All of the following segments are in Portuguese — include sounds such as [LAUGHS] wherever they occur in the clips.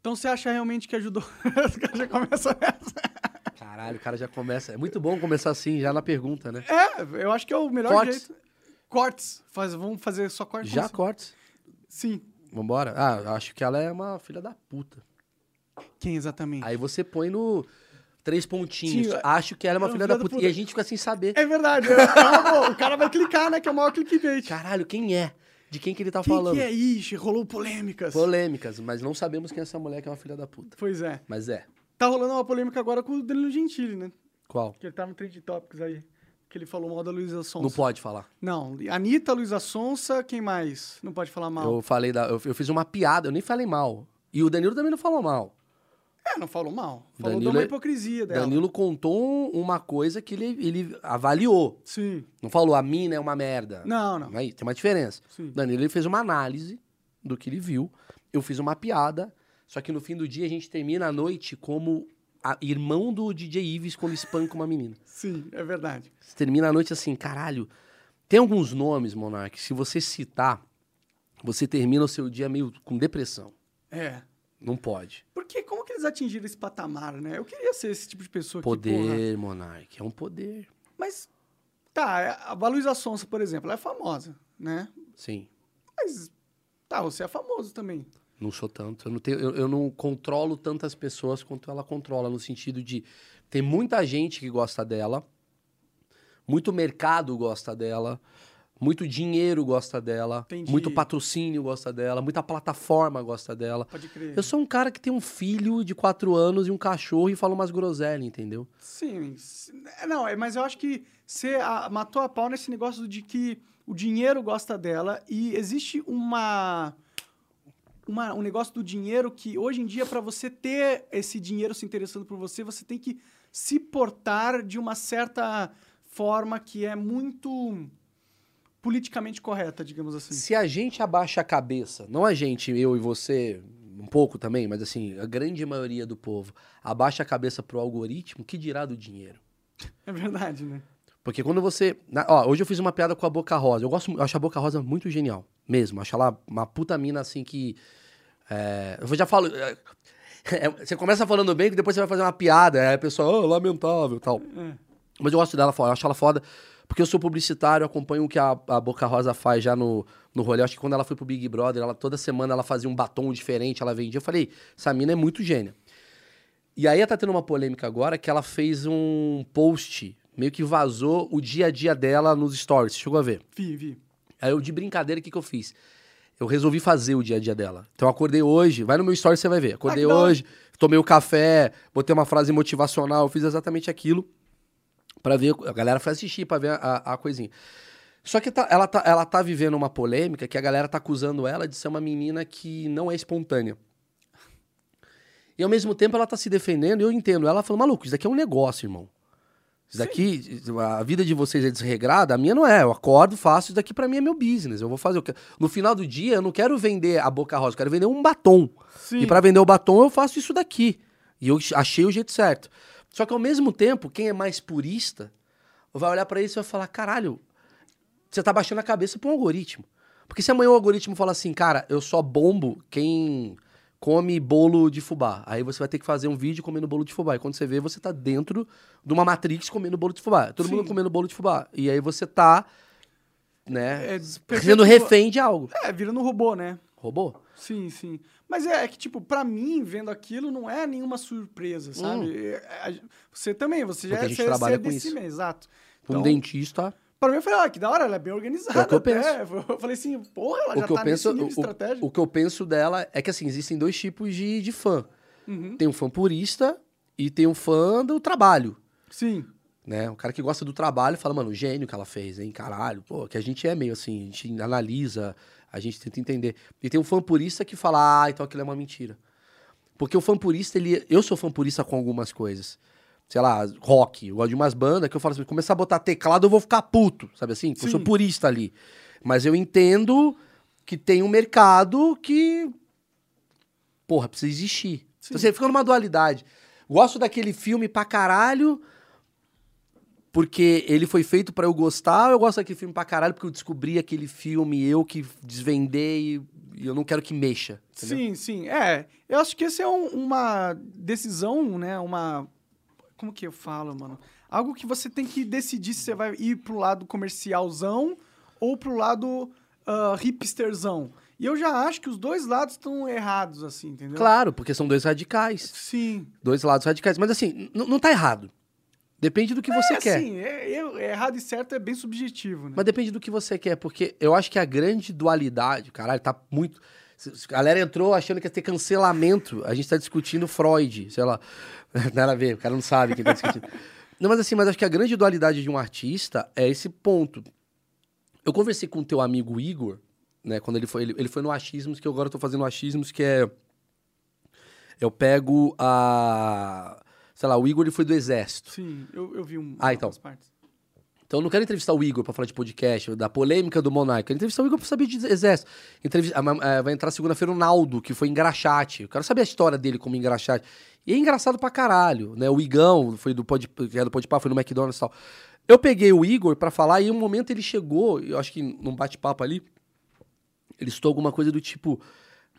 Então você acha realmente que ajudou? [LAUGHS] Os caras já começam nessa. Caralho, o cara já começa. É muito bom começar assim, já na pergunta, né? É, eu acho que é o melhor Cortes. jeito. Cortes. Faz, vamos fazer só cortes? Já Como cortes. assim? Sim. Vambora? Ah, acho que ela é uma filha da puta. Quem exatamente? Aí você põe no três pontinhos. Sim, um acho que ela é uma filha da puta. E a gente fica sem saber. É verdade. é- calma, o cara vai clicar, né? Que é o maior clickbait. Caralho, quem é? De quem que ele tá Quem falando? que é? Ixi, rolou polêmicas. Polêmicas, mas não sabemos quem é essa mulher que é uma filha da puta. Pois é. Mas é. Tá rolando uma polêmica agora com o Danilo Gentili, né? Qual? Que ele tava em Trend Topics aí. Que ele falou mal da Luísa Sonsa. Não pode falar. Não, Anitta, Luísa Sonsa, quem mais? Não pode falar mal. Eu falei da. Eu, eu fiz uma piada, eu nem falei mal. E o Danilo também não falou mal. É, não falou mal. Falou de Danilo uma é- hipocrisia dela. Danilo contou um- uma coisa que ele, ele avaliou. Sim. Não falou, a mina é uma merda. Não, não. Aí, tem uma diferença. Sim. Danilo ele fez uma análise do que ele viu. Eu fiz uma piada. Só que no fim do dia a gente termina a noite como a- irmão do DJ Ives quando espanca uma menina. Sim, é verdade. Você termina a noite assim, caralho. Tem alguns nomes, Monark, se você citar, você termina o seu dia meio com depressão. É. Não pode. Porque como que eles atingiram esse patamar, né? Eu queria ser esse tipo de pessoa que, porra... Poder, Monark, é um poder. Mas, tá, a Luísa Sonsa, por exemplo, ela é famosa, né? Sim. Mas, tá, você é famoso também. Não sou tanto. Eu não, tenho, eu, eu não controlo tantas pessoas quanto ela controla, no sentido de tem muita gente que gosta dela, muito mercado gosta dela, muito dinheiro gosta dela, Entendi. muito patrocínio gosta dela, muita plataforma gosta dela. Pode crer. Eu sou um cara que tem um filho de quatro anos e um cachorro e fala umas groselhas, entendeu? Sim. s- é, Não, é, mas eu acho que você ah, matou a pau nesse negócio de que o dinheiro gosta dela e existe uma. uma- um negócio do dinheiro que hoje em dia, para você ter esse dinheiro se interessando por você, você tem que se portar de uma certa forma que é muito politicamente correta, digamos assim. Se a gente abaixa a cabeça, não a gente, eu e você, um pouco também, mas assim, a grande maioria do povo abaixa a cabeça pro algoritmo, que dirá do dinheiro? É verdade, né? Porque quando você. na- ó, hoje eu fiz uma piada com a Boca Rosa. Eu gosto, mu- eu acho a Boca Rosa muito genial. Mesmo. Acho ela uma puta mina assim que. é, eu já falo. é, [LAUGHS] é, você começa falando bem, que depois você vai fazer uma piada. Aí a pessoa, "Ah, lamentável tal. É. Mas eu gosto dela foda, eu acho ela foda. Porque eu sou publicitário, eu acompanho o que a, a Boca Rosa faz já no, no rolê. Eu acho que quando ela foi pro Big Brother, ela, toda semana ela fazia um batom diferente, ela vendia. Eu falei, essa mina é muito gênia. E aí tá tendo uma polêmica agora que ela fez um post, meio que vazou o dia a dia dela nos stories. Chegou a ver. Vi, vi. Aí eu, de brincadeira, o que, que eu fiz? Eu resolvi fazer o dia a dia dela. Então eu acordei hoje, vai no meu story você vai ver. Acordei Ah, que da hora. hoje, tomei o café, botei uma frase motivacional, eu fiz exatamente aquilo pra ver. A galera foi assistir pra ver a, a- a coisinha. Só que tá- ela, tá, ela tá vivendo uma polêmica que a galera tá acusando ela de ser uma menina que não é espontânea. E ao mesmo tempo ela tá se defendendo, e eu entendo. Ela falou, maluco, isso daqui é um negócio, irmão. Isso daqui, a vida de vocês é desregrada, a minha não é. Eu acordo, faço, isso daqui pra mim é meu business. Eu vou fazer o que. No final do dia, eu não quero vender a boca rosa, eu quero vender um batom. Sim. E pra vender o batom, eu faço isso daqui. E eu achei o jeito certo. Só que ao mesmo tempo, quem é mais purista vai olhar pra isso e vai falar: caralho, você tá baixando a cabeça pra um algoritmo. Porque se amanhã o algoritmo falar assim, cara, eu só bombo quem come bolo de fubá. Aí você vai ter que fazer um vídeo comendo bolo de fubá. E quando você vê, você tá dentro de uma Matrix comendo bolo de fubá. Todo mundo Sim. comendo bolo de fubá. E aí você tá, né, É, sendo refém de algo. É, vira no robô, né? Robô? Sim, sim. Mas é, é que, tipo, pra mim, vendo aquilo, não é nenhuma surpresa, sabe? É, é, a- você também, você já Hum. Porque a gente você, trabalha você é com desse isso. mesmo, exato. Um Então, dentista. pra mim, eu falei, ah, que da hora, ela é bem organizada. É o que eu até. [LAUGHS] Eu falei assim, porra, ela O já que, eu tá penso, nesse nível de o, estratégia. o que eu penso dela é que, assim, existem dois tipos de, de fã. Uhum. Tem um fã purista e tem um fã do trabalho. Sim, né? O cara que gosta do trabalho fala, mano, gênio que ela fez, hein? Caralho, pô, que a gente é meio assim, a gente analisa, a gente tenta entender. E tem um fã purista que fala, ah, então aquilo é uma mentira. Porque o fã purista, ele. Eu sou fã purista com algumas coisas. Sei lá, rock. Eu gosto de umas bandas que eu falo assim, começar a botar teclado, eu vou ficar puto, sabe assim? Eu sou Sim. purista ali. Mas eu entendo que tem um mercado que. Porra, precisa existir. Sim. Então você fica numa dualidade. Gosto daquele filme pra caralho, porque ele foi feito pra eu gostar, eu gosto daquele filme pra caralho, porque eu descobri aquele filme, eu que desvendei e eu não quero que mexa. entendeu? Sim, sim. É, eu acho que esse é um- uma decisão, né? Uma. Como que eu falo, mano? Algo que você tem que decidir se você vai ir pro lado comercialzão ou pro lado ah, hipsterzão. E eu já acho que os dois lados estão errados, assim, entendeu? Claro, porque são dois radicais. Sim. Dois lados radicais. Mas assim, n- não tá errado. Depende do que você é, quer. Sim, é, eu- errado e certo é bem subjetivo, né? Mas depende do que você quer, porque eu acho que a grande dualidade, caralho, tá muito. se- se A galera entrou achando que ia ter cancelamento. A gente tá discutindo Freud, sei lá. [LAUGHS] Nada a ver, o cara não sabe quem tá discutindo. não, mas assim, mas acho que a grande dualidade de um artista é esse ponto. Eu conversei com o teu amigo Igor, né? Quando ele foi, ele, ele foi no Achismos, que eu agora tô fazendo Achismos, que é. Eu pego a. Sei lá, o Igor ele foi do exército. Sim, eu, eu vi um, Ah, então. algumas partes. Então eu não quero entrevistar o Igor pra falar de podcast, da polêmica do Monarca. Eu quero entrevistar o Igor pra saber de exército. Entrevista- ah, mas, ah, vai entrar segunda-feira o Naldo, que foi engraxate. Eu quero saber a história dele como engraxate. E é engraçado pra caralho, né? O Igão foi do Pod, que era do Podpah, foi no McDonald's e tal. Eu peguei o Igor pra falar e em um momento ele chegou, eu acho que num bate-papo ali, ele citou alguma coisa do tipo...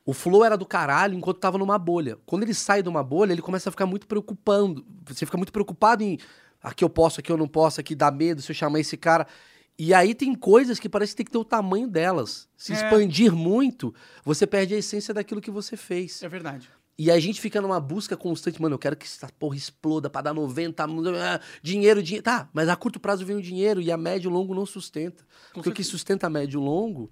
O flow era do caralho enquanto tava numa bolha. Quando ele sai de uma bolha, ele começa a ficar muito preocupando. Você fica muito preocupado em aqui eu posso, aqui eu não posso, aqui dá medo se eu chamar esse cara. E aí tem coisas que parece que tem que ter o tamanho delas. Se É. expandir muito, você perde a essência daquilo que você fez. É verdade. E a gente fica numa busca constante, mano, eu quero que essa porra exploda pra dar 90, ah, dinheiro, dinheiro. Tá, mas a curto prazo vem o dinheiro e a médio e longo não sustenta. Porque o que certeza. sustenta a médio e longo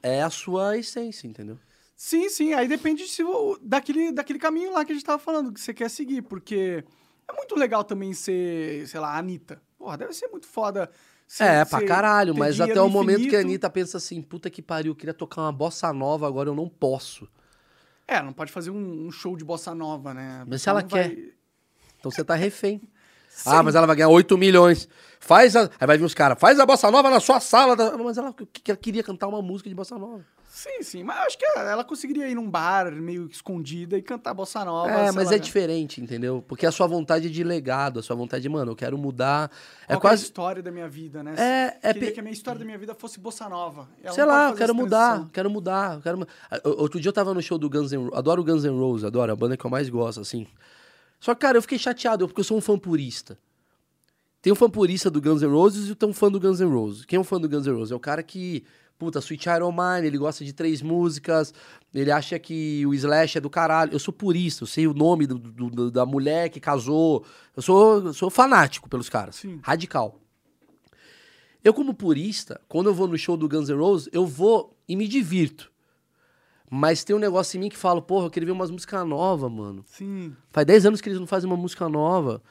é a sua essência, entendeu? Sim, sim. Aí depende se o- daquele, daquele caminho lá que a gente tava falando, que você quer seguir, porque é muito legal também ser, sei lá, a Anitta. Porra, deve ser muito foda. ser- é, pra ser- caralho, ter mas até dinheiro o momento que a infinito. Anitta pensa assim, puta que pariu, eu queria tocar uma bossa nova, agora eu não posso. É, não pode fazer um, um show de bossa nova, né? Mas se ela Não quer. vai- Então você tá refém. Sim. ah, mas ela vai ganhar 8 milhões. Faz a... Aí vai vir os caras, faz a bossa nova na sua sala. da- Não, Mas ela, que- ela queria cantar uma música de bossa nova. Sim, sim. Mas eu acho que ela conseguiria ir num bar meio escondida e cantar bossa nova. É, sei mas lá, é né? diferente, entendeu? Porque a sua vontade é de legado, a sua vontade de, mano, eu quero mudar. É Qual que a quase. história da minha vida, né? É, é. Queria pe- que a minha história da minha vida fosse bossa nova. Ela Sei não pode lá, eu fazer quero essa mudar, transição. quero mudar, quero mudar. Outro dia eu tava no show do Guns N' Roses. Adoro o Guns N' Roses, adoro, é a banda que eu mais gosto, assim. Só que, cara, eu fiquei chateado, porque eu sou um fã purista. Tem um fã purista do Guns N' Roses e tem um fã do Guns N' Roses. Quem é um fã do Guns N' Roses? É o cara que, puta, Sweet Iron Mine, ele gosta de três músicas, ele acha que o Slash é do caralho. Eu sou purista, eu sei o nome do- do- do- da mulher que casou. Eu sou, eu sou fanático pelos caras. Sim. Radical. Eu, como purista, quando eu vou no show do Guns N' Roses, eu vou e me divirto. Mas tem um negócio em mim que fala, porra, eu queria ver umas músicas novas, mano. Sim. Faz 10 anos que eles não fazem uma música nova.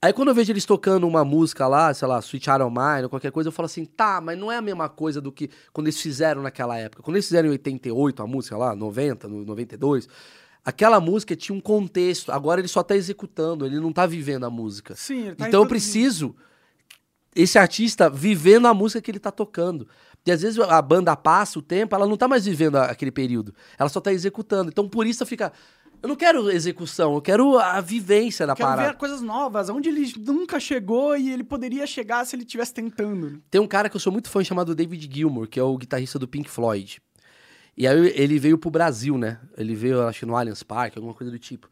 Aí quando eu vejo eles tocando uma música lá, sei lá, Sweet Iron Mine ou qualquer coisa, eu falo assim, tá, mas não é a mesma coisa do que quando eles fizeram naquela época. Quando eles fizeram em 88 a música lá, 90, no 92, aquela música tinha um contexto. Agora ele só tá executando, ele não tá vivendo a música. Sim, ele tá Então eu introduzindo. preciso esse artista vivendo a música que ele tá tocando. E às vezes a banda passa o tempo, ela não tá mais vivendo a- aquele período. Ela só tá executando. Então por isso fica. Eu não quero execução, eu quero a vivência da Quero parada. ver coisas novas, onde ele nunca chegou e ele poderia chegar se ele estivesse tentando. né? Tem um cara que eu sou muito fã chamado David Gilmour, que é o guitarrista do Pink Floyd. E aí ele veio pro Brasil, né? Ele veio, acho que no Allianz Parque, alguma coisa do tipo.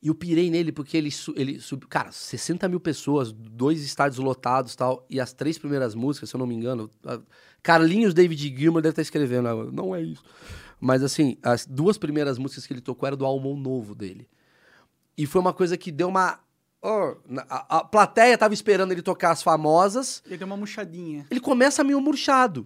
E eu pirei nele porque ele, su- ele subiu. Cara, 60 mil pessoas, dois estádios lotados e tal. E as três primeiras músicas, se eu não me engano. a- Carlinhos David Gilmour deve estar escrevendo agora. Não é isso. Mas assim, as duas primeiras músicas que ele tocou eram do álbum novo dele. E foi uma coisa que deu uma. ó, na- a, a plateia tava esperando ele tocar as famosas. Ele deu uma murchadinha. Ele começa meio murchado.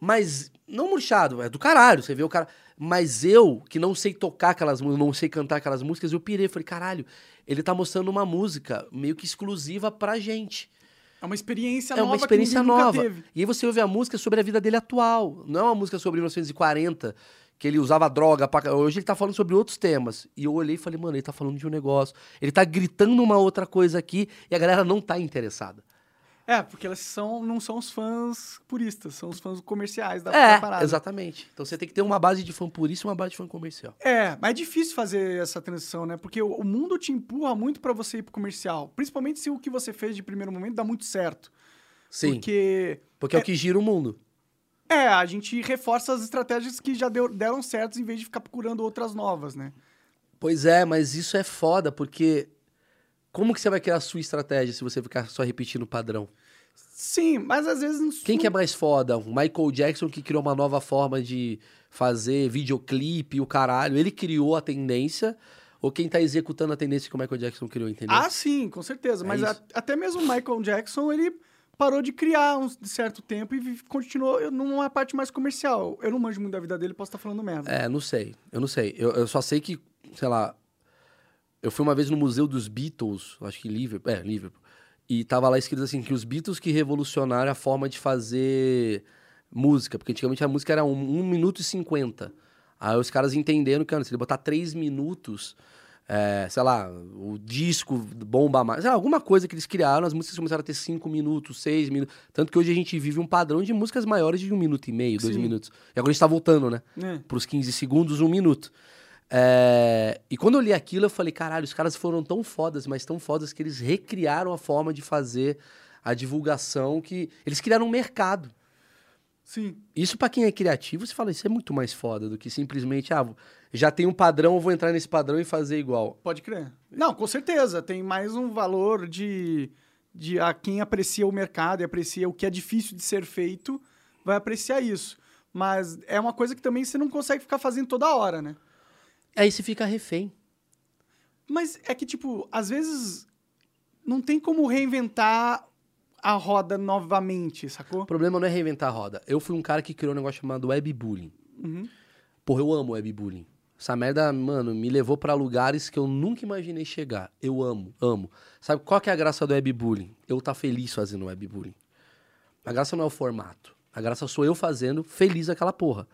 Mas. Não murchado, é do caralho. Você vê o cara. Mas eu, que não sei tocar aquelas músicas, não sei cantar aquelas músicas, eu pirei. Falei, caralho, ele tá mostrando uma música meio que exclusiva pra gente. É uma experiência é nova uma experiência que ninguém nova. nunca teve. E aí você ouve a música sobre a vida dele atual. Não é uma música sobre 1940, que ele usava droga. pra ca- Hoje ele tá falando sobre outros temas. E eu olhei e falei, mano, ele tá falando de um negócio. Ele tá gritando uma outra coisa aqui e a galera não tá interessada. É, porque elas são, não são os fãs puristas, são os fãs comerciais da, da É, Tá- parada. exatamente. Então você tem que ter uma base de fã purista e uma base de fã comercial. É, mas é difícil fazer essa transição, né? Porque o, o mundo te empurra muito pra você ir pro comercial. Principalmente se o que você fez de primeiro momento dá muito certo. Sim, porque, Porque é o que gira o mundo. é, a gente reforça as estratégias que já deu- deram certas em vez de ficar procurando outras novas, né? Pois é, mas isso é foda, porque como que você vai criar a sua estratégia se você ficar só repetindo o padrão? Sim, mas às vezes não Quem que é mais foda? O Michael Jackson que criou uma nova forma de fazer videoclipe, o caralho. Ele criou a tendência ou quem tá executando a tendência que o Michael Jackson criou, entendeu? Ah, sim, com certeza. É Mas a- isso. até mesmo o Michael Jackson, ele parou de criar um certo tempo e vi- continuou numa parte mais comercial. Eu não manjo muito da vida dele, posso estar falando merda. É, não sei. Eu não sei. Eu, eu só sei que, sei lá, eu fui uma vez no Museu dos Beatles, eu acho que em Liverpool, é, Liverpool, e tava lá escrito assim que os Beatles que revolucionaram a forma de fazer música, porque antigamente a música era 1 um, um minuto e 50. Aí os caras entenderam que, mano, se ele botar 3 minutos, é, sei lá, o disco bomba mais, sei lá, alguma coisa que eles criaram, as músicas começaram a ter 5 minutos, 6 minutos. Tanto que hoje a gente vive um padrão de músicas maiores de 1 um minuto e meio, 2 Sim. minutos. E agora a gente tá voltando, né? né? para os 15 segundos, um minuto. É, E quando eu li aquilo, eu falei, caralho, os caras foram tão fodas, mas tão fodas que eles recriaram a forma de fazer a divulgação que... Eles criaram um mercado. Sim. Isso para quem é criativo, você fala, isso é muito mais foda do que simplesmente, ah, já tem um padrão, eu vou entrar nesse padrão e fazer igual. Pode crer. Não, com certeza. Tem mais um valor de, de a quem aprecia o mercado e aprecia o que é difícil de ser feito, vai apreciar isso. Mas é uma coisa que também você não consegue ficar fazendo toda hora, né? Aí você fica refém. Mas é que, tipo, às vezes não tem como reinventar a roda novamente, sacou? O problema não é reinventar a roda. Eu fui um cara que criou um negócio chamado webbullying. Uhum. Porra, eu amo webbullying. Essa merda, mano, me levou pra lugares que eu nunca imaginei chegar. Eu amo, amo. Sabe qual que é a graça do webbullying? Eu tá feliz fazendo webbullying. A graça não é o formato. A graça sou eu fazendo feliz aquela porra.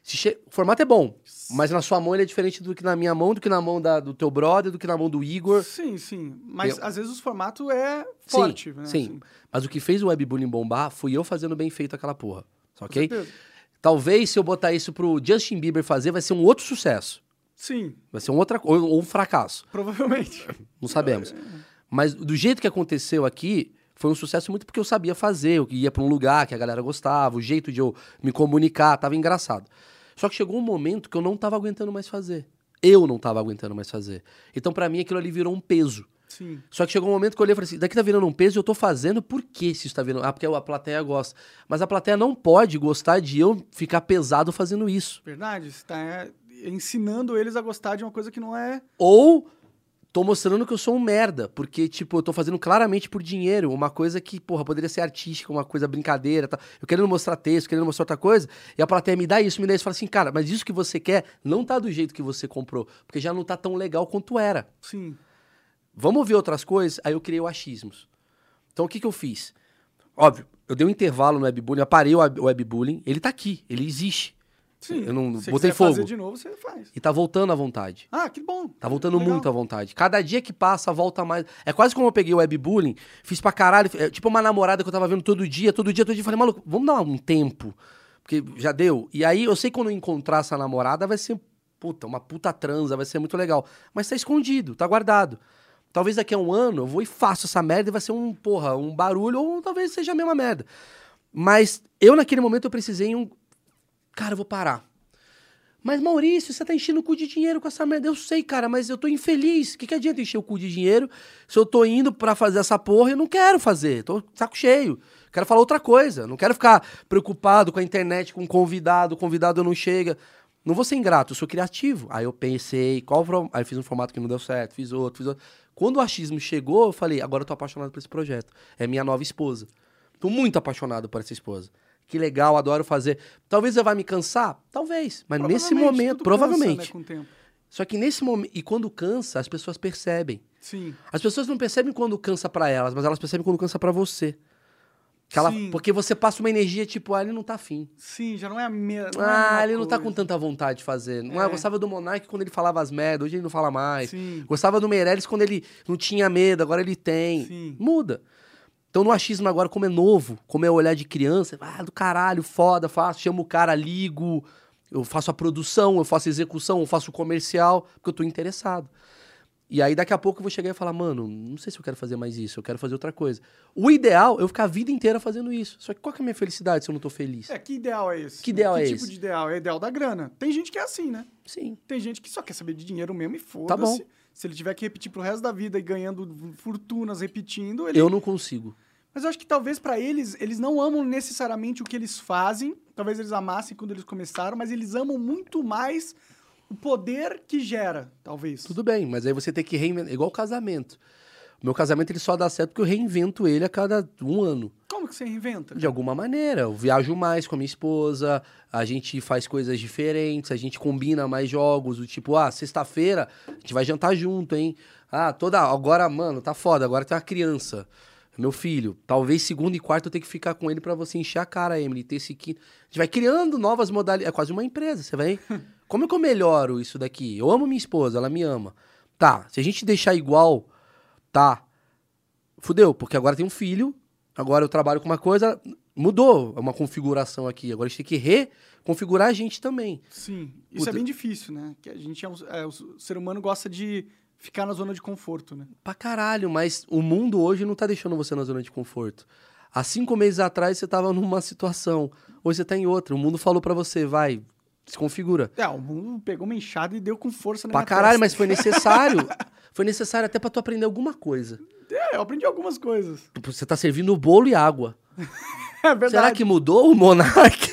Se che- O formato é bom, mas na sua mão ele é diferente do que na minha mão, do que na mão da- do teu brother, do que na mão do Igor. Sim, sim. Mas Eu- às vezes o formato é forte, né? sim. Assim, Mas o que fez o webbullying bombar fui eu fazendo bem feito aquela porra. Ok? certeza. Talvez se eu botar isso pro Justin Bieber fazer, vai ser um outro sucesso. Sim, Vai ser um outra co- ou ou um fracasso, provavelmente. [LAUGHS] não sabemos. Mas do jeito que aconteceu aqui, foi um sucesso muito porque eu sabia fazer, eu ia pra um lugar que a galera gostava, o jeito de eu me comunicar, tava engraçado. Só que chegou um momento que eu não tava aguentando mais fazer. Eu não tava aguentando mais fazer. Então pra mim aquilo ali virou um peso. Sim. Só que chegou um momento que eu olhei e falei assim: daqui tá virando um peso e eu tô fazendo por que se isso tá virando? Ah, porque a plateia gosta. Mas a plateia não pode gostar de eu ficar pesado fazendo isso. Verdade, você tá é, ensinando eles a gostar de uma coisa que não é. Ou tô mostrando que eu sou um merda, porque, tipo, eu tô fazendo claramente por dinheiro, uma coisa que, porra, poderia ser artística, uma coisa brincadeira, tá? Eu querendo mostrar texto, querendo mostrar outra coisa, e a plateia me dá isso, me dá isso, fala assim, cara, mas isso que você quer não tá do jeito que você comprou, porque já não tá tão legal quanto era. Sim. Vamos ver outras coisas? Aí eu criei o achismos. Então, o que que eu fiz? Óbvio, eu dei um intervalo no webbullying, eu parei o web- o webbullying, ele tá aqui, ele existe. Sim. Eu não Se você botei quiser fogo. fazer de novo, você faz. E tá voltando à vontade. Ah, que bom. Tá voltando Legal. muito à vontade. Cada dia que passa, volta mais. É quase como eu peguei o webbullying, fiz pra caralho. é tipo uma namorada que eu tava vendo todo dia, todo dia, todo dia. Falei, maluco, vamos dar um tempo. Porque já deu. E aí eu sei que quando eu encontrar essa namorada, vai ser puta, uma puta transa, vai ser muito legal. Mas tá escondido, tá guardado. Talvez daqui a um ano eu vou e faço essa merda e vai ser um, porra, um barulho, ou talvez seja a mesma merda. Mas eu, naquele momento, eu precisei um. Cara, eu vou parar. Mas Maurício, você tá enchendo o cu de dinheiro com essa merda. Eu sei, cara, mas eu tô infeliz. O que, que adianta encher o cu de dinheiro se eu tô indo pra fazer essa porra e eu não quero fazer? Tô saco cheio. Quero falar outra coisa. Não quero ficar preocupado com a internet, com um convidado, o convidado não chega. Não vou ser ingrato, eu sou criativo. Aí eu pensei, qual form... aí eu fiz um formato que não deu certo, fiz outro, fiz outro. Quando o achismo chegou, eu falei, agora eu tô apaixonado por esse projeto. É minha nova esposa. Tô muito apaixonado por essa esposa. Que legal, adoro fazer. Talvez eu vá me cansar? Talvez. Mas nesse Provavelmente, momento, tudo provavelmente. Cansa, né, com o tempo. Só que nesse momento. E quando cansa, as pessoas percebem. Sim. As pessoas não percebem quando cansa pra elas, mas elas percebem quando cansa pra você. Que ela- Sim. porque você passa uma energia tipo, ah, ele não tá afim. Sim, já não é a mesma. não é a Ah, mesma ele não tá com coisa. tanta vontade de fazer. Não é. É. Eu gostava do Monark quando ele falava as merdas, hoje ele não fala mais. Sim. Gostava do Meirelles quando ele não tinha medo, agora ele tem. Sim. Muda. Então, no achismo agora, como é novo, como é olhar de criança, ah, do caralho, foda, faço, chamo o cara, ligo, eu faço a produção, eu faço a execução, eu faço o comercial, porque eu tô interessado. E aí, daqui a pouco, eu vou chegar e falar, mano, não sei se eu quero fazer mais isso, eu quero fazer outra coisa. O ideal é eu ficar a vida inteira fazendo isso. Só que qual que é a minha felicidade se eu não tô feliz? É, que ideal é esse? Que ideal é Que tipo esse? de ideal? É ideal da grana. Tem gente que é assim, né? Sim. Tem gente que só quer saber de dinheiro mesmo e foda-se. Tá bom. Se ele tiver que repetir pro resto da vida e ganhando fortunas repetindo, ele Eu não consigo. Mas eu acho que talvez pra eles, eles não amam necessariamente o que eles fazem. Talvez eles amassem quando eles começaram, mas eles amam muito mais o poder que gera, talvez. Tudo bem, mas aí você tem que reinventar. Igual o casamento. O meu casamento ele só dá certo porque eu reinvento ele a cada um ano. Como que você reinventa? De alguma maneira. Eu viajo mais com a minha esposa, a gente faz coisas diferentes, a gente combina mais jogos, do tipo, ah, sexta-feira a gente vai jantar junto, hein? Ah, toda. Agora, mano, tá foda, agora tem uma criança. Meu filho, talvez segunda e quarta eu tenha que ficar com ele pra você encher a cara, Emily, ter esse quinto. A gente vai criando novas modalidades. É quase uma empresa, você vai. Como é que eu melhoro isso daqui? Eu amo minha esposa, ela me ama. Tá, se a gente deixar igual, tá. Fudeu, porque agora tem um filho, agora eu trabalho com uma coisa, mudou uma configuração aqui. Agora a gente tem que reconfigurar a gente também. Sim. Isso Puta. é bem difícil, né? Que a gente é um, é, o ser humano gosta de ficar na zona de conforto, né? Pra caralho, mas o mundo hoje não tá deixando você na zona de conforto. Há cinco meses atrás você tava numa situação, hoje você tá em outra. O mundo falou pra você, vai, se configura. É, o mundo pegou uma enxada e deu com força na Pra minha testa. caralho, mas [LAUGHS] foi necessário. foi necessário até pra tu aprender alguma coisa. É, eu aprendi algumas coisas. Tu- Você tá servindo bolo e água. [LAUGHS] É verdade. Será que mudou o Monark?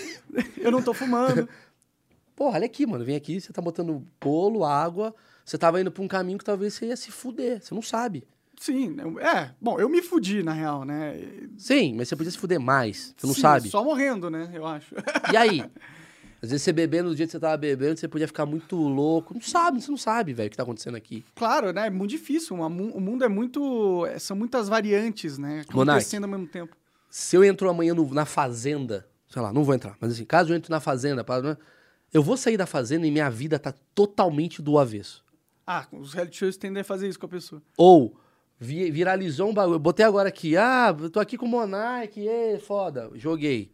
Eu não tô fumando. [LAUGHS] [LAUGHS] Porra, olha aqui, mano. Vem aqui, você tá botando bolo, água. Você tava indo pra um caminho que talvez você ia se fuder. Você não sabe. Sim. eu- É, bom, eu me fudi, na real, né? Sim, mas você podia se fuder mais. Você não Sim, sabe. Só morrendo, né? Eu acho. [LAUGHS] E aí? Às vezes você bebendo do jeito que você tava bebendo, você podia ficar muito louco. Não sabe, você não sabe, velho, o que tá acontecendo aqui. Claro, né? É muito difícil. uma mu- O mundo é muito. é, São muitas variantes, né? Monark. Acontecendo ao mesmo tempo. Se eu entro amanhã no- na fazenda, sei lá, não vou entrar, mas assim, caso eu entre na fazenda, pra- né, eu vou sair da fazenda e minha vida tá totalmente do avesso. Ah, os reality shows tendem a fazer isso com a pessoa. Ou vi- viralizou um bagulho. Eu Botei agora aqui, ah, eu tô aqui com o Monark, ê, foda. Joguei.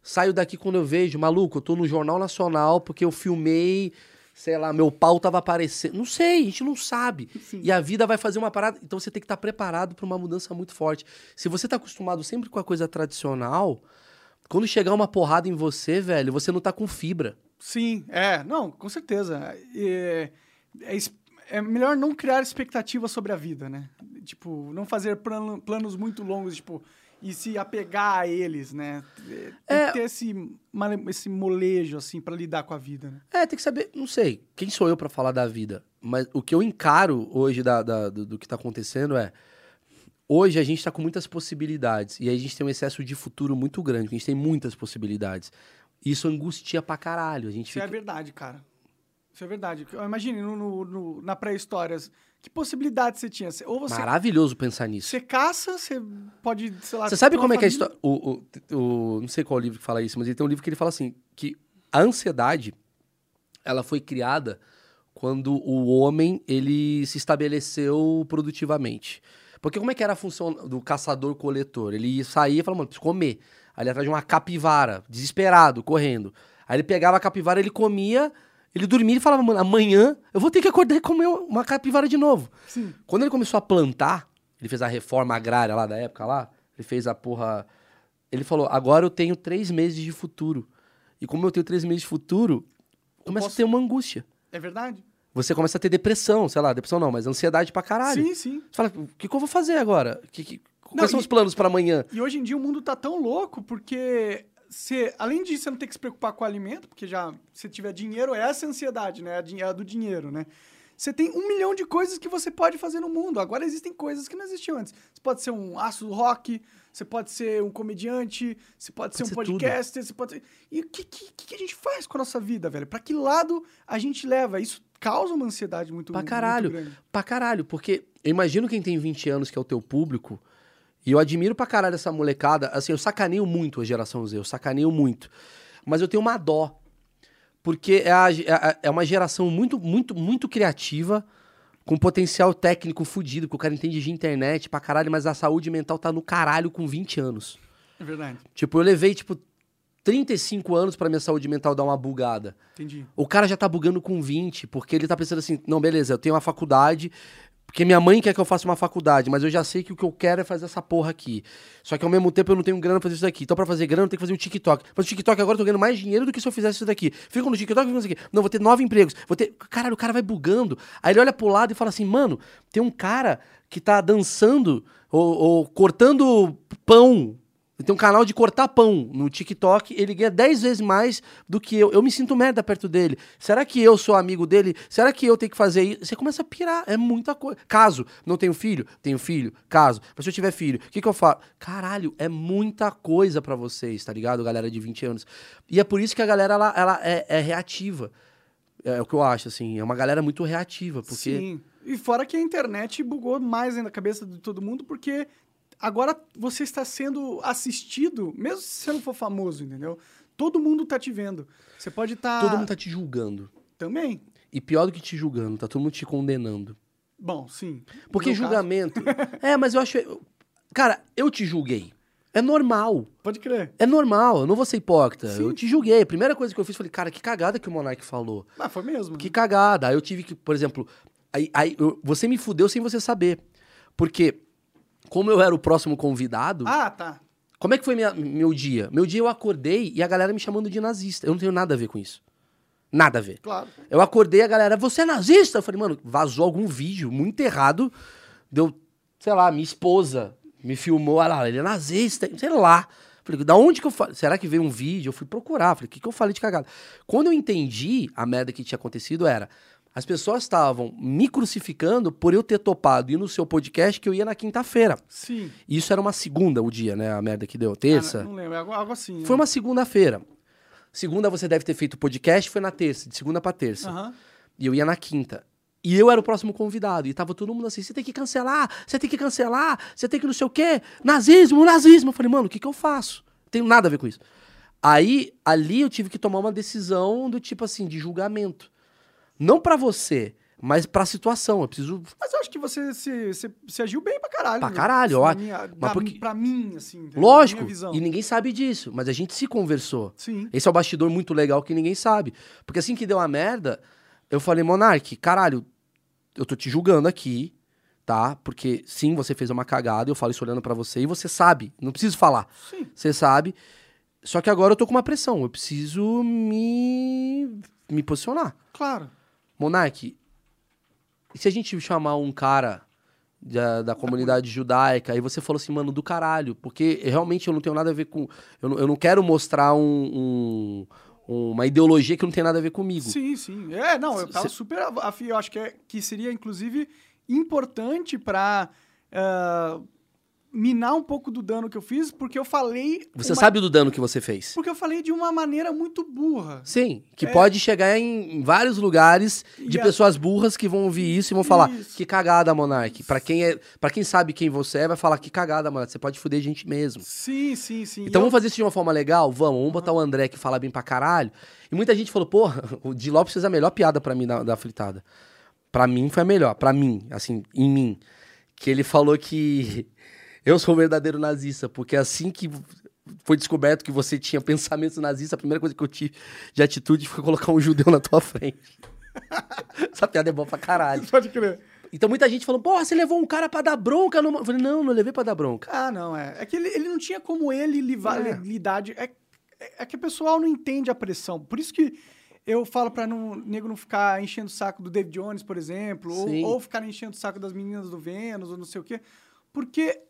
Saio daqui quando eu vejo, maluco, eu tô no Jornal Nacional porque eu filmei, sei lá, meu pau tava aparecendo. Não sei, a gente não sabe. Sim. E a vida vai fazer uma parada. Então você tem que estar preparado pra uma mudança muito forte. Se você tá acostumado sempre com a coisa tradicional, quando chegar uma porrada em você, velho, você não tá com fibra. Sim, é. Não, com certeza. É, é es- é melhor não criar expectativas sobre a vida, né? Tipo, não fazer plano- planos muito longos, tipo, e se apegar a eles, né? Tem É. que ter esse, male- esse molejo, assim, pra lidar com a vida, né? É, tem que saber, não sei, quem sou eu pra falar da vida, mas o que eu encaro hoje da- da- do, do que tá acontecendo é. Hoje a gente tá com muitas possibilidades e aí a gente tem um excesso de futuro muito grande, porque a gente tem muitas possibilidades. Isso angustia pra caralho, a gente Isso é fica. verdade, cara. Isso é verdade. Imagine no, no- no- na pré-história, que possibilidade você tinha? Você- Ou você Maravilhoso pensar nisso. Você caça, você pode, sei lá... Você sabe ter uma como é que é a família? história. O, o- o- não sei qual livro que fala isso, mas ele tem um livro que ele fala assim: que a ansiedade ela foi criada quando o homem ele se estabeleceu produtivamente. Porque como é que era a função do caçador-coletor? Ele saía e falava, mano, preciso comer. Aí ele ia atrás de uma capivara, desesperado, correndo. Aí ele pegava a capivara, ele comia, ele dormia e falava, mano, amanhã eu vou ter que acordar e comer uma capivara de novo. Sim. Quando ele começou a plantar, ele fez a reforma agrária lá da época lá, ele fez a porra. Ele falou: agora eu tenho três meses de futuro. E como eu tenho três meses de futuro, começa posso- a ter uma angústia. É verdade? Você começa a ter depressão, sei lá, depressão não, mas ansiedade pra caralho. Sim, sim. Você fala, o que, que eu vou fazer agora? Que, que- quais Não, e- são os planos pra amanhã? E hoje em dia o mundo tá tão louco, porque você, além de você não ter que se preocupar com o alimento, porque já, se tiver dinheiro, é essa ansiedade, né? É a din- é a do dinheiro, né? Você tem um milhão de coisas que você pode fazer no mundo. Agora existem coisas que não existiam antes. Você pode ser um aço do rock, você pode ser um comediante, você pode, ser um ser tudo. podcaster, você pode ser... E o que, que, que a gente faz com a nossa vida, velho? Pra que lado a gente leva? Isso causa uma ansiedade muito, Pra muito caralho. grande. Pra caralho, porque eu imagino quem tem 20 anos, que é o teu público, e eu admiro pra caralho essa molecada. Assim, eu sacaneio muito a geração Z, eu sacaneio muito. Mas eu tenho uma dó. Porque é, a- é a- é uma geração muito, muito, muito criativa, com potencial técnico fudido, porque o cara entende de internet pra caralho, mas a saúde mental tá no caralho com 20 anos. É verdade. Tipo, eu levei, tipo, 35 anos pra minha saúde mental dar uma bugada. Entendi. O cara já tá bugando com 20, porque ele tá pensando assim, não, beleza, eu tenho uma faculdade, porque minha mãe quer que eu faça uma faculdade, mas eu já sei que o que eu quero é fazer essa porra aqui. Só que ao mesmo tempo eu não tenho grana pra fazer isso daqui. Então pra fazer grana eu tenho que fazer o TikTok. Mas o TikTok agora eu tô ganhando mais dinheiro do que se eu fizesse isso daqui. Fico no TikTok e fico isso aqui. Não, vou ter nove empregos. Vou ter... Caralho, o cara vai bugando. Aí ele olha pro lado e fala assim, mano, tem um cara que tá dançando ou, ou cortando pão ele tem um canal de cortar pão no TikTok, ele ganha 10 vezes mais do que eu. Eu me sinto merda perto dele. Será que eu sou amigo dele? Será que eu tenho que fazer isso? Você começa a pirar, é muita coisa. Caso, não tenho filho? Tenho filho, caso. Mas se eu tiver filho, o que, que eu falo? Caralho, é muita coisa pra vocês, tá ligado, galera de 20 anos? E é por isso que a galera, ela, ela é, é reativa. É, o que eu acho, assim. É uma galera muito reativa, porque... Sim. E fora que a internet bugou mais ainda a cabeça de todo mundo, porque agora você está sendo assistido, mesmo se você não for famoso, entendeu? Todo mundo tá te vendo. Você pode estar. Todo mundo tá te julgando. Também. E pior do que te julgando, tá todo mundo te condenando. Bom, sim. Porque No [LAUGHS] julgamento. é, mas eu acho. Cara, eu te julguei. É normal. caso, Pode crer. É normal. Eu não vou ser hipócrita. Sim. Eu te julguei. A primeira coisa que eu fiz, falei, cara, que cagada que o Monark falou. Ah, foi mesmo. Que cagada. Aí eu tive que, por exemplo, aí, aí eu- você me fudeu sem você saber. Porque, como eu era o próximo convidado. Ah, tá. Como é que foi minha- meu dia? Meu dia eu acordei e a galera me chamando de nazista. Eu não tenho nada a ver com isso. Nada a ver. Claro. Eu acordei a galera, você é nazista? Eu falei, mano, vazou algum vídeo muito errado. Deu, sei lá, minha esposa me filmou, olha lá, ele é nazista, sei lá. Falei, da onde que eu falei? Será que veio um vídeo? Eu fui procurar, falei, o que, que eu falei de cagada? Quando eu entendi a merda que tinha acontecido era, as pessoas estavam me crucificando por eu ter topado ir no seu podcast que eu ia na quinta-feira. Sim. E Isso era uma segunda o dia, né? A merda que deu, Ah, terça. não lembro. é Algo, algo assim. Foi né? uma segunda-feira. Segunda você deve ter feito o podcast, foi na terça, de segunda pra terça. Aham. E eu ia na quinta. E eu era o próximo convidado. E tava todo mundo assim: você tem que cancelar, você tem que cancelar, você tem que não sei o quê. Nazismo, nazismo. Eu falei, mano, o que, que eu faço? Não tenho nada a ver com isso. Aí, ali eu tive que tomar uma decisão do tipo assim, de julgamento. Não pra você, mas pra situação. Eu preciso. Mas eu acho que você se, se, se agiu bem pra caralho. Pra né? caralho, ó. Na minha, da- porque- Pra mim, assim. entendeu? Lógico. Minha visão. E ninguém sabe disso. Mas a gente se conversou. Sim. Esse é o bastidor muito legal que ninguém sabe. Porque assim que deu a merda, eu falei, Monark, caralho, eu tô te julgando aqui, tá? Porque sim, você fez uma cagada, eu falo isso olhando pra você e você sabe, não preciso falar. Sim. Você sabe. Só que agora eu tô com uma pressão, eu preciso me me posicionar. Claro. Monark, e se a gente chamar um cara da, da comunidade judaica e você falou assim, mano, do caralho, porque realmente eu não tenho nada a ver com. Eu não, eu não quero mostrar um- um- uma ideologia que não tem nada a ver comigo. Sim, sim. É, não, eu Se- tava super afim. Eu acho que, é, que seria, inclusive, importante pra ah, minar um pouco do dano que eu fiz, porque eu falei. Você uma- sabe do dano que você fez. Porque eu falei de uma maneira muito burra. Sim, que É. pode chegar em, em vários lugares de E a- pessoas burras que vão ouvir isso e vão falar Isso. que cagada, Monark. Pra quem é, para quem sabe quem você é, vai falar que cagada, Monark. Você pode fuder gente mesmo. Sim, sim, sim. Então E eu- vamos fazer isso de uma forma legal? Vamos, vamos botar o André que fala bem pra caralho. E muita gente falou, porra, [LAUGHS] o Di Lopes fez a melhor piada pra mim da, da fritada. Pra mim foi a melhor, pra mim, assim, em mim. Que ele falou que [LAUGHS] eu sou o verdadeiro nazista, porque assim que foi descoberto que você tinha pensamentos nazistas, a primeira coisa que eu tive de atitude foi colocar um judeu na tua frente. [LAUGHS] Essa piada é boa pra [LAUGHS] caralho. Pode crer. Então muita gente falou, porra, você levou um cara pra dar bronca no... Eu falei, não, não levei pra dar bronca. Ah, não, é. É que ele, ele não tinha como ele livar, É. lidar de. É, é que o pessoal não entende a pressão. Por isso que eu falo pra não, nego não ficar enchendo o saco do David Jones, por exemplo, ou, Sim. ou ficar enchendo o saco das meninas do Vênus, ou não sei o quê. Porque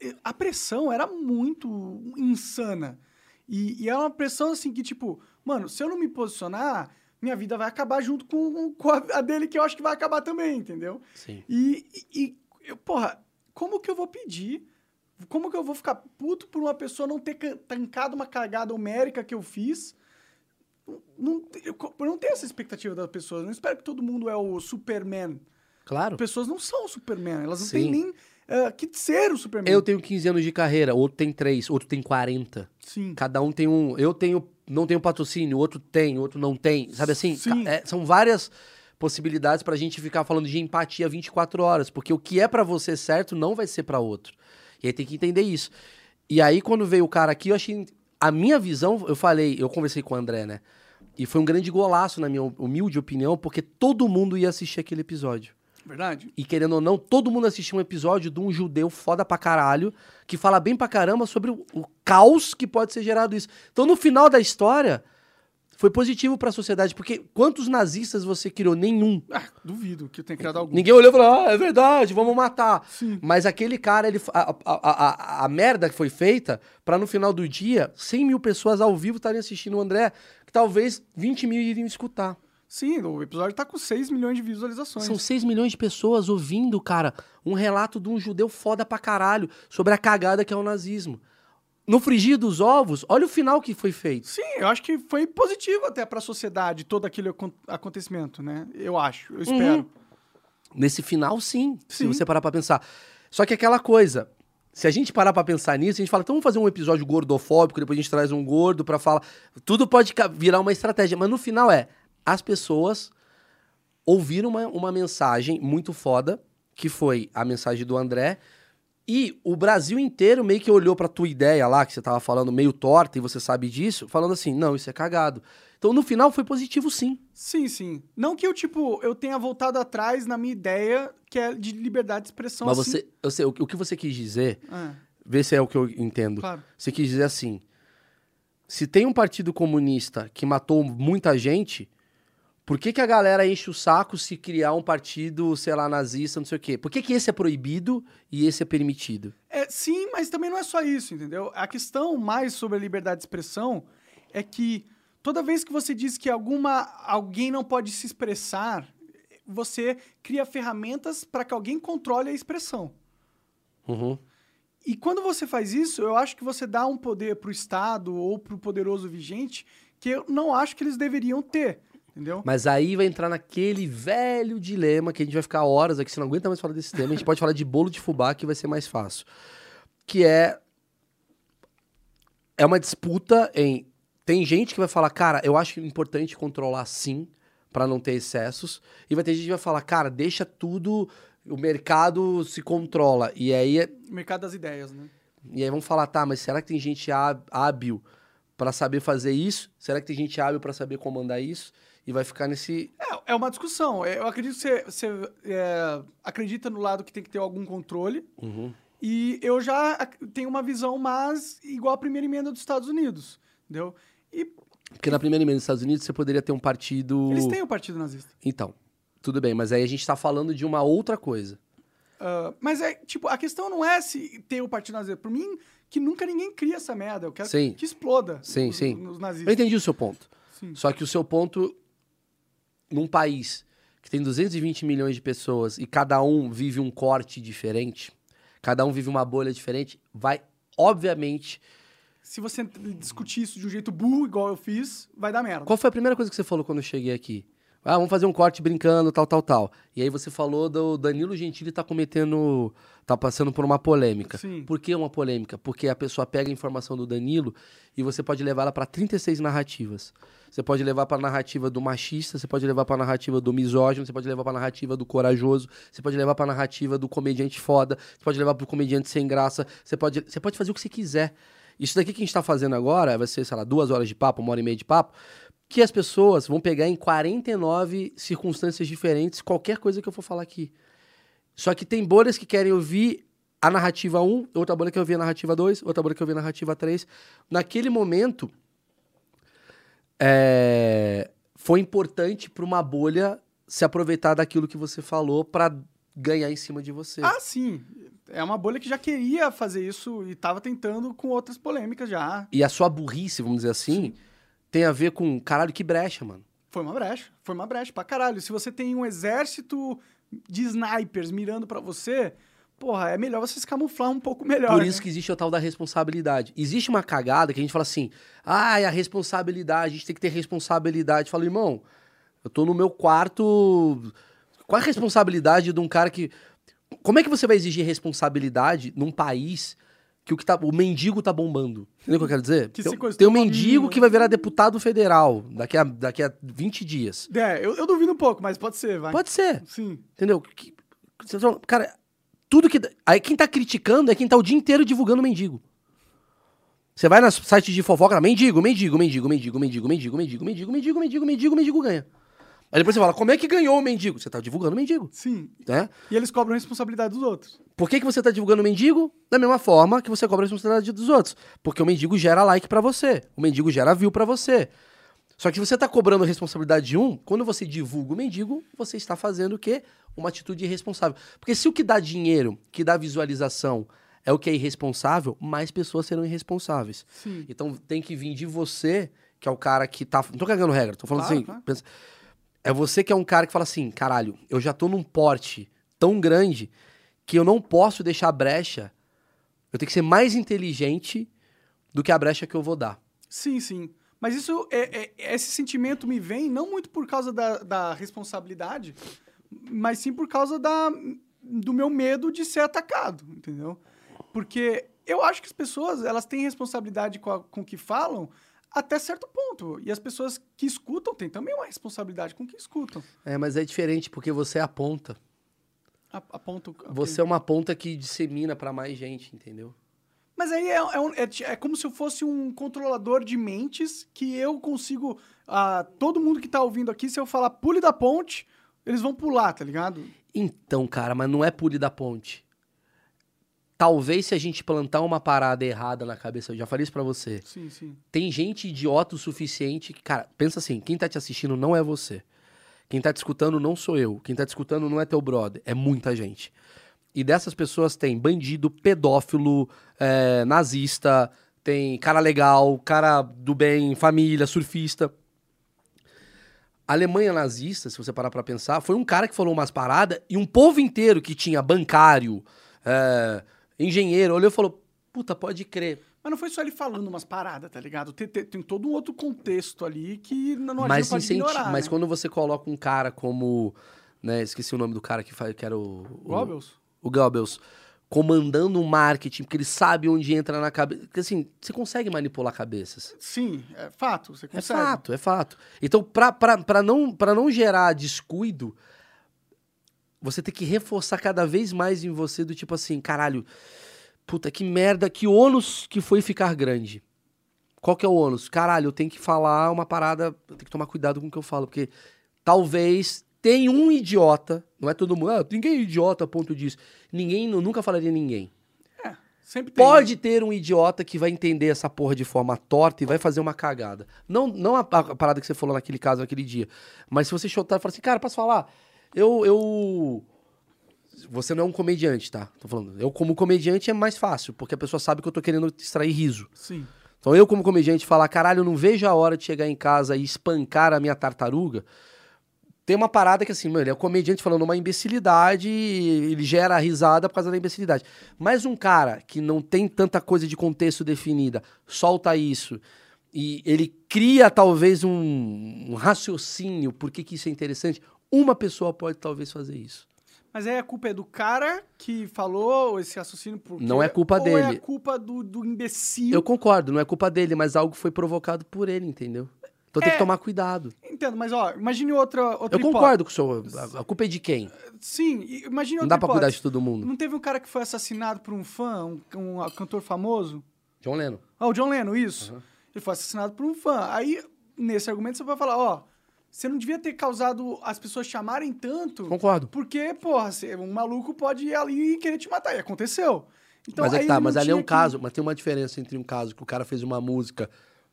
eh, a pressão era muito insana. E, e é uma pressão assim que, tipo, mano, se eu não me posicionar, minha vida vai acabar junto com, com a a dele, que eu acho que vai acabar também, entendeu? Sim. E, e- e eu, porra, como que eu vou pedir? Como que eu vou ficar puto por uma pessoa não ter can- tancado uma cagada homérica que eu fiz? Não- Não, eu, co- eu não tenho essa expectativa das pessoas. Eu não espero que todo mundo é o Superman. Claro. As pessoas não são o Superman. Elas não Sim. têm nem ah, que ser o Superman. Eu tenho 15 anos de carreira, outro tem 3, outro tem 40. Sim. Cada um tem um. Eu tenho, não tenho patrocínio, outro tem, outro não tem. Sabe assim? Ca- Sim. é, são várias possibilidades pra gente ficar falando de empatia 24 horas, porque o que é pra você certo não vai ser pra outro. E aí tem que entender isso. E aí quando veio o cara aqui, eu achei a minha visão, eu falei, eu conversei com o André, né? E foi um grande golaço na minha humilde opinião, porque todo mundo ia assistir aquele episódio. Verdade? E querendo ou não, todo mundo assistiu um episódio de um judeu foda pra caralho, que fala bem pra caramba sobre o, o caos que pode ser gerado isso. Então, no final da história, foi positivo pra sociedade, porque quantos nazistas você criou? Nenhum. Ah, duvido que eu tenha criado algum. Ninguém olhou e falou, ah, é verdade, vamos matar. Sim. Mas aquele cara, ele, a, a- a, a, a merda que foi feita, pra no final do dia, 100 mil pessoas ao vivo estarem assistindo o André, que talvez 20 mil iriam escutar. Sim, o episódio tá com 6 milhões de visualizações. São 6 milhões de pessoas ouvindo, cara, um relato de um judeu foda pra caralho sobre a cagada que é o nazismo. No frigir dos ovos, olha o final que foi feito. Sim, eu acho que foi positivo até pra sociedade todo aquele acon- acontecimento, né? Eu acho, Uhum. eu espero. Nesse final, sim, se Sim. você parar pra pensar. Só que é aquela coisa, se a gente parar pra pensar nisso, a gente fala, então vamos fazer um episódio gordofóbico, depois a gente traz um gordo pra falar. Tudo pode ca- virar uma estratégia, mas no final é, as pessoas ouviram uma, uma mensagem muito foda, que foi a mensagem do André, e o Brasil inteiro meio que olhou pra tua ideia lá, que você tava falando meio torta, e você sabe disso, falando assim, não, isso é cagado. Então, no final, foi positivo sim. Sim, sim. Não que eu, tipo, eu tenha voltado atrás na minha ideia, que é de liberdade de expressão. mas assim. você, eu sei, o, o que você quis dizer, É, vê se é o que eu entendo. claro. Você quis dizer assim: se tem um partido comunista que matou muita gente, por que, que a galera enche o saco se criar um partido, sei lá, nazista, não sei o quê? Por que, que esse é proibido e esse é permitido? É, sim, mas também não é só isso, entendeu? A questão mais sobre a liberdade de expressão é que toda vez que você diz que alguma alguém não pode se expressar, você cria ferramentas para que alguém controle a expressão. Uhum. E quando você faz isso, eu acho que você dá um poder pro Estado ou pro poderoso vigente que eu não acho que eles deveriam ter, entendeu? Mas aí vai entrar naquele velho dilema que a gente vai ficar horas aqui, você não aguenta mais falar desse tema, a gente pode falar de bolo de fubá que vai ser mais fácil. Que é é uma disputa em tem gente que vai falar, cara, eu acho importante controlar sim, pra não ter excessos, e vai ter gente que vai falar, cara, deixa tudo, o mercado se controla. E aí é- Mercado das ideias, né? e aí vão falar, tá, mas será que tem gente há- hábil pra saber fazer isso? Será que tem gente hábil pra saber comandar isso? E vai ficar nesse É, é uma discussão. É, Eu acredito que você, você, é, acredita no lado que tem que ter algum controle. Uhum. E eu já ac- tenho uma visão mais igual à primeira emenda dos Estados Unidos, entendeu? E Porque na primeira emenda dos Estados Unidos você poderia ter um partido. eles têm o Partido Nazista. Então, tudo bem, mas aí a gente tá falando de uma outra coisa. Ah, mas é, tipo, a questão não é se ter o Partido Nazista. Por mim, que nunca ninguém cria essa merda. Eu quero Sim. que exploda Sim, os, sim. os Eu nazistas. entendi o seu ponto. Sim. Só que o seu ponto, num país que tem 220 milhões de pessoas e cada um vive um corte diferente, cada um vive uma bolha diferente, vai, obviamente. Se você discutir isso de um jeito burro, igual eu fiz, vai dar merda. Qual foi a primeira coisa que você falou quando eu cheguei aqui? Ah, vamos fazer um corte brincando, tal, tal, tal. E aí você falou do Danilo Gentili tá cometendo. tá passando por uma polêmica. Sim. Por que uma polêmica? Porque a pessoa pega a informação do Danilo e você pode levar ela para 36 narrativas. Você pode levar para narrativa do machista, você pode levar para narrativa do misógino, você pode levar para narrativa do corajoso, você pode levar para narrativa do comediante foda, você pode levar para o comediante sem graça, você pode, você pode fazer o que você quiser. Isso daqui que a gente está fazendo agora vai ser, sei lá, duas horas de papo, uma hora e meia de papo, que as pessoas vão pegar em 49 circunstâncias diferentes qualquer coisa que eu for falar aqui. Só que tem bolhas que querem ouvir a narrativa 1, outra bolha que eu ouvir a narrativa 2, outra bolha que eu ouvir a narrativa 3. Naquele momento, é, foi importante para uma bolha se aproveitar daquilo que você falou para ganhar em cima de você. Ah, sim. É uma bolha que já queria fazer isso e tava tentando com outras polêmicas já. E a sua burrice, vamos dizer assim, tem a ver com, caralho, que brecha, mano. Foi uma brecha. Foi uma brecha pra caralho. Se você tem um exército de snipers mirando pra você, porra, é melhor você se camuflar um pouco melhor. Por isso que existe o tal da responsabilidade. Existe uma cagada que a gente fala assim: ah, é a responsabilidade, a gente tem que ter responsabilidade. Fala, irmão, eu tô no meu quarto. Qual a responsabilidade de um cara que. Como é que você vai exigir responsabilidade num país que o, que tá, o mendigo tá bombando. Entendeu o que eu quero dizer? Que se né? tem, coistou tem um uma mendigo mina. que vai virar deputado federal daqui a, daqui a 20 dias. É, eu, eu duvido um pouco, mas pode ser, vai. Pode ser. Sim. Entendeu? Que- vocês falam, cara, tudo que. Aí quem tá criticando é quem tá o dia inteiro divulgando mendigo. Você vai nos sites de fofoca, mendigo, mendigo, mendigo, mendigo, mendigo, mendigo, mendigo, mendigo, mendigo, mendigo, mendigo, mendigo ganha. Aí depois você fala, como é que ganhou o mendigo? Você tá divulgando o mendigo, Sim. né? E eles cobram a responsabilidade dos outros. Por que, que você tá divulgando o mendigo? Da mesma forma que você cobra a responsabilidade dos outros. Porque o mendigo gera like pra você. O mendigo gera view pra você. Só que você tá cobrando a responsabilidade de um, quando você divulga o mendigo, você está fazendo o quê? Uma atitude irresponsável. Porque se o que dá dinheiro, que dá visualização, é o que é irresponsável, mais pessoas serão irresponsáveis. Sim. Então tem que vir de você, que é o cara que tá. Não tô cagando regra, tô falando Claro, assim. claro. pensa- É você que é um cara que fala assim: caralho, eu já tô num porte tão grande que eu não posso deixar brecha. Eu tenho que ser mais inteligente do que a brecha que eu vou dar. Sim, sim. Mas isso, é, é- esse sentimento me vem não muito por causa da, da responsabilidade, mas sim por causa da, do meu medo de ser atacado, entendeu? Porque eu acho que as pessoas, elas têm responsabilidade com, a- com o que falam até certo ponto. E as pessoas que escutam têm também uma responsabilidade com o que escutam. É, mas é diferente porque você é a ponta. A- Aponto... Você é uma ponta que dissemina pra mais gente, entendeu? Mas aí é, é um- é ti- é como se eu fosse um controlador de mentes que eu consigo. ah, todo mundo que tá ouvindo aqui, se eu falar pule da ponte, eles vão pular, tá ligado? Então, cara, mas não é pule da ponte. Talvez se a gente plantar uma parada errada na cabeça, eu já falei isso pra você. Sim, sim. tem gente idiota o suficiente que, cara, pensa assim, quem tá te assistindo não é você. Quem tá te escutando não sou eu. Quem tá te escutando não é teu brother. É muita gente. E dessas pessoas tem bandido, pedófilo, é, nazista, tem cara legal, cara do bem, família, surfista. A Alemanha nazista, se você parar pra pensar, foi um cara que falou umas paradas e um povo inteiro que tinha bancário, é, engenheiro, olhou e falou: puta, pode crer. Mas não foi só ele falando umas paradas, tá ligado? Tem, tem- tem todo um outro contexto ali que n- não a gente mas, não pode incenti- ignorar. mas né? quando você coloca um cara como. Né, esqueci o nome do cara que, faz, que era o. o- Goebbels? O Goebbels. Comandando o marketing, porque ele sabe onde entra na cabeça. Porque assim, você consegue manipular cabeças. Sim, é fato, você É consegue. fato, é fato. Então, pra, pra, pra, não, pra não gerar descuido, você tem que reforçar cada vez mais em você do tipo assim, caralho, puta, que merda, que ônus que foi ficar grande. Qual que é o ônus? Caralho, eu tenho que falar uma parada, eu tenho que tomar cuidado com o que eu falo, porque talvez tem um idiota, não é todo mundo, ah, ninguém é idiota a ponto disso. Ninguém, eu nunca falaria ninguém. É, sempre tem. Pode ter um idiota que vai entender essa porra de forma torta e vai fazer uma cagada. Não, não a, a parada que você falou naquele caso, naquele dia. Mas se você chutar e falar assim, cara, posso falar? Eu, eu... Você não é um comediante, tá? Tô falando. Eu, como comediante, é mais fácil, porque a pessoa sabe que eu tô querendo extrair riso. Sim. Então eu, como comediante, falar, caralho, eu não vejo a hora de chegar em casa e espancar a minha tartaruga. Tem uma parada que assim, mano, ele é um comediante falando uma imbecilidade, e ele gera risada por causa da imbecilidade. Mas um cara que não tem tanta coisa de contexto definida, solta isso e ele cria talvez um, um raciocínio por que, que isso é interessante, uma pessoa pode talvez fazer isso. Mas aí a culpa é do cara que falou esse raciocínio por Não é culpa ou é dele. a culpa do, do imbecil Eu concordo, não é culpa dele, mas algo foi provocado por ele, entendeu? Então tem É. que tomar cuidado. Entendo, mas ó, imagine outra, outra Eu hipótese. concordo com o senhor. A- A culpa é de quem? Sim, e imagine outra Não dá pra cuidar hipótese. de todo mundo. Não teve um cara que foi assassinado por um fã, um, um cantor famoso? John Lennon. Ah, o John Lennon, isso. Aham. Ele foi assassinado por um fã. Aí, nesse argumento, você vai falar, ó, você não devia ter causado as pessoas chamarem tanto, Concordo. porque, porra, você- um maluco pode ir ali e querer te matar. E aconteceu. Então, mas é que aí tá, ele mas não ali é tinha um que- caso, mas tem uma diferença entre um caso que o cara fez uma música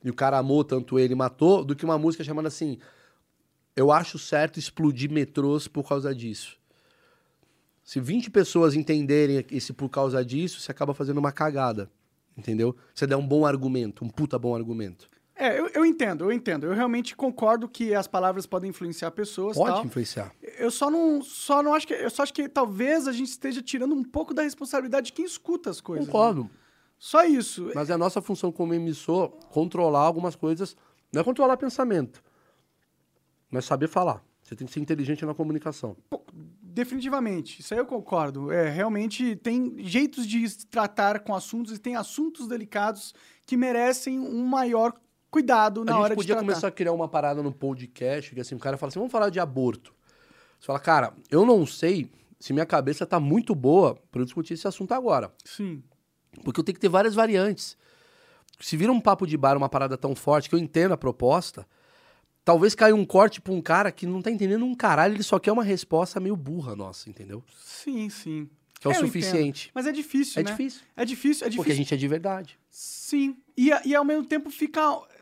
e o cara amou tanto ele e matou, do que uma música chamando assim. Eu acho certo explodir metrôs por causa disso. Se 20 pessoas entenderem esse por causa disso, você acaba fazendo uma cagada. Entendeu? Você der um bom argumento, um puta bom argumento. É, eu, eu entendo, eu entendo. Eu realmente concordo que as palavras podem influenciar pessoas Pode tal. influenciar. Eu só não, só não acho que. Eu só acho que talvez a gente esteja tirando um pouco da responsabilidade de quem escuta as coisas. né? Concordo. Só isso. Mas é a nossa função como emissor controlar algumas coisas. Não é controlar pensamento, mas saber falar. Você tem que ser inteligente na comunicação. Definitivamente, isso aí eu concordo. É, realmente tem jeitos de se tratar com assuntos e tem assuntos delicados que merecem um maior cuidado na a hora gente podia de tratar. começar a criar uma parada no podcast que assim, o cara fala assim, vamos falar de aborto. Você fala, cara, eu não sei se minha cabeça tá muito boa pra eu discutir esse assunto agora. Sim. Porque eu tenho que ter várias variantes. Se vira um papo de bar, uma parada tão forte que eu entendo a proposta, talvez caia um corte pra um cara que não tá entendendo um caralho, ele só quer uma resposta meio burra nossa, entendeu? Sim, sim. Que Eu é o entendo. suficiente. Mas é difícil, É né? difícil. É difícil, é difícil. Porque a gente é de verdade. Sim. E, a- e ao mesmo tempo fica.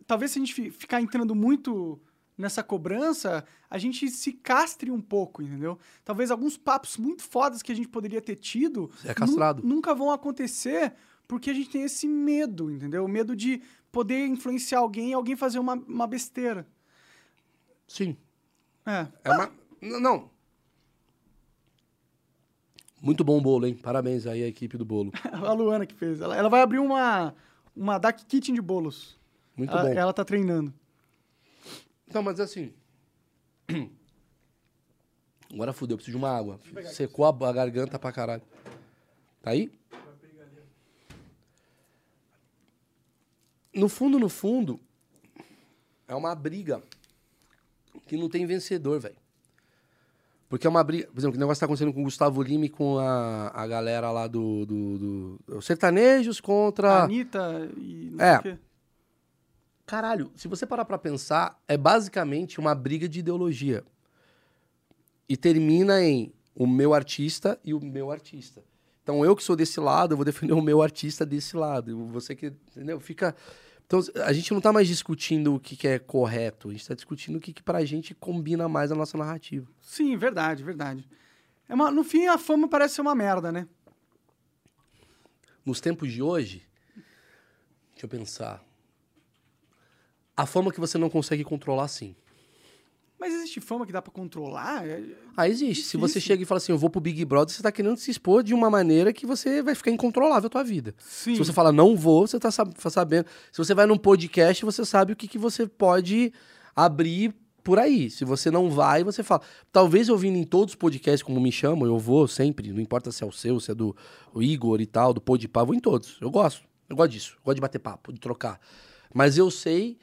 Talvez se a gente fi- ficar entrando muito nessa cobrança, a gente se castre um pouco, entendeu? Talvez alguns papos muito fodas que a gente poderia ter tido Você é castrado. nu- nunca vão acontecer porque a gente tem esse medo, entendeu? O medo de poder influenciar alguém e alguém fazer uma, uma besteira. Sim. É. [LAUGHS] É uma. N- Não. Muito bom o bolo, hein? Parabéns aí à equipe do bolo. A Luana que fez. Ela, ela vai abrir uma, uma Dark Kitchen de bolos. Muito ela, bom. ela tá treinando. Então, mas assim. [CLEARS THROAT] Agora fudeu, eu preciso de uma água. Secou a a garganta pra caralho. Tá aí? No fundo, no fundo, é uma briga que não tem vencedor, velho. Porque é uma briga. Por exemplo, o negócio que tá acontecendo com o Gustavo Lima e com a, a galera lá do, do, do. Os sertanejos Ah, contra. Anitta e não É. sei o quê. Caralho, se você parar pra pensar, é basicamente uma briga de ideologia. E termina em o meu artista e o meu artista. Então eu que sou desse lado, eu vou defender [LAUGHS] o meu artista desse lado. E Você que, entendeu? Fica Então a gente não tá mais discutindo o que, que é correto, a gente tá discutindo o que, que pra gente combina mais a nossa narrativa. Sim, verdade, verdade. É uma- no fim, a fama parece ser uma merda, né? Nos tempos de hoje, deixa eu pensar. A fama que você não consegue controlar sim. Mas existe fama que dá pra controlar? É- Ah, existe. Se você Difícil. chega e fala assim, eu vou pro Big Brother, você tá querendo se expor de uma maneira que você vai ficar incontrolável a tua vida. Sim. Se você fala não vou, você tá sab- tá sabendo. Se você vai num podcast, você sabe o que, que você pode abrir por aí. Se você não vai, você fala. Talvez eu vindo em todos os podcasts, como me chamam, eu vou sempre, não importa se é o seu, se é do Igor e tal, do Podpah, vou em todos. Eu gosto. Eu gosto disso. Eu gosto de bater papo, de trocar. Mas eu sei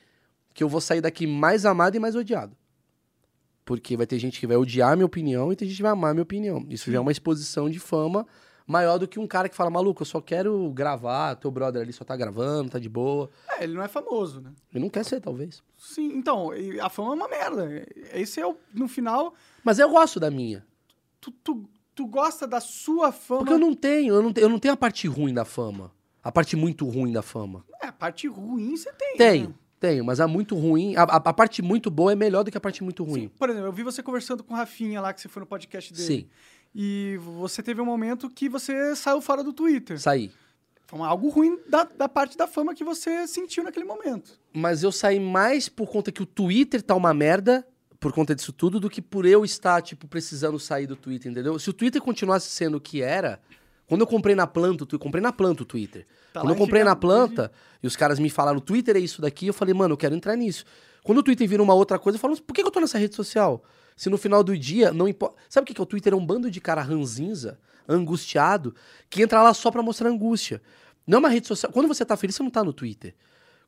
que eu vou sair daqui mais amado e mais odiado. Porque vai ter gente que vai odiar minha opinião e tem gente que vai amar minha opinião. Isso já é uma exposição de fama maior do que um cara que fala, maluco, eu só quero gravar, teu brother ali só tá gravando, tá de boa. É, ele não é famoso, né? Ele não quer ser, talvez. Sim, então, e a fama é uma merda. E- Esse é o. No final, Mas eu gosto da minha. tu, tu, tu gosta da sua fama. Porque eu não tenho, eu não, te- eu não tenho a parte ruim da fama. A parte muito ruim da fama. É, a parte ruim você tem. né? Tenho, tenho, mas a muito ruim. A, a- a parte muito boa é melhor do que a parte muito ruim. Por exemplo, eu vi você conversando com o Rafinha lá, que você foi no podcast dele. Sim, E você teve um momento que você saiu fora do Twitter. saí. Foi algo ruim da, da parte da fama que você sentiu naquele momento. Mas eu saí mais por conta que o Twitter tá uma merda, por conta disso tudo, do que por eu estar, tipo, precisando sair do Twitter, entendeu? Se o Twitter continuasse sendo o que era. Quando eu comprei na planta, o Twi- comprei na planta o Twitter. Tá Quando lá eu comprei na antigamente. planta e os caras me falaram, Twitter é isso daqui, eu falei, mano, eu quero entrar nisso. Quando o Twitter vira uma outra coisa, eu falo, por que que eu tô nessa rede social? Se no final do dia, não importa. Sabe o que que é o Twitter? É um bando de cara ranzinza, angustiado, que entra lá só pra mostrar angústia. Não é uma rede social. Quando você tá feliz, você não tá no Twitter.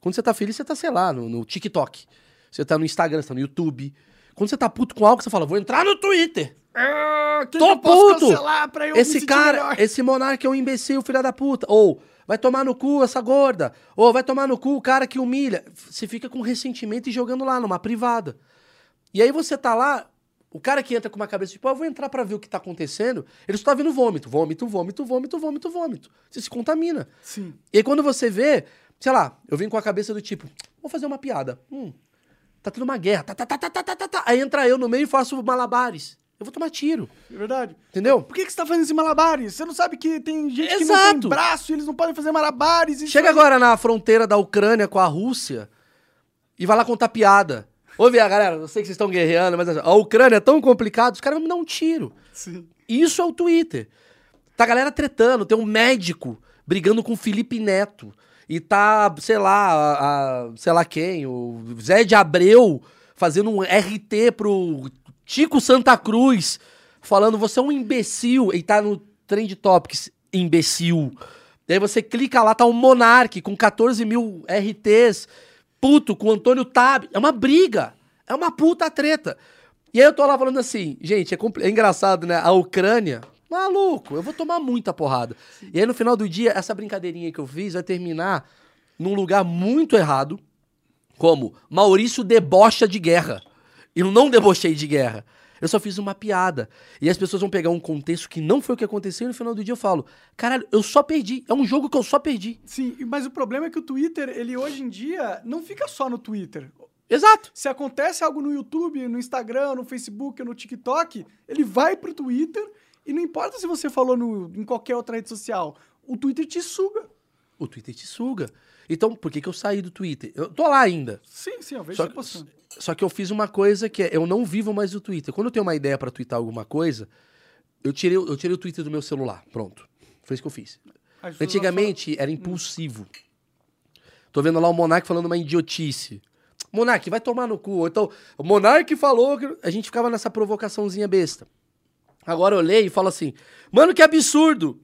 Quando você tá feliz, você tá, sei lá, no, no TikTok. Você tá no Instagram, você tá no YouTube. Quando você tá puto com algo, você fala, vou entrar no Twitter. Quem É, Tô que eu posso puto! cancelar pra eu me Esse sentir cara, melhor? esse monarca é um imbecil, filha da puta. Ou vai tomar no cu essa gorda. Ou vai tomar no cu o cara que humilha. Você fica com ressentimento e jogando lá numa privada. E aí você tá lá, o cara que entra com uma cabeça de pau, eu vou entrar pra ver o que tá acontecendo. Ele só tá vendo vômito, vômito, vômito, vômito, vômito, vômito. Você se contamina. Sim. E aí quando você vê, sei lá, eu vim com a cabeça do tipo, vou fazer uma piada. Hum, tá tendo uma guerra. Tá, tá, tá, tá, tá, tá, tá, tá. Aí entra eu no meio e faço malabares. Eu vou tomar tiro, É verdade. entendeu? Por que, que você tá fazendo esse malabares? Você não sabe que tem gente que não Exato. tem braço e eles não podem fazer malabares. e Chega isso- agora na fronteira da Ucrânia com a Rússia e vai lá contar piada. Ouve a galera, eu sei que vocês estão guerreando, mas a Ucrânia é tão complicada, os caras vão me dar um tiro. Sim. Isso é o Twitter. Tá a galera tretando, tem um médico brigando com o Felipe Neto. E tá, sei lá, a- a- sei lá quem, o Zé de Abreu fazendo um RT pro Tico Santa Cruz. falando você é um imbecil e tá no Trend Topics, imbecil. E aí você clica lá, tá um Monark com 14 mil RTs, puto, com Antônio Tab. É uma briga. É uma puta treta. E aí eu tô lá falando assim, gente, é, compli- é engraçado, né? A Ucrânia, maluco, eu vou tomar muita porrada. E aí no final do dia, essa brincadeirinha que eu fiz vai terminar num lugar muito errado, como Maurício debocha de guerra. E eu não debochei de guerra. Eu só fiz uma piada. E as pessoas vão pegar um contexto que não foi o que aconteceu e no final do dia eu falo: caralho, eu só perdi. É um jogo que eu só perdi. Sim, mas o problema é que o Twitter, ele hoje em dia não fica só no Twitter. Exato. Se acontece algo no YouTube, no Instagram, no Facebook, no TikTok, ele vai pro Twitter e não importa se você falou no, em qualquer outra rede social, o Twitter te suga. O Twitter te suga. Então, por que, que eu saí do Twitter? Eu tô lá ainda. Sim, sim, eu vejo Só, você postando. só que eu fiz uma coisa que é, eu não vivo mais do Twitter. Quando eu tenho uma ideia pra twittar alguma coisa, eu tirei, o- eu tirei o Twitter do meu celular. Pronto. Foi isso que eu fiz. As pessoas Antigamente era impulsivo. Tô vendo lá o Monark falando uma idiotice. Monark, vai tomar no cu. Ou então, o Monark falou que. A gente ficava nessa provocaçõezinha besta. Agora eu leio e falo assim: mano, que absurdo!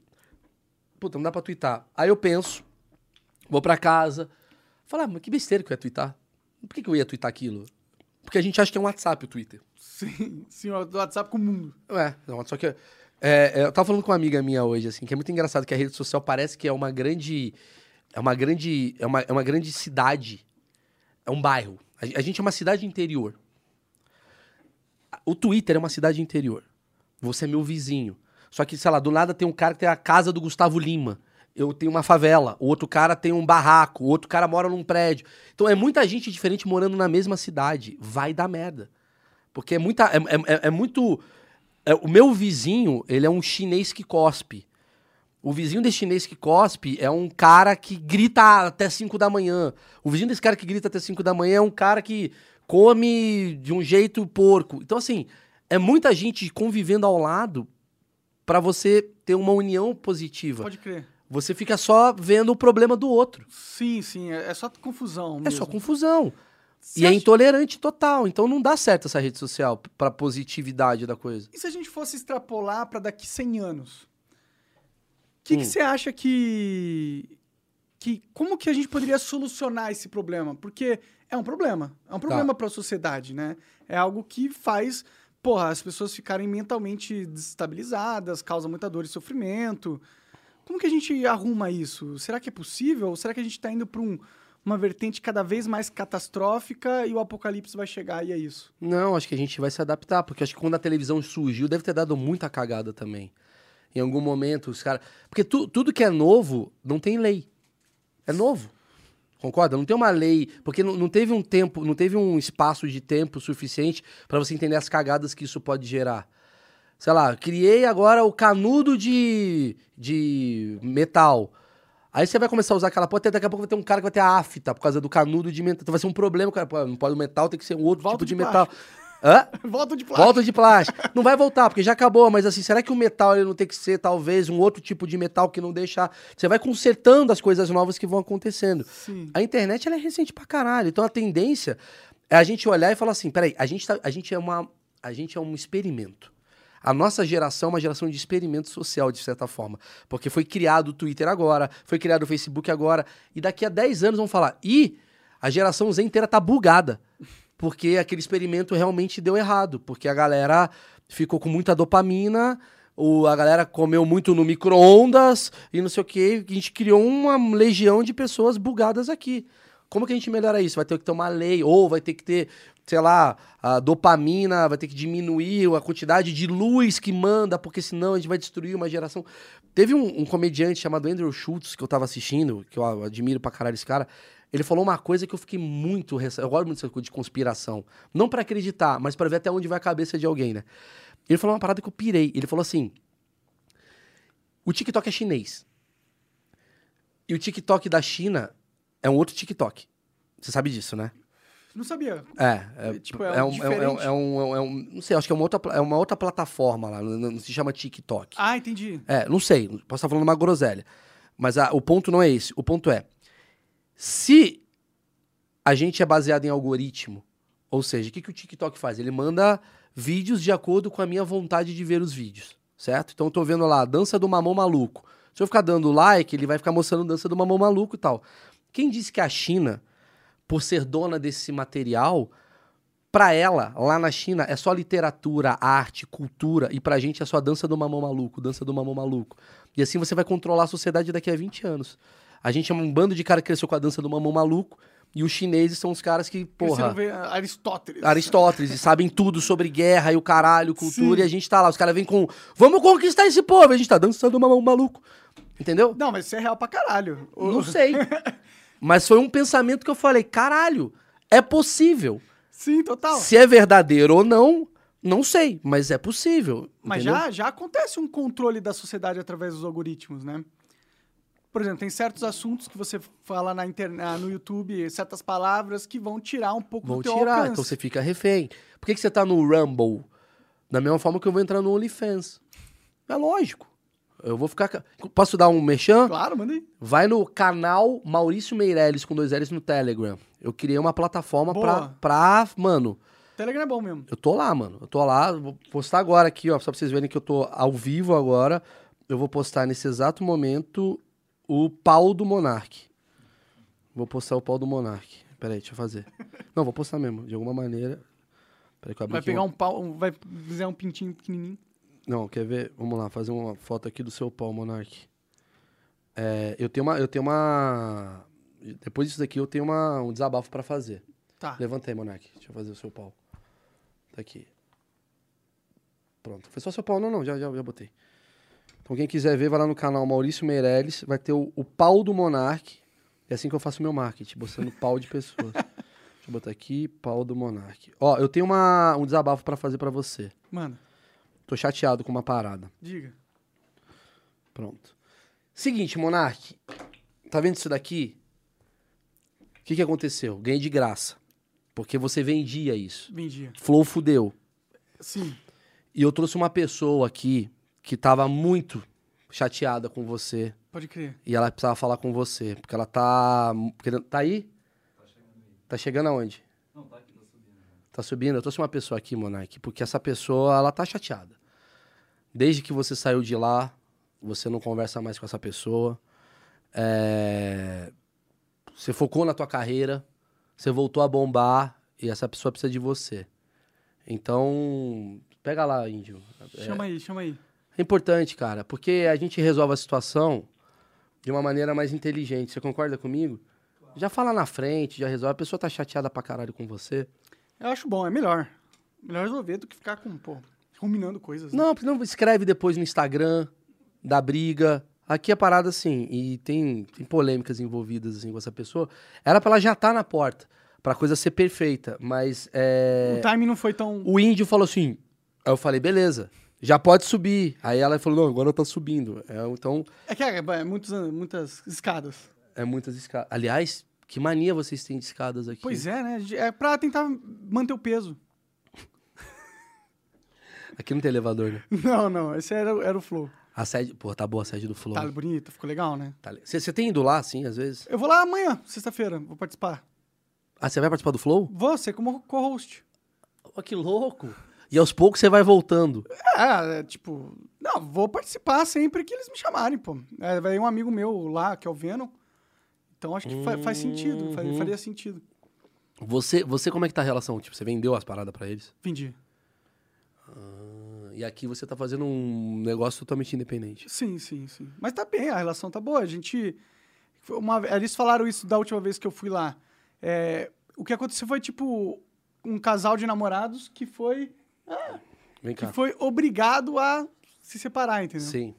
Puta, não dá pra twittar. Aí eu penso, vou pra casa, falo, ah, mas que besteira que eu ia twittar. Por que, que eu ia twittar aquilo? Porque a gente acha que é um WhatsApp o Twitter. Sim, sim, o WhatsApp com o mundo. É, não, só que. é, é, eu tava falando com uma amiga minha hoje, assim, que é muito engraçado que a rede social parece que é uma grande. É uma grande. É uma, é uma grande cidade. É um bairro. A, gen- a gente é uma cidade interior. A- O Twitter é uma cidade interior. Você é meu vizinho. Só que, sei lá, do nada tem um cara que tem a casa do Gustavo Lima. Eu tenho uma favela. O outro cara tem um barraco. O outro cara mora num prédio. Então é muita gente diferente morando na mesma cidade. Vai dar merda. Porque é muita. É, é- é- é muito. é, o meu vizinho, ele é um chinês que cospe. O vizinho desse chinês que cospe é um cara que grita até 5 da manhã. O vizinho desse cara que grita até 5 da manhã é um cara que come de um jeito porco. Então, assim, é muita gente convivendo ao lado pra você ter uma união positiva. Pode crer. Você fica só vendo o problema do outro. Sim, sim, é, é só confusão É mesmo. só confusão. Você E é acha- intolerante total. Então não dá certo essa rede social pra positividade da coisa. E se a gente fosse extrapolar para daqui 100 anos? O que Hum. que você acha que, que. Como que a gente poderia solucionar esse problema? Porque é um problema. É um problema para a sociedade, né? É algo que faz. Porra, as pessoas ficarem mentalmente desestabilizadas, causa muita dor e sofrimento. Como que a gente arruma isso? Será que é possível? Ou será que a gente está indo para um, uma vertente cada vez mais catastrófica e o apocalipse vai chegar e é isso? Não, acho que a gente vai se adaptar, porque acho que quando a televisão surgiu, deve ter dado muita cagada também. Em algum momento, os caras. Porque tu- tudo que é novo não tem lei. É novo. Concorda? Não tem uma lei. Porque não, não teve um tempo, não teve um espaço de tempo suficiente pra você entender as cagadas que isso pode gerar. Sei lá, criei agora o canudo de, de metal. Aí você vai começar a usar aquela porta, daqui a pouco vai ter um cara que vai ter a afta por causa do canudo de metal. Então vai ser um problema, cara. Pô, Não pode o metal, tem que ser um outro Volta tipo de, de metal. Hã? [LAUGHS] Volta de plástico. Volta de plástico. Não vai voltar, porque já acabou, mas assim, será que o metal ele não tem que ser talvez um outro tipo de metal que não deixa. Você vai consertando as coisas novas que vão acontecendo. Sim. A internet ela é recente pra caralho, então a tendência é a gente olhar e falar assim: peraí, a gente, tá- a gente, é, uma, a gente é um experimento. A nossa geração é uma geração de experimento social, de certa forma. Porque foi criado o Twitter agora, foi criado o Facebook agora, e daqui a 10 anos vão falar: ih, a geração Z inteira tá bugada. Porque aquele experimento realmente deu errado. Porque a galera ficou com muita dopamina, ou a galera comeu muito no micro-ondas e não sei o quê. A gente criou uma legião de pessoas bugadas aqui. Como que a gente melhora isso? Vai ter que ter uma lei, ou vai ter que ter, sei lá, a dopamina, vai ter que diminuir a quantidade de luz que manda, porque senão a gente vai destruir uma geração. Teve um, um comediante chamado Andrew Schultz, que eu tava assistindo, que eu admiro pra caralho esse cara. Ele falou uma coisa que eu fiquei muito. rece- Eu gosto muito dessa coisa de conspiração. Não pra acreditar, mas pra ver até onde vai a cabeça de alguém, né? Ele falou uma parada que eu pirei. Ele falou assim: o TikTok é chinês. E o TikTok da China é um outro TikTok. Você sabe disso, né? Não sabia. É, É, é, tipo, é é, algo um, é, um- é um- diferente. é um- é um- Não sei, acho que é uma outra, pla- é uma outra plataforma lá, não, não se chama TikTok. Ah, entendi. É, não sei, posso estar falando uma groselha. Mas ah, o ponto não é esse. O ponto é: se a gente é baseado em algoritmo, ou seja, o que, que o TikTok faz? Ele manda vídeos de acordo com a minha vontade de ver os vídeos, certo? Então eu tô vendo lá, dança do mamão maluco. Se eu ficar dando like, ele vai ficar mostrando dança do mamão maluco e tal. Quem disse que a China, por ser dona desse material, para ela, lá na China, é só literatura, arte, cultura, e pra gente é só dança do mamão maluco, dança do mamão maluco. E assim você vai controlar a sociedade daqui a 20 anos. A gente é um bando de cara que cresceu com a dança do mamão maluco, e os chineses são os caras que, porra. Vê Aristóteles. Aristóteles, e sabem tudo sobre guerra e o caralho, cultura, e a gente tá lá. Os caras vêm com. Vamos conquistar esse povo! A gente tá dançando mamão maluco. Entendeu? Não, mas isso é real pra caralho. O- Não [LAUGHS] sei. Mas foi um pensamento que eu falei: caralho, é possível. Sim, total. Se é verdadeiro ou não, não sei, mas é possível. Mas entendeu? já, já acontece um controle da sociedade através dos algoritmos, né? Por exemplo, tem certos assuntos que você fala na interna, no YouTube, certas palavras que vão tirar um pouco Vão do teu tirar, alcance. então você fica refém. Por que, que você tá no Rumble? Da mesma forma que eu vou entrar no OnlyFans. É lógico. Eu vou ficar. ca- Posso dar um merchan? Claro, manda aí. Vai no canal Maurício Meirelles com dois L's no Telegram. Eu criei uma plataforma pra, Boa. pra. Mano, Telegram é bom mesmo. eu tô lá, mano. Eu tô lá. Vou postar agora aqui, ó. Só pra vocês verem que eu tô ao vivo agora. Eu vou postar nesse exato momento o pau do Monark. Vou postar o pau do Monark. Peraí, deixa eu fazer. Não, vou postar mesmo, de alguma maneira. Peraí, que eu abri Vai aqui pegar um pau, um- vai fizer um pintinho pequenininho. não, quer ver? Vamos lá, fazer uma foto aqui do seu pau, Monark. É, eu tenho uma. Eu tenho uma. Depois disso daqui eu tenho uma, um desabafo pra fazer. Tá. Levanta aí, Monark. Deixa eu fazer o seu pau. Tá aqui. Pronto. Foi só seu pau? Não, não. Já, já, já botei. Então quem quiser ver, vai lá no canal Maurício Meirelles. Vai ter o, o pau do Monark. É assim que eu faço meu marketing, botando [LAUGHS] pau de pessoas. Deixa eu botar aqui, pau do Monark. Ó, eu tenho uma, um desabafo pra fazer pra você. Mano, Tô chateado com uma parada. diga. Pronto. Seguinte, Monark. Tá vendo isso daqui? O que, que aconteceu? Ganhei de graça. Porque você vendia isso. Vendia. Flow fudeu. Sim. E eu trouxe uma pessoa aqui que tava muito chateada com você. Pode crer. E ela precisava falar com você. Porque ela tá. querendo- Tá aí? Tá chegando aonde? Tá subindo. Eu trouxe uma pessoa aqui, Monark, porque essa pessoa, ela tá chateada. Desde que você saiu de lá, você não conversa mais com essa pessoa. É, Você focou na tua carreira, você voltou a bombar e essa pessoa precisa de você. Então, pega lá, índio. Chama aí, chama aí. É importante, cara, porque a gente resolve a situação de uma maneira mais inteligente. Você concorda comigo? Já fala na frente, já resolve. A pessoa tá chateada pra caralho com você. Eu acho bom, é melhor. Melhor resolver do que ficar com, pô, ruminando coisas. né? Não, porque não escreve depois no Instagram da briga. Aqui é parada assim, e tem, tem polêmicas envolvidas assim, com essa pessoa. Era pra ela já estar na porta, pra coisa ser perfeita. Mas é. O timing não foi tão. O índio falou assim. Aí eu falei, beleza, já pode subir. Aí ela falou, não, agora tá subindo. É, então, É que é, é muitos, an- muitas escadas. É muitas escadas. Aliás, que mania vocês têm de escadas aqui. Pois é, né? É pra tentar manter o peso. [LAUGHS] é. Aqui não tem elevador, né? Não, não. Esse era, o- era o flow. A sede. Pô, tá boa a sede do Flow. Tá bonito, ficou legal, né? Tá le- Você você tem ido lá, assim, às vezes? Eu vou lá amanhã, sexta-feira, vou participar. Ah, você vai participar do Flow? Vou ser como co-host. Ó, que louco! E aos poucos você vai voltando. É, é, tipo, não, vou participar sempre que eles me chamarem, pô. É, vai um amigo meu lá, que é o Venom. Então acho que fa- faz sentido, fa- Uhum. faria sentido. Você, você, como é que tá a relação? Tipo, você vendeu as paradas pra eles? Vendi. Ah, E aqui você tá fazendo um negócio totalmente independente. Sim, sim, sim. Mas tá bem, a relação tá boa. A gente. foi Uma, eles falaram isso da última vez que eu fui lá. É, o que aconteceu foi, tipo, um casal de namorados que foi, Vem que né? cá. foi obrigado a se separar, entendeu? Tá. Sim.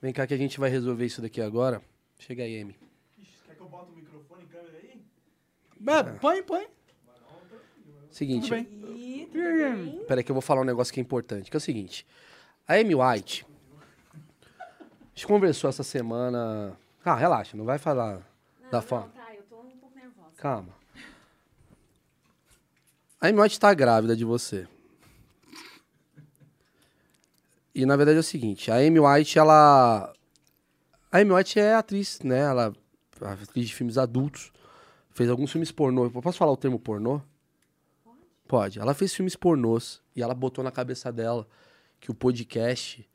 Vem cá que a gente vai resolver isso daqui agora. Chega aí, Amy. Quer que eu bote o microfone e câmera aí? Tá. É, põe, põe. Seguinte, Tudo bem. Ih, tudo Ih. bem? Peraí que eu vou falar um negócio que é importante, que é o seguinte. A Amy White, a gente conversou essa semana... Ah, relaxa, não vai falar Não, da não, forma. tá, eu tô um pouco nervosa. Calma. A Amy White tá grávida de você. E, na verdade, é o seguinte. A Amy White, ela... A Amy White é atriz, né? Ela é atriz de filmes adultos. Fez alguns filmes pornô. Eu Posso falar o termo pornô? Pode. Ela fez filmes pornôs e ela botou na cabeça dela que o podcast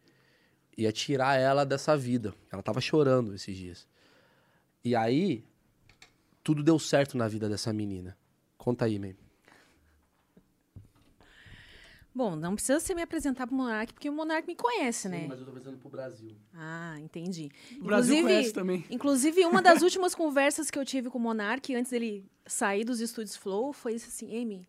ia tirar ela dessa vida. Ela tava chorando esses dias. E aí, tudo deu certo na vida dessa menina. Conta aí, Meme. Bom, não precisa você me apresentar pro Monark, porque o Monark me conhece, né? eu tô pensando pro Brasil. Ah, entendi. O Brasil conhece também. Inclusive, uma das últimas conversas que eu tive com o Monark, antes dele sair dos estúdios Flow, foi isso assim, Amy,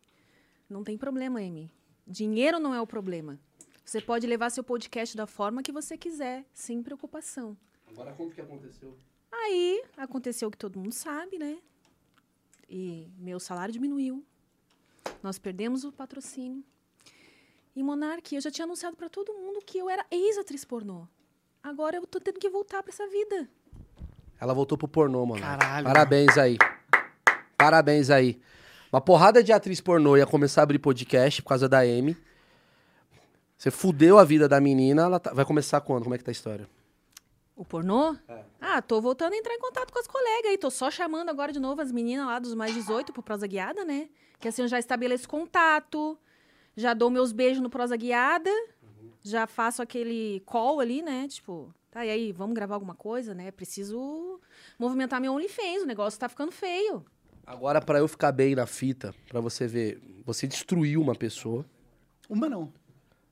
não tem problema, Amy. Dinheiro não é o problema. Você pode levar seu podcast da forma que você quiser, sem preocupação. Agora conta o que aconteceu. Aí, aconteceu o que todo mundo sabe, né? E meu salário diminuiu. Nós perdemos o patrocínio. E Monark, eu já tinha anunciado para todo mundo que eu era ex-atriz pornô. Agora eu tô tendo que voltar para essa vida. Ela voltou pro pornô, mano. Caralho, Parabéns aí. Parabéns aí. Uma porrada de atriz pornô ia começar a abrir podcast por causa da Amy. Você fudeu a vida da menina, ela tá- vai começar quando? Como é que tá a história? O pornô? Ah, tô voltando a entrar em contato com as colegas aí. Tô só chamando agora de novo as meninas lá dos mais 18 pro Prosa Guiada, né? Que assim eu já estabeleço contato, já dou meus beijos no Prosa Guiada, já faço aquele call ali, né? Tipo, tá, e aí, vamos gravar alguma coisa, né? Preciso movimentar meu OnlyFans, o negócio tá ficando feio. Agora, pra eu ficar bem na fita, pra você ver, você destruiu uma pessoa. Uma não.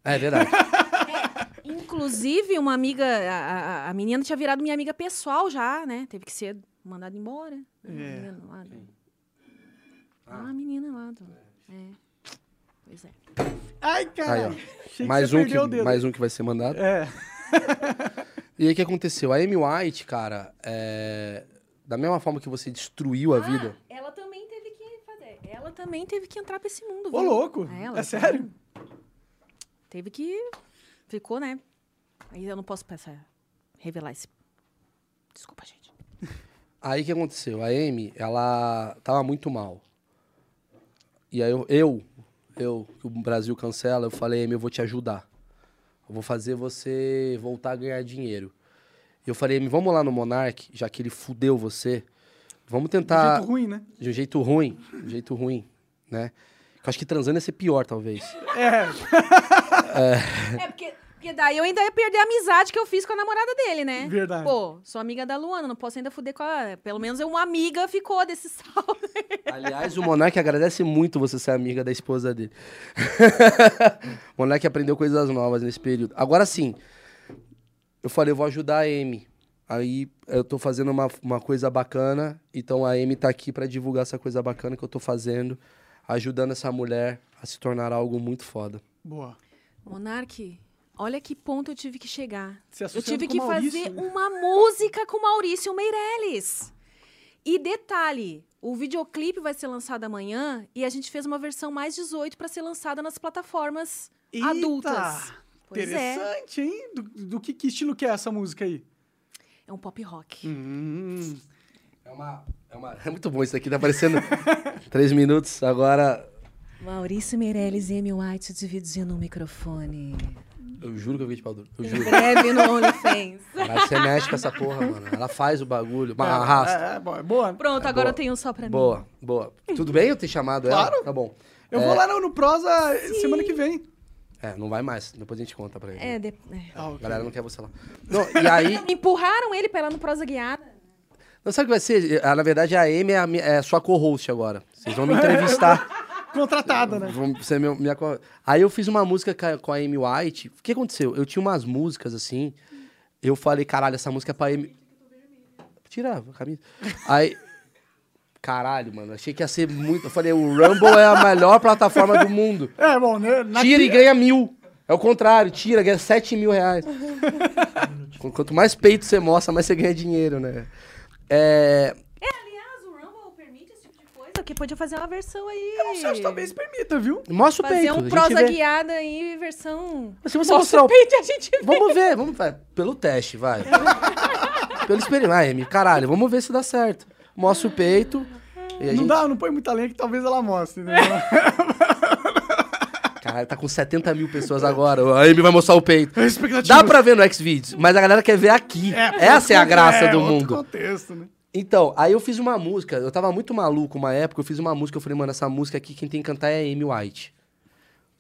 É verdade. Inclusive, uma amiga, a, a- a menina tinha virado minha amiga pessoal já, né? Teve que ser mandada embora. A É. menina lá do- Ah, a menina lá. do- É. Pois é. Ai, Aí, ó. caralho. Achei que mais, você um perdeu o que, dedo. mais um que vai ser mandado. É. [LAUGHS] E aí, o que aconteceu? A Amy White, cara, é... da mesma forma que você destruiu a vida, Ela também teve que fazer. Ela também teve que entrar pra esse mundo. Ô, viu? louco. Ah, Ela tá é sério? Teve que. Ficou, né? Aí eu não posso passar, revelar esse. Desculpa, gente. Aí o que aconteceu? A Amy, ela tava muito mal. E aí eu, eu, eu, que o Brasil cancela, eu falei, Amy, eu vou te ajudar. Eu vou fazer você voltar a ganhar dinheiro. E eu falei, Amy, vamos lá no Monark, já que ele fudeu você. Vamos Tá. tentar Jeito ruim, né? de um jeito ruim, de um jeito ruim, né? Eu acho que transando ia ser pior, talvez. É. É, porque, porque daí eu ainda ia perder a amizade que eu fiz com a namorada dele, né? Verdade. Pô, sou amiga da Luana, não posso ainda fuder com a. Pelo menos uma amiga ficou desse sal. [LAUGHS] Aliás, o Monark agradece muito você ser amiga da esposa dele. [LAUGHS] o Monark aprendeu coisas novas nesse período. Agora sim, eu falei, eu vou ajudar a Amy. Aí eu tô fazendo uma, uma coisa bacana, então a Amy tá aqui pra divulgar essa coisa bacana que eu tô fazendo, ajudando essa mulher a se tornar algo muito foda. Boa. Monark, olha que ponto eu tive que chegar. Se Eu associando tive é com que o Maurício, fazer um- né? uma música com Maurício Meirelles. E detalhe, o videoclipe vai ser lançado amanhã e a gente fez uma versão mais 18 para ser lançada nas plataformas Eita! adultas. Pois é, Interessante, hein? Do, do que, que estilo que é essa música aí? é um pop rock. Hum. É uma. É, uma, é muito bom isso aqui, tá parecendo três minutos. Agora, Maurício Meirelles e Amy White dividindo o microfone. eu juro que eu vi de pau duro. Eu Em juro. breve no OnlyFans. Caralho, você mexe com essa porra, mano. Ela faz o bagulho, mas arrasta. É, é, bo- é boa. Pronto, agora boa. eu tenho um só pra mim. Boa, boa. Tudo bem eu ter chamado ela? Claro. Tá bom. Eu vou lá no, no Prosa semana que vem. É, não vai mais. Depois a gente conta pra ele. É, de... é. Ah, A ok. galera não quer você lá. Não, e aí... [LAUGHS] Empurraram ele pra ela no prosa guiada. Não sabe o que vai ser? Ah, Na verdade, a Amy é, a minha- é a sua co-host agora. Vocês vão me entrevistar. Contratada, né? vão ser é meu- minha co Aí eu fiz uma música ca- com a Amy White. O que aconteceu? Eu tinha umas músicas, assim... Eu falei, caralho, essa música é pra Amy... Tira a camisa. Aí... Caralho, mano. Achei que ia ser muito... Eu falei, o Rumble é a melhor plataforma do mundo. É, bom, né? Na- Tira e ganha mil. É o contrário, tira, ganha 7 mil reais. Qu- Quanto mais peito você mostra, mais você ganha dinheiro, né? É, Aliás, o Rumble permite esse tipo de coisa? Porque podia fazer uma versão aí. Não sei se tá talvez permita, viu? mostra o Fazer peito. um a gente prosa vê. guiada aí, versão. Se você Nossa, mostrar o peito, a gente vê. Vamos ver, vamos vai, Pelo teste, vai. Pelo experimento. Vai, Amy, caralho, vamos ver se dá certo. Mostra o peito. E Não a gente... É. dá, não põe muita lenha que talvez ela mostre, né? Caralho, tá com 70 mil pessoas agora. A Amy vai mostrar o peito. [LAUGHS] É expectativa. Dá pra ver no Xvideos, mas a galera quer ver aqui. Essa é a graça É, do outro mundo. contexto, né? Então, aí eu fiz uma música, eu tava muito maluco uma época, eu fiz uma música, eu falei, mano, essa música aqui quem tem que cantar é a Amy White.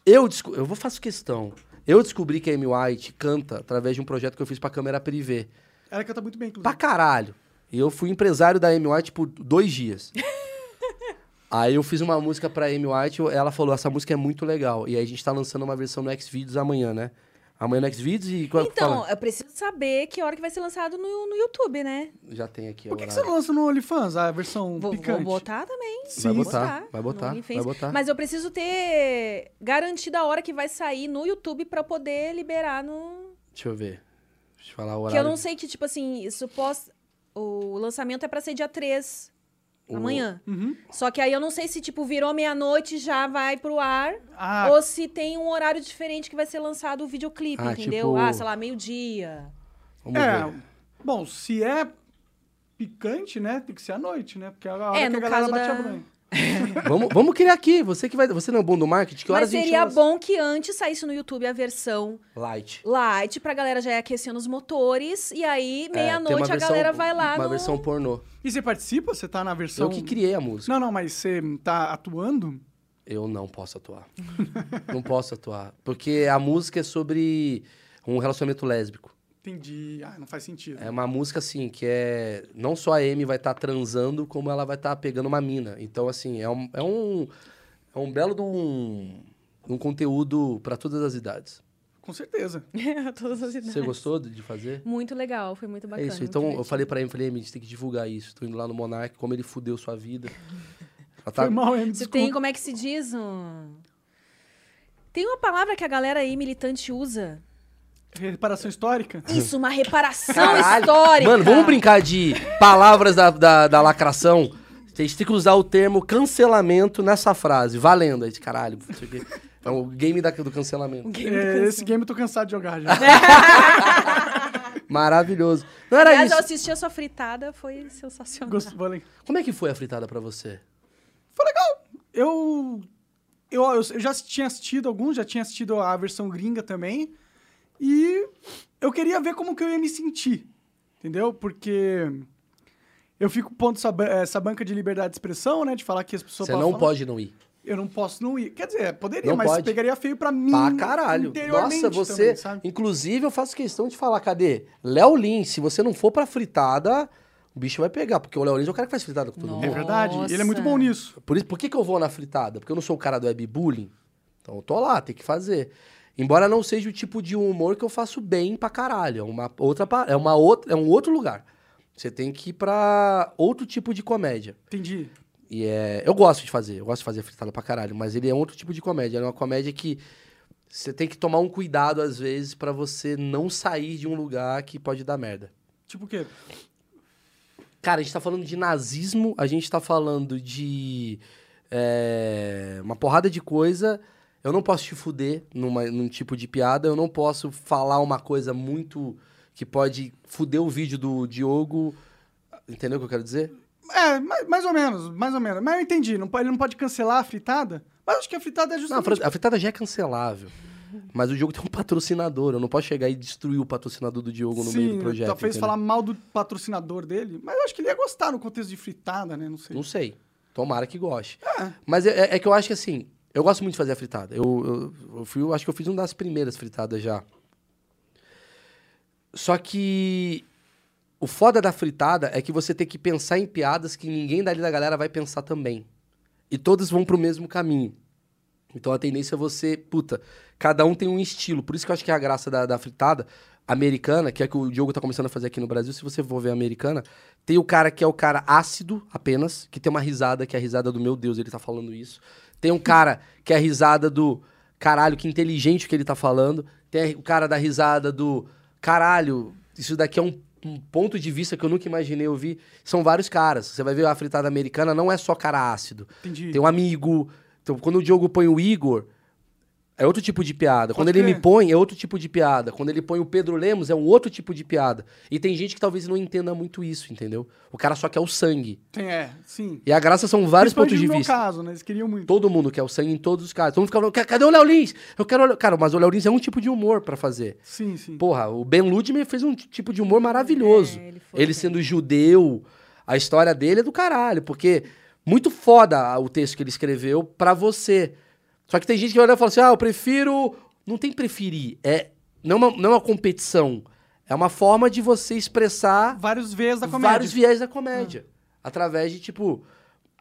Eu desco- eu vou faço questão. Eu descobri que a Amy White canta através de um projeto que eu fiz pra câmera privê. Ela canta muito bem, inclusive. Pra caralho. E eu fui empresário da Amy White por dois [LAUGHS] dias. aí eu fiz uma música pra Amy White, eu- ela falou, essa música é muito legal. E aí a gente tá lançando uma versão no Xvideos amanhã, né? Amanhã no Xvideos e... qual- Então, fala- eu preciso saber que hora que vai ser lançado no, no YouTube, né? Já tem aqui Por que, o que você horário. não lança no OnlyFans a versão Vou, vou picante? botar também. Sim. Vai Vou botar, vai no botar, OnlyFans. vai botar. Mas eu preciso ter garantida a hora que vai sair no YouTube pra poder liberar no. Deixa eu ver. Deixa eu falar o Que eu horário. não sei que, tipo assim, supos... o lançamento é pra ser dia 3, O- amanhã. Uhum. Só que aí eu não sei se, tipo, virou meia-noite já vai pro ar. Ah, Ou se tem um horário diferente que vai ser lançado o videoclipe, Ah, entendeu? tipo- Ah, sei lá, meio-dia. Vamos é. ver. Bom, se é picante, né? Tem que ser à noite, né? Porque é a hora É, que no a galera caso bate da- a bronha. Vamos, vamos criar aqui. Você que vai. Você não é bom do marketing? Que horas Mas a gente seria lança? bom que antes saísse no YouTube a versão Light. light, pra galera já ir aquecendo os motores. E aí, É, tem uma meia-noite, a versão- galera vai lá Uma no... [LAUGHS] versão pornô. E você participa? Você tá na versão... Eu que criei a música. Não, não, mas você tá atuando? Eu não posso atuar. [LAUGHS] não posso atuar. Porque a música é sobre um relacionamento lésbico. Entendi. Ah, não faz sentido. É uma música, assim, que é. Não só a Amy vai estar transando, como ela vai estar pegando uma mina. Então, assim, é um. É um, é um belo de um. Um conteúdo pra todas as idades. Com certeza. Todas as idades. Você gostou de de fazer? Muito legal, foi muito bacana. é isso, muito então eu divertido. falei pra ele, falei, "Amy, a gente tem que divulgar isso. Tô indo lá no Monark, como ele fudeu sua [LAUGHS] vida. Ela tá- Foi mal, hein? Você Desculpa. tem, como é que se diz? Um... Tem uma palavra que a galera aí, militante, usa. Reparação histórica? Isso, uma reparação Hum. Caralho! histórica. Mano, vamos brincar de palavras da, da, da lacração? Vocês têm que usar o termo cancelamento nessa frase. Valendo. Aí, caralho, não sei o quê. é o game da- do cancelamento. É, esse game eu tô cansado de jogar [LAUGHS] já. Maravilhoso. Não era Aliás, eu isso. assisti a sua fritada, foi sensacional. Gosto, vou além. Como é que foi a fritada pra você? Foi legal. Eu, eu, eu, eu já tinha assistido alguns, já tinha assistido a versão gringa também. E eu queria ver como que eu ia me sentir, entendeu? Porque eu fico pondo essa, ba- essa banca de liberdade de expressão, né? De falar que as pessoas... Você podem não falar. pode não ir. Eu não posso não ir. Quer dizer, poderia, Não mas pode. pegaria feio pra mim. Pra caralho. Hum, interiormente Nossa, você. também, sabe? inclusive, eu faço questão de falar, cadê? Léo Lins, se você não for pra fritada, o bicho vai pegar, porque o Léo Lins é o cara que faz fritada com todo Nossa. É mundo. verdade. Ele é muito bom nisso. Por isso, por que, que eu vou na fritada? Porque eu não sou o cara do webbullying. Então eu tô lá, tem que fazer. Embora não seja o tipo de humor que eu faço bem pra caralho. É uma outra, pa- é uma outra, é um outro lugar. Você tem que ir pra outro tipo de comédia. Entendi. E é, eu gosto de fazer, eu gosto de fazer fritada pra caralho, mas ele é outro tipo de comédia, ele é uma comédia que você tem que tomar um cuidado às vezes pra você não sair de um lugar que pode dar merda. Tipo o quê? Cara, a gente tá falando de nazismo, a gente tá falando de é, uma porrada de coisa. Eu não posso te fuder numa- num tipo de piada, eu não posso falar uma coisa muito que pode fuder o vídeo do Diogo. Entendeu o que eu quero dizer? É, mais, mais ou menos, mais ou menos. Mas eu entendi. Não, po- ele não pode cancelar a fritada? Mas eu acho que a fritada é Não, a justamente... fri- a fritada já é cancelável. Mas o Diogo tem um patrocinador, eu não posso chegar e destruir o patrocinador do Diogo no meio do projeto. talvez entendeu? falar mal do patrocinador dele, mas eu acho que ele ia gostar no contexto de fritada, né? Não sei. Não sei. Tomara que goste. Ah. Mas é, é- é que eu acho que assim, eu gosto muito de fazer a fritada. Eu, eu, eu fui, eu acho que eu fiz uma das primeiras fritadas já. Só que o foda da fritada é que você tem que pensar em piadas que ninguém dali da galera vai pensar também. E todas vão pro mesmo caminho. Então a tendência é você, puta, cada um tem um estilo. Por isso que eu acho que é a graça da, da fritada americana, que é que o Diogo tá começando a fazer aqui no Brasil, se você for ver a americana, tem o cara que é o cara ácido apenas, que tem uma risada que é a risada do meu Deus, ele tá falando isso. Tem um cara que é a risada do caralho, que inteligente o que ele tá falando. Tem o cara da risada do caralho, isso daqui é um, um ponto de vista que eu nunca imaginei ouvir. São vários caras. Você vai ver a fritada americana, não é só cara ácido. Entendi. Tem um amigo. Então, quando o Diogo põe o Igor, é outro tipo de piada. Pode quando ele crer. me põe, é outro tipo de piada. Quando ele põe o Pedro Lemos, é um outro tipo de piada. E tem gente que talvez não entenda muito isso, entendeu? O cara só quer o sangue. Tem, é, sim. E a graça são um vários pontos Principalmente de no meu vista. caso, né? Eles queriam muito. Todo mundo quer o sangue em todos os casos. Todo mundo fica falando, "Ca- cadê o Léo Lins? Eu quero o Léo... Cara, mas o Léo Lins é um tipo de humor pra fazer. Sim, sim. Porra, o Ben Ludmer fez um t- tipo de humor maravilhoso. É, ele foi ele bem. sendo judeu, A história dele é do caralho, porque muito foda o texto que ele escreveu pra você. Só que tem gente que olha e fala assim: ah, eu prefiro. Não tem preferir. É, não, é uma, não é uma competição. É uma forma de você expressar Vários Vs da comédia. Ah. vários viés da comédia. Através de, tipo,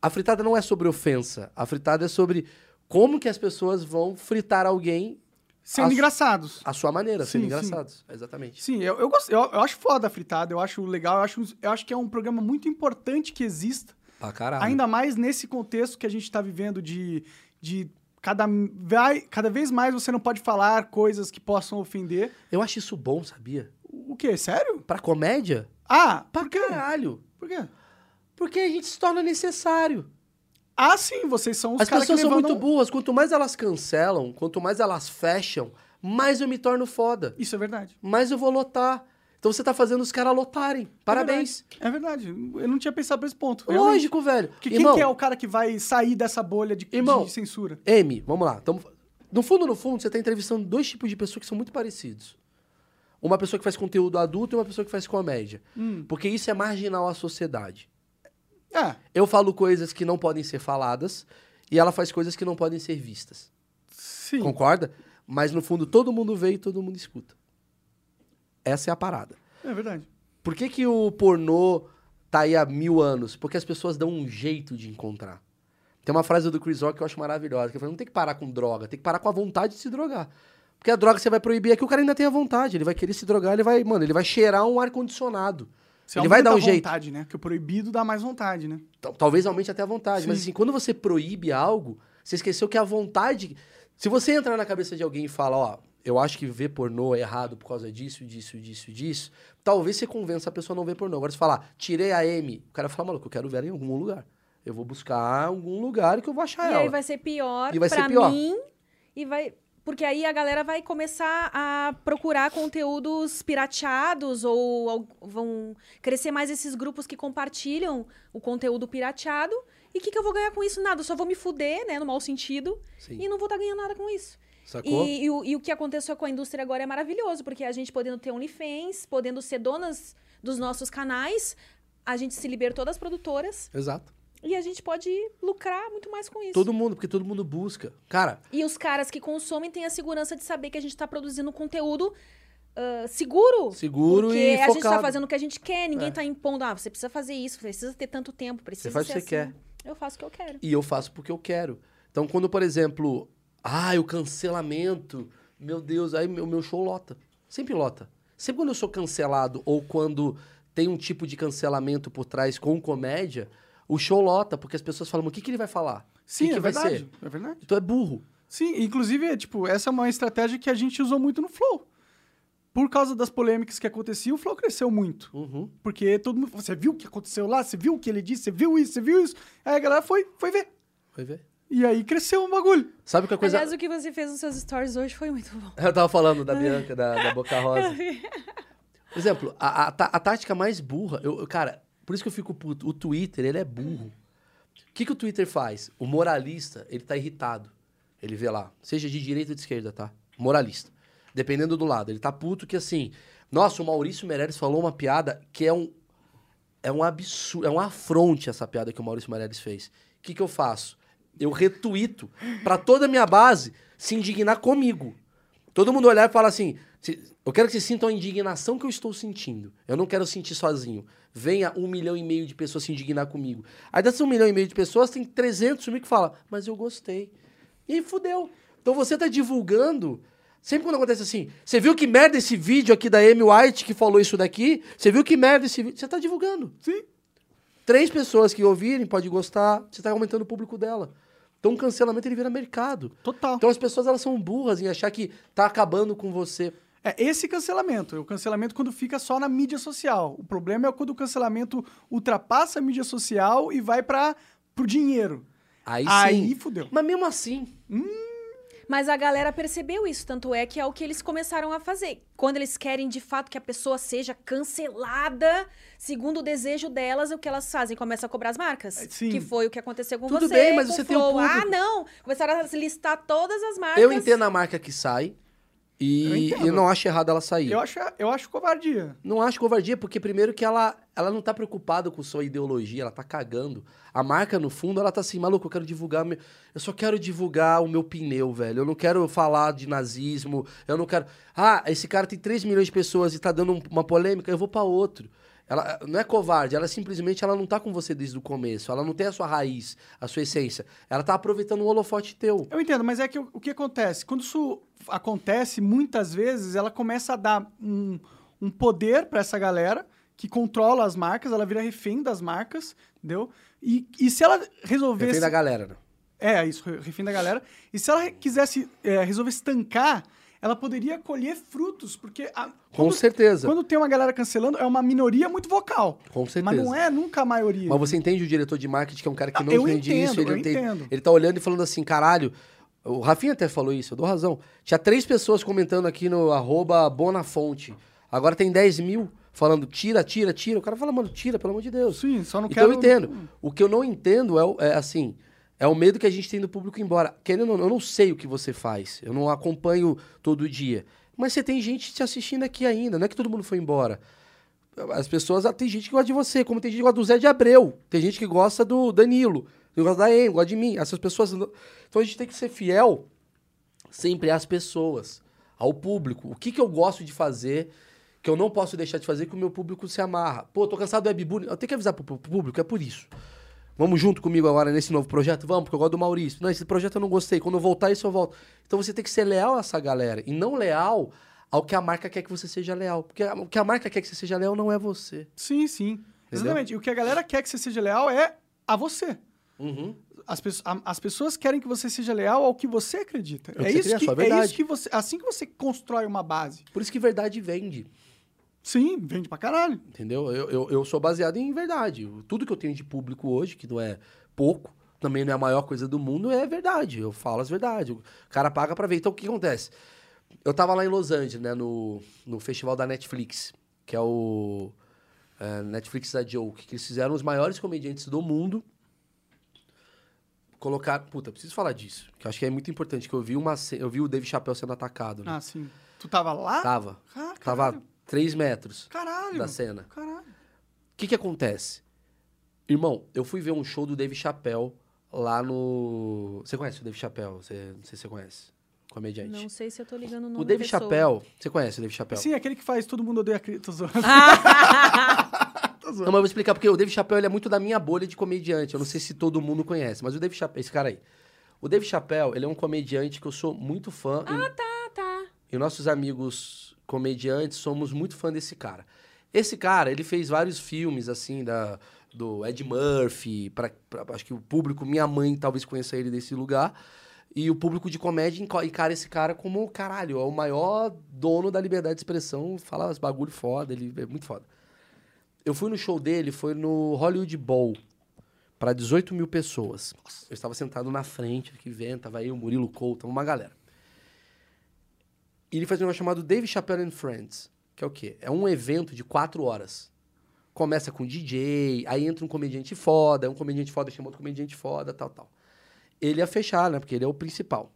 a fritada não é sobre ofensa. A fritada é sobre como que as pessoas vão fritar alguém Sendo As- engraçados. à sua maneira, sendo Sim, sim. engraçados. Exatamente. Sim, eu, eu, gosto- eu, eu acho foda a fritada, eu acho legal, eu acho, eu acho que é um programa muito importante que exista, Pra caralho. ainda mais nesse contexto que a gente está vivendo de, de cada, vai, cada vez mais você não pode falar coisas que possam ofender. Eu acho isso bom, sabia? O quê? Sério? Pra comédia? Ah, Pra por quê? caralho. Por quê? Porque a gente se torna necessário. Ah, sim, vocês são os As caras que pessoas são muito levantam- burras. Quanto mais elas cancelam, quanto mais elas fecham, mais eu me torno foda. Isso é verdade. Mais eu vou lotar. Então você tá fazendo os caras lotarem. Parabéns. É verdade. Eu não tinha pensado pra esse ponto. realmente. Lógico, velho. Porque Irmão, quem que é o cara que vai sair dessa bolha de, de Irmão. censura? M, vamos lá. Tamo- No fundo, no fundo, você está entrevistando dois tipos de pessoas que são muito parecidos. Uma pessoa que faz conteúdo adulto e uma pessoa que faz comédia. Hum. Porque isso é marginal à sociedade. É, Eu falo coisas que não podem ser faladas e ela faz coisas que não podem ser vistas. sim. Concorda? Mas no fundo, todo mundo vê e todo mundo escuta. Essa é a parada. É verdade. Por que, que o pornô tá aí há mil anos? Porque as pessoas dão um jeito de encontrar. Tem uma frase do Chris Rock que eu acho maravilhosa, que ele fala, não tem que parar com droga, tem que parar com a vontade de se drogar. Porque a droga você vai proibir aqui, o cara ainda tem a vontade, ele vai querer se drogar, ele vai, mano, ele vai cheirar um ar-condicionado. Você Ele vai aumenta dar um a jeito. vontade, né? Porque o proibido dá mais vontade, né? Tal- Talvez aumente até a vontade, mas Sim. assim, quando você proíbe algo, você esqueceu que a vontade... Se você entrar na cabeça de alguém e falar, ó, eu acho que ver pornô é errado por causa disso, disso, disso, disso, talvez você convença a pessoa a não ver pornô. Agora, se falar, tirei a M, o cara fala, maluco, eu quero ver ela em algum lugar. Eu vou buscar algum lugar que eu vou achar E ela. aí vai ser pior E vai ser pra pior. mim. E vai. Porque aí a galera vai começar a procurar conteúdos pirateados ou al- vão crescer mais esses grupos que compartilham o conteúdo pirateado. E o que, que eu vou ganhar com isso? Nada, eu só vou me fuder, né, no mau sentido, Sim. e não vou estar ganhando nada com isso. Sacou? E, e o, e o que aconteceu com a indústria agora é maravilhoso, porque a gente podendo ter OnlyFans, podendo ser donas dos nossos canais, a gente se libertou das produtoras Exato. e a gente pode lucrar muito mais com isso. Todo mundo, porque todo mundo busca. Cara, E os caras que consomem têm a segurança de saber que a gente tá produzindo conteúdo ah, seguro. seguro porque e a focado. gente tá fazendo o que a gente quer, ninguém É. tá impondo, ah, você precisa fazer isso, precisa ter tanto tempo, precisa Você faz o que ser você assim. Eu faço o que eu quero. E eu faço porque eu quero. Então, quando, por exemplo, ah, o cancelamento, meu Deus, aí meu, meu show lota. Sempre lota. Sempre quando eu sou cancelado ou quando tem um tipo de cancelamento por trás com comédia, o show lota, porque as pessoas falam, "Mas o que, que ele vai falar? Sim, que que é vai verdade. ser? É verdade. Então é burro. Sim, inclusive, é, tipo, essa é uma estratégia que a gente usou muito no Flow. Por causa das polêmicas que aconteciam, o Flow cresceu muito. Uhum. Porque todo mundo. Você viu o que aconteceu lá? Você viu o que ele disse? Você viu isso? Você viu isso? Aí a galera foi, foi ver. Vai ver. E aí cresceu o bagulho. Sabe que a coisa. Aliás, o que você fez nos seus stories hoje foi muito bom. [LAUGHS] Eu tava falando da Bianca, da, da Boca Rosa. [LAUGHS] Por exemplo, a, a, tá- a tática mais burra, eu, eu- cara, por isso que eu fico puto. O Twitter, ele é burro. O que, que o Twitter faz? O moralista, ele tá irritado. Ele vê lá, seja de direita ou de esquerda, tá? Moralista. Dependendo do lado. Ele tá puto que assim. Nossa, o Maurício Meirelles falou uma piada que é um. É um absurdo, é uma afronte essa piada que o Maurício Meirelles fez. O que, que eu faço? Eu retuito pra toda a minha base se indignar comigo. Todo mundo olhar e falar assim: "Se- eu quero que vocês sintam a indignação que eu estou sentindo. Eu não quero sentir sozinho. Venha um milhão e meio de pessoas se indignar comigo. Aí dessas um milhão e meio de pessoas, tem 300 mil que fala, mas eu gostei. E aí fudeu. Então você tá divulgando. Sempre quando acontece assim, você viu que merda esse vídeo aqui da Amy White que falou isso daqui? Você viu que merda esse vídeo? Você tá divulgando. Sim. Três pessoas que ouvirem podem gostar, você tá aumentando o público dela. Então o cancelamento ele vira mercado. Total. Então as pessoas elas são burras em achar que tá acabando com você. É esse cancelamento. É o cancelamento quando fica só na mídia social. O problema é quando o cancelamento ultrapassa a mídia social e vai para pro dinheiro. Aí, aí sim. fudeu. Mas mesmo assim, Mas a galera percebeu isso, tanto é que é o que eles começaram a fazer. Quando eles querem de fato que a pessoa seja cancelada, segundo o desejo delas, é o que elas fazem? Começa a cobrar as marcas. É, sim. Que foi o que aconteceu com Tudo você. bem, mas com você tem o Flow. Ah, público. não! Começaram a listar todas as marcas. eu entendo a marca que sai Eu E entendo. eu não acho errado ela sair. Eu acho, eu acho covardia. Não acho covardia, porque primeiro que ela, ela não tá preocupada com sua ideologia, ela tá cagando. A marca, no fundo, ela tá assim, maluco, eu quero divulgar. meu- Eu só quero divulgar o meu pneu, velho. Eu não quero falar de nazismo, eu não quero. Ah, esse cara tem 3 milhões de pessoas e tá dando um- uma polêmica, eu vou pra outro. Ela eh, não é covarde, ela simplesmente ela não tá com você desde o começo, ela não tem a sua raiz, a sua essência. Ela tá aproveitando o holofote teu. Eu entendo, mas é que o, o que acontece? Quando isso acontece, muitas vezes ela começa a dar um, um poder pra essa galera que controla as marcas, ela vira refém das marcas, entendeu? E, e se ela resolvesse. Depende da galera, né? É, isso, re- refém da galera. E se ela quisesse é, resolver estancar, ela poderia colher frutos, porque a- Com quando, certeza. quando tem uma galera cancelando, é uma minoria muito vocal. Com certeza. Mas não é nunca a maioria. Mas você entende o diretor de marketing, que é um cara que Ah, não eu entende entendo, isso, ele eu não entende. entendo. Ele tá olhando e falando assim, caralho. O Rafinha até falou isso, eu dou razão. Tinha três pessoas comentando aqui no arroba Bonafonte. Agora tem 10 mil falando tira, tira, tira. O cara fala, mano, tira, pelo amor de Deus. Sim, só não então quero. um- eu entendo. O que eu não entendo é, o- é, assim, é o medo que a gente tem do público ir embora. Querendo ou não, eu não sei o que você faz. Eu não acompanho todo dia. Mas você tem gente te assistindo aqui ainda. Não é que todo mundo foi embora. As pessoas, ah, tem gente que gosta de você, como tem gente que gosta do Zé de Abreu, tem gente que gosta do Danilo, tem gente que gosta da Amy, gosta de mim. Essas pessoas. não- Então a gente tem que ser fiel sempre às pessoas, ao público. O que, que eu gosto de fazer que eu não posso deixar de fazer que o meu público se amarra. Pô, tô cansado do webbullying. Eu tenho que avisar pro pro público, é por isso. Vamos junto comigo agora nesse novo projeto? Vamos, porque eu gosto do Maurício. Não, esse projeto eu não gostei. Quando eu voltar, isso eu volto. Então você tem que ser leal a essa galera. E não leal ao que a marca quer que você seja leal. Porque a- o que a marca quer que você seja leal não é você. Sim, sim. Exatamente. E o que a galera quer que você seja leal é a você. As, pe- a- as pessoas querem que você seja leal ao que você acredita. É o que É, você isso cria, que, sua é verdade. isso que você. Assim que você constrói uma base. Por isso que verdade vende. Sim, vende pra caralho. Entendeu? Eu, eu, eu sou baseado em verdade. Tudo que eu tenho de público hoje, que não é pouco, também não é a maior coisa do mundo, é verdade. Eu falo as verdades. O cara paga pra ver. Então o que acontece? Eu tava lá em Los Angeles, né, no, no festival da Netflix, que é o é, Netflix da Joke, que eles fizeram os maiores comediantes do mundo. Colocar. Puta, preciso falar disso. Que eu acho que é muito importante. Que eu vi uma ce- Eu vi o Dave Chappelle sendo atacado. Né? Ah, sim. Tu tava lá? Tava. Ah, Tava a 3 metros Caralho. da Caralho. cena. Caralho. O que que acontece? Irmão, eu fui ver um show do Dave Chappelle lá no... Você conhece o Dave Chappelle? Você- Não sei se você conhece. Comediante. Não sei se eu tô ligando o nome o Dave da pessoa. Chappelle... Você conhece o Dave Chappelle? Sim, aquele que faz todo mundo odeia Cristo. [LAUGHS] Ah, Não, mas eu vou explicar, porque o Dave Chappelle ele é muito da minha bolha de comediante. Eu não sei se todo mundo conhece, mas o Dave Chappelle... Esse cara aí. O Dave Chappelle, ele é um comediante que eu sou muito fã. Ah, Ah, tá. E nossos amigos comediantes somos muito fã desse cara. Esse cara, ele fez vários filmes, assim, da, do Ed Murphy, pra, pra- acho que o público, minha mãe talvez conheça ele desse lugar, e o público de comédia enco- encara esse cara como, caralho, é o maior dono da liberdade de expressão, fala uns bagulho foda, ele é muito foda. Eu fui no show dele, foi no Hollywood Bowl, pra 18 mil pessoas. Eu estava sentado na frente, que vem, tava eu, Murilo Couto, uma galera. E ele faz um negócio chamado Dave Chappelle and Friends, que é o quê? É um evento de quatro horas. Começa com DJ, aí entra um comediante foda, um comediante foda chama outro comediante foda, tal, tal. Ele ia fechar, né? Porque ele é o principal.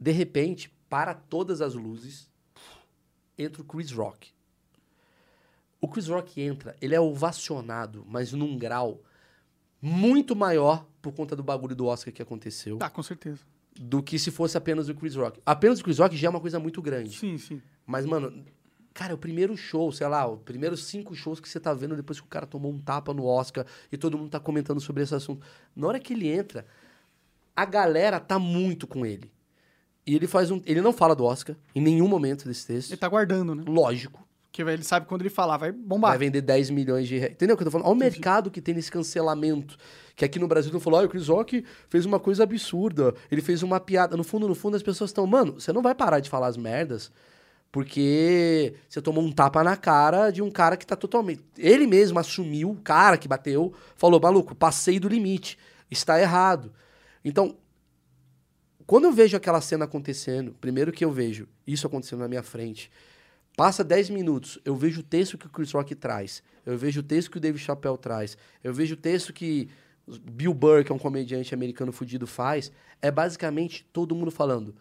De repente, para todas as luzes, entra o Chris Rock. O Chris Rock entra, ele é ovacionado, mas num grau muito maior por conta do bagulho do Oscar que aconteceu, Tá, com certeza. do que se fosse apenas o Chris Rock. Apenas o Chris Rock já é uma coisa muito grande. Sim, sim. Mas, mano, cara, o primeiro show, sei lá, os primeiros cinco shows que você tá vendo depois que o cara tomou um tapa no Oscar e todo mundo tá comentando sobre esse assunto. Na hora que ele entra, a galera tá muito com ele. E ele faz um. Ele não fala do Oscar em nenhum momento desse Ele texto. tá guardando, né? Lógico. Porque velho, ele sabe quando ele falar, vai bombar. Vai vender 10 milhões de reais. Entendeu o que eu tô falando? Olha o mercado que tem nesse cancelamento. Que aqui no Brasil não falou, ah, o Chris Rock fez uma coisa absurda. Ele fez uma piada. No fundo, no fundo, as pessoas estão, mano, você não vai parar de falar as merdas porque você tomou um tapa na cara de um cara que tá totalmente. Ele mesmo assumiu, o cara que bateu, falou, maluco, passei do limite. Está errado. Então, quando eu vejo aquela cena acontecendo, primeiro que eu vejo isso acontecendo na minha frente, passa 10 minutos, eu vejo o texto que o Chris Rock traz, eu vejo o texto que o David Chappelle traz, eu vejo o texto que os- Bill Burr, que é um comediante americano fudido, faz, é basicamente todo mundo falando,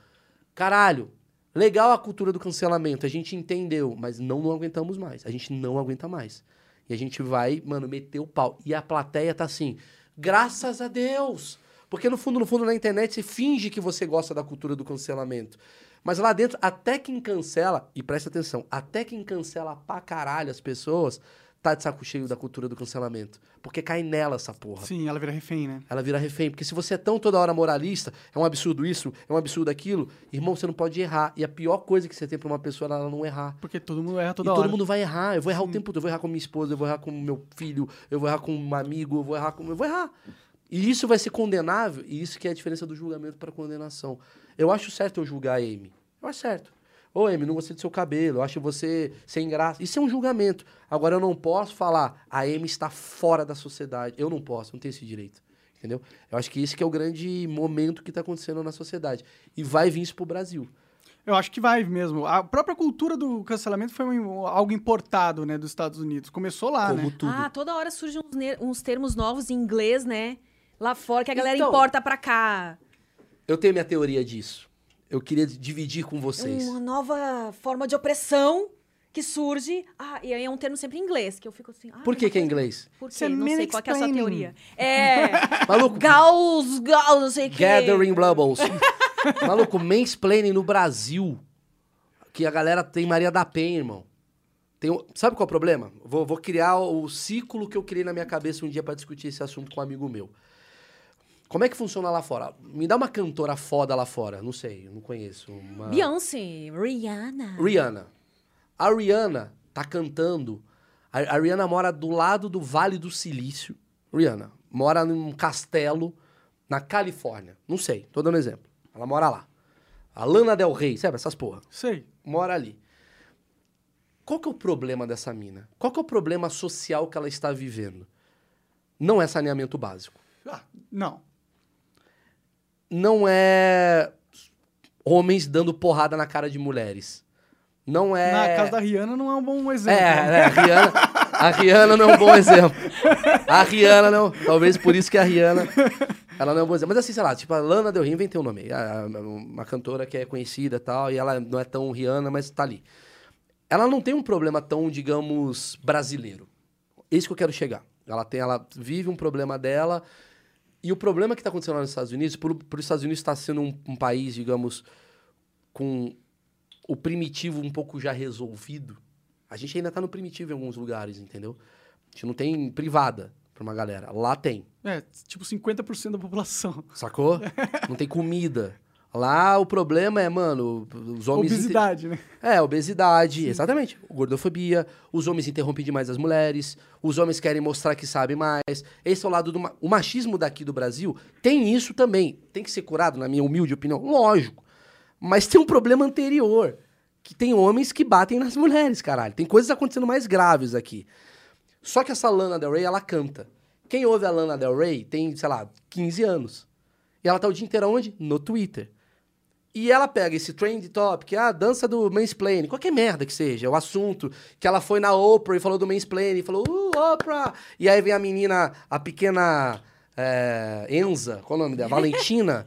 caralho, Legal a cultura do cancelamento, a gente entendeu, mas não, não aguentamos mais. A gente não aguenta mais. E a gente vai, mano, meter o pau. E a plateia tá assim, graças a Deus! Porque no fundo, no fundo, na internet você finge que você gosta da cultura do cancelamento. Mas lá dentro, até quem cancela, e presta atenção, até quem cancela pra caralho as pessoas, tá de saco cheio da cultura do cancelamento. Porque cai nela essa porra. Sim, ela vira refém, né? É. Ela vira refém. Porque se você é tão toda hora moralista, é um absurdo isso, é um absurdo aquilo, irmão, você não pode errar. E a pior coisa que você tem pra uma pessoa é ela não errar. Porque todo mundo erra toda e hora. todo mundo vai errar. Eu vou errar o tempo todo. Eu vou errar com minha esposa, eu vou errar com meu filho, eu vou errar com um amigo, eu vou errar com. Eu vou errar. E isso vai ser condenável, e isso que é a diferença do julgamento para condenação. Eu acho certo eu julgar a Amy. Eu acho certo. Ô, Amy, não gostei do seu cabelo, eu acho você sem graça. Isso é um julgamento. Agora eu não posso falar, a Amy está fora da sociedade. Eu não posso, não tenho esse direito. Entendeu? Eu acho que esse que é o grande momento que está acontecendo na sociedade. E vai vir isso pro Brasil. Eu acho que vai mesmo. A própria cultura do cancelamento foi um- algo importado, né, dos Estados Unidos. Começou lá, como né? tudo. Ah, toda hora surgem uns, ne- uns termos novos em inglês, né? Lá fora, que a galera Então- importa pra cá. Eu tenho minha teoria disso. Eu queria dividir com vocês. Uma nova forma de opressão que surge. Ah, e aí é um termo sempre em inglês, que eu fico assim... ah, Por que uma que é coisa- inglês? Por Você quê? Não sei qual que é a sua mansplaining. [LAUGHS] teoria. É... [LAUGHS] Maluco, Gauss, Gauss, não sei o é que. gathering bubbles. [LAUGHS] Maluco, mansplaining no Brasil. Que a galera tem Maria da Penha, irmão. Tem um- Sabe qual é o problema? Vou, vou criar o ciclo que eu criei na minha cabeça um dia pra discutir esse assunto com um amigo meu. Como é que funciona lá fora? Me dá uma cantora foda lá fora. Não sei, eu não conheço. Uma... Beyoncé, Rihanna. Rihanna. A Rihanna tá cantando. A, a Rihanna mora do lado do Vale do Silício. Rihanna mora num castelo na Califórnia. Não sei, tô dando exemplo. Ela mora lá. A Lana Del Rey, sabe essas porra? Sei. Mora ali. Qual que é o problema dessa mina? Qual que é o problema social que ela está vivendo? Não é saneamento básico. Ah, não. Não é homens dando porrada na cara de mulheres. Não é Na casa da Rihanna não é um bom exemplo. É, né? né, a Rihanna, a Rihanna não é um bom exemplo. A Rihanna não. Talvez por isso que a Rihanna. Ela não é um bom exemplo. Mas assim, sei lá, tipo, a Lana Del Rey inventei o nome. aí, a- a- Uma cantora que é conhecida e tal, e ela não é tão Rihanna, mas tá ali. Ela não tem um problema tão, digamos, brasileiro. É isso que eu quero chegar. Ela tem, ela vive um problema dela. E o problema que está acontecendo lá nos Estados Unidos, por, por os Estados Unidos estar sendo um, um país, digamos, com o primitivo um pouco já resolvido, a gente ainda está no primitivo em alguns lugares, entendeu? A gente não tem privada pra uma galera. Lá tem, É, tipo 50% da população. sacou? não tem comida. Lá o problema é, mano, os homens... inte- Obesidade, né? é, obesidade, exatamente. Gordofobia, os homens interrompem demais as mulheres, os homens querem mostrar que sabem mais. Esse é o lado do ma- o machismo daqui do Brasil. Tem isso também. Tem que ser curado, na minha humilde opinião, lógico. Mas tem um problema anterior, que tem homens que batem nas mulheres, caralho. Tem coisas acontecendo mais graves aqui. Só que essa Lana Del Rey, ela canta. Quem ouve a Lana Del Rey tem, sei lá, 15 anos. E ela tá o dia inteiro onde? No Twitter. E ela pega esse trend topic, a dança do mansplaining, qualquer merda que seja, é o assunto, que ela foi na Oprah e falou do mansplaining, falou, uh, Oprah! E aí vem a menina, a pequena é, Enza, qual é o nome dela? Valentina.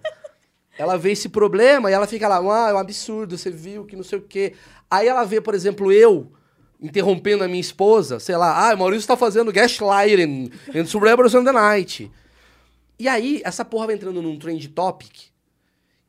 ela vê esse problema e ela fica lá, ah, é um absurdo, você viu que não sei o quê. Aí ela vê, por exemplo, eu interrompendo a minha esposa, sei lá, ah, o Maurício tá fazendo gaslighting and Suburbs on the Night. E aí, essa porra vai entrando num trend topic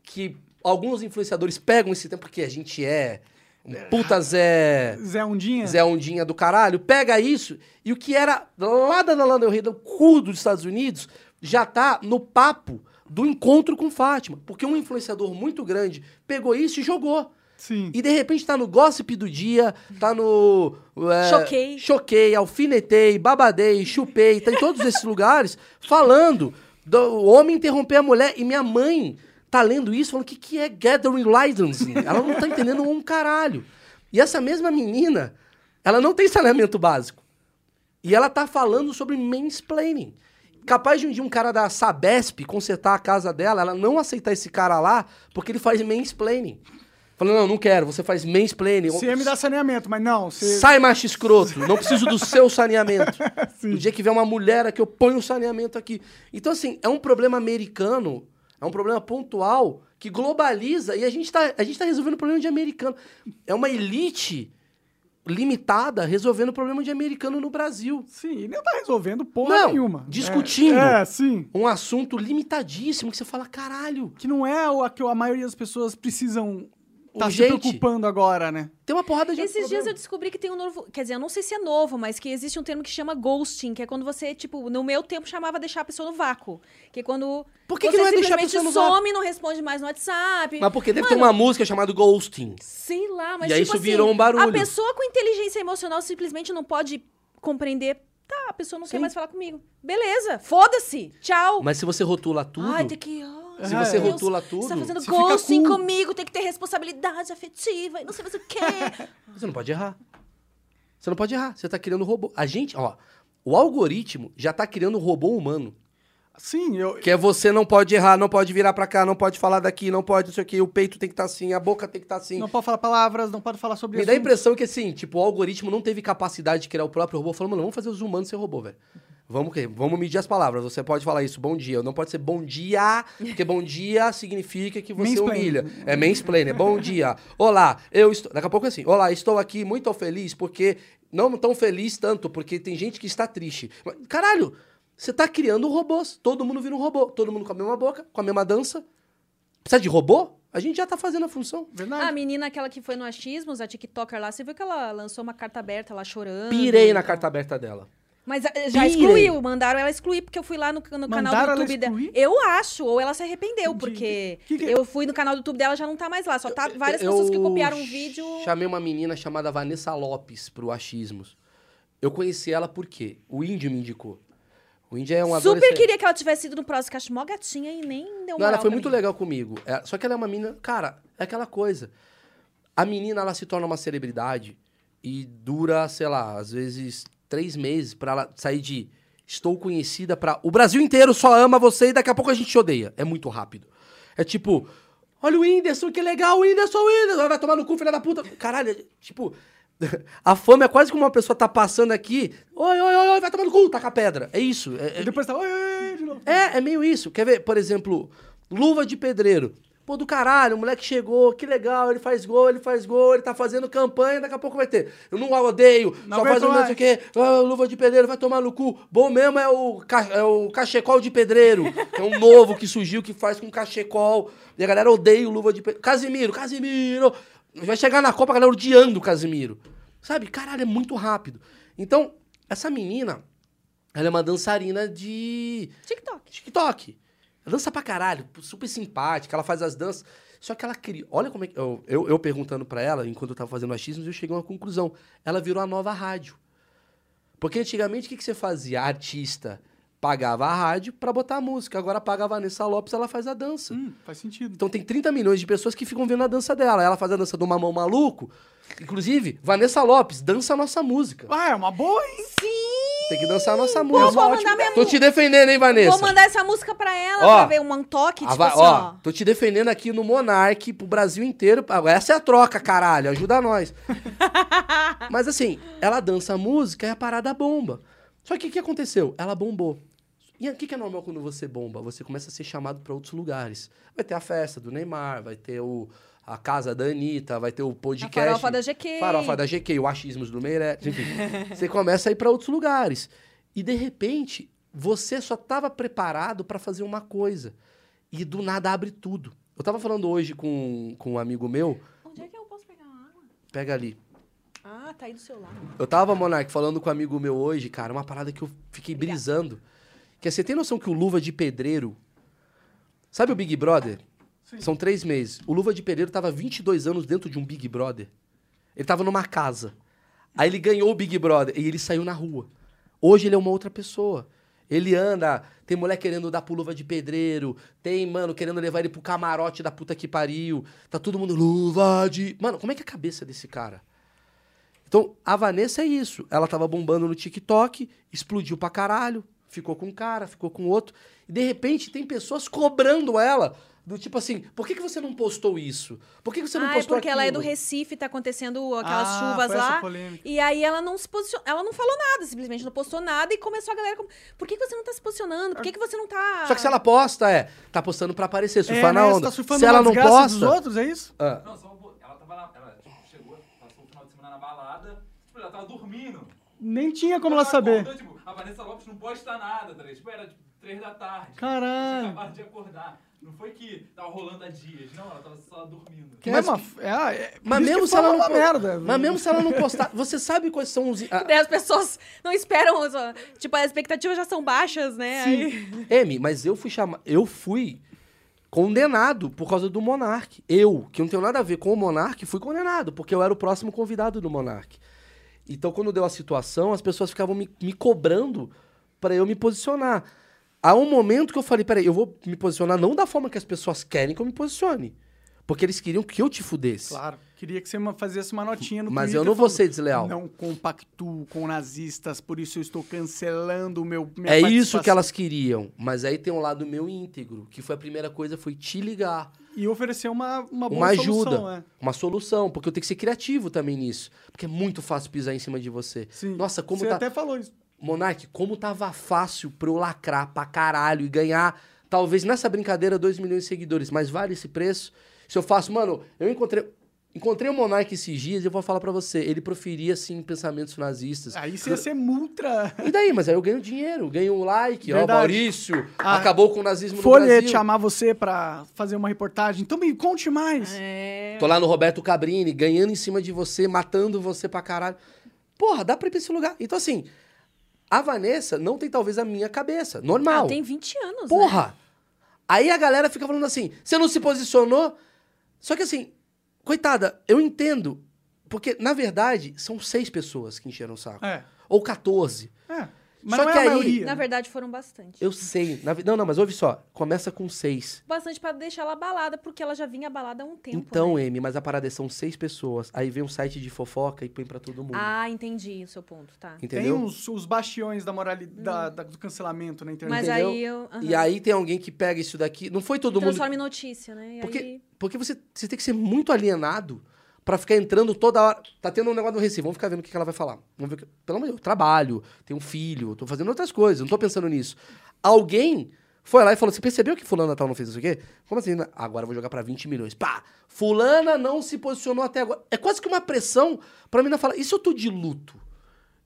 que alguns influenciadores pegam esse tempo, porque a gente é um puta Zé, Zé Undinha? Zé Ondinha do caralho, pega isso e o que era lá da Lana Del Rey, do cu dos Estados Unidos, já tá no papo do encontro com Fátima, porque um influenciador muito grande pegou isso e jogou. Sim. E de repente tá no gossip do dia, tá no. é, Choquei. Choquei, alfinetei, babadei, chupei, tá em todos esses lugares falando do homem interromper a mulher. E minha mãe tá lendo isso falando: o que, que é Gathering License? Ela não tá entendendo um caralho. E essa mesma menina, ela não tem saneamento básico. E ela tá falando sobre mansplaining. Capaz de um dia um cara da Sabesp consertar a casa dela, ela não aceitar esse cara lá porque ele faz mansplaining. Falando, não, não quero, você faz mansplaining. Você ia me dar saneamento, mas não. Você... Sai, macho escroto. Não preciso do seu saneamento. [LAUGHS] No dia que vier uma mulher aqui, eu ponho o saneamento aqui. Então, assim, é um problema americano, é um problema pontual que globaliza e a gente tá, a gente tá resolvendo problema de americano. É uma elite limitada resolvendo problema de americano no Brasil. Sim, e não tá resolvendo porra Não, nenhuma. discutindo. É, é, sim. Um assunto limitadíssimo que você fala, caralho, Que não é o a que a maioria das pessoas precisam estar se Urgente. preocupando agora, né? tem uma porrada de Esses dias problema. eu descobri que tem um novo. Quer dizer, eu não sei se é novo, mas que existe um termo que chama ghosting, que é quando você, tipo, no meu tempo chamava deixar a pessoa no vácuo. Que é quando. Por que você que não é deixar a simplesmente pessoa no vácuo? some, não responde mais no WhatsApp. Mas porque deve ter uma música chamada Ghosting. Sei lá, mas E aí tipo isso assim, virou um barulho. A pessoa com inteligência emocional simplesmente não pode compreender. Tá, a pessoa não quer Sim. mais falar comigo. Beleza, foda-se. Tchau. Mas se você rotula tudo, Ai, tem que. ai, Se meu você Deus, rotula tudo, Você tá fazendo você fica ghosting cool. comigo, tem que ter responsabilidade afetiva e não sei mais o quê. [LAUGHS] você não pode errar. Você não pode errar. Você tá criando robô. A gente, ó, o algoritmo já tá criando robô humano. Sim, eu. Que é você não pode errar, não pode virar pra cá, não pode falar daqui, não pode não sei o quê, o peito tem que estar assim, a boca tem que estar assim. Não pode falar palavras, não pode falar sobre Me dá a assunto. impressão que, assim, tipo, o algoritmo não teve capacidade de criar o próprio robô. Falou, mano, vamos fazer os humanos ser robô, velho. Vamos o quê? Vamos medir as palavras. Você pode falar isso, bom dia. Não pode ser bom dia, porque bom dia significa que você Mansplaining. humilha. É mansplainer. bom dia. Olá, eu estou... Daqui a pouco é assim. Olá, estou aqui muito feliz porque... Não tão feliz tanto, porque tem gente que está triste. Mas, Caralho, você tá criando robôs. Todo mundo vira um robô. Todo mundo com a mesma boca, com a mesma dança. Precisa de robô? A gente já tá fazendo a função. Verdade. a menina, aquela que foi no Achismos, a TikToker lá, você viu que ela lançou uma carta aberta lá chorando. Pirei na Então. carta aberta dela. Mas ah, já Pirei. excluiu, mandaram ela excluir, porque eu fui lá no, no canal do Mandaram ela YouTube dela. excluir? Eu acho, ou ela se arrependeu, Entendi. porque Que é? que- eu fui no canal do YouTube dela já não tá mais lá. Só tá várias pessoas que Eu copiaram o vídeo. Chamei uma menina chamada Vanessa Lopes pro achismos. Eu conheci ela porque o índio me indicou. O índio é um Super adolescente. queria que ela tivesse ido no próximo, que eu acho mó gatinha e nem deu Não, moral ela foi pra muito mim. legal comigo. É, só que ela é uma menina. Cara, é aquela coisa. A menina, ela se torna uma celebridade e dura, sei lá, às vezes três meses pra ela sair de estou conhecida pra. O Brasil inteiro só ama você e daqui a pouco a gente te odeia. É muito rápido. É tipo, olha o Whindersson, que legal, o Whindersson, o Whindersson, vai tomar no cu, filha da puta. Caralho, é, tipo. [LAUGHS] A fama é quase como uma pessoa tá passando aqui. Oi, oi, oi, oi, vai tomar no cu, taca a pedra. É isso. é- E é, depois tá. Oi, oi, oi, de novo. é, é meio isso. Quer ver, por exemplo, luva de pedreiro. Pô, do caralho, o moleque chegou, que legal, ele faz gol, ele faz gol, ele tá fazendo campanha, daqui a pouco vai ter. Eu não a odeio, Não só aguento faz um não mais. sei o quê, ah, luva de pedreiro, vai tomar no cu. Bom mesmo é o, ca- é o cachecol de pedreiro, que é um novo que surgiu, que faz com cachecol. E a galera odeia o luva de pedreiro. Casimiro, Casimiro! Vai chegar na Copa a galera odiando o Casimiro. Sabe, caralho, é muito rápido. Então, essa menina, ela é uma dançarina de... TikTok. TikTok. Ela dança pra caralho, super simpática, ela faz as danças. Só que ela cria. Olha como é que. Eu, eu, eu perguntando pra ela, enquanto eu tava fazendo achismos, eu cheguei a uma conclusão. Ela virou a nova rádio. Porque antigamente o que, que você fazia? A artista pagava a rádio pra botar a música. Agora paga a Vanessa Lopes, ela faz a dança. Hum, faz sentido. Então tem 30 milhões de pessoas que ficam vendo a dança dela. Ela faz a dança do Mamão Maluco. Inclusive, Vanessa Lopes, dança a nossa música. Ah, é uma boa, hein? Tem que dançar a nossa Pô, música. vou mandar minha Tô te defendendo, hein, Vanessa? Vou mandar essa música pra ela, Ó. pra ver um antoque, Ah, tipo vai- assim, ó, ó. tô te defendendo aqui no Monark pro Brasil inteiro. Ah, Essa é a troca, caralho. Ajuda [LAUGHS] nós. Mas assim, ela dança música e a parada bomba. Só que o que aconteceu? Ela bombou. E o que, que é normal quando você bomba? Você começa a ser chamado pra outros lugares. Vai ter a festa do Neymar, vai ter o, a casa da Anitta, vai ter o podcast. A farofa da GQ. Farofa da GQ, o achismos do Meirelles, enfim. você começa a ir pra outros lugares. E de repente, você só estava preparado pra fazer uma coisa. E do nada abre tudo. Eu tava falando hoje com, com um amigo meu, Onde é que eu posso pegar uma água? pega ali. Ah, tá aí do seu lado. Eu tava, Monark, falando com um amigo meu hoje, cara, uma parada que eu fiquei brisando. Que é, você tem noção que o Luva de Pedreiro. Sabe o Big Brother? São três meses. O Luva de Pedreiro tava 22 anos dentro de um Big Brother. Ele tava numa casa. Aí ele ganhou o Big Brother e ele saiu na rua. Hoje ele é uma outra pessoa. Ele anda, tem mulher querendo dar pro luva de pedreiro, tem, mano, querendo levar ele pro camarote da puta que pariu. Tá todo mundo luva de. Mano, como é que é a cabeça desse cara? Então, a Vanessa é isso. Ela tava bombando no TikTok, explodiu pra caralho, ficou com um cara, ficou com outro. E de repente tem pessoas cobrando ela. Do tipo assim, por que, que você não postou isso? Por que, que você não ah, é postou porque ela é do aquilo?" Recife, tá acontecendo aquelas Ah, chuvas foi essa lá. polêmica. E aí ela não se posicionou, ela não falou nada, simplesmente não postou nada e começou a galera como, por que, que você não tá se posicionando? Por que, que você não tá... Só que se ela posta, é, tá postando pra aparecer, surfar na né? onda. Você tá surfando se ela na não desgraça dos posta, outros, é isso? Ah, Não, só bo- ela tava na. Ela tipo, chegou, passou o final de semana na balada. Tipo, ela tava dormindo. Nem tinha como ela saber. Acordou, tipo, a Vanessa Lopes não postar nada, tá ligado? Tipo, era tipo 3 da tarde. Vocês Caralho. acabaram de acordar. Não foi que tava rolando há dias. Não, ela tava só dormindo. É Mas- uma f- é, é- por mas isso que mesmo se fala ela não uma po- merda. Mas mesmo se ela não postar, você sabe quais são os. a- [LAUGHS] Daí as pessoas não esperam, os- tipo, as expectativas já são baixas, É, né? Sim. Aí- M, mas eu fui chamar. Eu fui condenado por causa do Monark. Eu, que não tenho nada a ver com o Monark, fui condenado, porque eu era o próximo convidado do Monark. Então, quando deu a situação, as pessoas ficavam me, me cobrando pra eu me posicionar. Há um momento que eu falei, peraí, eu vou me posicionar não da forma que as pessoas querem que eu me posicione. Porque eles queriam que eu te fudesse. Claro, queria que você ma- fizesse uma notinha no Mas Twitter eu não vou falando, ser desleal. Não compactuo com nazistas, por isso eu estou cancelando o meu minha É isso participação." que elas queriam. Mas aí tem um lado meu íntegro, que foi a primeira coisa, foi te ligar. E oferecer uma, uma boa uma ajuda, solução, é. uma solução, porque eu tenho que ser criativo também nisso, porque é muito fácil pisar em cima de você. Sim. Nossa, como você tá, até falou isso. Monark, como tava fácil pra eu lacrar pra caralho e ganhar, talvez nessa brincadeira, 2 milhões de seguidores, mas vale esse preço? Se eu faço, mano, eu encontrei encontrei o Monark esses dias e eu vou falar pra você, ele proferia assim pensamentos nazistas. Aí você ia ser multra. E daí, mas aí eu ganho dinheiro, ganho um like, ó, Verdade. Maurício, Ah, acabou com o nazismo no Folha Brasil. ia chamar você pra fazer uma reportagem. Então me conte mais. É. Tô lá no Roberto Cabrini, ganhando em cima de você, matando você pra caralho. Porra, dá pra ir pra esse lugar. Então, assim, a Vanessa não tem talvez a minha cabeça. Normal. Ah, tem 20 anos, né? Porra! Aí a galera fica falando assim, você não se posicionou? Só que assim, coitada, eu entendo. Porque, na verdade, são seis pessoas que encheram o saco. É. Ah. Ou 14. É. Mas Só não que é a aí- maioria. Na verdade, foram bastante. Eu sei. na ve- Não, não, mas ouve só. Começa com seis. Bastante pra deixar ela abalada, porque ela já vinha abalada há um tempo, Então, né? M, mas a parada é, são seis pessoas. Aí vem um site de fofoca e põe pra todo mundo. Ah, entendi o seu ponto, tá. entendeu? Tem os, os bastiões da Hum. moralidade, do cancelamento na internet. Mas Entendeu? aí eu... aham. E aí tem alguém que pega isso daqui. Não foi todo mundo. Transforma em notícia, né? E Porque, aí... porque você, você tem que ser muito alienado pra ficar entrando toda hora. Tá tendo um negócio no Recife, vamos ficar vendo o que, que ela vai falar. Vamos ver. o que- Pelo amor de Deus, eu trabalho, tenho um filho, tô fazendo outras coisas, não tô pensando nisso. Alguém foi lá e falou: Você percebeu que Fulana tal não fez isso aqui? Como assim? né? Agora eu vou jogar pra 20 milhões. Pá! Fulana não se posicionou até agora. É quase que uma pressão pra menina falar: E se eu tô de luto?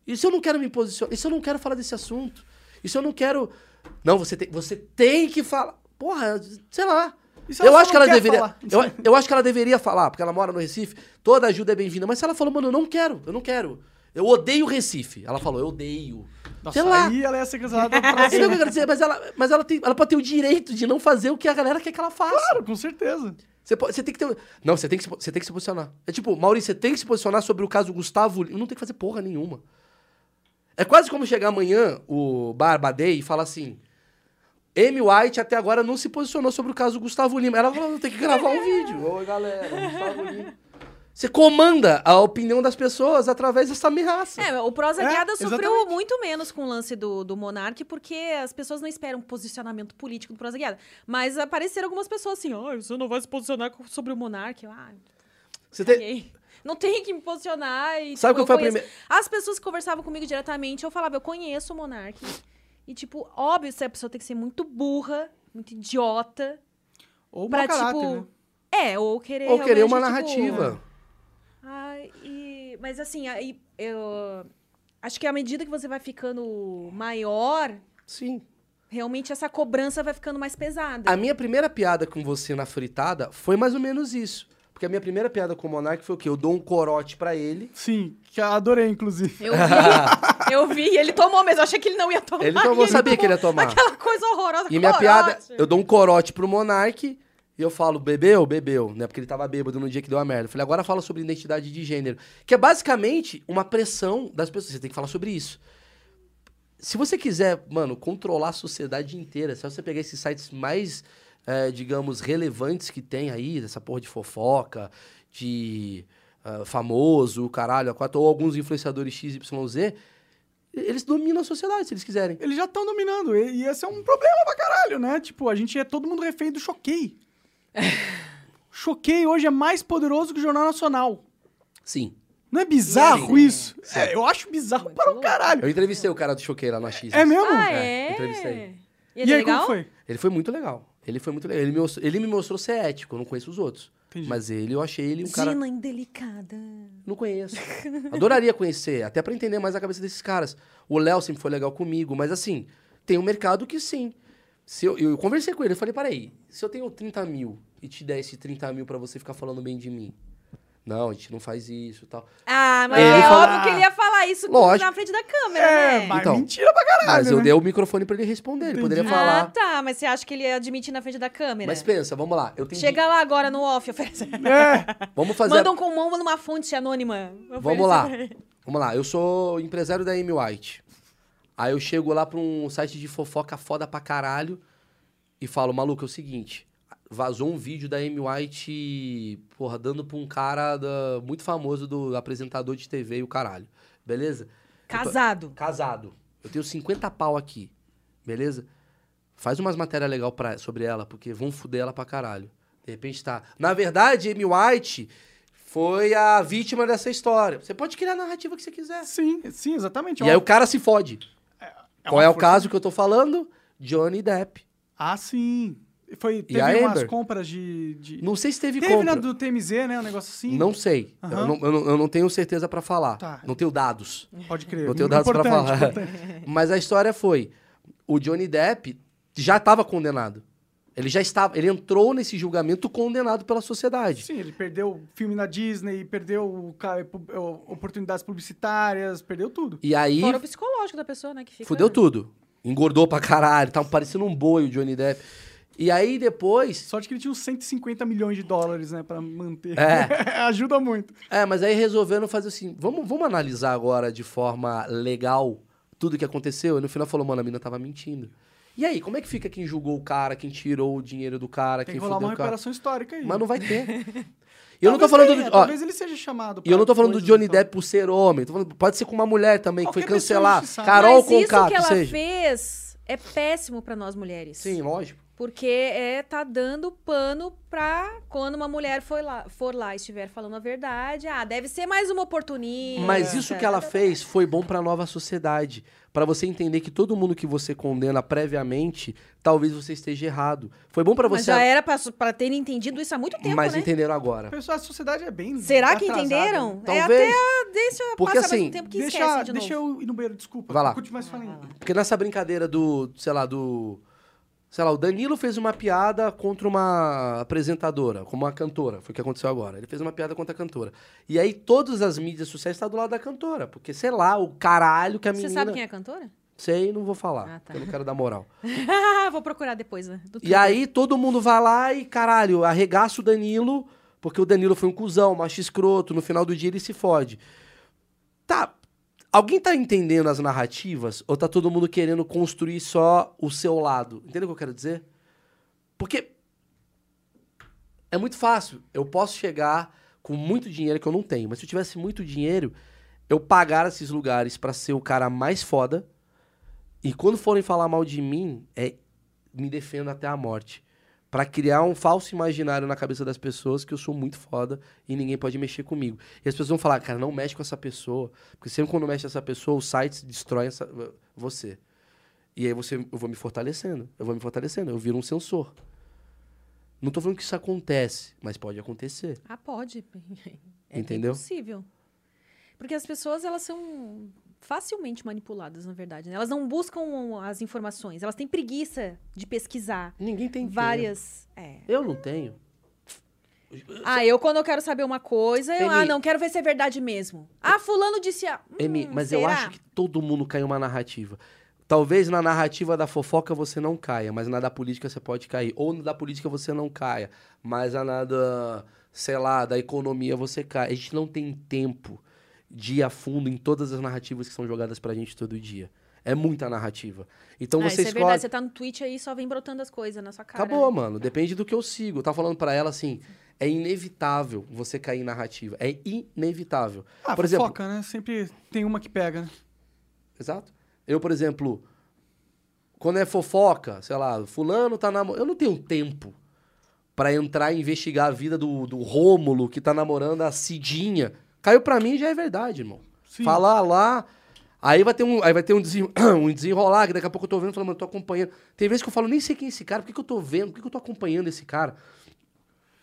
E se eu não quero me posicionar? E se eu não quero falar desse assunto? E se eu não quero. Não, você tem, você tem que falar. Porra, sei lá. E se ela Eu só acho que não ela quer deveria. falar? Eu, eu acho que ela deveria falar, porque ela mora no Recife, toda ajuda é bem-vinda. Mas se ela falou, mano, eu não quero, eu não quero. Eu odeio o Recife. Ela falou, eu odeio. Nossa, sei lá. aí ela ia ser cancelada [LAUGHS] pra Entendeu o que sempre. eu quero dizer? Mas, ela, mas ela, tem, ela pode ter o direito de não fazer o que a galera quer que ela faça. Claro, com certeza. Você, pode- você tem que ter. um, Não, você tem que, se po- você tem que se posicionar. É tipo, Maurício, você tem que se posicionar sobre o caso Gustavo Lima. Não tem que fazer porra nenhuma. É quase como chegar amanhã o Barbadei e falar assim. Amy White até agora não se posicionou sobre o caso Gustavo Lima. Ela falou, tem que gravar um vídeo. [LAUGHS] Oi, galera, Gustavo Lima. Você comanda a opinião das pessoas através dessa ameaça. É, o Prosa Guiada É, sofreu exatamente. muito menos com o lance do, do Monark, porque as pessoas não esperam posicionamento político do Prosa Guiada. Mas apareceram algumas pessoas assim, ah, você não vai se posicionar co- sobre o Monark. Eu, Ah, Você tem- caguei. Não tem que me posicionar. E, Sabe tipo, qual foi a eu conheço- primeira- As pessoas que conversavam comigo diretamente, eu falava, eu conheço o Monark. E, tipo, óbvio, essa pessoa tem que ser muito burra, muito idiota. Ou pra, mau caráter, tipo. né? É, ou querer. Ou querer realmente, uma tipo, narrativa. Ai, e- mas assim, aí eu acho que à medida que você vai ficando maior, Sim. realmente essa cobrança vai ficando mais pesada. A minha primeira piada com você na fritada foi mais ou menos isso. Porque a minha primeira piada com o Monark foi o quê? Eu dou um corote pra ele. Sim, que eu adorei, inclusive. Eu [LAUGHS] vi, eu vi, e ele tomou, mas eu achei que ele não ia tomar. Ele tomou, e sabia que ele ia tomar. Aquela coisa horrorosa. E minha Tá corote. piada, eu dou um corote pro Monark e eu falo, bebeu? Bebeu, né? Porque ele tava bêbado no dia que deu a merda. Eu falei, agora fala sobre identidade de gênero. Que é basicamente uma pressão das pessoas. Você tem que falar sobre isso. Se você quiser, mano, controlar a sociedade inteira, se você pegar esses sites mais, eh, digamos, relevantes que tem aí, dessa porra de fofoca, de ah, famoso, caralho, a quatro, ou alguns influenciadores XYZ, eles dominam a sociedade, se eles quiserem. [LAUGHS] Eles já estão dominando. E, e esse é um problema pra caralho, né? Tipo, a gente é todo mundo refém do choquei. Choquei hoje é mais poderoso que o Jornal Nacional. Sim. Não é bizarro Sim. isso? É, eu acho bizarro para o caralho. Eu entrevistei o cara do Choquei lá na X. É mesmo? Ah, É, é? entrevistei. E ele é aí, legal? como foi? Ele foi muito legal. Ele foi muito legal. Ele me, mos- ele me mostrou ser ético, eu não conheço os outros. Entendi. Mas ele, eu achei ele um cara. Gina indelicada. Não conheço. Adoraria conhecer, até pra entender mais a cabeça desses caras. O Léo sempre foi legal comigo, mas assim, tem um mercado que sim. Se eu, eu conversei com ele, eu falei, peraí, se eu tenho 30 mil e te der esse 30 mil pra você ficar falando bem de mim. Não, a gente não faz isso e tal. Ah, mas Ele é falou- óbvio que ele ia falar isso Lógico. na frente da câmera, É, né? mas Então, mentira pra caralho. Mas eu né? dei o microfone pra ele responder, ele poderia Entendi. Ah, falar. tá. Mas você acha que ele ia admitir na frente da câmera? Mas pensa, vamos lá. Eu tenho Chega um lá agora no off, oferece. É, Vamos fazer. Mandam com mão numa fonte anônima. assim, Vamos lá. Oferece- Vamos lá. Eu sou empresário da Amy White. Aí eu chego lá pra um site de fofoca foda pra caralho e falo, maluco, é o seguinte. Vazou um vídeo da Amy White, porra, dando pra um cara da- muito famoso do apresentador de TV e o caralho. Beleza? Casado. Casado. Eu tenho 50 pau aqui. Beleza? Faz umas matérias legais pra- sobre ela, porque vão fuder ela pra caralho. De repente tá. Na verdade, Amy White foi a vítima dessa história. Você pode criar a narrativa que você quiser. É, sim, sim, exatamente. E aí o cara se fode. É Qual uma é o força- caso que eu tô falando? Johnny Depp. Ah, sim. Foi, teve a umas Amber? compras de... de- Não sei se teve, Teve na compra. do TMZ, né? Um negócio assim. Não sei. Aham. Eu, não, eu não- eu não tenho certeza pra falar. Tá. Não tenho dados. Pode crer. Não tenho Muito dados pra importante, falar. importante. Mas a história foi: o Johnny Depp já estava condenado. Ele já estava, ele entrou nesse julgamento condenado pela sociedade. Sim, ele perdeu filme na Disney, perdeu o ca- pu- o- oportunidades publicitárias, perdeu tudo. E aí Fora o psicológico da pessoa, né? Que fica... fudeu tudo. Engordou pra caralho, tava parecendo um boi o Johnny Depp. E aí depois, Sorte que ele tinha uns 150 milhões de dólares, né, pra manter. É. [LAUGHS] Ajuda muito. É, mas aí resolvendo fazer assim, vamos, vamos analisar agora de forma legal tudo que aconteceu. E no final falou, mano, a mina tava mentindo. E aí, como é que fica quem julgou o cara, quem tirou o dinheiro do Tem cara, que quem rolar É fudeu uma o cara? recuperação histórica aí. Mas não vai ter. [LAUGHS] E eu não tô falando Talvez do. tenha, ó, Talvez ele seja chamado. então. e eu não tô falando do Johnny Depp Depp. por ser homem. Tô falando- pode ser com uma mulher também, que foi Qualquer pessoa cancelar. injustiçada. Carol Mas isso Conká, que que ela seja. fez é péssimo pra nós mulheres. Sim, lógico. Porque é, tá dando pano pra quando uma mulher foi lá, for lá e estiver falando a verdade. Ah, deve ser mais uma oportunista. Mas isso que é ela fez foi bom pra nova sociedade, Pra você entender que todo mundo que você condena previamente, talvez você esteja errado. Foi bom pra Mas você já era pra, pra ter entendido isso há muito tempo, mas né? entenderam agora. Pessoal, a sociedade é bem. Será que atrasada. né? entenderam? Talvez. É até a... Deixa Porque, passar mais assim, um tempo que Deixa, esquecem de deixa novo. eu ir no banheiro, desculpa. Vai lá. Curte mais falando. Porque nessa brincadeira do, sei lá, do. Sei lá, o Danilo fez uma piada contra uma apresentadora, como uma cantora, foi o que aconteceu agora. Ele fez uma piada contra a cantora. E aí todas as mídias sociais estão do lado da cantora, porque sei lá, o caralho que a Você menina. sabe quem é a cantora? Sei, não vou falar, Ah, tá. porque eu não quero dar moral. Ah, Vou procurar depois, né? do E Twitter. aí todo mundo vai lá e, caralho, arregaça o Danilo, porque o Danilo foi um cuzão, macho escroto, no final do dia ele se fode. Tá. Alguém tá entendendo as narrativas ou tá todo mundo querendo construir só o seu lado? Entendeu o que eu quero dizer? Porque é muito fácil. Eu posso chegar com muito dinheiro que eu não tenho, mas se eu tivesse muito dinheiro, eu pagar esses lugares pra ser o cara mais foda. E quando forem falar mal de mim, é me defendo até a morte. Pra criar um falso imaginário na cabeça das pessoas que eu sou muito foda e ninguém pode mexer comigo. E as pessoas vão falar, cara, não mexe com essa pessoa. Porque sempre quando mexe essa pessoa, os sites destroem essa- você. E aí você, eu vou me fortalecendo, eu vou me fortalecendo, eu viro um sensor. Não tô falando que isso acontece, mas pode acontecer. Ah, pode. É Entendeu? possível. Porque as pessoas, elas são facilmente manipuladas, na verdade. né? Elas não buscam as informações. Elas têm preguiça de pesquisar Ninguém tem tempo. várias... É. Eu não tenho. Ah, eu quando eu quero saber uma coisa, eu... Ah, Emi. não, quero ver se é verdade mesmo. Ah, fulano disse... Ah, hum, Emi, mas eu será? acho que todo mundo cai em uma narrativa. Talvez na narrativa da fofoca você não caia, mas na da política você pode cair. Ou na da política você não caia, mas a na da, sei lá, da economia você cai. A gente não tem tempo de ir a fundo em todas as narrativas que são jogadas pra gente todo dia. É muita narrativa. Então ah, você isso é escolhe. verdade. Você tá no Twitch aí, só vem brotando as coisas na sua cara. né? Tá. Acabou, mano. Depende do que eu sigo. Eu tava falando pra ela assim, é inevitável você cair em narrativa. É inevitável. Ah, Por exemplo, fofoca, né? Sempre tem uma que pega, né? Exato. Eu, por exemplo, quando é fofoca, sei lá, fulano tá namorando. Eu não tenho tempo pra entrar e investigar a vida do, do Rômulo, que tá namorando a Cidinha. Caiu pra mim já é verdade, irmão. Sim. Falar lá. Aí vai ter um, aí vai ter um, desen- [COUGHS] um desenrolar, que daqui a pouco eu tô vendo, falando, mano, eu tô acompanhando. Tem vezes que eu falo, nem sei quem é esse cara, por que, que eu tô vendo, por que, que eu tô acompanhando esse cara?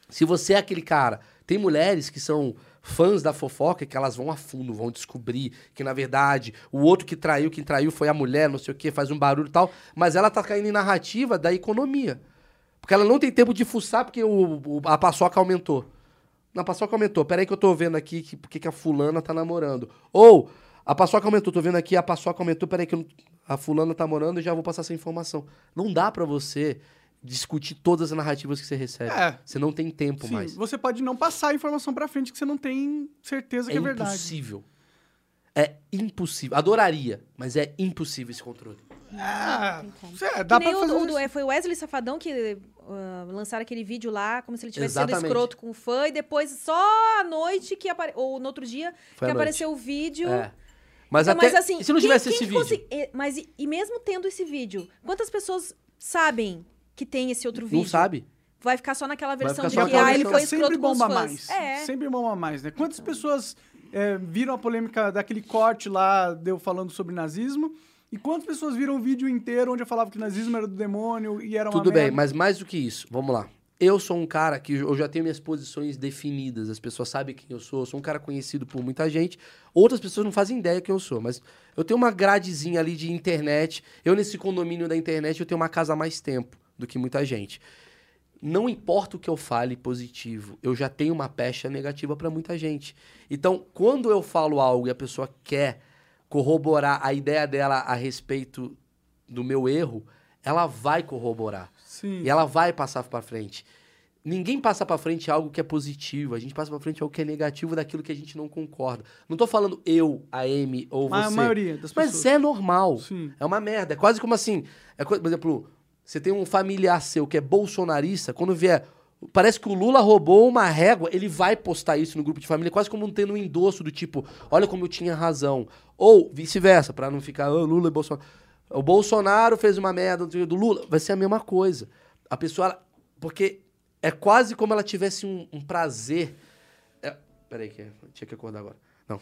Se você é aquele cara, tem mulheres que são fãs da fofoca que elas vão a fundo, vão descobrir que na verdade o outro que traiu, quem traiu foi a mulher, não sei o que, faz um barulho e tal, mas ela tá caindo em narrativa da economia. Porque ela não tem tempo de fuçar porque o, o- a paçoca aumentou. Na paçoca aumentou, peraí que eu tô vendo aqui que, porque que a fulana tá namorando. Ou, a paçoca aumentou, tô vendo aqui, a paçoca aumentou, peraí que eu não- a fulana tá morando e já vou passar essa informação. Não dá pra você discutir todas as narrativas que você recebe. É. Você não tem tempo Sim, mais. você pode não passar a informação pra frente que você não tem certeza É que é verdade. impossível. É impossível. Adoraria, mas é impossível esse controle. É, Ah, Não tem como. cê- Que dá nem pra o, fazer o do- isso. é, foi o Wesley Safadão que ah, lançaram aquele vídeo lá, como se ele tivesse Exatamente. sendo escroto com o fã, e depois só à noite que apare... ou no outro dia Foi à que noite. apareceu o vídeo. É. Mas Então, até mas assim, e se não quem- tivesse quem esse que vídeo, consi- e- mas e, e mesmo tendo esse vídeo, quantas pessoas sabem que tem esse outro vídeo? não sabe? Vai ficar só naquela Vai versão ficar de só que naquela ah, ele versão. foi sempre escroto com os bomba fãs. mais. É. Então. Sempre bomba mais, né? Quantas pessoas é, viram a polêmica daquele corte lá, de eu falando sobre nazismo? E quantas pessoas viram o vídeo inteiro onde eu falava que nazismo era do demônio e era uma Tudo bem, merda? mas mais do que isso, vamos lá. Eu sou um cara que eu já tenho minhas posições definidas, as pessoas sabem quem eu sou, eu sou um cara conhecido por muita gente. Outras pessoas não fazem ideia quem eu sou, mas eu tenho uma gradezinha ali de internet. Eu nesse condomínio da internet, eu tenho uma casa há mais tempo do que muita gente. Não importa o que eu fale positivo, eu já tenho uma pecha negativa pra muita gente. Então, quando eu falo algo e a pessoa quer corroborar a ideia dela a respeito do meu erro, ela vai corroborar. Sim. E ela vai passar pra frente. Ninguém passa pra frente algo que é positivo, a gente passa pra frente algo que é negativo daquilo que a gente não concorda. Não tô falando eu, a Amy ou Mas você. a maioria das mas pessoas. é normal. Sim. É uma merda. É quase como assim. É, co- por exemplo, você tem um familiar seu que é bolsonarista, quando vier. Parece que o Lula roubou uma régua, ele vai postar isso no grupo de família, quase como um tendo um endosso do tipo, olha como eu tinha razão. Ou vice-versa, pra não ficar, "Ah, Lula e Bolsonaro. O Bolsonaro fez uma merda não sei o quê, do Lula, vai ser a mesma coisa. A pessoa. ela- Porque é quase como ela tivesse um, um prazer. É, peraí, que eu tinha que acordar agora. Não.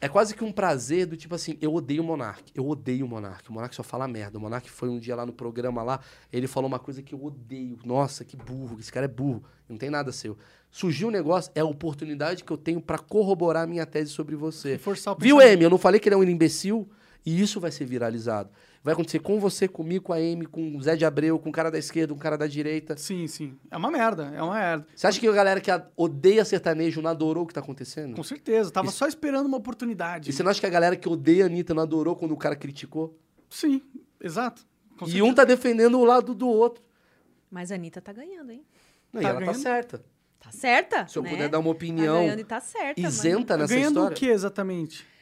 É quase que um prazer do tipo assim, eu odeio o Monark, eu odeio o Monark, o Monark só fala merda, o Monark foi um dia lá no programa lá, ele falou uma coisa que eu odeio, nossa, que burro, esse cara é burro, não tem nada seu. Surgiu um negócio, é a oportunidade que eu tenho pra corroborar a minha tese sobre você. Forçar o Viu, pensamento. Amy, eu não falei que ele é um imbecil? E isso vai ser viralizado. Vai acontecer com você, comigo, com a Amy, com o Zé de Abreu, com o cara da esquerda, com o cara da direita. Sim, sim. É uma merda, é uma merda. Você acha que a galera que a- odeia sertanejo não adorou o que tá acontecendo? Com certeza, tava Isso- só esperando uma oportunidade. E você não acha que a galera que odeia a Anitta não adorou quando o cara criticou? Sim, exato. Com E certeza. um tá defendendo o lado do outro. Mas a Anitta tá ganhando, hein? Não, e Tá ela tá ganhando. certa. Tá certa? Se eu né? puder dar uma Tá opinião ganhando e tá certa. mas- isenta nessa Ganhando história. o que exatamente?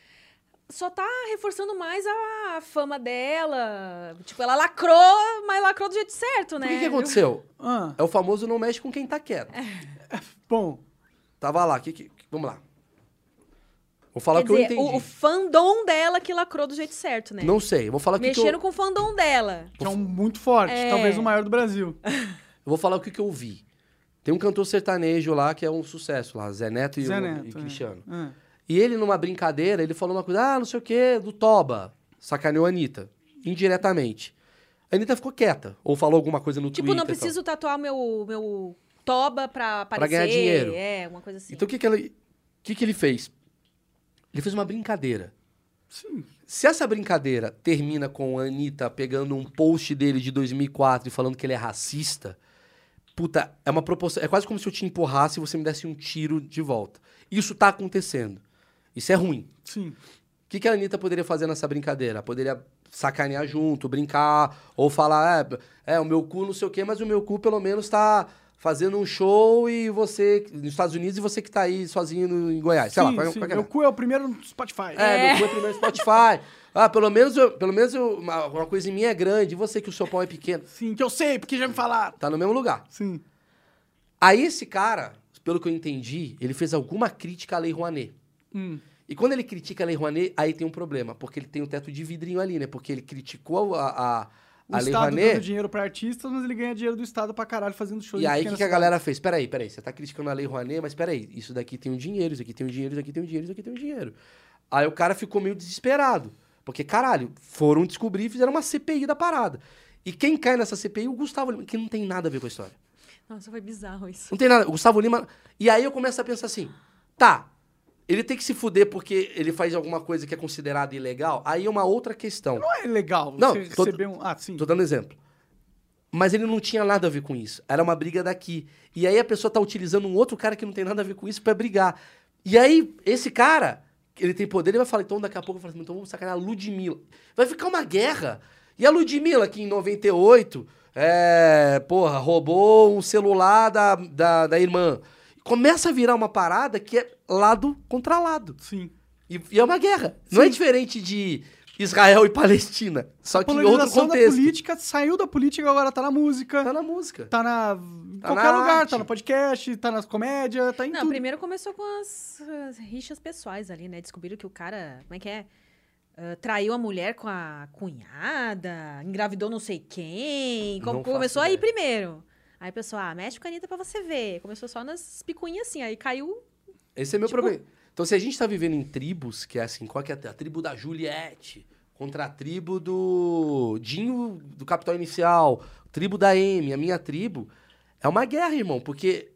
Só tá reforçando mais a fama dela. Tipo, ela lacrou, mas lacrou do jeito certo, né? O que, que aconteceu? Ah, é, É o famoso não mexe com quem tá quieto. É. bom. Tava lá, que, que- vamos lá. Vou falar Quer o que dizer, eu entendi. O, o fandom dela que lacrou do jeito certo, né? Não sei, eu vou falar o que, que eu... Mexeram com o fandom dela. Que é um muito forte, É. talvez o maior do Brasil. Eu vou falar o que, que eu vi. Tem um cantor sertanejo lá que é um sucesso lá, Zé Neto e, Zé o, Neto, e é. Cristiano. Ah, E ele, numa brincadeira, ele falou uma coisa, ah, não sei o quê, do Toba. Sacaneou a Anitta, indiretamente. A Anitta ficou quieta, ou falou alguma coisa no Tipo, Twitter. não e tal. preciso tatuar meu, meu toba pra aparecer. ganhar dinheiro. É, uma coisa assim. Então o que, que, ela- o que, que ele fez? Ele fez uma brincadeira. Sim. Se essa brincadeira termina com a Anitta pegando um post dele de 2004 e falando que ele é racista, puta, é uma proporção. É quase como se eu te empurrasse e você me desse um tiro de volta. Isso tá acontecendo. Isso é ruim. Sim. O que, que a Anitta poderia fazer nessa brincadeira? Ela Poderia sacanear junto, brincar, ou falar, é, é, o meu cu não sei o quê, mas o meu cu pelo menos tá fazendo um show e você, nos Estados Unidos, e você que tá aí sozinho no- em Goiás. Sei sim, lá, qual- sim. qual que é? Meu cu é o primeiro no Spotify. É, meu cu é primeiro no Spotify. [LAUGHS] Ah, pelo menos, eu- pelo menos eu- uma, uma coisa em mim é grande, e você que o seu pau é pequeno. Sim, que eu sei, porque já me falaram. Tá no mesmo lugar. Sim. Aí esse cara, pelo que eu entendi, ele fez alguma crítica à Lei Rouanet. Hum. E quando ele critica a Lei Rouanet, aí tem um problema, porque ele tem um teto de vidrinho ali, né? Porque ele criticou a, a, o Ale Estado Rouanet- dando dinheiro pra artistas, mas ele ganha dinheiro do Estado pra caralho fazendo shows E em aí, o que, pequenas que a cidades. galera fez? Peraí, peraí, você tá criticando a Lei Rouanet, mas peraí, isso daqui tem um dinheiro, isso aqui tem um dinheiro, isso aqui tem um dinheiro, isso aqui tem um dinheiro. Aí o cara ficou meio desesperado. Porque, caralho, foram descobrir e fizeram uma CPI da parada. E quem cai nessa CPI? é O Gustavo Lima, que não tem nada a ver com a história. Nossa, foi bizarro isso. Não tem nada. O Gustavo Lima. E aí eu começo a pensar assim: tá, ele tem que se fuder porque ele faz alguma coisa que é considerada ilegal. Aí é uma outra questão. Não é legal Não, você tô- receber um... Ah, sim. Tô dando exemplo. Mas ele não tinha nada a ver com isso. Era uma briga daqui. E aí a pessoa tá utilizando um outro cara que não tem nada a ver com isso pra brigar. E aí, esse cara, ele tem poder, ele vai falar, então daqui a pouco eu falo assim, então vamos sacanear a Ludmilla. Vai ficar uma guerra. E a Ludmilla, que em 98, é, porra, roubou um celular da, da, da irmã. Começa a virar uma parada que é lado contra lado. Sim. E, e é uma guerra. Não é diferente de Israel e Palestina. Só A que em outro polarização da contexto. política saiu da política, agora tá na música, Tá na música. tá na... em Tá qualquer na lugar, arte. tá no podcast, tá nas comédias, tá em Não, tudo. primeiro começou com as, as rixas pessoais ali, né? Descobriram que o cara, como é que é? Ah, traiu a mulher com a cunhada, engravidou não sei quem. Co- Não faço começou aí ideia. primeiro. Aí o pessoal, ah, mexe com a Anitta pra você ver. Começou só nas picuinhas assim, aí caiu. Esse é meu Tipo- problema. Então, se a gente tá vivendo em tribos, que é assim, qual que é a, a tribo da Juliette contra a tribo do Dinho do Capital Inicial, tribo da M, a minha tribo, é uma guerra, irmão, porque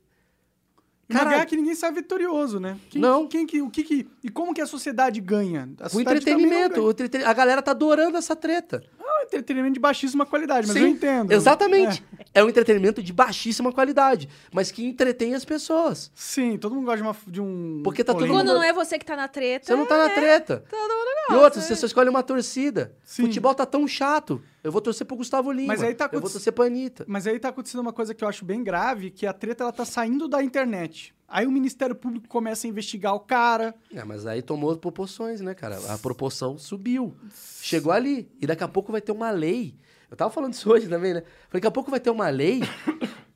Uma Caralho. guerra que ninguém sai vitorioso, né? Quem- Não. Quem, que, o que que... E como que a sociedade ganha? A o sociedade também não entretenimento, ganha. o entreten- a galera tá adorando essa treta. É um entretenimento de baixíssima qualidade, mas Sim, eu entendo. Exatamente. É. É. um entretenimento de baixíssima qualidade, mas que entretém as pessoas. Sim, todo mundo gosta de, uma, de um... Porque tá todo polêmica. Quando mundo- não é você que tá na treta. Você não É, tá na treta. E outra, você só escolhe uma torcida. Sim. Futebol tá tão chato. Eu vou torcer pro Gustavo Lima. Mas aí tá Eu vou aconte- torcer pra Anitta. Mas aí tá acontecendo uma coisa que eu acho bem grave, que a treta ela tá saindo da internet. Aí o Ministério Público começa a investigar o cara. É, mas aí tomou proporções, né, cara? A proporção subiu. Chegou ali. E daqui a pouco vai ter uma lei. Eu tava falando isso [LAUGHS] hoje também, né? Falei, daqui a pouco vai ter uma [COUGHS] lei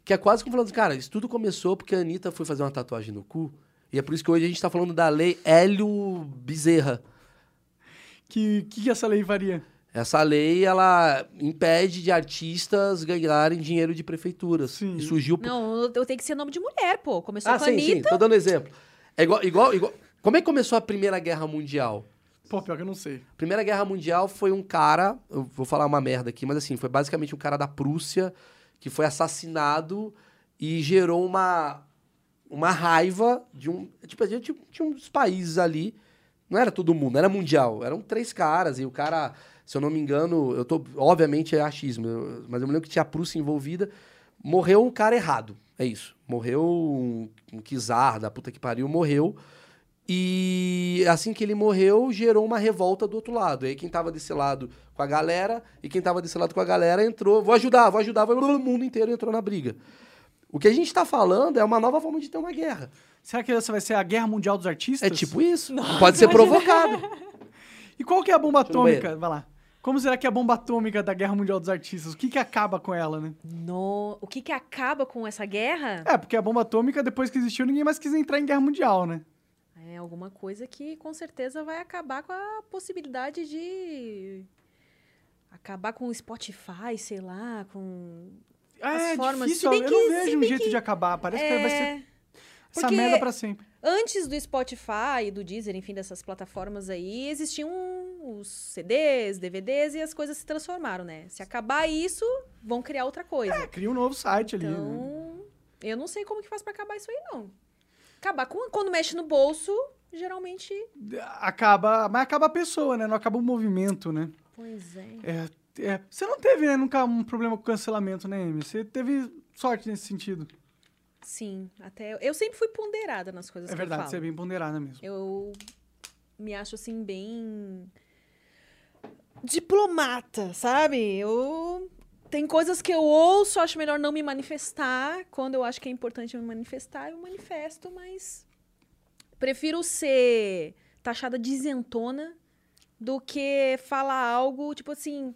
que é quase como falando, cara, isso tudo começou porque a Anitta foi fazer uma tatuagem no cu. E é por isso que hoje a gente tá falando da lei Hélio Bezerra. Que que que essa lei varia? Essa lei, ela impede de artistas ganharem dinheiro de prefeituras. Sim. E surgiu por Não, eu- eu tenho que ser nome de mulher, pô. Começou ah, com a sim, sim, Anitta. tô dando exemplo. É igual, igual, igual. Como é que começou a Primeira Guerra Mundial? Pô, pior que eu não sei. A Primeira Guerra Mundial foi um cara, eu vou falar uma merda aqui, mas assim, foi basicamente um cara da Prússia que foi assassinado e gerou uma, uma raiva de um. Tipo, tinha, tinha uns países ali. Não era todo mundo, era mundial. Eram três caras, e o cara, se eu não me engano, eu tô. Obviamente é achismo, eu- mas eu me lembro que tinha a Prússia envolvida. Morreu um cara errado. É isso. Morreu um, um czar da puta que pariu, morreu. E assim que ele morreu, gerou uma revolta do outro lado. E aí quem tava desse lado com a galera, e quem tava desse lado com a galera entrou, vou ajudar, vou ajudar, vai o mundo inteiro entrou na briga. O que a gente tá falando é uma nova forma de ter uma guerra. Será que essa vai ser a Guerra Mundial dos Artistas? É tipo isso. Pode ser provocado. E qual que é a bomba eu no banheiro. atômica? Vai lá. Como será que é a bomba atômica da Guerra Mundial dos Artistas? O que que acaba com ela, né? No... O que que acaba com essa guerra? É, porque a bomba atômica, depois que existiu, ninguém mais quis entrar em guerra mundial, né? É alguma coisa que com certeza vai acabar com a possibilidade de acabar com o Spotify, sei lá, com As É, formas, difícil. se Eu bem não que- se vejo um bem jeito de acabar. Parece que vai ser É, essa porque- merda pra sempre. antes do Spotify e do Deezer, enfim, dessas plataformas aí, existiam os CDs, DVDs e as coisas se transformaram, né? Se acabar isso, vão criar outra coisa. É, cria um novo site ali, né? Então, eu não sei como que faz pra acabar isso aí não. Acabar com quando mexe no bolso, geralmente, Acaba, mas acaba a pessoa, né? Não acaba o movimento, né? pois é. É, é. Você não teve né, nunca um problema com cancelamento, né, Amy? Você teve sorte nesse sentido. Sim, até. Eu sempre fui ponderada nas coisas é que verdade, eu você é falo. bem ponderada mesmo. Eu me acho assim, bem. diplomata, sabe? Eu. Tem coisas que eu ouço, acho melhor não me manifestar. Quando eu acho que é importante eu me manifestar, eu manifesto, mas. Prefiro ser taxada de isentona do que falar algo, tipo assim.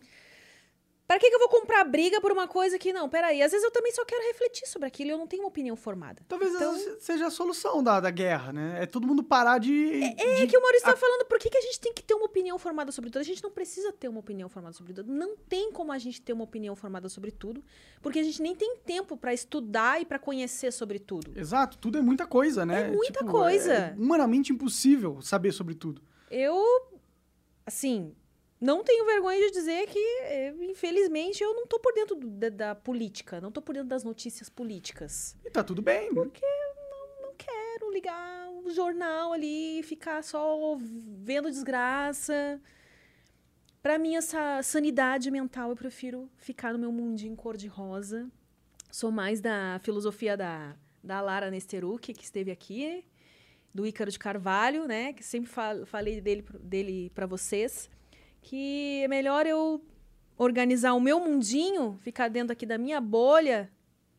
Pra que, que eu vou comprar briga por uma coisa que não? Peraí, às vezes eu também só quero refletir sobre aquilo e eu não tenho uma opinião formada. Talvez Então- essa seja a solução da, da guerra, né? É todo mundo parar de. É de- que o Maurício tá falando, por que, que a gente tem que ter uma opinião formada sobre tudo? A gente não precisa ter uma opinião formada sobre tudo. Não tem como a gente ter uma opinião formada sobre tudo, porque a gente nem tem tempo pra estudar e pra conhecer sobre tudo. Exato, tudo é muita coisa, né? É muita coisa. é humanamente impossível saber sobre tudo. Eu, assim, não tenho vergonha de dizer que, eh, infelizmente, eu não tô por dentro do- da, da política, não tô por dentro das notícias políticas. E tá tudo bem. Quero ligar o jornal ali e ficar só vendo desgraça. Pra mim, essa sanidade mental, eu prefiro ficar no meu mundinho cor-de-rosa. Sou mais da filosofia da, da Lara Nesteruk, que esteve aqui, do Ícaro de Carvalho, né? Que sempre fa- falei dele, pro- dele para vocês. Que é melhor eu organizar o meu mundinho, ficar dentro aqui da minha bolha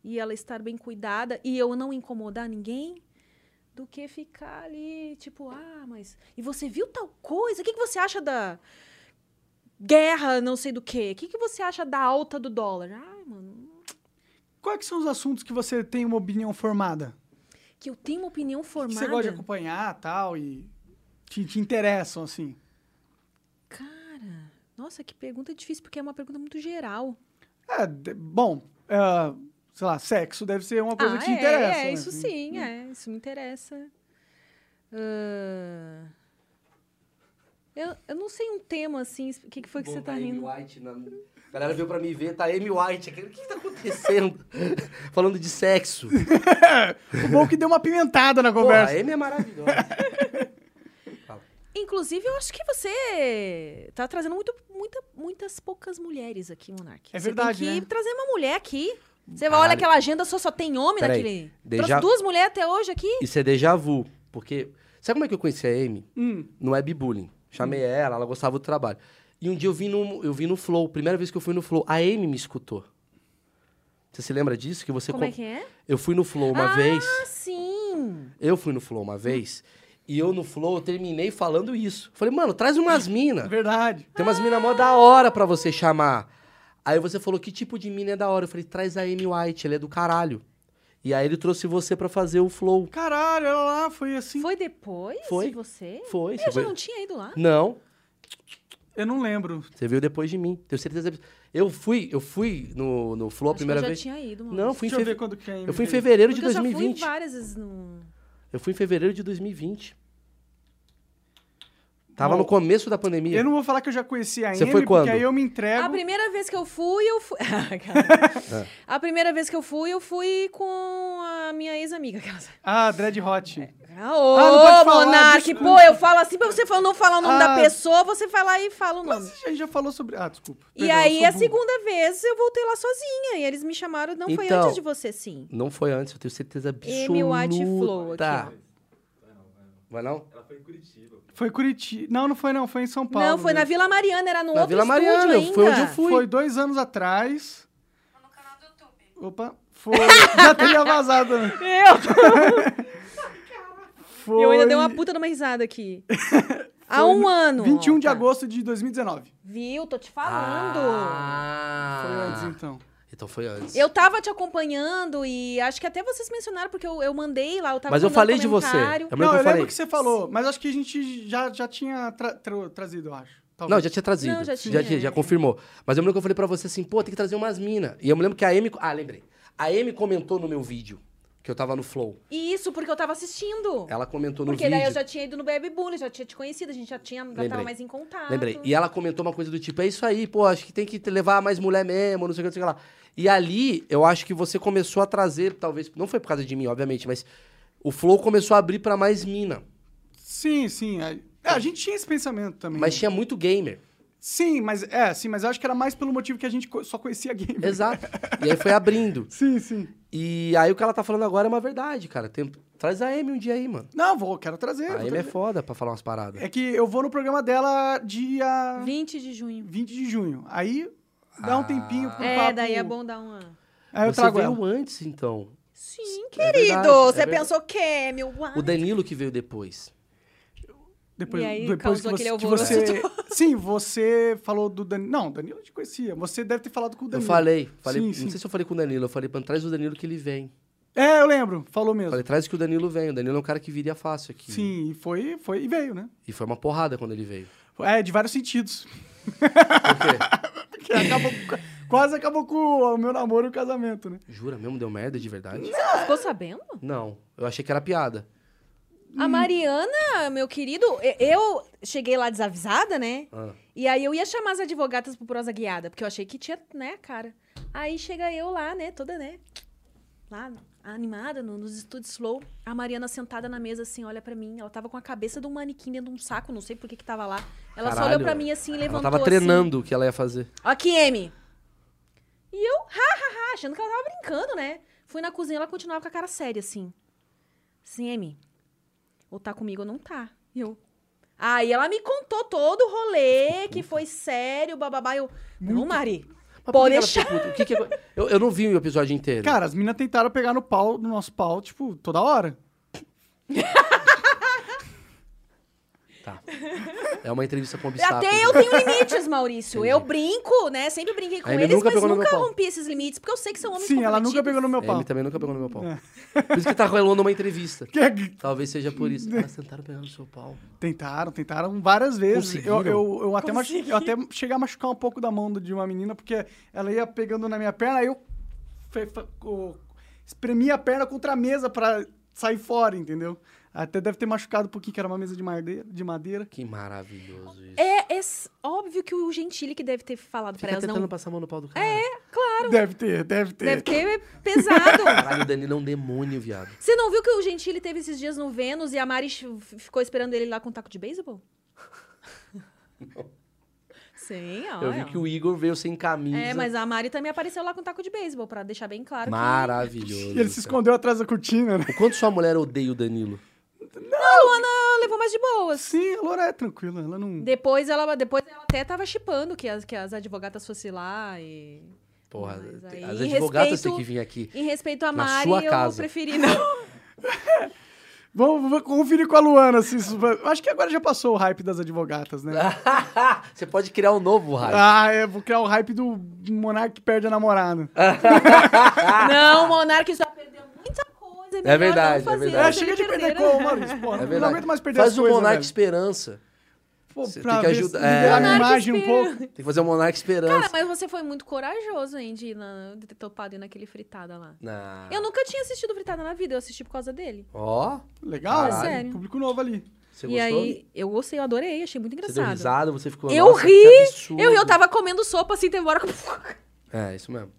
e ela estar bem cuidada e eu não incomodar ninguém, do que ficar ali, tipo, ah, mas. E você viu tal coisa? O que, que você acha da guerra, não sei do quê? O que, que você acha da alta do dólar? Ai, mano. Quais é que são os assuntos que você tem uma opinião formada? que eu tenho uma opinião Que formada. você gosta de acompanhar tal e te, te interessam, assim. Cara, nossa, que pergunta difícil, porque é uma pergunta muito geral. É, de- bom, ah, sei lá, sexo deve ser uma coisa ah, que te é, interessa. é, né? isso sim, é, isso me interessa. Ah, eu, eu não sei um tema assim, o que, que [LAUGHS] foi que você tá rindo? White na... A galera veio pra me ver, tá Amy White. aquele- O que, que tá acontecendo? [LAUGHS] Falando de sexo. O bom é que deu uma pimentada na Porra, conversa. a Amy é maravilhosa. Inclusive, eu acho que você tá trazendo muito, muita, muitas poucas mulheres aqui, Monark. É Você verdade, Tem que né? trazer uma mulher aqui. Você Caralho. olha aquela agenda, só, só tem homem Peraí, naquele. deixa- Trouxe duas mulheres até hoje aqui. Isso é déjà vu. Porque. Sabe como é que eu conheci a Amy? Hum. No webbullying. Chamei Hum. ela, ela gostava do trabalho. E um dia eu vim no, eu vim no Flow, primeira vez que eu fui no Flow, a Amy me escutou. Você se lembra disso? Que você Como é com- que é? Eu fui no Flow uma Ah, vez. Ah, sim! Eu fui no Flow uma vez. E eu no Flow eu terminei falando isso. Falei, mano, traz umas minas. é Verdade. Tem umas minas mó da hora pra você chamar. Aí você falou, que tipo de mina é da hora? Eu falei, traz a Amy White, ela é do caralho. E aí ele trouxe você pra fazer o Flow. Caralho, olha lá, foi assim. Foi depois Foi. de você? Foi. Eu você já foi- não tinha ido lá. Não, Eu não lembro. você veio depois de mim. Tenho certeza. abs- Eu fui, eu fui no, no Flow a Acho que primeira eu já vez. tinha ido, mano. Não, eu fui em, Deixa eu ver feve- quando que é, a Amy eu fui em fez. fevereiro de Porque eu já fui 2020. várias vezes no... Eu fui em fevereiro de 2020. Tava Bom, no começo da pandemia. Eu não vou falar que eu já conheci a Amy, Você foi quando? porque aí eu me É A entrego. primeira vez que eu fui, eu fui... [LAUGHS] [LAUGHS] Ah, cara. A primeira vez que eu fui, eu fui com a minha ex-amiga. aquelas- Ah, Dread Hot. Ah, ô, Ah, não pode falar, Monark! desculpa. Pô, eu falo assim pra você falar- não falar o nome Ah. da pessoa, você vai lá e fala o nome. Mas a gente já falou sobre. Ah, desculpa. E Perdão, eu aí, sou a burro. segunda vez, eu voltei lá sozinha. E eles me chamaram, não foi Então. antes de você, sim. Não foi antes, eu tenho certeza absoluta. Amy White Flow aqui, É um ó. Vai não? Ela foi em Curitiba. Foi Curitiba. Não, não foi, não. Foi em São Paulo. não, foi na mesmo. Vila Mariana, era no Na outro Vila estúdio Mariana, ainda. foi onde eu fui. Foi dois anos atrás. No canal do YouTube. Opa, foi. [LAUGHS] já teria vazado. né? [LAUGHS] Eu! Foi. Eu ainda dei uma puta numa risada aqui. [LAUGHS] Há um ano. 21 de Alta. agosto de 2019. Viu? Tô te falando. Ah. Foi antes, Ah, então. então foi antes. Eu tava te acompanhando e acho que até vocês mencionaram, porque eu, eu mandei lá, eu tava Mas eu mandando falei de você. comentário. Eu não, lembro É que eu eu falei. lembro que você falou, mas acho que a gente já, já tinha tra- tra- trazido, eu acho. Talvez. Não, já tinha trazido. Não, já já, tinha, tinha, já é. confirmou. Mas eu lembro que eu falei pra você assim, pô, tem que trazer umas minas. E eu me lembro que a Amy... Ah, lembrei. A Amy comentou no meu vídeo, que eu tava no Flow. E isso, porque eu tava assistindo. Ela comentou no porque vídeo. daí eu já tinha ido no Baby Bully, já tinha te conhecido, a gente já, tinha, já tava Lembrei. mais em contato. Lembrei. E ela comentou uma coisa do tipo, é isso aí, pô, acho que tem que levar mais mulher mesmo, não sei o que, não sei o que lá. E ali, eu acho que você começou a trazer, talvez, não foi por causa de mim, obviamente, mas o Flow começou a abrir pra mais mina. Sim, sim. A, é, a gente tinha esse pensamento também. né? Mas tinha muito gamer. Sim, mas é, sim, mas eu acho que era mais pelo motivo que a gente co- só conhecia game. Exato. E aí foi abrindo. Sim, sim. E aí o que ela tá falando agora é uma verdade, cara. Tem- Traz a Amy um dia aí, mano. Não, vou, quero trazer. A vou Amy é trazer. foda pra falar umas paradas. É que eu vou no programa dela dia 20 de junho. 20 de junho. Aí dá um Ah. tempinho pro É, papo- daí é bom dar uma. Aí É, eu você trago veio ela. antes, então. Sim, É querido! verdade, é você verdade. Ah, é pensou o quê, meu? O Danilo que veio depois. Depois, E aí depois que causou você, aquele que alvoroço você- [LAUGHS] Sim, você falou do Danilo. Não, Danilo eu te conhecia. Você deve ter falado com o Eu Danilo. falei, falei Sim, não sim. sei se eu falei com o Danilo, eu falei, pra traz o Danilo que ele vem. É, eu lembro. Falou mesmo. Falei, traz que o Danilo vem. O Danilo é um cara que viria fácil aqui. Sim, e foi, foi e veio, né? E foi uma porrada quando ele veio. É, de vários sentidos. Por quê? [LAUGHS] Porque acabou, com- quase acabou com o meu namoro e o casamento, né? Jura mesmo? Deu merda de verdade? Ficou sabendo? Não. Eu achei que era piada. Hum. A Mariana, meu querido, e- eu cheguei lá desavisada, né? Ah. E aí eu ia chamar as advogadas pro prosa guiada, porque eu achei que tinha, né, cara. Aí chega eu lá, né, toda, né, lá animada, no- nos estúdios slow, a Mariana sentada na mesa assim, olha pra mim, ela tava com a cabeça de um manequim dentro de um saco, não sei por que que tava lá. Ela só Caralho. olhou pra mim assim, e levantou Ela tava assim. treinando o que ela ia fazer. Ó aqui, M. E eu, ha, ha, ha, achando que ela tava brincando, né? Fui na cozinha, ela continuava com a cara séria, assim. Assim, M, ou tá comigo ou não tá. E eu... Aí ela me contou todo o rolê, que foi sério, bababá. Eu, não, Mari, Mas por pode que ela deixar. ficou puta? O que que é- eu, eu não vi o episódio inteiro. Cara, as meninas tentaram pegar no pau, no nosso pau, tipo, toda hora. É uma entrevista com obstáculos. Até eu tenho limites, Maurício. Entendi. Eu brinco, né? Sempre brinquei com A Amy eles, nunca mas pegou no meu nunca pau. rompi esses limites, porque eu sei que são homens Sim, ela nunca comprometidos. pegou no meu A pau. É. Amy É, também nunca pegou no meu pau. Por isso que tá rolando uma entrevista. [LAUGHS] Que- é- Talvez seja por [LAUGHS] isso. Elas tentaram pegar no seu pau. Tentaram, tentaram várias vezes. Eu, Conseguiram? eu, eu, até machu... Consegui. eu até cheguei a machucar um pouco da mão de uma menina, porque ela ia pegando na minha perna, aí eu fe- fe- co- espremi a perna contra a mesa pra sair fora, entendeu? Até deve ter machucado um pouquinho, que era uma mesa de madeira. De madeira. Que maravilhoso isso. É, é s- óbvio que o Gentili que deve ter falado pra Fica elas, tentando não. passar a mão no pau do cara. É. Deve ter, deve ter. Deve ter [LAUGHS] pesado. Caralho, o Danilo é um demônio, viado. Você não viu que o Gentili teve esses dias no Vênus e a Mari ch- f- ficou esperando ele lá com um taco de [LAUGHS] beisebol? Sim, ó. eu vi ó. que o Igor veio sem camisa. É, mas a Mari também apareceu lá com um taco de beisebol, pra deixar bem claro Maravilhoso. E ele se cara. escondeu atrás da cortina, né? O quanto sua mulher odeia o Danilo? que... A Luana levou mais de boas. Sim, a Laura é tranquila, ela não... Depois ela, depois ela até tava chipando que as, que as advogadas fossem lá e... Porra, Mas te- aí, as em advogadas têm respeito- que vir aqui. [LAUGHS] Em respeito à Na Mari, sua eu casa. preferi [LAUGHS] não. Vamos, vamos conferir com a Luana se isso vai- Acho que agora já passou o hype das advogatas, né? Ah, Você pode criar um novo raio. Ah, é, vou criar o hype do monarca que perde a namorada. É. não, Monark já perdeu muita coisa. melhor não verdade, é fazer, verdade. É, não se chega de ele perder perder. gol, Maurício. Porra, é não verdade. aguento mais perder Faz as o coisas, Monarca velho. Esperança. Pô, Você pra tem que ver se ajudar- liberar é. a imagem um Monarca espera. pouco. Tem que fazer o Monarca Cara, Esperança. mas você foi muito corajoso, hein, de, ir na, de ter topado ir naquele fritada lá. Na- Eu nunca tinha assistido fritada na vida, eu assisti por causa dele. Ó, Legal, assim, É sério. público novo ali. você e gostou? aí, eu gostei, eu adorei, achei muito Você deu engraçado. risada, você ficou. Eu "Nossa, que ri, absurdo." eu, eu tava comendo sopa assim, teve uma [LAUGHS] hora que. É, isso mesmo.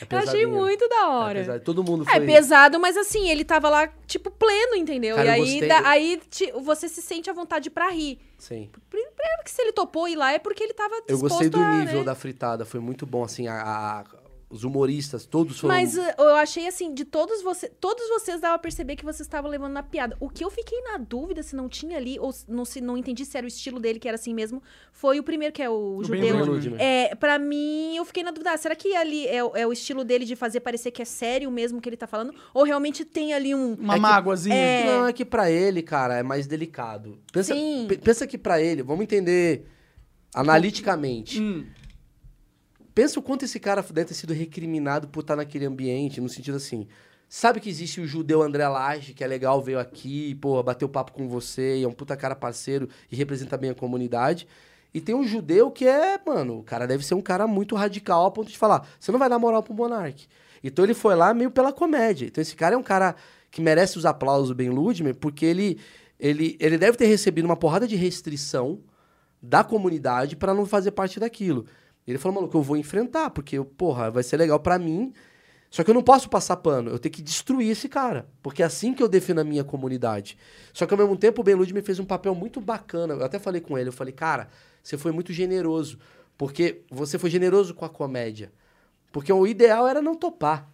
É Eu achei pesadinho. muito da É hora. É pesado. pesado. Todo mundo foi. mas assim, ele tava lá, tipo, pleno, entendeu? Cara, eu e aí, gostei. da- aí ti- você se sente à vontade pra rir. Sim. Claro que se ele topou ir lá é porque ele tava disposto Eu gostei do a, nível né? da fritada, foi muito bom, assim, a- a- os humoristas, todos foram... Mas eh, eu achei assim, de todos vocês, todos vocês dava pra perceber que vocês estavam levando na piada. O que eu fiquei na dúvida se não tinha ali ou se- não se não entendi se era o estilo dele que era assim mesmo, foi o primeiro que é o, O Ben judeu. Lud. É, para mim eu fiquei na dúvida, ah, será que ali é, o- é o estilo dele de fazer parecer que é sério mesmo que ele tá falando ou realmente tem ali um Uma É que- mágoazinha. é. Não, é que pra ele, cara, é mais delicado. Pensa, Sim. pe- pensa que pra ele, vamos entender analiticamente. Hum, Pensa o quanto esse cara deve ter sido recriminado por estar naquele ambiente, no sentido assim... Sabe que existe o judeu André Laje, que é legal, veio aqui, porra, bateu papo com você, e é um puta cara parceiro e representa bem a comunidade. E tem um judeu que é, mano, o cara deve ser um cara muito radical a ponto de falar, você não vai dar moral pro Monark. Então ele foi lá meio pela comédia. Então esse cara é um cara que merece os aplausos do Ben Ludmer, porque ele, ele, ele deve ter recebido uma porrada de restrição da comunidade pra não fazer parte daquilo. Ele falou, maluco, eu vou enfrentar, porque, eu, porra, vai ser legal pra mim. Só que eu não posso passar pano, eu tenho que destruir esse cara. Porque é assim que eu defino a minha comunidade. Só que ao mesmo tempo o Ben Ludmer fez um papel muito bacana. Eu até falei com ele, eu falei, cara, você foi muito generoso. Porque você foi generoso com a comédia. Porque o ideal era não topar.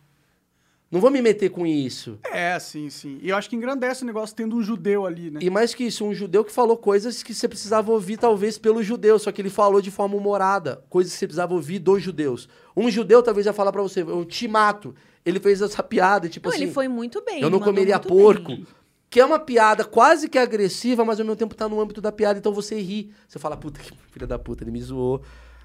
Não vou me meter com isso. é, sim, sim. E eu acho que engrandece o negócio tendo um judeu ali, né? E mais que isso, um judeu que falou coisas que você precisava ouvir, talvez, pelo judeu, só que ele falou de forma humorada, coisas que você precisava ouvir dos judeus. Um judeu talvez ia falar pra você, eu te mato. Ele fez essa piada, tipo Não, assim, ele foi muito bem. eu não mandou comeria muito porco. bem. que é uma piada quase que agressiva, mas ao mesmo tempo tá no âmbito da piada, então você ri. Você fala, puta, que [LAUGHS] filha da puta, ele me zoou.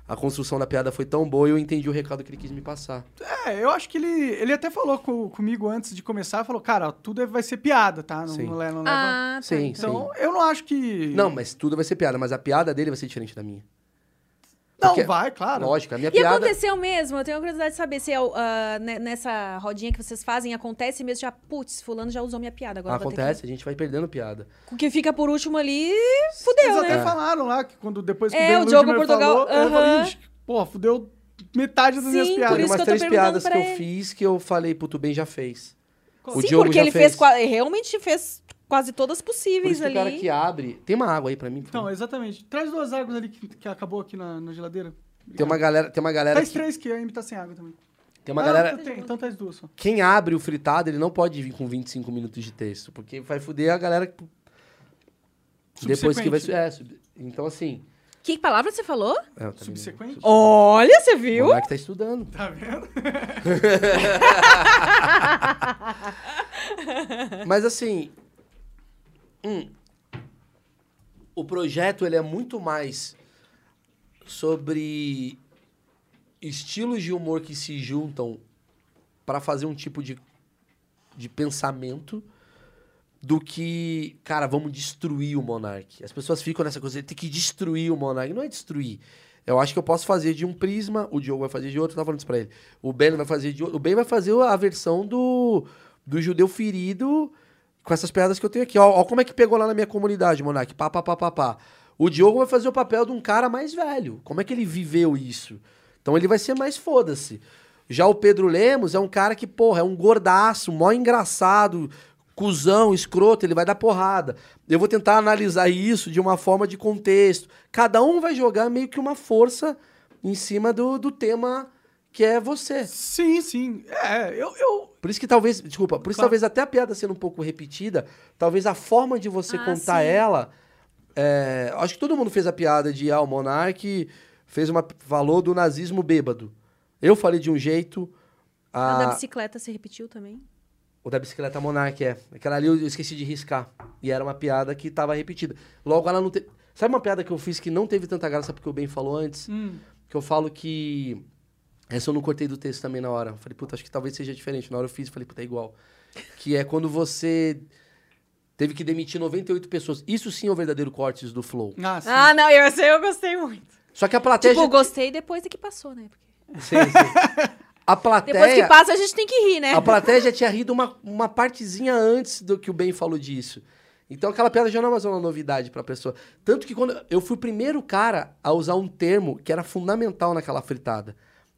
A construção da piada foi tão boa e eu entendi o recado que ele quis me passar. É, eu acho que ele, ele até falou co- comigo antes de começar, falou, cara, ó, tudo é- vai ser piada, tá? Não, Sim. não, le- não leva... Ah, tá. Sim, sim. Então, eu não acho que... Não, mas tudo vai ser piada, mas a piada dele vai ser diferente da minha. Não, porque- vai, claro. Lógico, a minha E piada. aconteceu mesmo? Eu tenho curiosidade de saber se é o- ah, ne- nessa rodinha que vocês fazem acontece mesmo já, putz, fulano já usou minha piada agora. eu vou ter que- Acontece, a gente vai perdendo piada. O que fica por último ali, Eles fudeu, até né? falaram lá que quando depois que É, Ben o Ludmer Diogo falou, Portugal, eu falei, aham. "Ixi, porra, fudeu metade das Sim, minhas por piadas. Tem isso umas que eu tô três perguntando piadas que pra eu ele. fiz que eu falei, puto bem já fez. O Sim, Diogo porque já ele fez. fez qua- realmente fez quase todas Por possíveis isso que o ali. cara que é. abre. Tem uma água aí pra mim? por Então, favor? exatamente. Traz duas águas ali que, que acabou aqui na, na geladeira. tem uma galera. Tem uma galera. Traz Que, três que ainda é tá sem água também. tem uma Ah, galera. Tá então tem, então traz duas só. Quem abre o fritado, ele não pode vir com 25 minutos de texto, porque vai fuder a galera que. Depois que Subsequente. vai. su- É, sub- Então, assim. Que palavra você falou? É, eu também não- Subsequente? Olha, você O viu? moleque tá estudando. Tá vendo? [LAUGHS] Mas assim, hum, o projeto ele é muito mais sobre estilos de humor que se juntam para fazer um tipo de, de pensamento do que, cara, vamos destruir o Monark. As pessoas ficam nessa coisa, tem que destruir o Monark. Não é destruir. Eu acho que eu posso fazer de um prisma, o Diogo vai fazer de outro, eu tava falando isso pra ele. O Ben vai fazer de outro. O Ben vai fazer a versão do, do judeu ferido com essas piadas que eu tenho aqui. Ó, ó como é que pegou lá na minha comunidade, Monark. Pá, pá, pá, pá, pá. O Diogo vai fazer o papel de um cara mais velho. Como é que ele viveu isso? Então ele vai ser mais foda-se. Já o Pedro Lemos é um cara que, porra, é um gordaço, mó engraçado, cuzão, escroto, ele vai dar porrada. Eu vou tentar analisar isso de uma forma de contexto. Cada um vai jogar meio que uma força em cima do, do tema que é você. Sim, sim. É, eu... eu... Por isso que talvez, desculpa, por isso Claro. talvez até a piada sendo um pouco repetida, talvez a forma de você Ah, contar sim. ela. é, acho que todo mundo fez a piada de ah, o Monark fez uma. falou do nazismo bêbado. Eu falei de um jeito. A Ah, da A, bicicleta se repetiu também. o da bicicleta Monark é. Aquela ali eu eu esqueci de riscar. E era uma piada que tava repetida. Logo ela não teve. Sabe uma piada que eu fiz que não teve tanta graça porque o Ben falou antes? Hum. Que eu falo que. Essa eu não cortei do texto também na hora. Eu Falei, puta, acho que talvez seja diferente. Na hora eu fiz, falei, puta, é igual. Que é quando você teve que demitir 98 pessoas. Isso sim é o verdadeiro cortes do Flow. Ah, sim. Ah, não, eu, essa eu gostei muito. Só que a plateia. Tipo, já- gostei depois de que passou, né? Porque Sim, sim. A plateia. Depois que passa, a gente tem que rir, né? [LAUGHS] A plateia já tinha rido uma, uma partezinha antes do que o Ben falou disso. Então aquela piada já não é mais uma novidade pra pessoa. Tanto que quando eu fui o primeiro cara a usar um termo que era fundamental naquela fritada.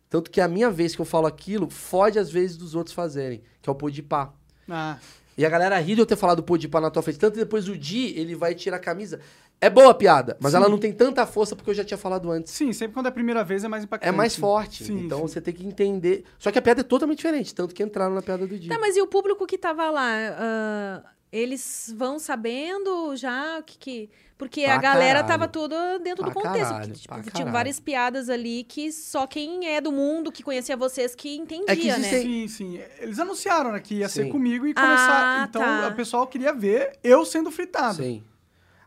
Tanto que a minha vez que eu falo aquilo, fode às vezes dos outros fazerem, que é o pô de pá. Ah, E a galera ri de eu ter falado pô de pá na tua frente. Tanto que depois o Di, ele vai tirar a camisa. É boa a piada, mas ela não tem tanta força porque eu já tinha falado antes. sim, sempre quando é a primeira vez é mais impactante. É mais forte. Sim, então sim. você tem que entender. Só que a piada é totalmente diferente, tanto que entraram na piada do Di. Tá, mas e o público que tava lá? ah, eles vão sabendo já o que que... Porque Pra a galera caralho. tava toda dentro Pra do contexto. porque, caralho, pra tipo, tinham caralho. várias piadas ali que só quem é do mundo, que conhecia vocês, que entendia, É que existem- né? Sim, sim. Eles anunciaram né, que ia Sim. ser comigo e começar. Ah, então, tá. o pessoal queria ver eu sendo fritado. Sim.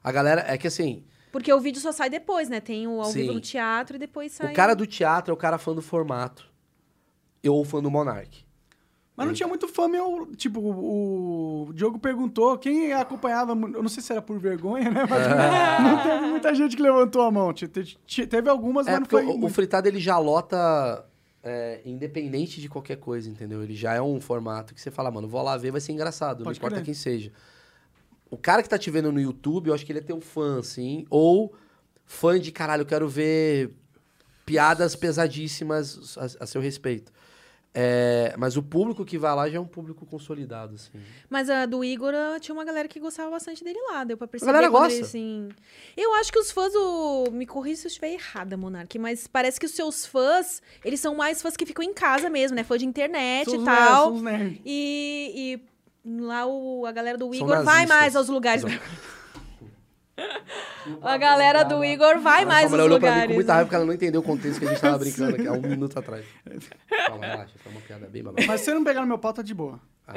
A galera, é que assim, Porque o vídeo só sai depois, né? Tem o ao vivo Sim. no teatro e depois sai... o cara do teatro é o cara fã do formato. Eu ou fã do Monark. Mas não É. tinha muito fã meu. Tipo, o o Diogo perguntou quem acompanhava. mu- Eu não sei se era por vergonha, né? Mas [LAUGHS] [LAUGHS] não teve muita gente que levantou a mão. Te- te- te- Teve algumas, É, mas não porque foi. o, o muito. fritado ele já lota é, independente de qualquer coisa, entendeu? Ele já é um formato que você fala, mano, vou lá ver, vai ser engraçado, não Pode importa crer. quem seja. O cara que tá te vendo no YouTube, eu acho que ele é teu fã, assim, ou fã de caralho, eu quero ver piadas pesadíssimas a, a seu respeito. É, mas o público que vai lá já é um público consolidado, assim. Mas a do Igor ah, tinha uma galera que gostava bastante dele lá, deu pra perceber. galera quando gosta. ele, assim... Eu acho que os fãs do. Me corrija se eu estiver errada, Monark, mas parece que os seus fãs, eles são mais fãs que ficam em casa mesmo, né? Fã de internet São e os nerds, tal. são os nerds. E, e lá o, a galera do São Igor vai nazistas. mais aos lugares. Exato. [LAUGHS] a galera do Igor Mas vai mais a mulher aos olhou pra mim com lugares. né? muita raiva porque ela não entendeu o contexto que a gente [LAUGHS] tava brincando aqui há um minuto atrás. Fala, relaxa, foi uma piada bem babaca. Mas se você não pegar no meu pau, tá de boa. Ah.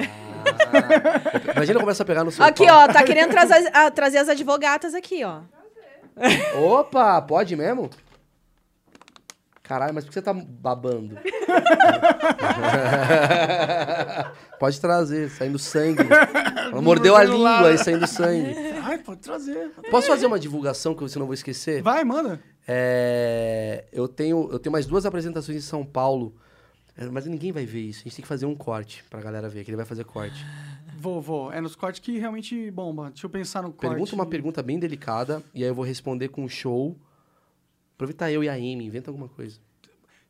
Imagina começa a pegar no seu Aqui, pau. ó, tá querendo trazer, ah, trazer as advogatas aqui, ó. Opa, pode mesmo? Caralho, mas por que você tá [LAUGHS] babando? pode trazer, saindo [LAUGHS] sangue. Ela mordeu a Mordendo lá. língua e saindo sangue. Ai, pode trazer. Posso fazer uma divulgação que eu não vou esquecer? Vai, manda. É, eu, tenho, eu tenho mais duas apresentações em São Paulo. É, Mas ninguém vai ver isso. A gente tem que fazer um corte pra galera ver, que ele vai fazer corte. Vou, vou. É nos cortes que realmente bomba. Deixa eu pensar no corte. Pergunta uma pergunta bem delicada e aí eu vou responder com um show. Aproveitar eu e a Amy, inventa alguma coisa.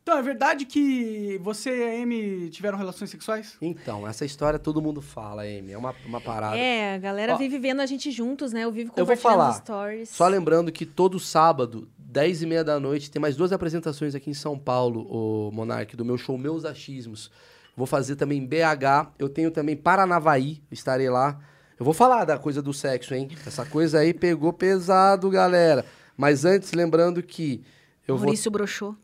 Então, é verdade que você e a Amy tiveram relações sexuais? Então, essa história todo mundo fala, Amy. É uma, uma parada. É, a galera Ó. vive vendo a gente juntos, né? Eu vivo Eu vou compartilhando falar. stories. Só lembrando que todo sábado, 10 e meia da noite, tem mais duas apresentações aqui em São Paulo, o Monark, do meu show Meus Achismos. Vou fazer também BH, eu tenho também Paranavaí, estarei lá. Eu vou falar da coisa do sexo, hein? Essa coisa aí pegou pesado, galera. Mas antes, lembrando que eu vou Maurício broxou.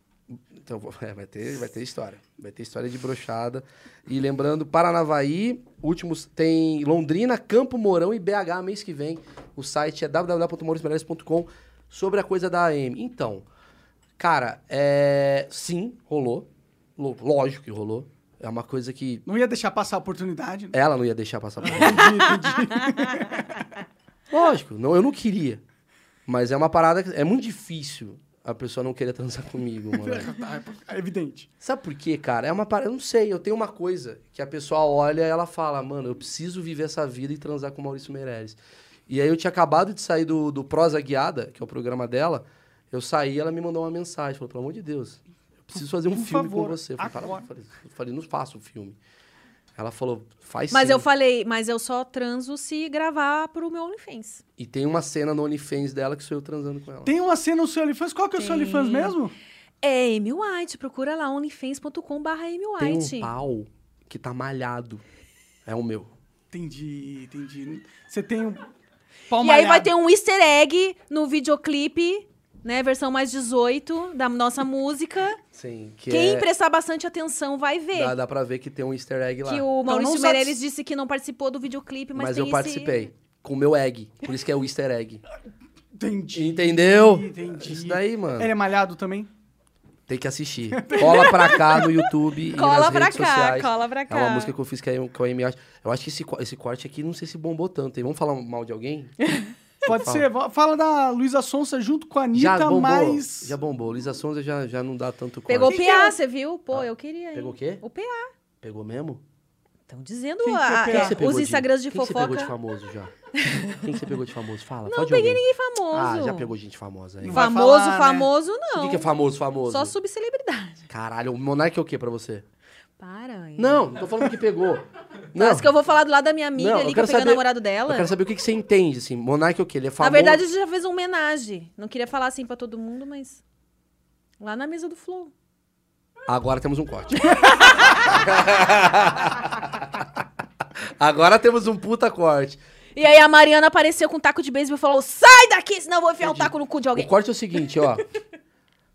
então, vou- [LAUGHS] é, vai, ter, vai ter história. Vai ter história de brochada. E lembrando, Paranavaí, últimos tem Londrina, Campo Mourão e BH mês que vem. O site é www.maurismeirelles.com sobre a coisa da AM. Então, cara, é, sim, rolou. Lo- Lógico que rolou. É uma coisa que Não ia deixar passar a oportunidade, né? ela não ia deixar passar por mim. Lógico, não, eu não queria. Mas é uma parada que é muito difícil a pessoa não querer transar comigo, mano. Tá, é evidente. Sabe por quê, cara? É uma parada. Eu não sei, eu tenho uma coisa que a pessoa olha e ela fala, mano, eu preciso viver essa vida e transar com o Maurício Meirelles. E aí eu tinha acabado de sair do, do Prosa Guiada, que é o programa dela. Eu saí e ela me mandou uma mensagem, falou, pelo amor de Deus, eu preciso fazer um Por filme favor, com você. Eu falei, "Para, agora." eu falei, eu falei, não faço filme. Ela falou, faz Mas sim." eu falei, mas eu só transo se gravar pro meu OnlyFans. E tem uma cena no OnlyFans dela que sou eu transando com ela. Tem uma cena no seu OnlyFans. Qual que é o seu Tem. OnlyFans mesmo? É Amy White, procura lá onlyfans.com barra Amy Tem White. um pau que tá malhado. É o meu. Entendi, entendi. Você tem um pau e aí vai malhado. ter um easter egg no videoclipe, né? Versão mais 18 da nossa música. Sim, que Quem é... prestar bastante atenção vai ver. Dá, dá pra ver que tem um easter egg lá. Que o Então, Maurício não satis- Meirelles disse que não participou do videoclipe, mas, Mas, tem eu esse- participei. Com o meu egg. Por isso que é o easter egg. Entendi. Entendeu? Entendi. Isso daí, mano. Ele é malhado também? Tem que assistir. Cola pra cá no YouTube e Cola nas pra redes cá, sociais. cola pra cá. É uma música que eu fiz que é, com a Amy White. Eu acho que esse, co- esse corte aqui, não sei se bombou tanto. hein? Vamos falar mal de alguém? Pode Fala. ser. Va- Fala da Luísa Sonsa junto com a já Anitta, bombou. mas... Já bombou. Luísa Sonza já, já não dá tanto corte. Pegou o Quem que é PA, o- você viu? Pô, eu queria, hein? Ah, Pegou o quê? O PA. Pegou mesmo? Estão dizendo Quem que é a- o PA? Quem que é, você pegou os Instagrams de quem que você pegou de fofoca. famoso já? Quem que você pegou de famoso? Fala. Não pode peguei alguém. ninguém famoso. Ah, já pegou gente famosa aí. Não vai Famoso, falar, né? famoso, O não. que, que é famoso, famoso? Só subcelebridade. [LAUGHS] Caralho, o Monark é o quê pra você? Para, hein? Não, não tô falando que [LAUGHS] pegou. Não, Parece Tá, que eu vou falar do lado da minha amiga Não, eu ali, que quero eu peguei saber- o namorado dela. eu quero saber o que, que você entende, assim. Monark é o quê? Ele é famoso. Na verdade, a gente já fez uma homenagem. Não queria falar assim pra todo mundo, mas. Lá na mesa do Flow. Agora temos um corte. [LAUGHS] Agora temos um puta corte. E aí a Mariana apareceu com um taco de beisebol e falou: sai daqui, senão eu vou enfiar um Entendi. taco no cu de O alguém. corte é o seguinte, ó.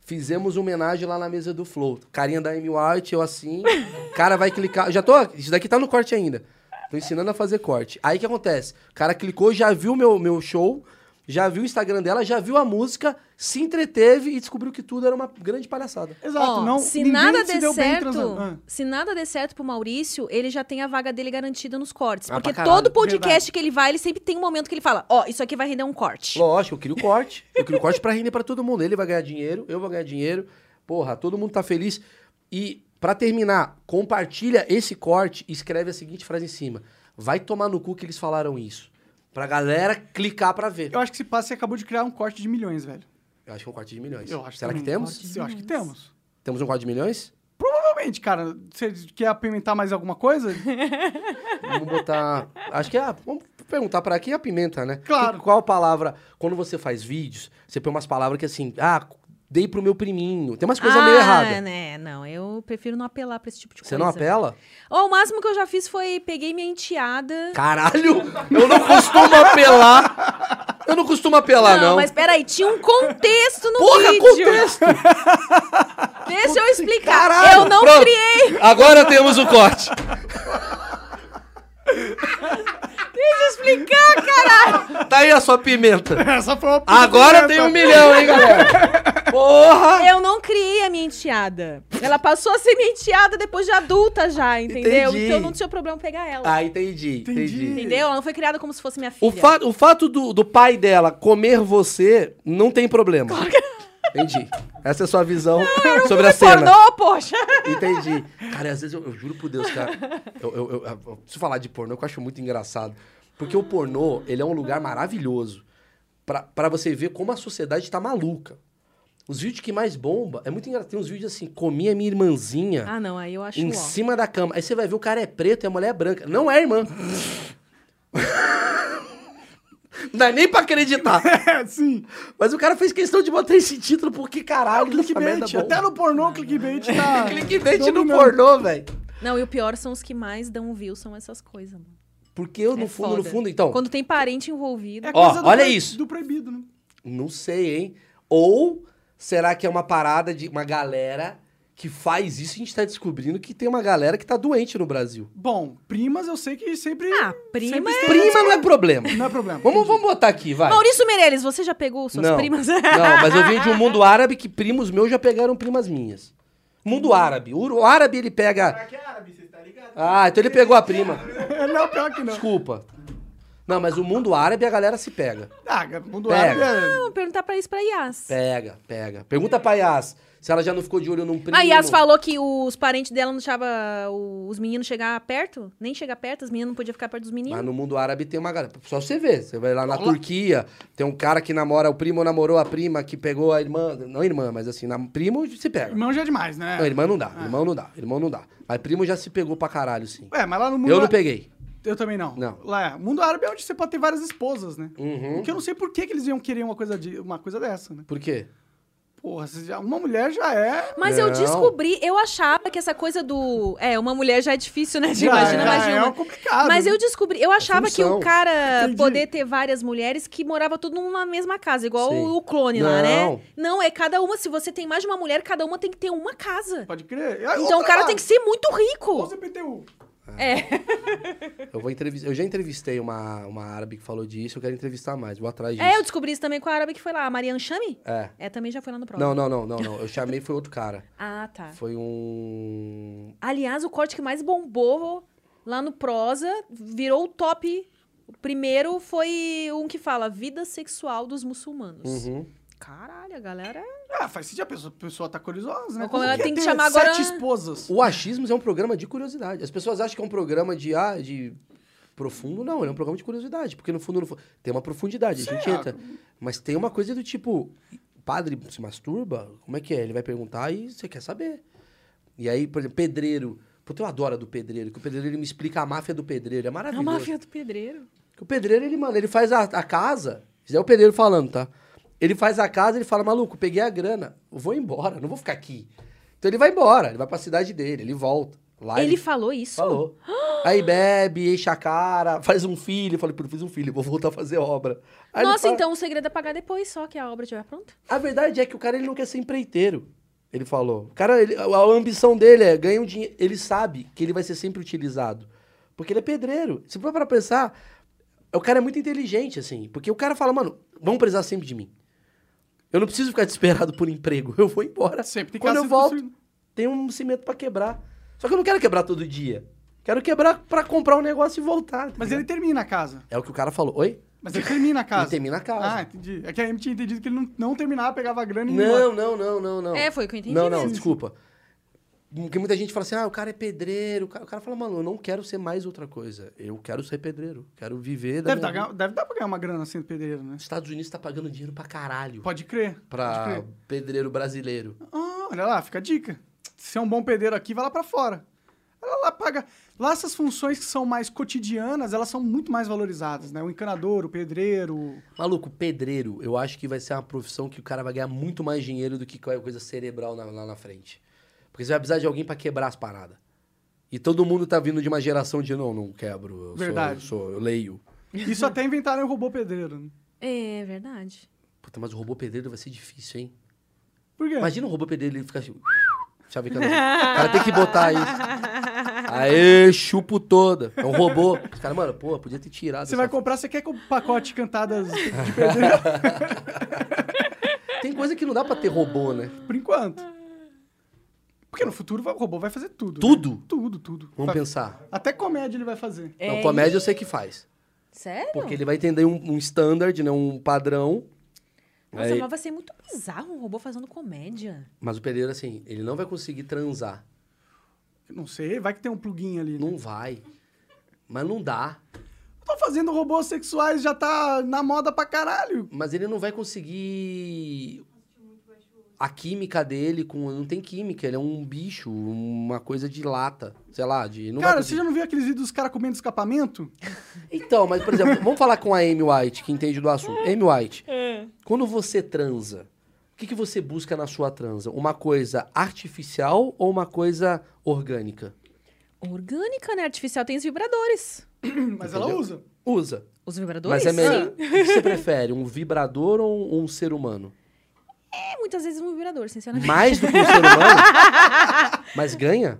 Fizemos homenagem lá na mesa do Flow. Carinha da Amy White, eu assim. O cara vai clicar. Já tô. Isso daqui tá no corte ainda. Tô ensinando a fazer corte. Aí o que acontece? O cara clicou, já viu meu, meu show, já viu o Instagram dela, já viu a música, se entreteve e descobriu que tudo era uma grande palhaçada. Exato. Ó, não, se ninguém se nada der deu bem certo, transando. Ah. se nada der certo pro Maurício, ele já tem a vaga dele garantida nos cortes. Ah, porque pra caralho. todo podcast Verdade. que ele vai, ele sempre tem um momento que ele fala: Ó, isso aqui vai render um corte. Lógico, eu crio corte. Eu crio corte pra render pra todo mundo. Ele vai ganhar dinheiro, eu vou ganhar dinheiro. Porra, todo mundo tá feliz. E pra terminar, compartilha esse corte e escreve a seguinte frase em cima. Vai tomar no cu que eles falaram isso. Pra galera clicar pra ver. Eu acho que esse passo você acabou de criar um corte de milhões, velho. Eu acho que é um corte de milhões. Eu acho Será que também. um temos? Eu acho que temos. Temos um corte de milhões? Provavelmente, cara. Você quer apimentar mais alguma coisa? [LAUGHS] Vamos botar. Acho que é. a- Vamos perguntar pra quem é a pimenta, né? Claro. Que- qual palavra. Quando você faz vídeos, você põe umas palavras que assim. Ah, dei pro meu priminho. Tem umas coisas meio Ah, erradas. é, né? Não, eu prefiro não apelar pra esse tipo de Você coisa. não apela? Ó, o máximo que eu já fiz foi peguei minha enteada. Caralho! Eu não costumo apelar! Eu não costumo apelar, não. mas peraí, tinha um contexto no Porra, vídeo. contexto! Deixa eu explicar. Caralho! eu não Pronto. criei. Agora temos o corte. Tá aí a sua pimenta. Essa foi uma Agora tem um milhão, hein, galera? Porra! Eu não criei a minha enteada. Ela passou a ser minha enteada depois de adulta já, entendeu? Entendi. Então não tinha problema pegar ela. Ah, entendi, entendi. Entendi. Entendeu? Ela não foi criada como se fosse minha filha. O, fa o fato do, do pai dela comer você não tem problema. Entendi. Essa é a sua visão sobre a Me cena. tornou, [LAUGHS] poxa! Entendi. Cara, às vezes eu, eu juro por Deus, cara. Eu, eu, eu- eu preciso falar de pornô, que eu acho muito engraçado. Porque o pornô, ele é um lugar maravilhoso pra- pra você ver como a sociedade tá maluca. Os vídeos que mais bomba, é muito engraçado. Tem uns vídeos assim, comi a minha irmãzinha Ah, não, aí eu acho em ó. cima da cama. Aí você vai ver o cara é preto e a mulher é branca. Não é irmã. [LAUGHS] Não dá nem pra acreditar. É, [LAUGHS] sim. Mas o cara fez questão de botar esse título porque caralho, essa merda é Clickbait. bomba. Até no pornô, o clickbait tá. [LAUGHS] Clickbait no dominando. pornô, velho. Não, e o pior são os que mais dão view, são essas coisas, mano. Porque eu, no É fundo, no foda. fundo, então, Quando tem parente envolvido. É Ó, coisa do olha pro- isso. Do proibido, né? não sei, hein? Ou será que é uma parada de uma galera que faz isso e a gente tá descobrindo que tem uma galera que tá doente no Brasil? Bom, primas eu sei que sempre. Ah, prima. Sempre Prima não é problema. Não é problema. [LAUGHS] Vamos, vamos botar aqui, vai. Maurício Meirelles, você já pegou suas não, primas? não, mas eu venho de um mundo árabe que primos meus já pegaram primas minhas. Mundo árabe. O o árabe, ele pega... Aqui é árabe, você tá ligado? Ah, então ele pegou a prima. Não, pior que não. Desculpa. Não, mas o mundo árabe a galera se pega. Ah, mundo Pega. árabe é- [LAUGHS] Vou perguntar pra isso pra Yas. Pega, pega. Pergunta pra Yas se ela já não ficou de olho num primo. A Ah, Yas falou que os parentes dela não deixavam os meninos chegar perto, nem chegar perto, as meninas não podiam ficar perto dos meninos. Mas no mundo árabe tem uma galera. Só você ver. Você vai lá na Turquia, tem um cara que namora, o primo namorou a prima, que pegou a irmã. Não irmã, mas assim, na, primo se pega. Irmão já é demais, né? Não, irmã não dá, irmão não dá, irmão não dá. Mas primo já se pegou pra caralho, sim. É, mas lá no mundo. Eu não peguei. Eu também não. Não. Lá é. Mundo árabe é onde você pode ter várias esposas, né? Uhum. Porque eu não sei por que, que eles iam querer uma coisa, de, uma coisa dessa, né? Por quê? Porra, você já- uma mulher já é. Mas eu Não. descobri, eu achava que essa coisa do. É, uma mulher já é difícil, né? De já imaginar é, mais de é uma. complicado. Mas né? eu descobri, eu achava que um função. o cara Entendi. poder ter várias mulheres que morava tudo numa mesma casa, igual Sei. o clone lá, né? Não. Não, é cada uma, se você tem mais de uma mulher, cada uma tem que ter uma casa. Pode crer. Então o cara tem que ser muito rico. É. 11 PTU. Eu vou entrevistar. Eu já entrevistei uma, uma árabe que falou disso, eu quero entrevistar mais. Vou atrás disso. É, eu descobri isso também com a árabe que foi lá, a Mariana Chame? É. É, também já foi lá no próximo. Não, não, não, não, não. Eu chamei, foi outro cara. Ah, tá. Foi um. Aliás, o corte que mais bombou lá no Prosa virou o top. O primeiro foi um que fala vida sexual dos muçulmanos. Uhum. Caralho, a galera. Ah, faz sentido. A pessoa, a pessoa tá curiosa, né? Ou como ela que tem que ter chamar sete agora- esposas. O achismos é um programa de curiosidade. As pessoas acham que é um programa de, ah, de profundo, não. Ele é um programa de curiosidade. Porque no fundo, no fundo tem uma profundidade. A gente Será? entra. Mas tem uma coisa do tipo: padre se masturba? Como é que é? Ele vai perguntar e você quer saber. E aí, por exemplo, pedreiro. Puta, eu adoro a do pedreiro, que o pedreiro ele me explica a máfia do pedreiro. É É maravilhoso. uma vida do pedreiro. Que o pedreiro, ele, mano, ele faz a, a casa. Isso é o pedreiro falando, tá? Ele faz a casa, ele fala, maluco, peguei a grana, eu vou embora, não vou ficar aqui. Então ele vai embora, ele vai pra cidade dele, Ah, ele volta. Lá Ele falou isso? [GASPS] falou. Aí bebe, enche a cara, faz um filho. Eu falei, pô, eu fiz um filho, vou voltar a fazer obra. Aí Ah, ele Nossa, fala- então o segredo é pagar depois, só que a obra estiver pronta. A verdade é que o cara, ele não quer ser empreiteiro. Ele falou. O cara, ele- a a ambição dele é ganhar um dinheiro. Ele sabe que ele vai ser sempre utilizado. Porque ele é pedreiro. Se for para pensar, o cara é muito inteligente, assim. Porque o cara fala, mano, vão precisar sempre de mim. Eu não preciso ficar desesperado por emprego. [LAUGHS] Eu vou embora. Sempre tem que Quando eu ser volto, construído. tem um cimento para quebrar. Só que eu não quero quebrar todo dia. Quero quebrar para comprar um negócio e voltar. tá Mas ligado? ele termina a casa. É o que o cara falou. Oi? Mas ele termina a casa. Ele termina a casa. Ah, entendi. É que a gente tinha entendido que ele não, não terminava, pegava a grana e ia embora. Não, não, não, não, não. É, foi o que eu entendi Não, não, mesmo. desculpa. Porque muita gente fala assim, ah, o cara é pedreiro. O cara, o cara fala, mano, eu não quero ser mais outra coisa. Eu quero ser pedreiro. Quero viver da Deve, tá dar, minha vida. deve dar pra ganhar uma grana sendo pedreiro, né? Os Estados Unidos tá pagando dinheiro pra caralho Pode crer. Pode pra crer. pedreiro brasileiro. Ah, olha lá, fica a dica. Se é um bom pedreiro aqui, vai lá pra fora. Ela lá paga. Lá essas funções que são mais cotidianas, elas são muito mais valorizadas, né? O encanador, o pedreiro. Maluco, pedreiro, eu acho que vai ser uma profissão que o cara vai ganhar muito mais dinheiro do que qualquer coisa cerebral na- lá na frente. Porque você vai precisar de alguém pra quebrar as paradas. E todo mundo tá vindo de uma geração de não, não quebro. Eu Verdade. Sou, eu sou, eu leio. Isso até inventaram o robô pedreiro. né? É verdade. Puta, mas o robô pedreiro vai ser difícil, hein? Por quê? Imagina um robô pedreiro, ele fica assim... Chavecando assim. O cara tem que botar isso. Aê, chupo toda. É um robô. Os caras, mano, pô, podia ter tirado. Você essa vai foto. comprar, você quer com pacote cantadas de pedreiro? Tem coisa que não dá pra ter robô, né? [LAUGHS] Por enquanto. Porque no futuro vai- o robô vai fazer tudo. né? Tudo? Tudo, tudo. Vamos Vai- pensar. Até comédia ele vai fazer. É Não, comédia eu sei que faz. Sério? Porque ele vai entender um, um standard, né? Um padrão. Nossa, Aí- mas vai ser muito bizarro um robô fazendo comédia. Mas o Pereira, assim, ele não vai conseguir transar. Eu Não sei, vai que tem um plugin ali. Né? Não vai. Mas não dá. Estão fazendo robôs sexuais, já tá na moda pra caralho. Mas ele não vai conseguir. A química dele com. Não tem química, ele é um bicho, uma coisa de lata. Sei lá, de. Não vai cara, você conseguir. já não viu aqueles vídeos dos caras comendo escapamento? Então, mas, por exemplo, vamos falar com a Amy White, que entende do assunto. É. Amy White, quando você transa, o que, que você busca na sua transa? Uma coisa artificial ou uma coisa orgânica? Orgânica, né? Artificial tem os vibradores. Mas ela Entendeu? usa. Usa. Os vibradores? Mas é melhor. Sim. O que você prefere, um vibrador ou um, um ser humano? É, muitas vezes um vibrador, sinceramente. Mais [LAUGHS] do [LAUGHS] que um ser humano? Mas ganha?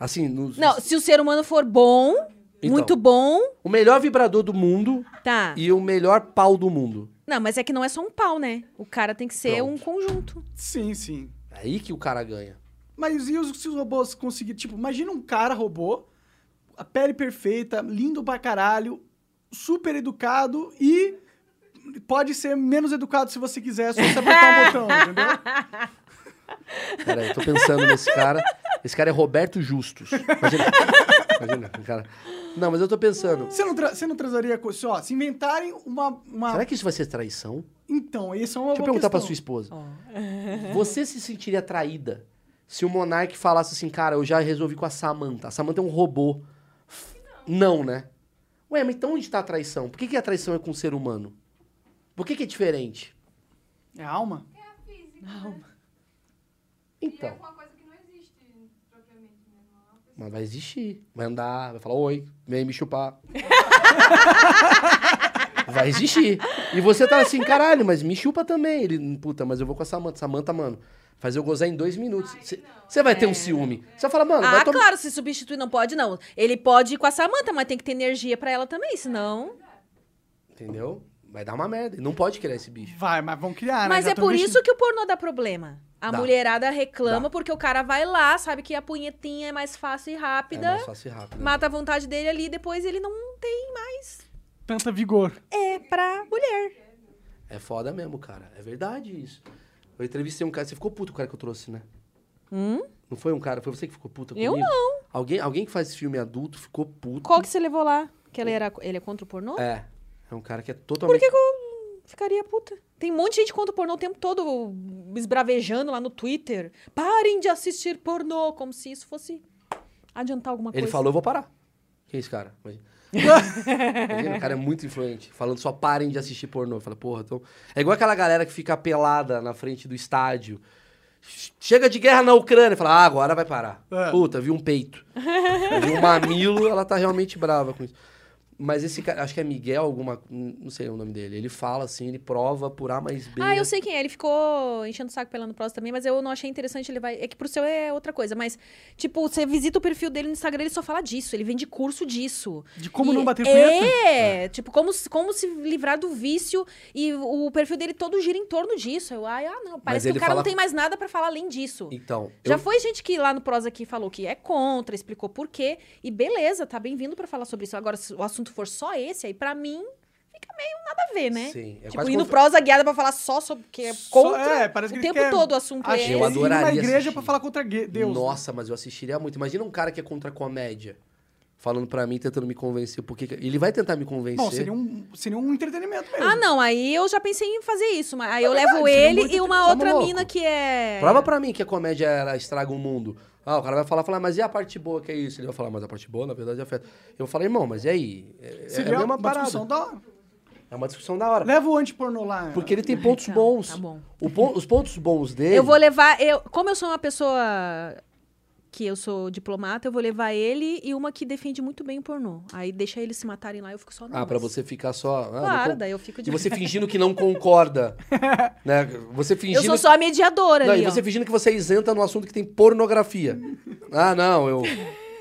Assim, nos- Não, se o ser humano for bom, Então. muito bom, o melhor vibrador do mundo tá. e o melhor pau do mundo. Não, mas é que não é só um pau, né? O cara tem que ser Pronto. um conjunto. Sim, sim. É Aí que o cara ganha. Mas e os, se os robôs conseguirem? Tipo, imagina um cara robô, a pele perfeita, lindo pra caralho, super educado e pode ser menos educado se você quiser, é só você apertar um [LAUGHS] botão, entendeu? Peraí, eu tô pensando nesse cara. Esse cara é Roberto Justus. Imagina. Imagina, o cara. Não, mas eu tô pensando. Você não, tra- você não transaria com. Se, ó, se inventarem uma. uma- Será que isso vai ser traição? Então, isso é uma Deixa eu boa perguntar pra sua questão. esposa. Você se sentiria traída se o Monark falasse assim, cara, eu já resolvi com a Samantha. A Samantha é um robô. F- Não, né? Ué, mas então onde tá a traição? Por que, que a traição é com o ser humano? Por que, que é diferente? É alma? física, né? E é Então. uma coisa que não existe propriamente, né? Não é uma coisa- Mas vai existir. Vai andar, vai falar oi, vem [LAUGHS] me chupar. vai existir. E você tá assim, caralho, mas me chupa também. Ele, puta, mas eu vou com a Samanta. Samanta, mano, faz eu gozar em dois minutos. Você vai ter é. um ciúme. Você vai falar, mano, ah, vai tomar. claro, se substituir não pode, não. Ele pode ir com a Samanta, mas tem que ter energia pra ela também, senão. Entendeu? Vai dar uma merda. Não pode criar esse bicho. Vai, mas vão criar, né? mas Já é tão por investindo. isso que o pornô dá problema. A Dá. mulherada reclama Dá. porque o cara vai lá, sabe que a punhetinha é mais fácil e rápida, É mais fácil e rápido. mata a vontade dele ali, depois ele não tem mais. Tanta vigor. É pra mulher. É foda mesmo, cara. É verdade isso. Eu entrevistei um cara. Você ficou puto com o cara que eu trouxe, né? Hum? Não foi um cara, foi você que ficou puta comigo? Eu não. Alguém, alguém que faz filme adulto ficou puto. Qual que você levou lá? Que Hum. ele, era, ele é contra o pornô? É. É um cara que é Por totalmente. que, que eu ficaria puta? Tem um monte de gente contra o pornô o tempo todo esbravejando lá no Twitter. Parem de assistir pornô, como se isso fosse adiantar alguma Ele coisa. falou, eu vou parar. Quem é esse cara? [LAUGHS] Imagina. Imagina, o cara é muito influente. Falando só parem de assistir pornô. Fala, porra, então. É igual aquela galera que fica pelada na frente do estádio. Chega de guerra na Ucrânia. Fala, ah, agora vai parar. É. Puta, viu um peito. viu um mamilo, ela tá realmente brava com isso. Mas esse cara, acho que é Miguel, alguma. Não sei o nome dele. Ele fala assim, ele prova por A mais B. Ah, eu sei quem é. Ele ficou enchendo o saco pelando próximo também, mas eu não achei interessante. Ele vai. É que pro seu é outra coisa, mas, tipo, você visita o perfil dele no Instagram, ele só fala disso. Ele vende curso disso. De como E- não bater punheta? É, tipo, como, se- como se livrar do vício. E o perfil dele todo gira em torno disso. Eu, ai, ah, não. Parece que ele o cara fala- não tem mais nada pra falar além disso. Então, Já eu- foi gente que lá no Prosa aqui falou que é contra, explicou por quê. E beleza, tá bem-vindo pra falar sobre isso. Agora, se o assunto for só esse, aí pra mim fica meio nada a ver, né? Sim, é tipo, quase ir no contra- Prosa guiada pra falar só sobre que é Só- contra. é, parece que o ele tempo quer todo o assunto Acho é que Ah, Eu ir esse. adoraria numa igreja assistir. pra falar contra gue- Deus. né? Nossa, mas eu assistiria muito. Imagina um cara que é contra a comédia. Falando pra mim, tentando me convencer. Porque ele vai tentar me convencer. Bom, seria um, seria um entretenimento mesmo. Ah, não, aí eu já pensei em fazer isso. Mas é aí eu verdade, levo seria ele muito e uma interessante. outra Vamos mina louco. que é. Prova pra mim que a comédia ela estraga o mundo. Ah, o cara vai falar, falar, mas e a parte boa que é isso? Ele vai falar, mas a parte boa, na verdade, é afeta. Eu falo, irmão, mas e aí? É, é Seria a mesma uma parada. discussão da hora. É uma discussão da hora. Leva o antipornô lá. né? Porque ele tem pontos tá, bons. tá bom. O pon- os pontos bons dele. Eu vou levar. Eu, como eu sou uma pessoa que eu sou diplomata, eu vou levar ele e uma que defende muito bem o pornô. Aí deixa eles se matarem lá, eu fico só na Ah, pra nossa. você ficar só. ah, não Claro, con- daí eu fico de E você fingindo que não [LAUGHS] concorda. né? Você fingindo. Eu sou só a mediadora Não, ali, e ó. você fingindo que você é isenta no assunto que tem pornografia. ah, não, eu.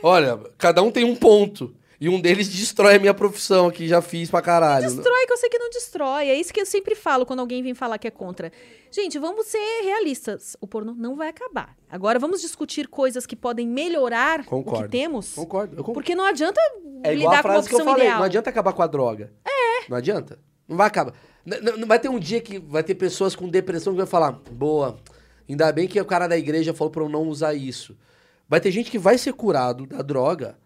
Olha, cada um tem um ponto. E um deles destrói a minha profissão, que já fiz pra caralho. né? Destrói que eu sei que não destrói. É isso que eu sempre falo quando alguém vem falar que é contra. Gente, vamos ser realistas. O pornô não vai acabar. Agora vamos discutir coisas que podem melhorar o Concordo. que temos. Concordo, eu concordo. Porque não adianta É igual a lidar com uma frase que eu opção falei, ideal. não adianta acabar com a droga. É. Não adianta. Não vai acabar. N- n- Não vai ter um dia que vai ter pessoas com depressão que vai falar, boa, ainda bem que o cara da igreja falou pra eu não usar isso. Vai ter gente que vai ser curado da droga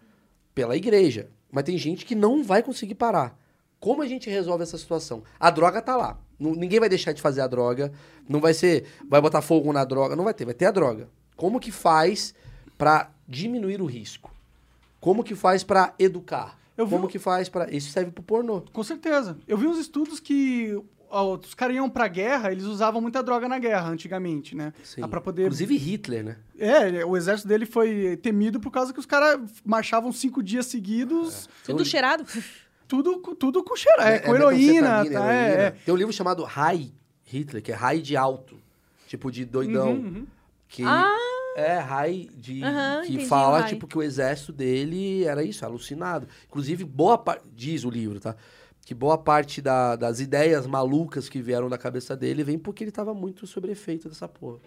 pela igreja, mas tem gente que não vai conseguir parar. Como a gente resolve essa situação? A droga tá lá. Nu- Ninguém vai deixar de fazer a droga, não vai ser, vai botar fogo na droga, não vai ter, vai ter a droga. Como que faz pra diminuir o risco? Como que faz pra educar? Eu vi Como um- que faz pra. Isso serve pro pornô. Com certeza. Eu vi uns estudos que ó, os caras iam pra guerra, eles usavam muita droga na guerra antigamente, né? Sim. Ah, Pra poder... Inclusive Hitler, né? É, o exército dele foi temido por causa que os caras marchavam cinco dias É. seguidos, Tudo cheirado. [LAUGHS] tudo, com- tudo com cheiro, é, com heroína, metanfetamina, tá? É, heroína. é. Tem um livro chamado High Hitler, que é high de alto. Tipo de doidão. Uhum, uhum. Que Ah! é high de. Aham, que entendi, fala, high. tipo, que o exército dele era isso, alucinado. Inclusive, boa parte. Diz o livro, tá? Que boa parte da- das ideias malucas que vieram da cabeça dele vem porque ele tava muito sobre efeito dessa porra.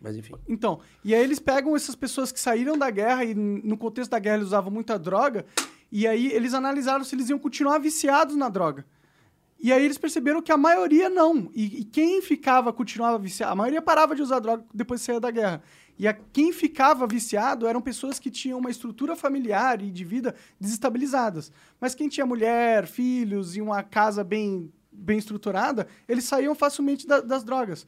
Mas enfim. Então, e aí eles pegam essas pessoas que saíram da guerra e n- no contexto da guerra eles usavam muita droga, e aí eles analisaram se eles iam continuar viciados na droga. E aí eles perceberam que a maioria não. E, e quem ficava, continuava viciado, a maioria parava de usar droga depois de sair da guerra. E a, quem ficava viciado eram pessoas que tinham uma estrutura familiar e de vida desestabilizadas. Mas quem tinha mulher, filhos e uma casa bem, bem estruturada, eles saíam facilmente da- das drogas.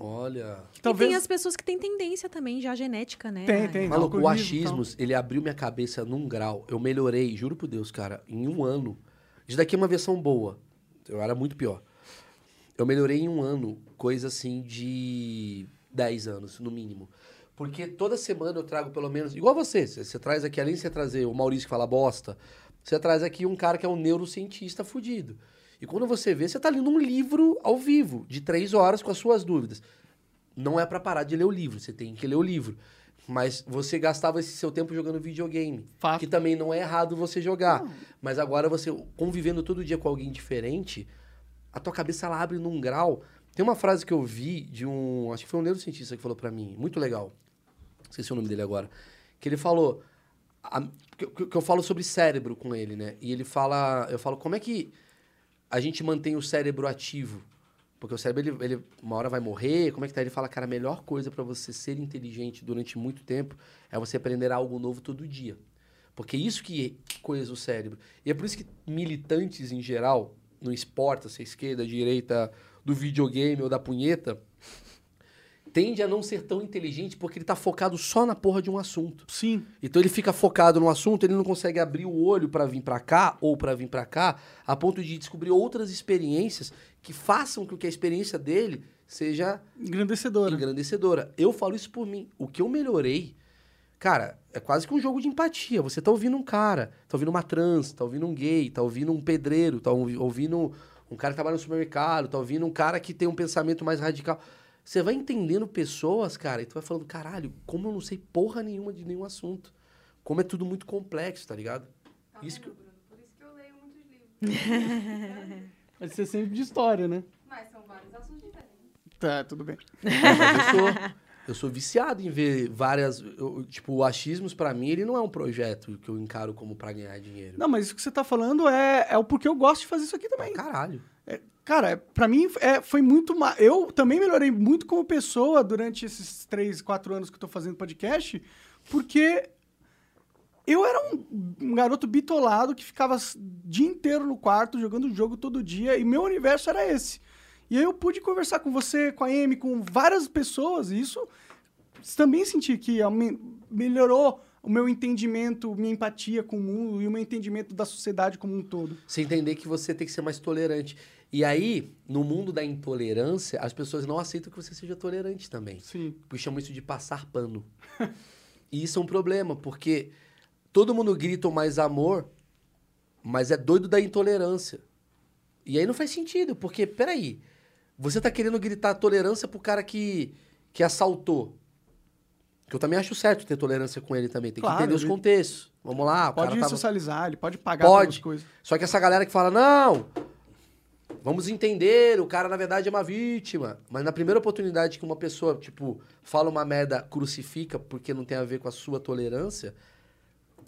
Olha. E tem as pessoas que têm tendência também, já genética, né? Tem, Ah, tem. Maluco, alcoolismo o e tal. achismos, ele abriu minha cabeça num grau. Eu melhorei, juro por Deus, cara, em um ano. Isso daqui é uma versão boa. Eu era muito pior. Eu melhorei em um ano, coisa assim de 10 anos, no mínimo. Porque toda semana eu trago pelo menos. Igual você, você você traz aqui, além de você trazer o Maurício que fala bosta, você traz aqui um cara que é um neurocientista fudido. E quando você vê, você tá lendo um livro ao vivo, de três horas, com as suas dúvidas. Não é pra parar de ler o livro, você tem que ler o livro. Mas você gastava esse seu tempo jogando videogame. Fato. Que também não é errado você jogar. Mas agora você convivendo todo dia com alguém diferente, a tua cabeça ela abre num grau. Tem uma frase que eu vi de um, acho que foi um neurocientista que falou pra mim, muito legal. Esqueci o nome dele agora. Que ele falou a- que, que- que eu falo sobre cérebro com ele, né? E ele fala, eu falo como é que a gente mantém o cérebro ativo? Porque o cérebro, ele, ele uma hora vai morrer, como é que tá? Ele fala, cara, a melhor coisa pra você ser inteligente durante muito tempo é você aprender algo novo todo dia. Porque é isso que coisa o cérebro. E é por isso que militantes em geral, não exporta se é esquerda, direita, do videogame ou da punheta, tende a não ser tão inteligente porque ele tá focado só na porra de um assunto. Sim. Então ele fica focado no assunto, ele não consegue abrir o olho pra vir pra cá ou pra vir pra cá, a ponto de descobrir outras experiências que façam com que a experiência dele seja Engrandecedora. engrandecedora. Eu falo isso por mim. O que eu melhorei, cara, é quase que um jogo de empatia. Você tá ouvindo um cara, tá ouvindo uma trans, tá ouvindo um gay, tá ouvindo um pedreiro, tá ouvi- ouvindo um cara que trabalha no supermercado, tá ouvindo um cara que tem um pensamento mais radical. Você vai entendendo pessoas, cara, e tu vai falando, caralho, como eu não sei porra nenhuma de nenhum assunto. Como é tudo muito complexo, tá ligado? Tá Isso que vendo, Bruno? Por isso que eu leio muitos livros. Pode ser sempre de história, né? Mas são vários assuntos diferentes. Tá, tudo bem. Mas é eu sou, eu sou viciado em ver várias. eu- tipo, o achismos, pra mim, ele não é um projeto que eu encaro como pra ganhar dinheiro. Não, mas isso que você tá falando é, é o porquê eu gosto de fazer isso aqui Pra também. caralho. Cara, é- pra mim é, foi muito. ma- Eu também melhorei muito como pessoa durante esses três, quatro anos que eu tô fazendo podcast, porque eu era um, um garoto bitolado que ficava s- dia inteiro no quarto jogando jogo todo dia e meu universo era esse. E aí eu pude conversar com você, com a Amy, com várias pessoas, e isso também senti que aumen- melhorou o meu entendimento, minha empatia com o mundo e o meu entendimento da sociedade como um todo. Você entender que você tem que ser mais tolerante. E aí, no mundo da intolerância, as pessoas não aceitam que você seja tolerante também. Sim. Porque chamam isso de passar pano. e isso é um problema, porque todo mundo grita o mais amor, mas é doido da intolerância. E aí não faz sentido, porque, peraí, você tá querendo gritar tolerância pro cara que, que assaltou. Que eu também acho certo ter tolerância com ele também. Tem Claro, que entender os ele- contextos. Vamos lá, o Pode cara tava... socializar, ele pode pagar Pode. algumas coisas. Só que essa galera que fala, não, vamos entender, o cara na verdade é uma vítima. Mas na primeira oportunidade que uma pessoa, tipo, fala uma merda, crucifica porque não tem a ver com a sua tolerância,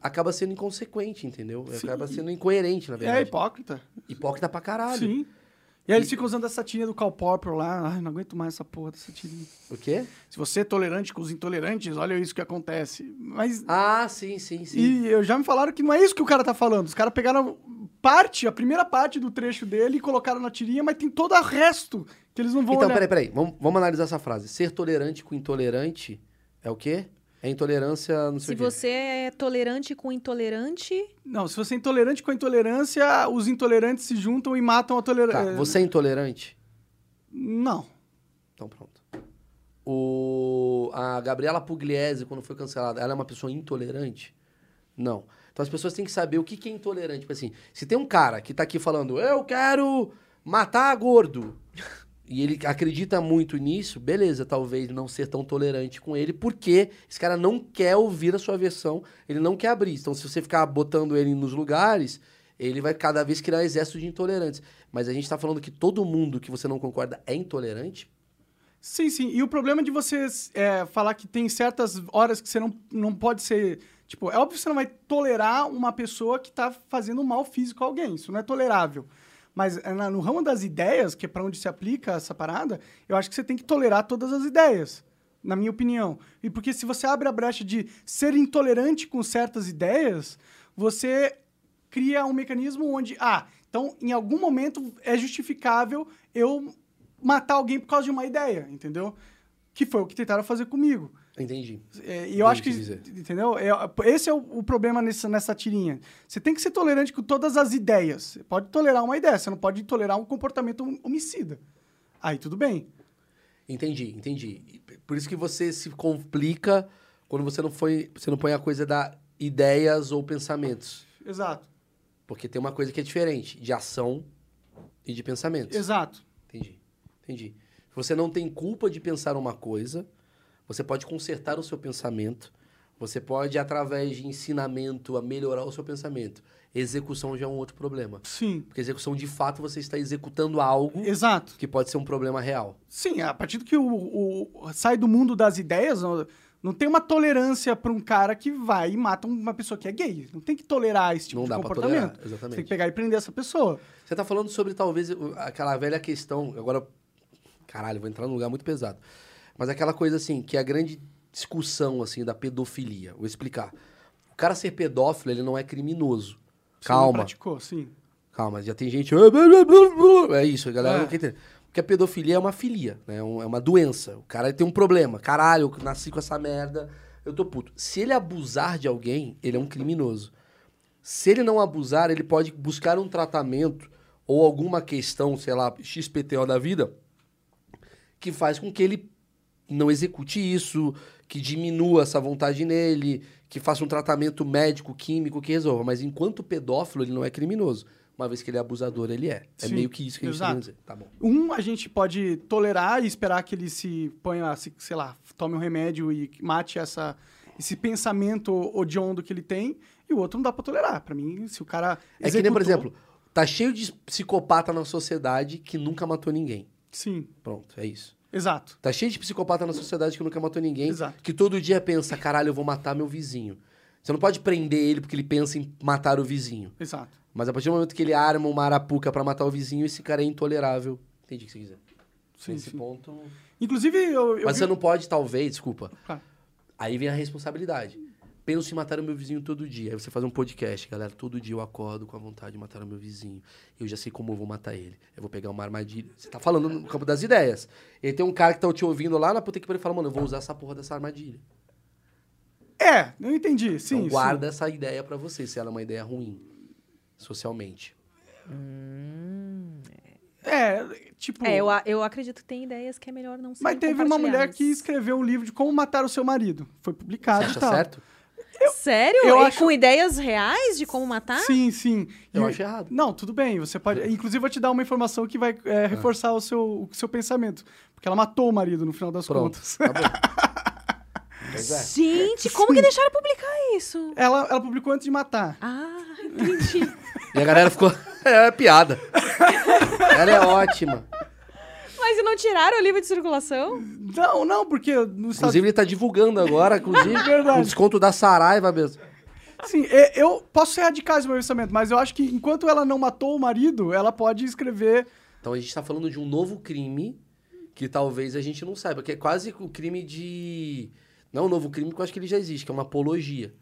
acaba sendo inconsequente, entendeu? Sim. Acaba sendo incoerente, na É verdade. hipócrita. Hipócrita pra caralho. Sim. E aí eles ficam usando essa tirinha do Cal Popper lá. Ai, não aguento mais essa porra dessa tirinha. O quê? Se você é tolerante com os intolerantes, olha isso que acontece. Mas. Ah, sim, sim, sim. E eu já me falaram que não é isso que o cara tá falando. Os caras pegaram parte, a primeira parte do trecho dele e colocaram na tirinha, mas tem todo o resto que eles não vão Então, olhar. peraí, peraí. Vamos, vamos analisar essa frase. Ser tolerante com intolerante é o quê? É intolerância, não Se sei o quê. você é tolerante com intolerante, Não, se você é intolerante com a intolerância, os intolerantes se juntam e matam a tolerância. Tá, você é intolerante? Não. Então pronto. O, a Gabriela Pugliese, quando foi cancelada, ela é uma pessoa intolerante? Não. Então as pessoas têm que saber o que, que é intolerante. Tipo assim, se tem um cara que tá aqui falando, eu quero matar gordo, [LAUGHS] e ele acredita muito nisso, beleza, talvez não ser tão tolerante com ele, porque esse cara não quer ouvir a sua versão, ele não quer abrir. Então se você ficar botando ele nos lugares, ele vai cada vez criar um exército de intolerantes. Mas a gente tá falando que todo mundo que você não concorda é intolerante? Sim, sim. E o problema de você é, falar que tem certas horas que você não, não pode ser. Tipo, é óbvio que você não vai tolerar uma pessoa que tá fazendo mal físico a alguém. Isso não é tolerável. Mas é, na- no ramo das ideias, que é para onde se aplica essa parada, eu acho que você tem que tolerar todas as ideias, na minha opinião. E porque se você abre a brecha de ser intolerante com certas ideias, você cria um mecanismo onde, ah, então em algum momento é justificável eu matar alguém por causa de uma ideia, entendeu? Que foi o que tentaram fazer comigo. Entendi. É, E eu acho que. Entendi o que Entendeu? É, Esse é o, o problema nessa, nessa tirinha. Você tem que ser tolerante com todas as ideias. Você pode tolerar uma ideia, você não pode tolerar um comportamento hom- homicida. Aí tudo bem. Entendi, entendi. E p- Por isso que você se complica quando você não, foi, você não põe a coisa da ideias ou pensamentos. Exato. Porque tem uma coisa que é diferente, de ação e de pensamentos. Exato. Entendi, entendi. Você não tem culpa de pensar uma coisa, você pode consertar o seu pensamento, você pode, através de ensinamento, a melhorar o seu pensamento. Execução já é um outro problema. Sim. Porque execução, de fato, você está executando algo Exato. que pode ser um problema real. Sim, a partir do que o, o- sai do mundo das ideias, não, não tem uma tolerância para um cara que vai e mata uma pessoa que é gay. Não tem que tolerar esse tipo não de dá pra comportamento. tolerar, Você exatamente. tem que pegar e prender essa pessoa. Você tá falando sobre talvez o- aquela velha questão. Agora, caralho, vou entrar num lugar muito pesado. Mas aquela coisa assim, que é a grande discussão assim da pedofilia. Vou explicar. O cara ser pedófilo, ele não é criminoso. Você não Calma, praticou, sim. calma, já tem gente. "Ah, blá, blá, blá, blá". É isso, a galera É. não quer entender. Porque a pedofilia é uma filia, né? É um- é uma doença. O cara tem um problema. Caralho, eu nasci com essa merda, eu tô puto. Se ele abusar de alguém, ele é um criminoso. Se ele não abusar, ele pode buscar um tratamento ou alguma questão, sei lá, XPTO da vida, que faz com que ele não execute isso, que diminua essa vontade nele, que faça um tratamento médico, químico, que resolva. Mas enquanto pedófilo, ele não é criminoso. Uma vez que ele é abusador, ele é. É Sim, meio que isso que a gente tá exato. querendo dizer. Tá bom. Um, a gente pode tolerar e esperar que ele se ponha, se- sei lá, tome um remédio e mate essa, esse pensamento odiondo que ele tem. E o outro não dá pra tolerar. Pra mim, se o cara. É que nem, por executou- exemplo, tá cheio de psicopata na sociedade que nunca matou ninguém. Sim, Pronto, é isso. exato. Tá cheio de psicopata na sociedade que nunca matou ninguém, Exato. que todo dia pensa, caralho, eu vou matar meu vizinho. Você não pode prender ele porque ele pensa em matar o vizinho. Exato. Mas a partir do momento que ele arma uma arapuca pra matar o vizinho, esse cara é intolerável. Entendi o que você quiser. Sim, Nesse sim. ponto... Inclusive, eu. eu vi- Mas Tá. você não pode, talvez, desculpa. Claro. Aí vem a responsabilidade. Penso em matar o meu vizinho todo dia. Aí você faz um podcast, galera. Todo dia eu acordo com a vontade de matar o meu vizinho. Eu já sei como eu vou matar ele. Eu vou pegar uma armadilha. Você tá falando no campo das ideias. E aí tem um cara que tá te ouvindo lá na puta que pariu e fala, mano, eu vou usar essa porra dessa armadilha. É, eu entendi. Sim. então sim. guarda essa ideia pra você, se ela é uma ideia ruim. Socialmente. É, tipo. é, eu, a- eu acredito que tem ideias que é melhor não ser Mas teve uma mulher que compartilhadas. escreveu um livro de como matar o seu marido. Foi Você publicado acha e tal. certo? Sério? eu e acho- com ideias reais de como matar? Sim, sim. Eu E- acho errado. Não, tudo bem. Você pode. É. Inclusive, vou te dar uma informação que vai é, reforçar [LAUGHS] o, seu, o seu pensamento. Porque ela matou o marido no final das Pronto. contas. Tá bom. Pois é. Gente, como que deixaram publicar isso? Ela, ela publicou antes de matar. Ah, entendi. E a galera ficou. [LAUGHS] É, é piada. Ela é ótima. Mas e não tiraram o livro de circulação? Não, não, porque nos Estados Inclusive, ele tá divulgando agora, inclusive, É Verdade. um desconto da Saraiva mesmo. Sim, e- assim, é, eu posso ser radical esse meu pensamento, mas eu acho que enquanto ela não matou o marido, ela pode escrever. Então a gente tá falando de um novo crime que talvez a gente não saiba, que é quase o crime de. Não é um novo crime, porque eu acho que ele já existe, que é uma apologia.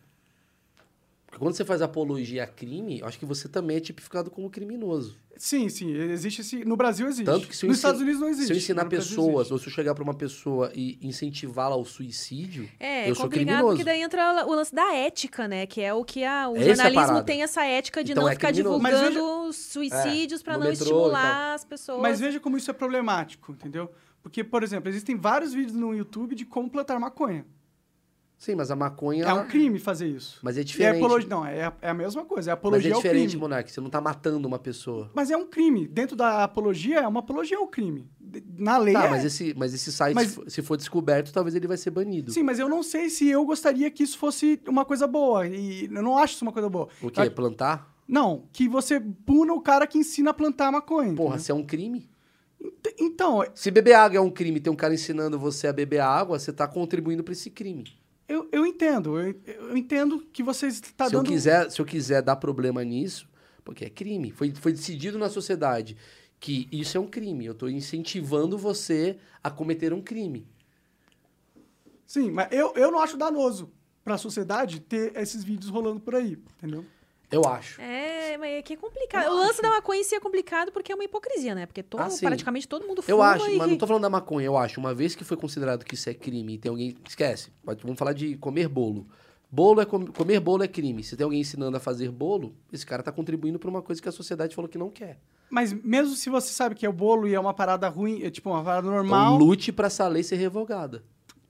Porque quando você faz apologia a crime, eu acho que você também é tipificado como criminoso. Sim, sim, existe esse. No Brasil existe. Tanto que se eu Nos ensin- Estados Unidos não existe. se eu ensinar no Brasil pessoas, existe. ou se eu chegar pra uma pessoa e incentivá-la ao suicídio, É, eu é sou complicado criminoso. porque daí entra o lance da ética, né? Que é o que a- o Essa é a jornalismo parada. tem essa ética de Então não é ficar criminoso. É, Mas divulgando os suicídios pra no não metrô e estimular as pessoas. Mas veja como isso é problemático, entendeu? Porque, por exemplo, existem vários vídeos no YouTube de como plantar maconha. Sim, mas a maconha. É um crime fazer isso. Mas E é é diferente. apologia. Não, é a, é a mesma coisa. É Mas apologia é ao diferente, crime. Monark. Você não tá matando uma pessoa. Mas é um crime. Dentro da apologia, é uma apologia ao crime. De- Na lei. Tá, é. mas esse, mas esse site, Mas- se for- se for descoberto, talvez ele vai ser banido. Sim, mas eu não sei se eu gostaria que isso fosse uma coisa boa. E eu não acho isso uma coisa boa. O quê? Plantar? Não, que você puna o cara que ensina a plantar maconha. Porra, entendeu? se é um crime? T- Então, Se beber água é um crime, tem um cara ensinando você a beber água, você tá contribuindo pra esse crime. eu, eu entendo. Eu, eu entendo que você está se, Tá dando. um eu quiser, se eu quiser dar problema nisso, porque é crime. Foi, foi decidido na sociedade que isso é um crime. Eu tô incentivando você a cometer um crime. Sim, mas eu, eu não acho danoso pra sociedade ter esses vídeos rolando por aí, entendeu? Eu acho. É, mas é que é complicado. O assim- lance da maconha em si é complicado porque é uma hipocrisia, né? Porque todo, Ah, sim. praticamente todo mundo fuma Eu acho, e... mas não tô falando da maconha, eu acho. Uma vez que foi considerado que isso é crime e tem alguém. Esquece, mas vamos falar de comer bolo. Bolo é com- comer bolo é crime. Se tem alguém ensinando a fazer bolo, esse cara tá contribuindo pra uma coisa que a sociedade falou que não quer. Mas mesmo se você sabe que é o bolo e é uma parada ruim, é tipo uma parada Então normal. lute pra essa lei ser revogada.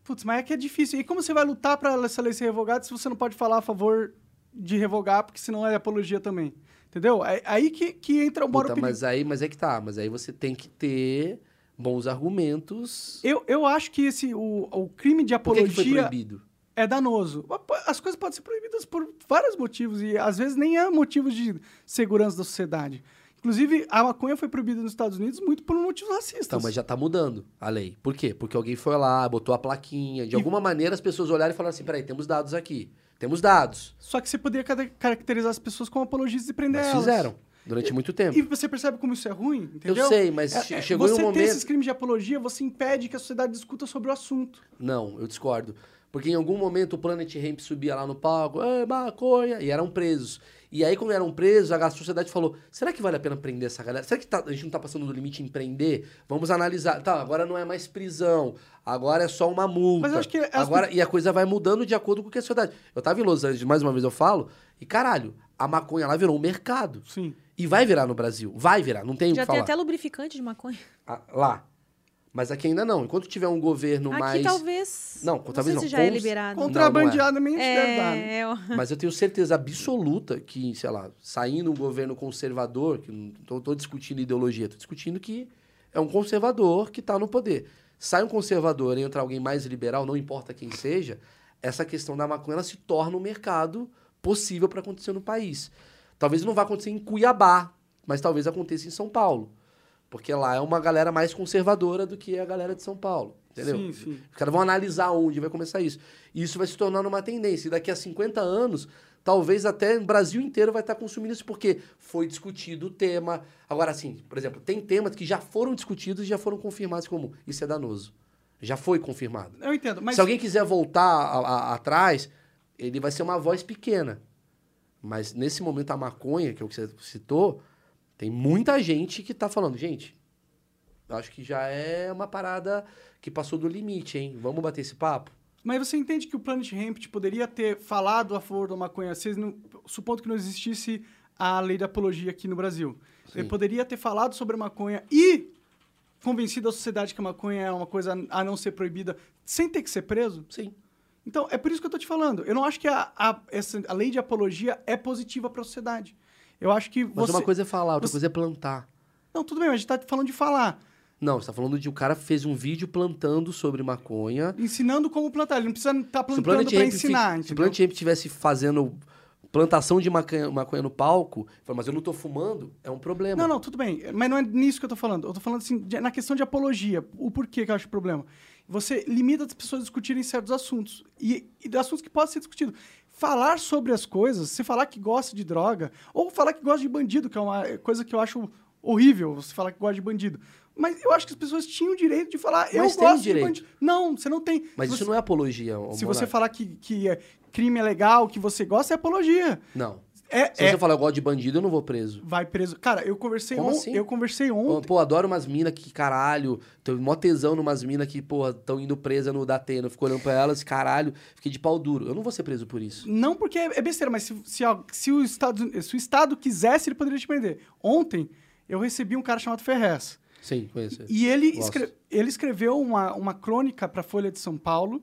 Putz, mas é que é difícil. E como você vai lutar pra essa lei ser revogada se você não pode falar a favor de revogar, porque senão é apologia também? Entendeu? É aí que, que entra o moro Puta, perigo. mas aí, mas é que tá. Mas aí você tem que ter bons argumentos. Eu, eu acho que esse, o, o crime de Por que, que foi apologia proibido? é danoso. As coisas podem ser proibidas por vários motivos e às vezes nem é motivo de segurança da sociedade. Inclusive, a maconha foi proibida nos Estados Unidos muito por motivos racistas. Então, mas já tá mudando a lei. Por quê? Porque alguém foi lá, botou a plaquinha. De alguma maneira as pessoas olharam e falaram assim: peraí, temos dados aqui. Temos dados. Só que você poderia cada- caracterizar as pessoas como apologistas e prender Mas elas. fizeram durante muito tempo. E você percebe como isso é ruim, entendeu? Eu sei, mas che- É- é, chegou em um você tem momento. esses crimes de apologia, você impede que a sociedade discuta sobre o assunto. Não, eu discordo. Porque em algum momento o Planet Hemp subia lá no palco, é maconha, e eram presos. E aí, quando eram presos, a sociedade falou: será que vale a pena prender essa galera? Será que tá- a gente não tá passando do limite em prender? Vamos analisar. Tá, agora não é mais prisão, agora é só uma multa. Mas eu acho que é- as- agora E a coisa vai mudando de acordo com o que a sociedade. Eu tava em Los Angeles, mais uma vez eu falo, e caralho, a maconha lá virou um mercado. Sim. E vai virar no Brasil, vai virar, não tem o Já que tem falar. até lubrificante de maconha. Ah, Lá. Mas aqui ainda não. Enquanto tiver um governo Aqui mais. talvez... Não, sei talvez não. se já é Cons- liberado. Não, não é. Contrabandeado nem é. deve dar. né? É, é, ó. [LAUGHS] Mas eu tenho certeza absoluta que, sei lá, saindo um governo conservador, que não tô, tô discutindo ideologia, tô discutindo que é um conservador que tá no poder. Sai um conservador e entra alguém mais liberal, não importa quem seja, essa questão da maconha ela se torna um mercado possível para acontecer no país. Talvez não vá acontecer em Cuiabá, mas talvez aconteça em São Paulo. Porque lá é uma galera mais conservadora do que a galera de São Paulo. Entendeu? Sim, sim. Os caras vão analisar onde vai começar isso. E isso vai se tornar uma tendência. E daqui a 50 anos, talvez até o Brasil inteiro vai estar consumindo isso, porque foi discutido o tema. Agora, assim, por exemplo, tem temas que já foram discutidos e já foram confirmados como isso é danoso. Já foi confirmado. Eu entendo, mas Se alguém quiser voltar a- a- atrás, ele vai ser uma voz pequena. Mas nesse momento, a maconha, que é o que você citou, tem muita gente que tá falando, gente, eu acho que já é uma parada que passou do limite, hein? Vamos bater esse papo? Mas você entende que o Planet Hemp poderia ter falado a favor da maconha, vocês não, supondo que não existisse a lei da apologia aqui no Brasil. Sim. Ele poderia ter falado sobre a maconha e convencido a sociedade que a maconha é uma coisa a não ser proibida, sem ter que ser preso? Sim. Então, é por isso que eu tô te falando. Eu não acho que a, a- essa, a lei de apologia é positiva para a sociedade. Eu acho que Mas você... uma coisa é falar, outra você- coisa é plantar. Não, tudo bem, mas a gente tá falando de falar. Não, você tá falando de um cara fez um vídeo plantando sobre maconha. Ensinando como plantar. Ele não precisa estar Se o plantando pra Hemp fi- ensinar, Se o entendeu? Planet Hemp estivesse fazendo plantação de maconha, maconha no palco, fala, mas eu não tô fumando, é um problema. Não, não, tudo bem. Mas não é nisso que eu tô falando. Eu tô falando assim, de- na questão de apologia. O porquê que eu acho problema. Você limita as pessoas a discutirem certos assuntos. E, e de assuntos que podem ser discutidos. Falar sobre as coisas, se falar que gosta de droga, ou falar que gosta de bandido, que é uma coisa que eu acho horrível, você falar que gosta de bandido. Mas eu acho que as pessoas tinham o direito de falar, eu Mas tem gosto de direito. bandido. Não, você não tem. Mas Se isso você- não é apologia, ô Se você Monark. falar que, que é- crime é legal, que você gosta, é apologia. Não. Se É, é- você falar eu gosto de bandido, eu não vou preso. vai preso. Cara, eu conversei, Como on- assim? eu conversei Pô, ontem. Pô, adoro umas minas que, caralho, tô mó tesão numas minas que, porra, estão indo presa no Datena. Eu fico olhando pra elas, caralho, fiquei de pau duro. Eu não vou ser preso por isso. Não porque é é besteira, mas se, se, a- se o estado, se o Estado quisesse, ele poderia te prender. Ontem, eu recebi um cara chamado Ferrez. Sim, conheço. E ele, Gosto. escre- ele escreveu uma, uma crônica para a Folha de São Paulo,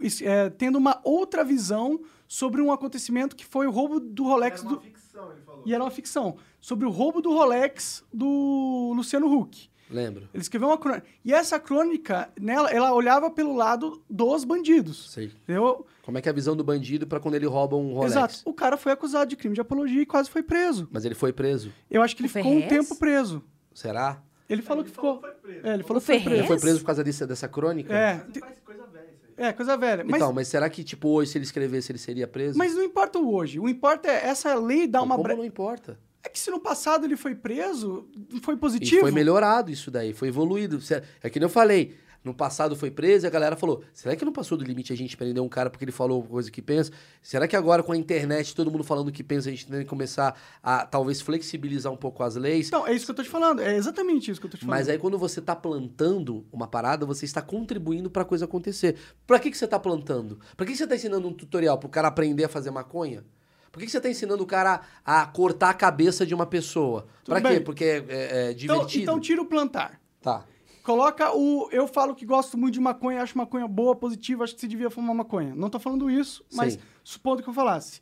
es- é, tendo uma outra visão sobre um acontecimento que foi o roubo do Rolex Era do. uma ficção, ele falou. é E era uma ficção. Sobre o roubo do Rolex do Luciano Huck. Lembro. Ele escreveu uma crônica. E essa crônica, nela, ela olhava pelo lado dos bandidos. Sei. Entendeu? Como é que é a visão do bandido pra quando ele rouba um Rolex? Exato. O cara foi acusado de crime de apologia e quase foi preso. Mas ele foi preso. Eu acho que O ele ficou um Ferrez? tempo preso. Será? Ele falou que ficou. Foi preso. É, ele falou O que foi Ferrez? Ele preso. foi preso por causa dessa, dessa crônica? É, Mas te- não faz coisa velha isso aí. é, coisa velha. Mas, Então, mas será que, tipo, hoje, se ele escrevesse, ele seria preso? mas não importa o hoje. O importa é essa lei dar Então, uma. como Bre... não importa. É que se no passado ele foi preso, foi E positivo. foi melhorado isso daí, foi evoluído. Cê- É que nem eu falei. No passado foi preso e a galera falou: será que não passou do limite a gente prender um cara porque ele falou coisa que pensa? Será que agora com a internet, todo mundo falando o que pensa, a gente tem que começar a talvez flexibilizar um pouco as leis? Então, é isso que eu tô te falando. É exatamente isso que eu tô te falando. Mas aí quando você tá plantando uma parada, você está contribuindo pra coisa acontecer. Pra que, que você tá plantando? Pra que, que você tá ensinando um tutorial pro cara aprender a fazer maconha? Por que, que você tá ensinando o cara a cortar a cabeça de uma pessoa? Pra quê? bem. Porque é, é- é então, divertido. então tira o plantar. Tá. Coloca o. Eu falo que gosto muito de maconha, acho maconha boa, positiva, acho que você devia fumar maconha. Não tô falando isso, mas Sim. supondo que eu falasse.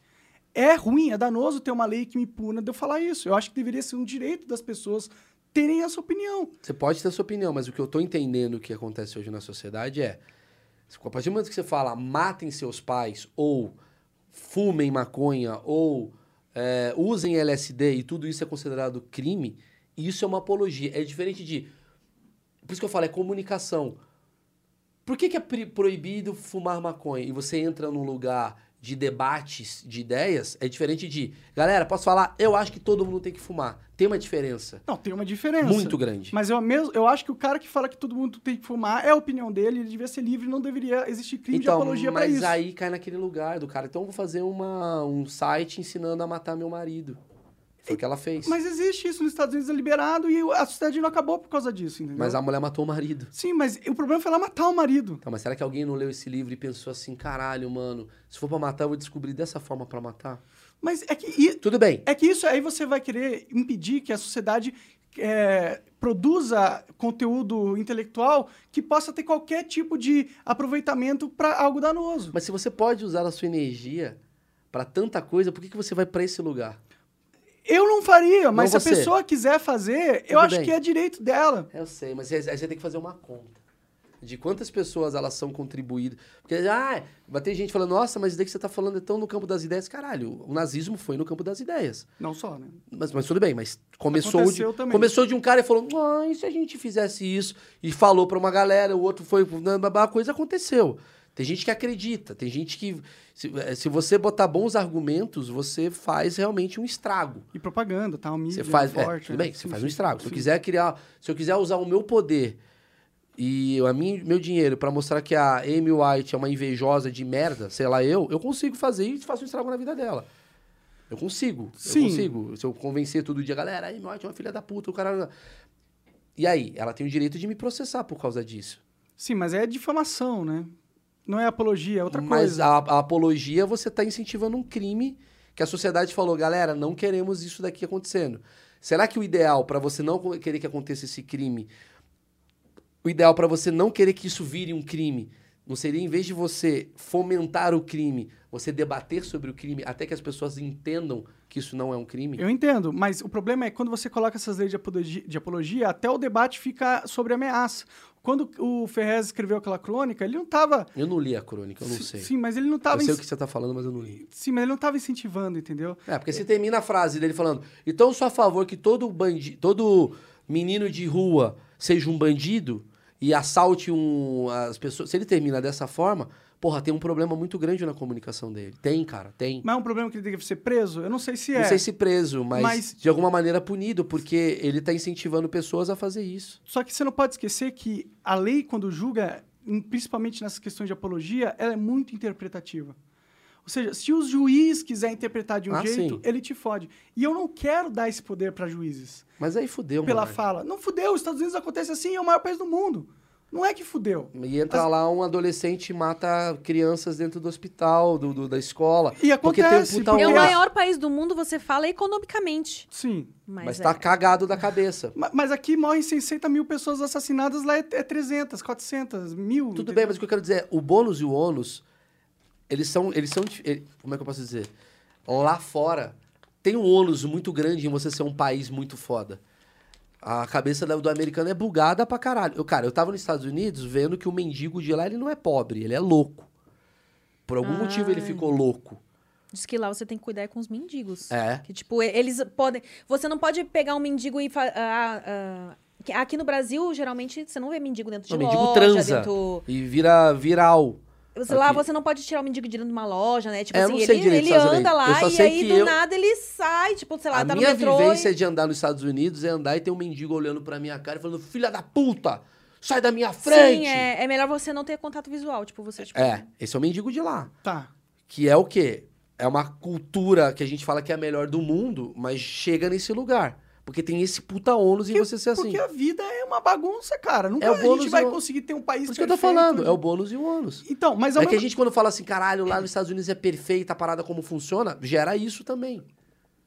É ruim, é danoso ter uma lei que me puna de eu falar isso. Eu acho que deveria ser um direito das pessoas terem essa opinião. Você pode ter sua opinião, mas o que eu tô entendendo que acontece hoje na sociedade é. A partir do momento que você fala matem seus pais, ou fumem maconha, ou é, usem LSD e tudo isso é considerado crime, isso é uma apologia. É diferente de. Por isso que eu falo, é comunicação. Por que, que é pri- proibido fumar maconha e você entra num lugar de debates de ideias? É diferente de. Galera, posso falar? Eu acho que todo mundo tem que fumar. Tem uma diferença Não, tem uma diferença. muito grande. Mas eu, mesmo, eu acho que o cara que fala que todo mundo tem que fumar é a opinião dele, ele devia ser livre, não deveria existir crime de apologia pra Então, mas isso. aí cai naquele lugar do cara. Então eu vou fazer uma, um site ensinando a matar meu marido. Foi o que ela fez. Mas, Mas existe isso nos Estados Unidos, é liberado e a sociedade não acabou por causa disso, entendeu? a mulher matou o marido. Sim, mas o problema foi ela matar o marido. Tá, mas será que alguém não leu esse livro e pensou assim, caralho, mano, se for pra matar, eu vou descobrir dessa forma pra matar? Mas é que. e- Tudo bem. É que isso aí você vai querer impedir que a sociedade é, produza conteúdo intelectual que possa ter qualquer tipo de aproveitamento para algo danoso. Mas se você pode usar a sua energia pra tanta coisa, por que, que você vai pra esse lugar? Eu não faria, mas se você. a pessoa quiser fazer, eu Tudo acho bem. que é direito dela. Eu sei, mas aí você tem que fazer uma conta. De quantas pessoas elas são contribuídas. Porque, ah, vai ter gente falando, nossa, mas isso daí que você tá falando é tão no campo das ideias. Caralho, o nazismo foi no campo das ideias. Não só, né? Mas, mas tudo bem, mas começou de, Aconteceu também. começou de um cara e falou: ah, e se a gente fizesse isso? E falou pra uma galera, o outro foi. A coisa aconteceu. Tem gente que acredita, tem gente que. Se, eh, se você botar bons argumentos, você faz realmente um estrago. E propaganda, tá? Um Você mídia faz. é, forte. tudo né? bem, você Sim, faz sim. um estrago. Se eu Sim. quiser criar. Se eu quiser usar o meu poder e a minha, meu dinheiro pra mostrar que a Amy White é uma invejosa de merda, sei lá, eu, eu consigo fazer e faço um estrago na vida dela. Eu consigo. Sim. Eu consigo. Se eu convencer todo dia, galera, a Amy White é uma filha da puta, o cara. E aí, ela tem o direito de me processar por causa disso. Sim, mas é difamação, né? Não é apologia, é outra Mas coisa. a, a apologia, você está incentivando um crime que a sociedade falou, galera, não queremos isso daqui acontecendo. Será que o ideal para você não co- querer que aconteça esse crime, o ideal para você não querer que isso vire um crime, Não seria, em vez de você fomentar o crime, você debater sobre o crime até que as pessoas entendam que isso não é um crime? Eu entendo, mas o problema é quando você coloca essas leis de apologia, de apologia, até o debate fica sobre ameaça. Quando o Ferrez escreveu aquela crônica, ele não estava. Eu não li a crônica, eu não sei. Sim, mas ele não eu estava. sei o que você tá falando, mas eu não li. Sim, mas ele não estava incentivando, entendeu? É, porque você termina a frase dele falando: então eu sou a favor que todo bandi todo menino de rua seja um bandido e assalte um, as pessoas. Se ele termina dessa forma, porra, tem um problema muito grande na comunicação dele. Tem, cara, tem. Mas é um problema que ele deve ser preso? Eu não sei se é. Não sei se preso, mas, Mas- de alguma maneira punido, porque ele tá incentivando pessoas a fazer isso. Só que você não pode esquecer que a lei, quando julga, em- principalmente nessas questões de apologia, ela é muito interpretativa. Ou seja, se o juiz quiser interpretar de um Ah, jeito, sim. ele te fode. E eu não quero dar esse poder para juízes Mas aí fudeu, pela mano. fala. Não fudeu, os Estados Unidos acontece assim, é o maior país do mundo. Não é que fudeu. E entra lá um adolescente e mata crianças dentro do hospital, do, do- da escola. E Porque tem um acontece, puta porque- É o Então, maior país do mundo, você fala economicamente. Sim. Mas, Mas é. tá cagado da cabeça. Ma- Mas aqui morrem 60 mil pessoas assassinadas, lá é é 300, 400, Tipo, mil. Tudo entendeu? bem, mas o que eu quero dizer é, o bônus e o ônus, eles são, eles são, dif- ele- como é que eu posso dizer? Lá fora, tem um ônus muito grande em você ser um país muito foda. A cabeça da- do americano é bugada pra caralho. Eu, cara, eu tava nos Estados Unidos vendo que o mendigo de lá, ele não é pobre, ele é louco. Por algum Ah. motivo ele ficou louco. Diz que lá você tem que cuidar com os mendigos. É. Que, tipo, e- eles podem. Você não pode pegar um mendigo e. fa- ah, ah, que- Aqui no Brasil, geralmente, você não vê mendigo dentro de O loja. mendigo transa dentro- e vira viral. Você- Lá Aqui. você não pode tirar o mendigo de dentro de uma loja, né? Tipo É, eu assim, não sei ele, direito ele essas leis. anda Eu lá só e sei aí que do eu- nada ele sai. Tipo, sei lá, a tá no minha metrô. e- vivência é de andar nos Estados Unidos é andar e ter um mendigo olhando pra minha cara e falando, filha da puta, sai da minha frente! Sim, é, é melhor você não ter contato visual. Tipo, você. Tipo, É, esse é o mendigo de lá. Tá. Que é o quê? É uma cultura que a gente fala que é a melhor do mundo, mas chega nesse lugar. Porque tem esse puta ônus em Porque- você ser assim. Porque a vida é uma bagunça, cara. Nunca É o a bônus gente vai e o- conseguir ter um país Por isso que eu tô perfeito. falando, é o bônus e o ônus. Então, mas É ao que a mesmo- gente, quando fala assim, caralho, lá nos Estados Unidos é perfeita a parada como funciona, gera isso também.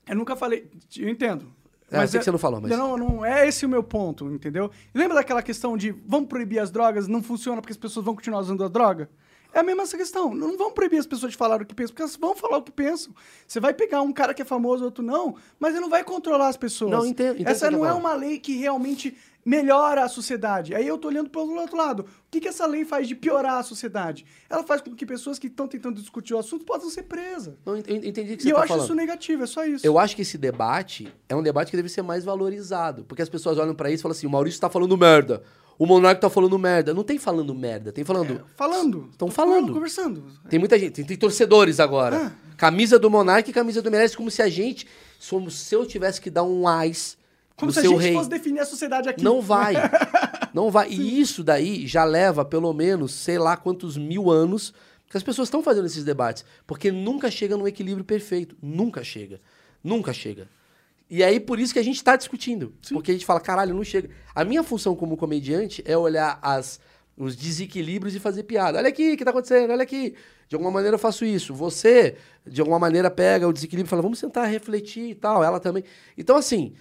eu nunca falei... Eu entendo. É, eu sei que você não falou, mas. Não, não é esse o meu ponto, entendeu? Lembra daquela questão de vamos proibir as drogas, não funciona porque as pessoas vão continuar usando a droga? É a mesma essa questão. Não vamos proibir as pessoas de falar o que pensam, porque elas vão falar o que pensam. Você vai pegar um cara que é famoso, outro não, mas ele não vai controlar as pessoas. Não, entendo- entendo o essa que não você é tá uma lei que realmente melhora a sociedade. Aí eu tô olhando pelo outro lado. O que, que essa lei faz de piorar a sociedade? Ela faz com que pessoas que estão tentando discutir o assunto possam ser presas. Não, ent- eu entendi o E que você eu tá acho falando. isso negativo, é só isso. Eu acho que esse debate é um debate que deve ser mais valorizado. Porque as pessoas olham pra isso e falam assim: o Maurício tá falando merda. O Monarca tá falando merda. Não tem falando merda, tem É. falando. Falando. Estão Tô falando. Conversando. Tem muita gente, tem, tem torcedores agora. Camisa do Monarca e camisa do Meirelles, como se a gente, somos, se eu tivesse que dar um ás Como no se a seu gente rei. fosse definir a sociedade aqui. [LAUGHS] Não vai. Não vai. E isso daí já leva pelo menos sei lá quantos mil anos que as pessoas estão fazendo esses debates. Porque nunca chega num equilíbrio perfeito. Nunca chega. Nunca chega. E aí, por isso que a gente está discutindo. Porque a gente fala, caralho, não chega. A minha função como comediante é olhar as, os desequilíbrios e fazer piada. Olha aqui, o que tá acontecendo? Olha aqui. De alguma maneira eu faço isso. Você, de alguma maneira, pega o desequilíbrio e fala, vamos sentar, refletir e tal. Ela também. Então, assim,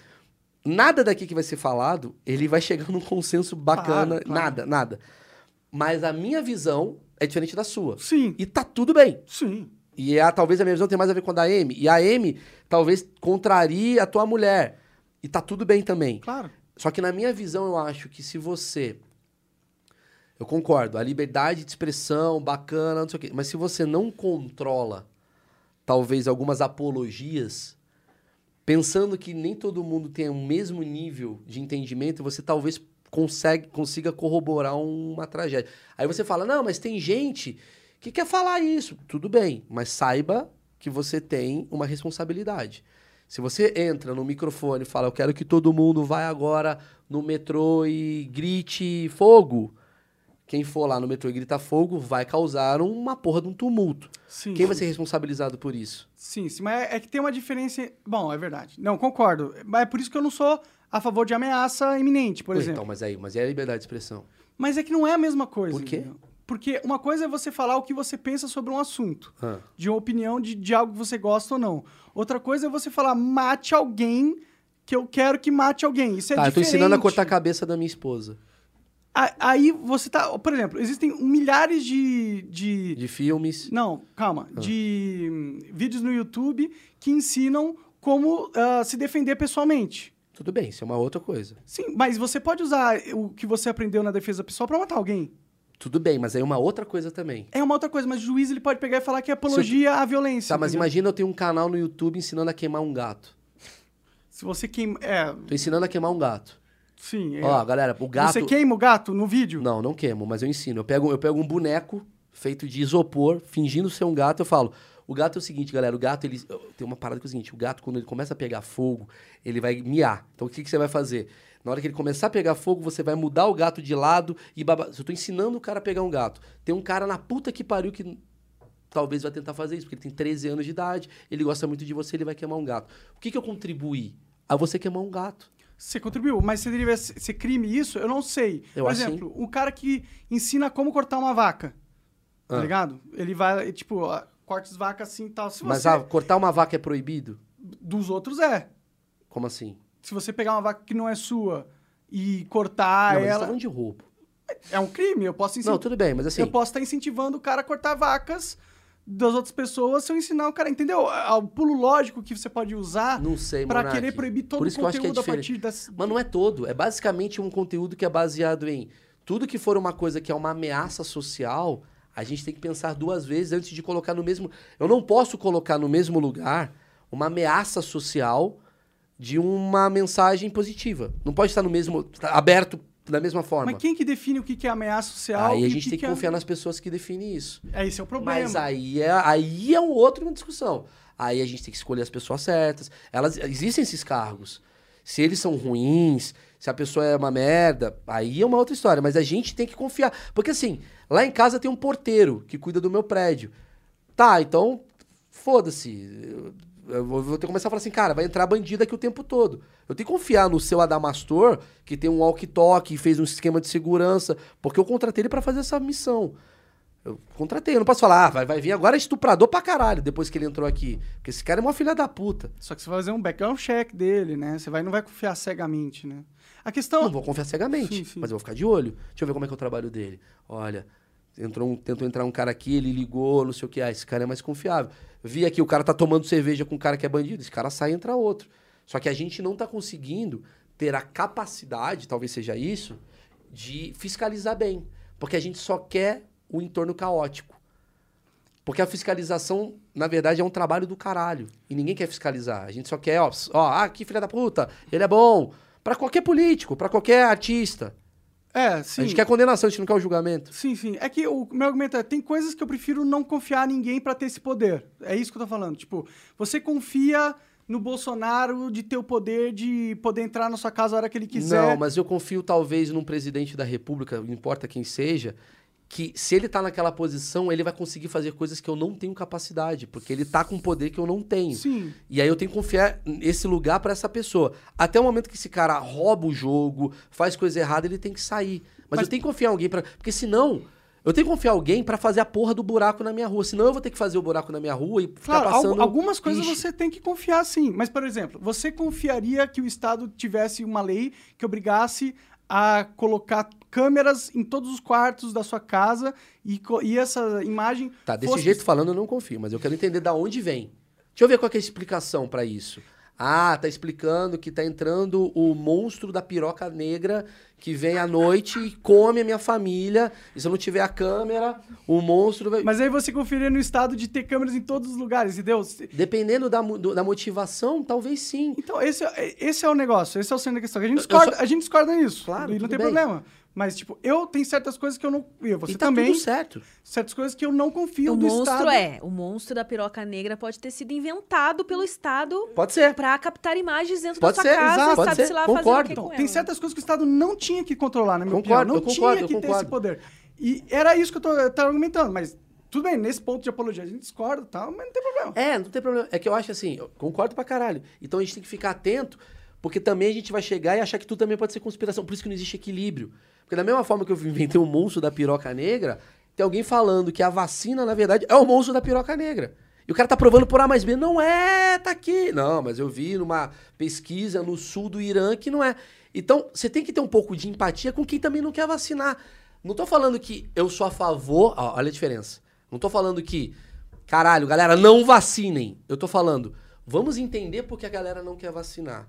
nada daqui que vai ser falado, ele vai chegar num consenso bacana. Claro, claro. Nada, nada. Mas a minha visão é diferente da sua. Sim, E tá tudo bem. sim. E a, talvez a minha visão tenha mais a ver com a da Amy. E a Amy talvez contrarie a tua mulher. E tá tudo bem também. Claro. Só que na minha visão, eu acho que se você. Eu concordo, a liberdade de expressão, bacana, não sei o quê. Mas se você não controla, talvez, algumas apologias, pensando que nem todo mundo tem o mesmo nível de entendimento, você talvez consegue, consiga corroborar uma tragédia. Aí você fala, não, mas tem gente que quer falar isso. Tudo bem, mas saiba que você tem uma responsabilidade. Se você entra no microfone e fala, eu quero que todo mundo vá agora no metrô e grite fogo, quem for lá no metrô e grita fogo vai causar uma porra de um tumulto. Sim. Quem vai ser responsabilizado por isso? Sim, sim, mas é que tem uma diferença. Bom, é verdade. Não, concordo. Mas é por isso que eu não sou a favor de ameaça iminente, por Então, exemplo. mas aí, mas é a liberdade de expressão. Mas é que não é a mesma coisa. então. Por quê? entendeu? Porque uma coisa é você falar o que você pensa sobre um assunto, Ah. de uma opinião de, de algo que você gosta ou não. Outra coisa é você falar mate alguém que eu quero que mate alguém. Isso é tá, eu diferente. tô ensinando a cortar a cabeça da minha esposa. a- aí você tá. Por exemplo, existem milhares de- de, De filmes. não, calma. Ah. De hum, vídeos no YouTube que ensinam como ah, se defender pessoalmente. Tudo bem, isso é uma outra coisa. Sim, mas você pode usar o que você aprendeu na defesa pessoal pra matar alguém. Tudo bem, mas aí é uma outra coisa também. É uma outra coisa, mas o juiz ele pode pegar e falar que é apologia à violência. Tá, mas entendeu? imagina eu tenho um canal no YouTube ensinando a queimar um gato. Se você queima. É, Tô ensinando a queimar um gato. sim. é. Ó, galera, o gato. Você queima o gato no vídeo? Não, não queimo, mas eu ensino. Eu pego, eu pego um boneco feito de isopor, fingindo ser um gato, eu falo. O gato é o seguinte, galera, o gato, ele. Tem uma parada que é o seguinte, o gato, quando ele começa a pegar fogo, ele vai miar. Então o que, que você vai fazer? Na hora que ele começar a pegar fogo, você vai mudar o gato de lado e baba. Eu tô ensinando o cara a pegar um gato. Tem um cara na puta que pariu que talvez vai tentar fazer isso, porque ele tem 13 anos de idade, ele gosta muito de você, ele vai queimar um gato. O que, que eu contribuí? A você queimar um gato. Você contribuiu, mas se deveria ser crime isso, eu não sei. Eu Por acho exemplo, um cara que ensina como cortar uma vaca. Tá Ah. ligado? Ele vai, tipo, ó, cortes vaca assim e tal. Se Mas você, ah, cortar uma vaca é proibido? Dos outros é. Como assim? se você pegar uma vaca que não é sua e cortar não, mas eles Ah, ela, estavam de roubo. é um crime. Eu posso, incenti- Não, tudo bem, mas assim. eu posso estar incentivando o cara a cortar vacas das outras pessoas se eu ensinar o cara, entendeu? É o pulo lógico que você pode usar Não sei, pra Monark. querer proibir todo Por o isso que eu acho que é conteúdo a partir diferente. das... Mas não é todo. É basicamente um conteúdo que é baseado em tudo que for uma coisa que é uma ameaça social, a gente tem que pensar duas vezes antes de colocar no mesmo. Eu não posso colocar no mesmo lugar uma ameaça social de uma mensagem positiva. Não pode estar no mesmo. tá aberto da mesma forma. Mas quem que define o que que é ameaça social? Aí e a o gente tem que é- confiar nas pessoas que definem isso. É, esse é o problema. Mas aí é, aí é um outro uma discussão. Aí a gente tem que escolher as pessoas certas. Elas existem esses cargos. Se eles são ruins, se a pessoa é uma merda, aí é uma outra história. Mas a gente tem que confiar. Porque assim, lá em casa tem um porteiro que cuida do meu prédio. Tá, então, foda-se. Eu, eu vou vou ter que começar a falar assim, cara, vai entrar bandido aqui o tempo todo. Eu tenho que confiar no seu Adamastor, que tem um walkie-talkie, fez um esquema de segurança, porque eu contratei ele pra fazer essa missão. Eu contratei, eu não posso falar, ah, vai, vai vir agora estuprador pra caralho depois que ele entrou aqui. Porque esse cara é uma filha da puta. Só que você vai fazer um background check dele, né? Você vai, não vai confiar cegamente, né? A questão... Não, vou confiar cegamente, Sim, sim. mas eu vou ficar de olho. Deixa eu ver como é que é o trabalho dele. Olha, entrou um- tentou entrar um cara aqui, ele ligou, não sei o que. Ah, esse cara é mais confiável. Vi aqui, o cara tá tomando cerveja com um cara que é bandido. Esse cara sai e entra outro. Só que a gente não tá conseguindo ter a capacidade, talvez seja isso, de fiscalizar bem. Porque a gente só quer o entorno caótico. Porque a fiscalização, na verdade, é um trabalho do caralho. E ninguém quer fiscalizar. A gente só quer, ó, ps- ó ah, que filha da puta, ele é bom. Pra qualquer político, pra qualquer artista. É, sim. A gente quer a condenação, a gente não quer o julgamento. Sim, sim. É que o meu argumento é: tem coisas que eu prefiro não confiar em ninguém pra ter esse poder. É isso que eu tô falando. Tipo, você confia no Bolsonaro de ter o poder de poder entrar na sua casa a hora que ele quiser. Não, mas eu confio talvez num presidente da república, não importa quem seja, que se ele tá naquela posição, ele vai conseguir fazer coisas que eu não tenho capacidade, porque ele tá com um poder que eu não tenho. Sim. E aí eu tenho que confiar esse lugar pra essa pessoa. Até o momento que esse cara rouba o jogo, faz coisa errada, ele tem que sair. Mas, Mas- eu tenho que confiar em alguém para, porque senão eu tenho que confiar em alguém pra fazer a porra do buraco na minha rua. Senão eu vou ter que fazer o buraco na minha rua e ficar Claro, al- passando algumas coisas lixo. você tem que confiar, sim. Mas, por exemplo, você confiaria que o Estado tivesse uma lei que obrigasse a colocar câmeras em todos os quartos da sua casa e, co- e essa imagem. Tá, desse fosse- jeito falando eu não confio, mas eu quero entender da onde vem. Deixa eu ver qual que é a explicação pra isso. Ah, tá explicando que tá entrando o monstro da piroca negra que vem à noite e come a minha família. E se eu não tiver a câmera, o monstro vai. Mas aí você confiaria no Estado de ter câmeras em todos os lugares, entendeu? Se- Dependendo da, mo- do- da motivação, talvez sim. Então, esse, é- esse é o negócio, esse é o centro da questão. A gente Eu- eu discorda, a gente discorda nisso. Claro, E não tudo tem bem. problema. Mas, tipo, eu tenho certas coisas que eu não. E você e tá também. tudo certo. Certas coisas que eu não confio o do monstro Estado. é. O monstro da piroca negra pode ter sido inventado pelo Estado Pode ser. pra captar imagens dentro Pode da sua ser, casa, exato, pode sabe-se ser, lá fazer concordo. o que Então, com tem ela. certas coisas que o Estado não tinha que controlar, na minha Concordo, opinião. Não eu concordo, tinha que eu ter concordo. esse poder. E era isso que eu tô, eu tava argumentando, mas tudo bem, nesse ponto de apologia a gente discorda e tal, mas não tem problema. É, não tem problema. É que eu acho assim, eu concordo pra caralho. Então a gente tem que ficar atento, porque também a gente vai chegar e achar que tudo também pode ser conspiração. Por isso que não existe equilíbrio. Porque da mesma forma que eu [LAUGHS] inventei um o monstro da piroca negra, tem alguém falando que a vacina, na verdade, é o monstro da piroca negra. E E o cara tá provando por A mais B. Não é, tá aqui. Não, mas eu vi numa pesquisa no sul do Irã que não é. Então, você tem que ter um pouco de empatia com quem também não quer vacinar. Não tô falando que eu sou a favor. ó, olha a diferença. Não tô falando que, caralho, galera, não vacinem. Eu tô falando, vamos entender por que a galera não quer vacinar.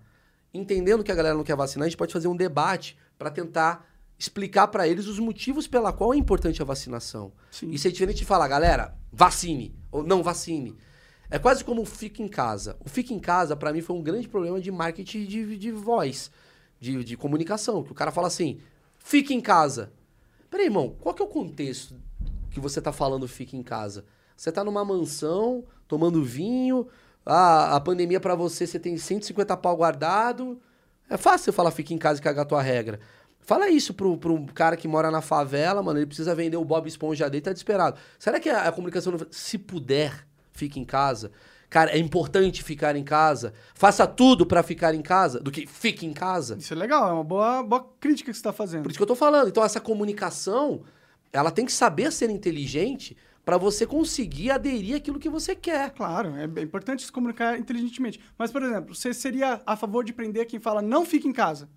Entendendo que a galera não quer vacinar, a gente pode fazer um debate pra tentar explicar pra eles os motivos pela qual é importante a vacinação. Sim. Isso é diferente de falar, galera, vacine ou não vacine. É quase como o fica em casa. O fica em casa, pra mim, foi um grande problema de marketing de, de voz, de, de comunicação. Que o cara fala assim, fica em casa. Peraí, irmão, qual que é o contexto que você tá falando fica em casa? Você tá numa mansão, tomando vinho, a, a pandemia pra você, você tem 150 pau guardado. É fácil você falar fica em casa e cagar a tua regra. Fala isso pro, pro cara que mora na favela, mano, ele precisa vender o Bob Esponja dele, tá desesperado. Será que a, a comunicação... não- Se puder, fica em casa. Cara, é importante ficar em casa. Faça tudo pra ficar em casa, do que fique em casa. Isso é legal, é uma boa, boa crítica que você está fazendo. Por isso que eu tô falando. Então, essa comunicação, ela tem que saber ser inteligente pra você conseguir aderir àquilo que você quer. Claro, é é importante se comunicar inteligentemente. Mas, por exemplo, você seria a favor de prender quem fala não fique em casa?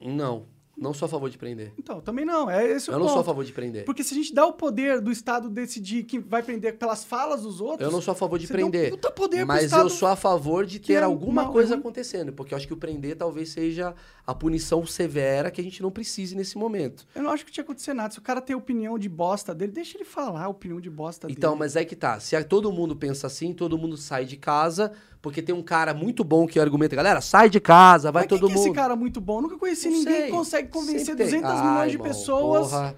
Não, não sou a favor de prender. Então, também não. É esse o Eu não sou a ponto. favor de prender. Porque se a gente dá o poder do Estado decidir quem vai prender pelas falas dos outros. Eu não sou a favor de você deu um prender. puta poder pro Mas Estado eu sou a favor de que ter é alguma mal, é coisa ruim. acontecendo. Porque eu acho que o prender talvez seja a punição severa que a gente não precise nesse momento. Eu não acho que tinha acontecido nada. Se o cara tem opinião de bosta dele, deixa ele falar a opinião de bosta Então, dele. mas é que tá. Se a- todo mundo pensa assim, todo mundo sai de casa, porque tem um cara muito bom que argumenta, galera, sai de casa, vai Mas quem todo que é mundo. esse cara muito bom? Nunca conheci Não ninguém sei. que consegue convencer Sempre tem. 200 Ai, milhões de irmão, pessoas. Porra,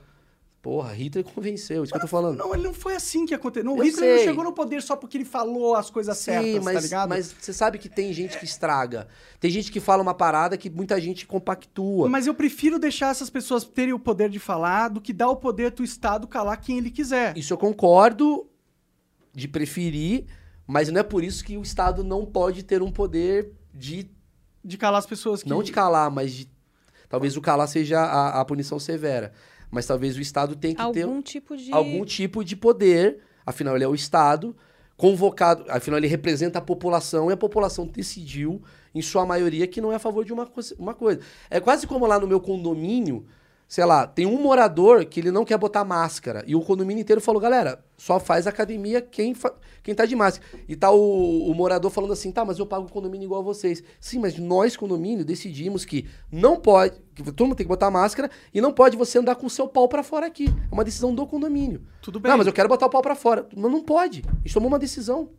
porra, Hitler convenceu, isso que eu tô falando. Não, ele não foi assim que aconteceu. Não, Eu o Hitler não sei. chegou no poder só porque ele falou as coisas certas, mas, tá ligado? mas você sabe que tem gente que estraga. Tem gente que fala uma parada que muita gente compactua. Mas eu prefiro deixar essas pessoas terem o poder de falar do que dar o poder do Estado calar quem ele quiser. Isso eu concordo de preferir, mas não é por isso que o Estado não pode ter um poder de. De calar as pessoas que. Não de calar, mas de. Talvez o calar seja a, a punição severa. Mas talvez o Estado tenha que ter Algum tipo de. algum tipo de poder. Afinal, ele é o Estado convocado. Afinal, ele representa a população e a população decidiu, em sua maioria, que não é a favor de uma, coisa- uma coisa. É quase como lá no meu condomínio, sei lá, tem um morador que ele não quer botar máscara. E o condomínio inteiro falou, galera, só faz academia quem, fa- quem tá de máscara. E tá o, o morador falando assim, tá, mas eu pago o condomínio igual a vocês. Sim, mas nós, condomínio, decidimos que não pode, que todo mundo tem que botar máscara e não pode você andar com o seu pau pra fora aqui. É uma decisão do condomínio. Tudo bem. Não, mas eu quero botar o pau pra fora. Mas não pode. A gente tomou uma decisão.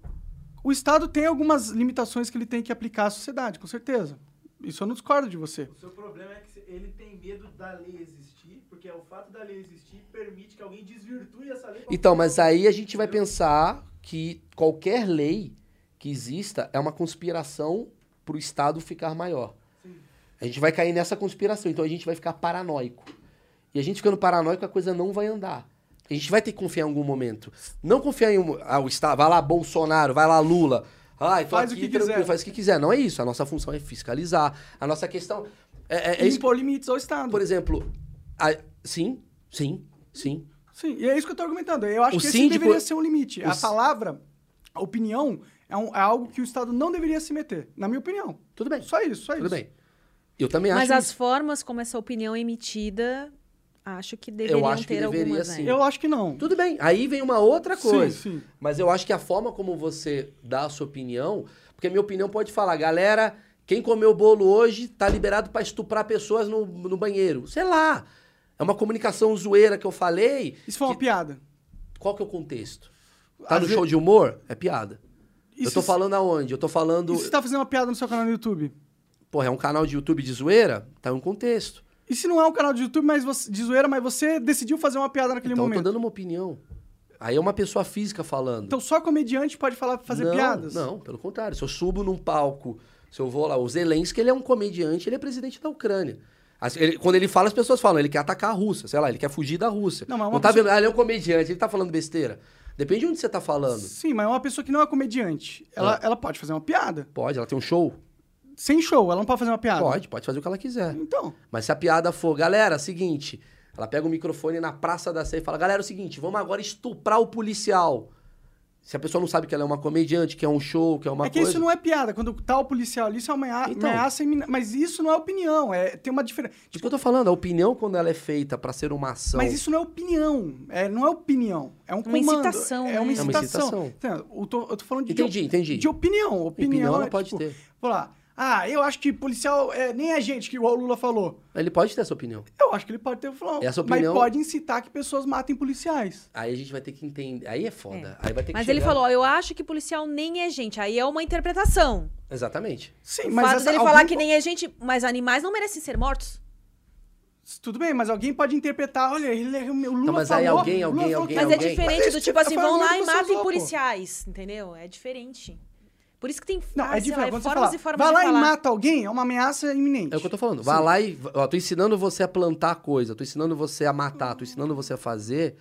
O Estado tem algumas limitações que ele tem que aplicar à sociedade, com certeza. Isso eu não discordo de você. O seu problema é que ele tem medo da lei existir, porque é o fato da lei existir permite que alguém desvirtue essa lei. Então, mas aí a gente vai pensar que qualquer lei que exista é uma conspiração pro Estado ficar maior. A gente vai cair nessa conspiração. Então a gente vai ficar paranoico. E a gente ficando paranoico, a coisa não vai andar. A gente vai ter que confiar em algum momento. Não confiar em um. Ah, o Estado. Vai lá, Bolsonaro, vai lá, Lula. Ai, tô Faz o aqui, que tranquilo, quiser. faz o que quiser. Não é isso. A nossa função é fiscalizar. A nossa questão. É, é, é E isso impor limites ao Estado. Por exemplo, a- sim, sim, sim. Sim, e é isso que eu tô argumentando. Eu acho O que esse síndico- deveria ser um limite. o A s- palavra, a opinião, é, um- é algo que o Estado não deveria se meter, na minha opinião. Tudo bem, Só isso, só tudo isso. bem. Eu também Mas acho as isso. formas como essa opinião é emitida, acho que deveriam acho que ter deveria, algumas, sim. né? Eu acho que não. Tudo bem, aí vem uma outra coisa. Sim, sim. Mas eu acho que a forma como você dá a sua opinião, porque a minha opinião pode falar, galera, quem comeu bolo hoje tá liberado pra estuprar pessoas no, no banheiro. Sei lá. É uma comunicação zoeira que eu falei. Isso foi uma que- piada. Qual que é o contexto? Tá Às no ve- show de humor? É piada. eu Isso- tô falando aonde? Eu tô falando. E se você tá fazendo uma piada no seu canal no YouTube? Porra, é um canal de YouTube de zoeira? Tá em um contexto. E se não é um canal de YouTube mas você, de zoeira, mas você decidiu fazer uma piada naquele então eu momento? tô dando uma opinião. Aí é uma pessoa física falando. Então só comediante pode falar fazer não, piadas? Não, pelo contrário. Se eu subo num palco, se eu vou lá, o Zelensky, ele é um comediante, ele é presidente da Ucrânia. Assim, ele- quando ele fala, as pessoas falam, ele quer atacar a Rússia, sei lá, ele quer fugir da Rússia. Não, mas uma tá pessoa- vendo? Ah, ele é um comediante, ele tá falando besteira. Depende de onde você tá falando. Sim, mas é uma pessoa que não é comediante. Ela, Ah. ela pode fazer uma piada. Pode, ela tem um show? Sem show, ela não pode fazer uma piada. Pode, pode fazer o que ela quiser. Então, Mas se a piada for, galera, seguinte, ela pega o microfone na Praça da Sé e fala, galera, é o seguinte, vamos agora estuprar o policial. Se a pessoa não sabe que ela é uma comediante, que é um show, que é uma é que coisa. isso não é piada. Quando tal policial ali, isso é uma amea- Então. ameaça. em mina- Mas isso não é opinião. É, tem uma diferença. Isso que eu tô falando, a opinião, quando ela é feita pra ser uma ação. Mas isso não é opinião. É, não é opinião. É um comando. incitação, É uma né? É uma incitação. incitação. Entendeu? Eu tô, eu tô falando de, Entendi, entendi. de opinião. Opinião, opinião ela é, pode tipo, ter. Vou lá. Ah, eu acho que policial é, nem é gente, que igual o Lula falou. Ele pode ter essa opinião. Eu acho que ele pode ter falado. Essa opinião- Mas pode incitar que pessoas matem policiais. Aí a gente vai ter que entender. Aí é foda. Aí vai ter que Mas ele chegar- falou, ó, eu acho que policial nem é gente. Aí é uma interpretação. Exatamente. Sim, O mas. fato essa- dele alguém falar po- que nem é gente, mas animais não merecem ser mortos. Tudo bem, mas alguém pode interpretar, olha, ele, é- o Lula Não, Então, mas aí falou, alguém, o Lula alguém, falou alguém, que- Mas é alguém. diferente Mas do isso tipo é assim, vão falando lá que e você matem usou, pô. policiais, entendeu? É diferente. Por isso que tem Não, é ah, sei lá, diferente. Quando você formas fala, e formas vai de lá falar. e mata alguém, é uma ameaça iminente. É o que eu tô falando. Vá Sim. lá e. Ó, tô ensinando você a plantar coisa, tô ensinando você a matar, tô ensinando você a fazer.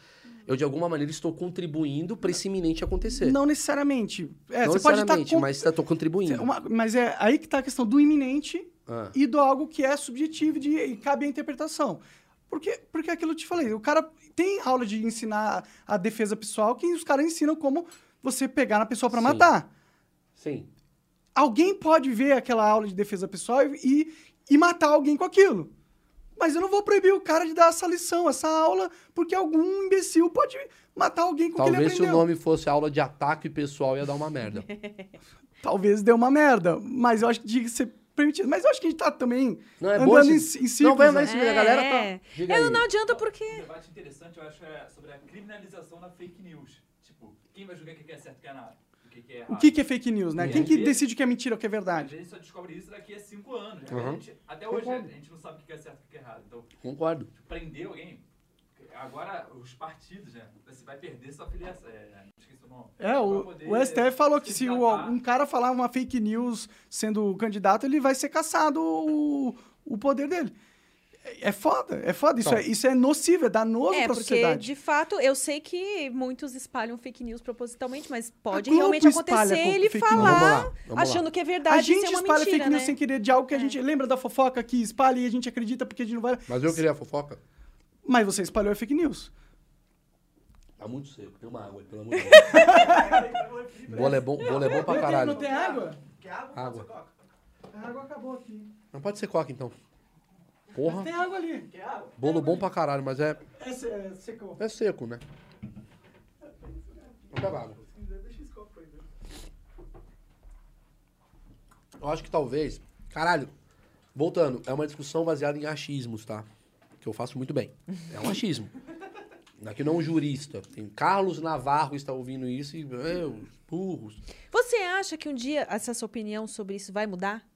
Eu, de alguma maneira, estou contribuindo pra esse iminente acontecer. Não necessariamente. É, Não você pode estar necessariamente, com- mas estou contribuindo. Uma- mas é aí que tá a questão do iminente Ah. e do algo que é subjetivo e de, e cabe à interpretação. Porque, porque é aquilo que eu te falei, o cara tem aula de ensinar a defesa pessoal que os caras ensinam como você pegar na pessoa pra Sim. matar. Sim. Alguém pode ver aquela aula de defesa pessoal e, e matar alguém com aquilo. Mas eu não vou proibir o cara de dar essa lição, essa aula, porque algum imbecil pode matar alguém com o que ele Talvez se aprendeu. o nome fosse aula de ataque pessoal, ia dar uma merda. [LAUGHS] Talvez dê uma merda, mas eu acho que tinha que ser permitido. Mas eu acho que a gente tá também Não, é andando bom. em, em esse- círculos. Não, vai né? andar em cima da galera, É. tá? Diga Eu aí. não adianta porque Um debate interessante, eu acho, é sobre a criminalização da fake news. Tipo, quem vai julgar o que que é certo e o que é errado? O que que é O errado? que, que é fake news, né? É. Quem que decide o que é mentira ou o que é A verdade? gente só descobre isso daqui a cinco anos. né? Uhum. A gente, até hoje a gente não sabe o que que é certo e o que que é errado. Então, Concordo. prender alguém. Agora, os partidos, né? Você vai perder sua filiação. É, esqueci o nome. É, o, Pra poder o STF falou que se o- tratar. um cara falar uma fake news sendo candidato, ele vai ser caçado o, o poder dele. É é foda, é foda. Isso, Tá. é, isso é nocivo, é danoso é pra porque sociedade. de fato eu sei que muitos espalham fake news propositalmente, mas pode Globo realmente espalha acontecer com- ele fake news. Vamos falar lá. Vamos achando lá. que é verdade A e gente ser uma espalha mentira, fake news né? sem querer de algo que a gente lembra da fofoca que espalha e a gente acredita porque a gente não vai. Mas eu queria a fofoca. Mas você espalhou a fake news. Tá muito seco, tem uma água aí, pelo amor de Deus. [LAUGHS] bolo é bom, bolo é bom pra Não tem caralho. água? Quer é água? Água. A água acabou aqui. Não pode ser coca, então. Porra, Tem água ali. Quer água? bolo bom pra caralho, mas é, Essa é, secou. é seco, né? Vou pegar água. Se quiser, deixa esse copo aí. né? Eu acho que talvez. Caralho, voltando, é uma discussão baseada em achismos, tá? Que eu faço muito bem. É um achismo. Aqui não é um jurista. Tem Carlos Navarro está ouvindo isso e. É, os burros. Você acha que um dia essa sua opinião sobre isso vai mudar?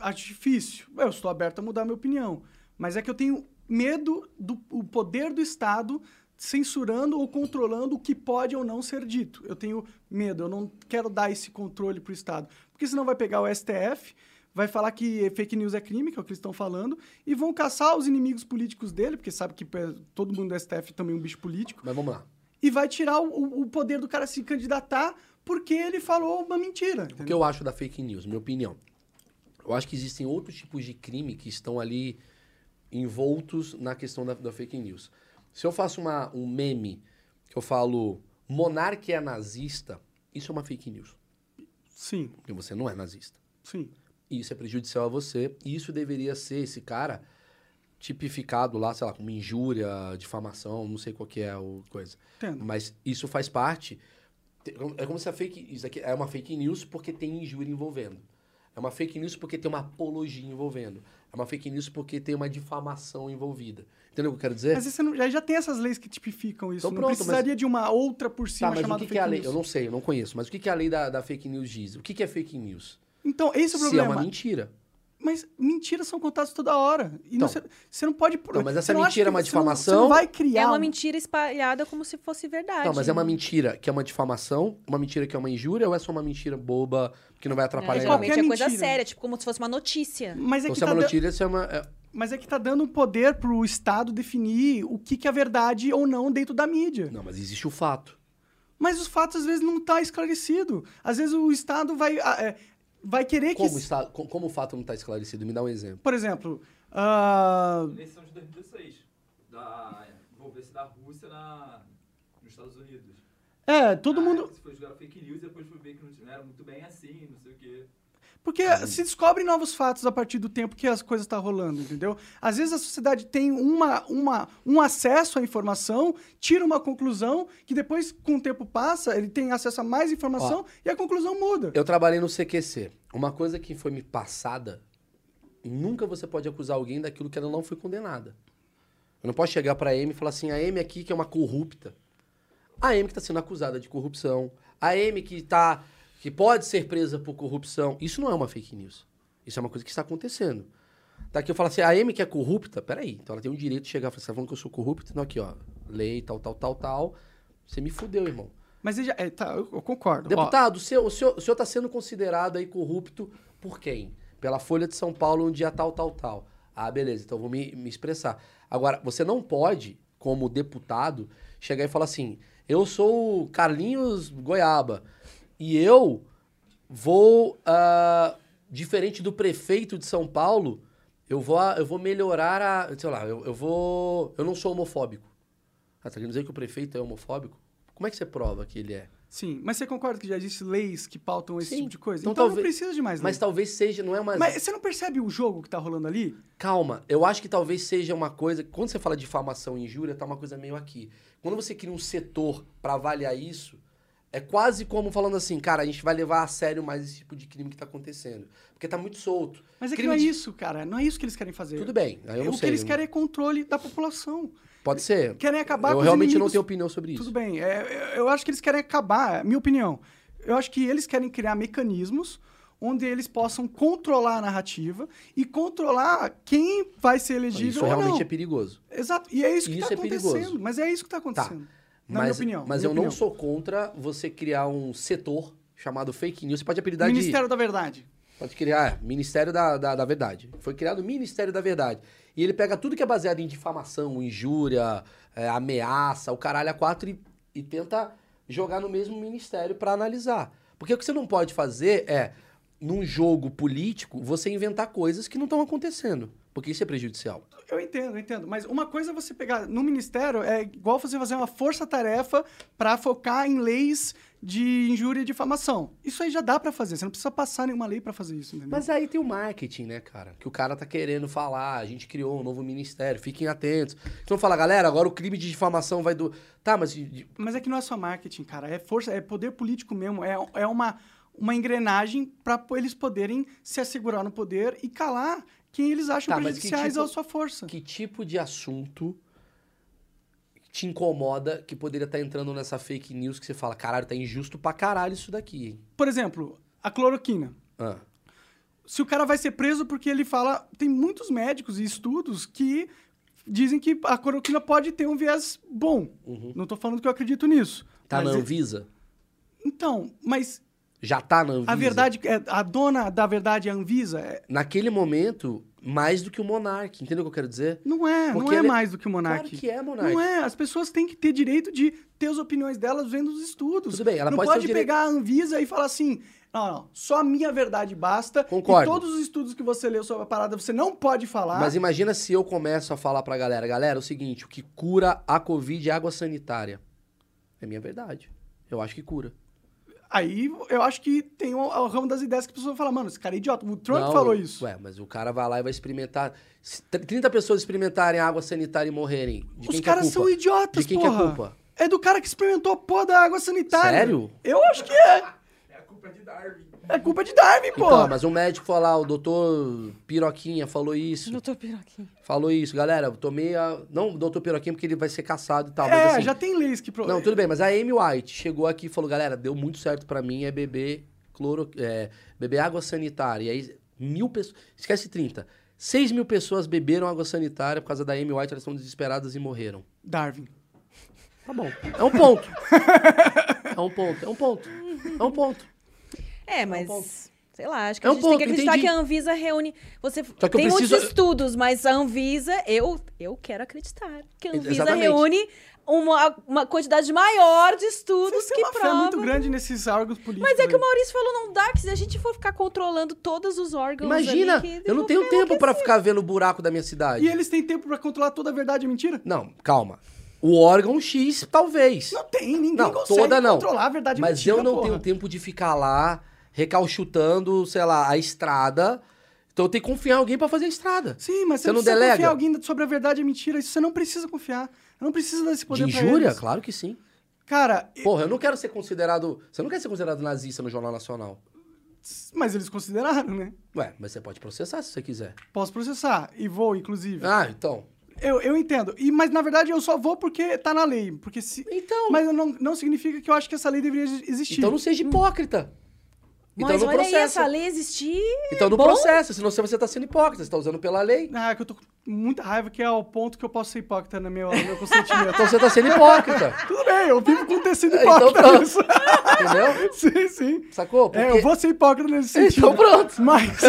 Acho difícil. Eu estou aberto a mudar a minha opinião. Mas é que eu tenho medo do o poder do Estado censurando ou controlando o que pode ou não ser dito. Eu tenho medo, eu não quero dar esse controle para o Estado. Porque senão vai pegar o STF, vai falar que fake news é crime, que é o que eles estão falando, e vão caçar os inimigos políticos dele, porque sabe que eh, todo mundo do STF é também um bicho político Mas vamos lá. e vai tirar o- o, o poder do cara se candidatar porque ele falou uma mentira. O entendeu? que eu acho da fake news, minha opinião. Eu acho que existem outros tipos de crime que estão ali envoltos na questão da, da fake news. Se eu faço uma, um meme que eu falo monarca é nazista, isso é uma fake news. Sim, Porque você não é nazista. sim. E isso é prejudicial a você. E isso deveria ser, esse cara, tipificado lá, sei lá, como injúria, difamação, não sei qual que é o coisa. Entendo. Mas isso faz parte. te- É como se a fake. Isso aqui é uma fake news porque tem injúria envolvendo. É uma fake news porque tem uma apologia envolvendo. É uma fake news porque tem uma difamação envolvida. Entendeu o que eu quero dizer? Mas você não, já, já tem essas leis que tipificam isso. Então não pronto, mas- precisaria de uma outra por cima tá, mas o chamada que, que fake é a lei? Eu news. não sei, eu não conheço. Mas o que, que a lei da, da fake news diz? O que, que é fake news? Então, esse é o Se é problema. uma mentira. Mas mentiras são contadas toda hora. E Então. não- você, você não pode... Então, mas essa você não acha mentira que é uma você não- Você difamação? não vai criar... É uma um- mentira espalhada como se fosse verdade. Não, mas é uma mentira que é uma difamação, uma mentira que é uma injúria ou é só uma mentira boba que não vai Não, atrapalhar em nada? geralmente é qualquer coisa mentira. séria, tipo como se fosse uma notícia. Mas é, Então, que se é tá uma dan- notícia, se é uma. é- mas é que tá dando poder pro Estado definir o que, que é verdade ou não dentro da mídia. Não, mas existe o fato. Mas os fatos, às vezes, não tá esclarecido. Às vezes, o Estado vai, ah, é, vai querer que... Como, está, co- como o fato não está esclarecido? Me dá um exemplo. Por exemplo, ah, Eleição de 2016. Da envolvência da Rússia na, nos Estados Unidos. Ah, É, todo mundo. Se foi jogar fake news, depois fui ver que não, não era muito bem assim, não sei o quê. Porque se descobrem novos fatos a partir do tempo que as coisas estão rolando, entendeu? Às vezes a sociedade tem uma, uma, um acesso à informação, tira uma conclusão, que depois, com o tempo passa, ele tem acesso a mais informação e a conclusão muda. Eu trabalhei no CQC. Uma coisa que foi me passada, nunca você pode acusar alguém daquilo que ela não foi condenada. Eu não posso chegar pra Amy e falar assim, a Amy aqui que é uma corrupta. A Amy que tá sendo acusada de corrupção. A Amy que tá... que pode ser presa por corrupção. Isso não é uma fake news. Isso é uma coisa que está acontecendo. Tá aqui eu falo assim, a Amy que é corrupta, peraí. Então ela tem o direito de chegar e falar, você tá falando que eu sou corrupta? Não, aqui ó, lei, tal, tal, tal, tal. Você me fudeu, irmão. Mas ele já, é, tá, eu, eu concordo. Ó, Deputado, o senhor, o, senhor, o senhor tá sendo considerado aí corrupto por quem? Pela Folha de São Paulo um dia tal, tal, tal. Ah, beleza, então eu vou me, me expressar. Agora, você não pode, como deputado, chegar e falar assim: eu sou o Carlinhos Goiaba e eu vou, ah, diferente do prefeito de São Paulo, eu vou, eu vou melhorar a. Sei lá, eu, eu vou. Eu não sou homofóbico. Ah, tá querendo dizer que o prefeito é homofóbico? Como é que você prova que ele é? Sim, mas você concorda que já existe leis que pautam esse Sim. tipo de coisa? Então Então, talvez- não precisa de mais Mas leis. talvez seja, não é mais. Mas você não percebe o jogo que tá rolando ali? Calma, eu acho que talvez seja uma coisa. Quando você fala difamação e injúria, tá uma coisa meio aqui. Quando você cria um setor pra avaliar isso, é quase como falando assim, cara, a gente vai levar a sério mais esse tipo de crime que tá acontecendo. Porque tá muito solto. Mas é que não Crime é de- isso, cara. Não é isso que eles querem fazer. Tudo bem, aí eu não o sei. que eles eu não- querem é controle da população. Pode ser. Querem acabar eu com os realmente não inimigos. tenho opinião sobre isso. Tudo bem. É, eu- eu acho que eles querem acabar, é minha opinião. Eu acho que eles querem criar mecanismos onde eles possam controlar a narrativa e controlar quem vai ser elegível Isso ou realmente não. é perigoso. Exato. E é isso que Isso tá é perigoso. acontecendo. Mas é isso que tá acontecendo. Na mas minha opinião. mas minha eu não opinião. sou contra você criar um setor chamado fake news. Você pode apelidar de. Ministério da Verdade. Pode criar ah, Ministério da, da, da Verdade. Foi criado o Ministério da Verdade. E ele pega tudo que é baseado em difamação, injúria, é, ameaça, o caralho a quatro e, e tenta jogar no mesmo ministério pra analisar. Porque o que você não pode fazer é, num jogo político, você inventar coisas que não estão acontecendo. Porque isso é prejudicial. Eu entendo, eu entendo. Mas uma coisa é você pegar no ministério é igual você fazer uma força-tarefa pra focar em leis de injúria e difamação. Isso aí já dá pra fazer. Você não precisa passar nenhuma lei pra fazer isso, entendeu? Mas aí tem o marketing, né, cara? Que o cara tá querendo falar, a gente criou um novo ministério, fiquem atentos. Então fala, galera, agora o crime de difamação vai do. Tá, mas de- Mas é que não é só marketing, cara. É força, é poder político mesmo. É, é uma, uma engrenagem para eles poderem se assegurar no poder e calar quem eles acham Tá, mas que prejudiciais tipo- à sua força. Que tipo de assunto te incomoda que poderia estar entrando nessa fake news que você fala, caralho, tá injusto pra caralho isso daqui, hein? Por exemplo, a cloroquina. Ah, Se o cara vai ser preso porque ele fala... Tem muitos médicos e estudos que dizem que a cloroquina pode ter um viés bom. uhum. Não tô falando que eu acredito nisso. Tá mas na é- Anvisa? Então, mas Já tá na Anvisa? a verdade... é- A dona da verdade, a Anvisa, é- Naquele momento, mais do que o Monark, entendeu o que eu quero dizer? não é. Porque não é ele- mais do que o Monark. Claro que é, Monark. Não é, as pessoas têm que ter direito de ter as opiniões delas vendo os estudos. Tudo bem, ela não pode pode, ter o direito- pegar a Anvisa e falar assim, não, não, só a minha verdade basta. Concordo. E todos os estudos que você leu sobre a parada, você não pode falar. Mas imagina se eu começo a falar pra galera, galera, é o seguinte, o que cura a Covid é água sanitária. É minha verdade. Eu acho que cura. Aí eu acho que tem o, o ramo das ideias que a pessoa fala, mano, esse cara é idiota. O Trump Não, falou isso. Ué, mas o cara vai lá e vai experimentar. Se tr- 30 pessoas experimentarem água sanitária e morrerem. De os quem que é caras culpa? são idiotas, De quem que porra. é culpa? É do cara que experimentou a porra da água sanitária. Sério? Eu acho que é. É a culpa de Darwin. É culpa de Darwin, porra. Então, mas um médico foi lá, o doutor Piroquinha falou isso, Doutor Piroquinho. falou isso. Galera, eu tomei a... Não o doutor Piroquinha porque ele vai ser caçado e tal, é, mas assim... já tem leis que... Pro... Não, tudo bem, mas a Amy White chegou aqui e falou, galera, deu muito certo pra mim, é beber cloro... É, beber água sanitária. E aí, mil pessoas... Esquece 30. 6 mil pessoas beberam água sanitária por causa da Amy White, elas estão desesperadas e morreram. Darwin. Tá bom. É um ponto. É um ponto, é um ponto. É um ponto. É, mas. ponto. Sei lá, acho que É a um gente ponto, tem que acreditar entendi. que a Anvisa reúne. Você eu tem preciso- muitos estudos, mas a Anvisa, eu, eu quero acreditar que a Anvisa Exatamente. reúne uma, uma quantidade maior de estudos é Você tem que uma fé provam. muito grande nesses órgãos políticos. Mas é que aí. o Maurício falou, não dá, que se a gente for ficar controlando todos os órgãos. Imagina, ali, que- eu não tenho tempo pra ficar vendo o buraco da minha cidade. E eles têm tempo pra controlar toda a verdade e mentira? Não, calma. O órgão X, talvez. Não tem, ninguém Não, consegue toda não. controlar a verdade e Mas mentira, eu não porra. tenho tempo de ficar lá recalchutando, sei lá, a estrada. Então eu tenho que confiar em alguém pra fazer a estrada. Sim, mas você, Você não não precisa delega? confiar alguém sobre a verdade e a mentira. Isso você não precisa confiar. Não precisa desse De poder pra injúria? eles. Claro que sim. Cara, e- Porra, eu não quero ser considerado. Você não quer ser considerado nazista no Jornal Nacional. mas eles consideraram, né? Ué, mas você pode processar se você quiser. Posso processar. E vou, inclusive. Ah, então. Eu, eu entendo. E, mas, na verdade, eu só vou porque tá na lei. Porque se... Então. Mas não, não significa que eu acho que essa lei deveria ex- existir. Então não seja hipócrita. Então Mas não olha aí, processa. essa lei existir. Então não bom. processa, senão você está sendo hipócrita. Você tá usando pela lei. Ah, que eu tô com muita raiva que é o ponto que eu posso ser hipócrita no meu, no meu consentimento. [LAUGHS] Então você tá sendo hipócrita. Tudo bem, eu vivo com um tecido É, então hipócrita. pronto. nisso. entendeu? [LAUGHS] sim, sim. Sacou? É, eu vou ser hipócrita nesse sentido. Então pronto. Mas... [LAUGHS]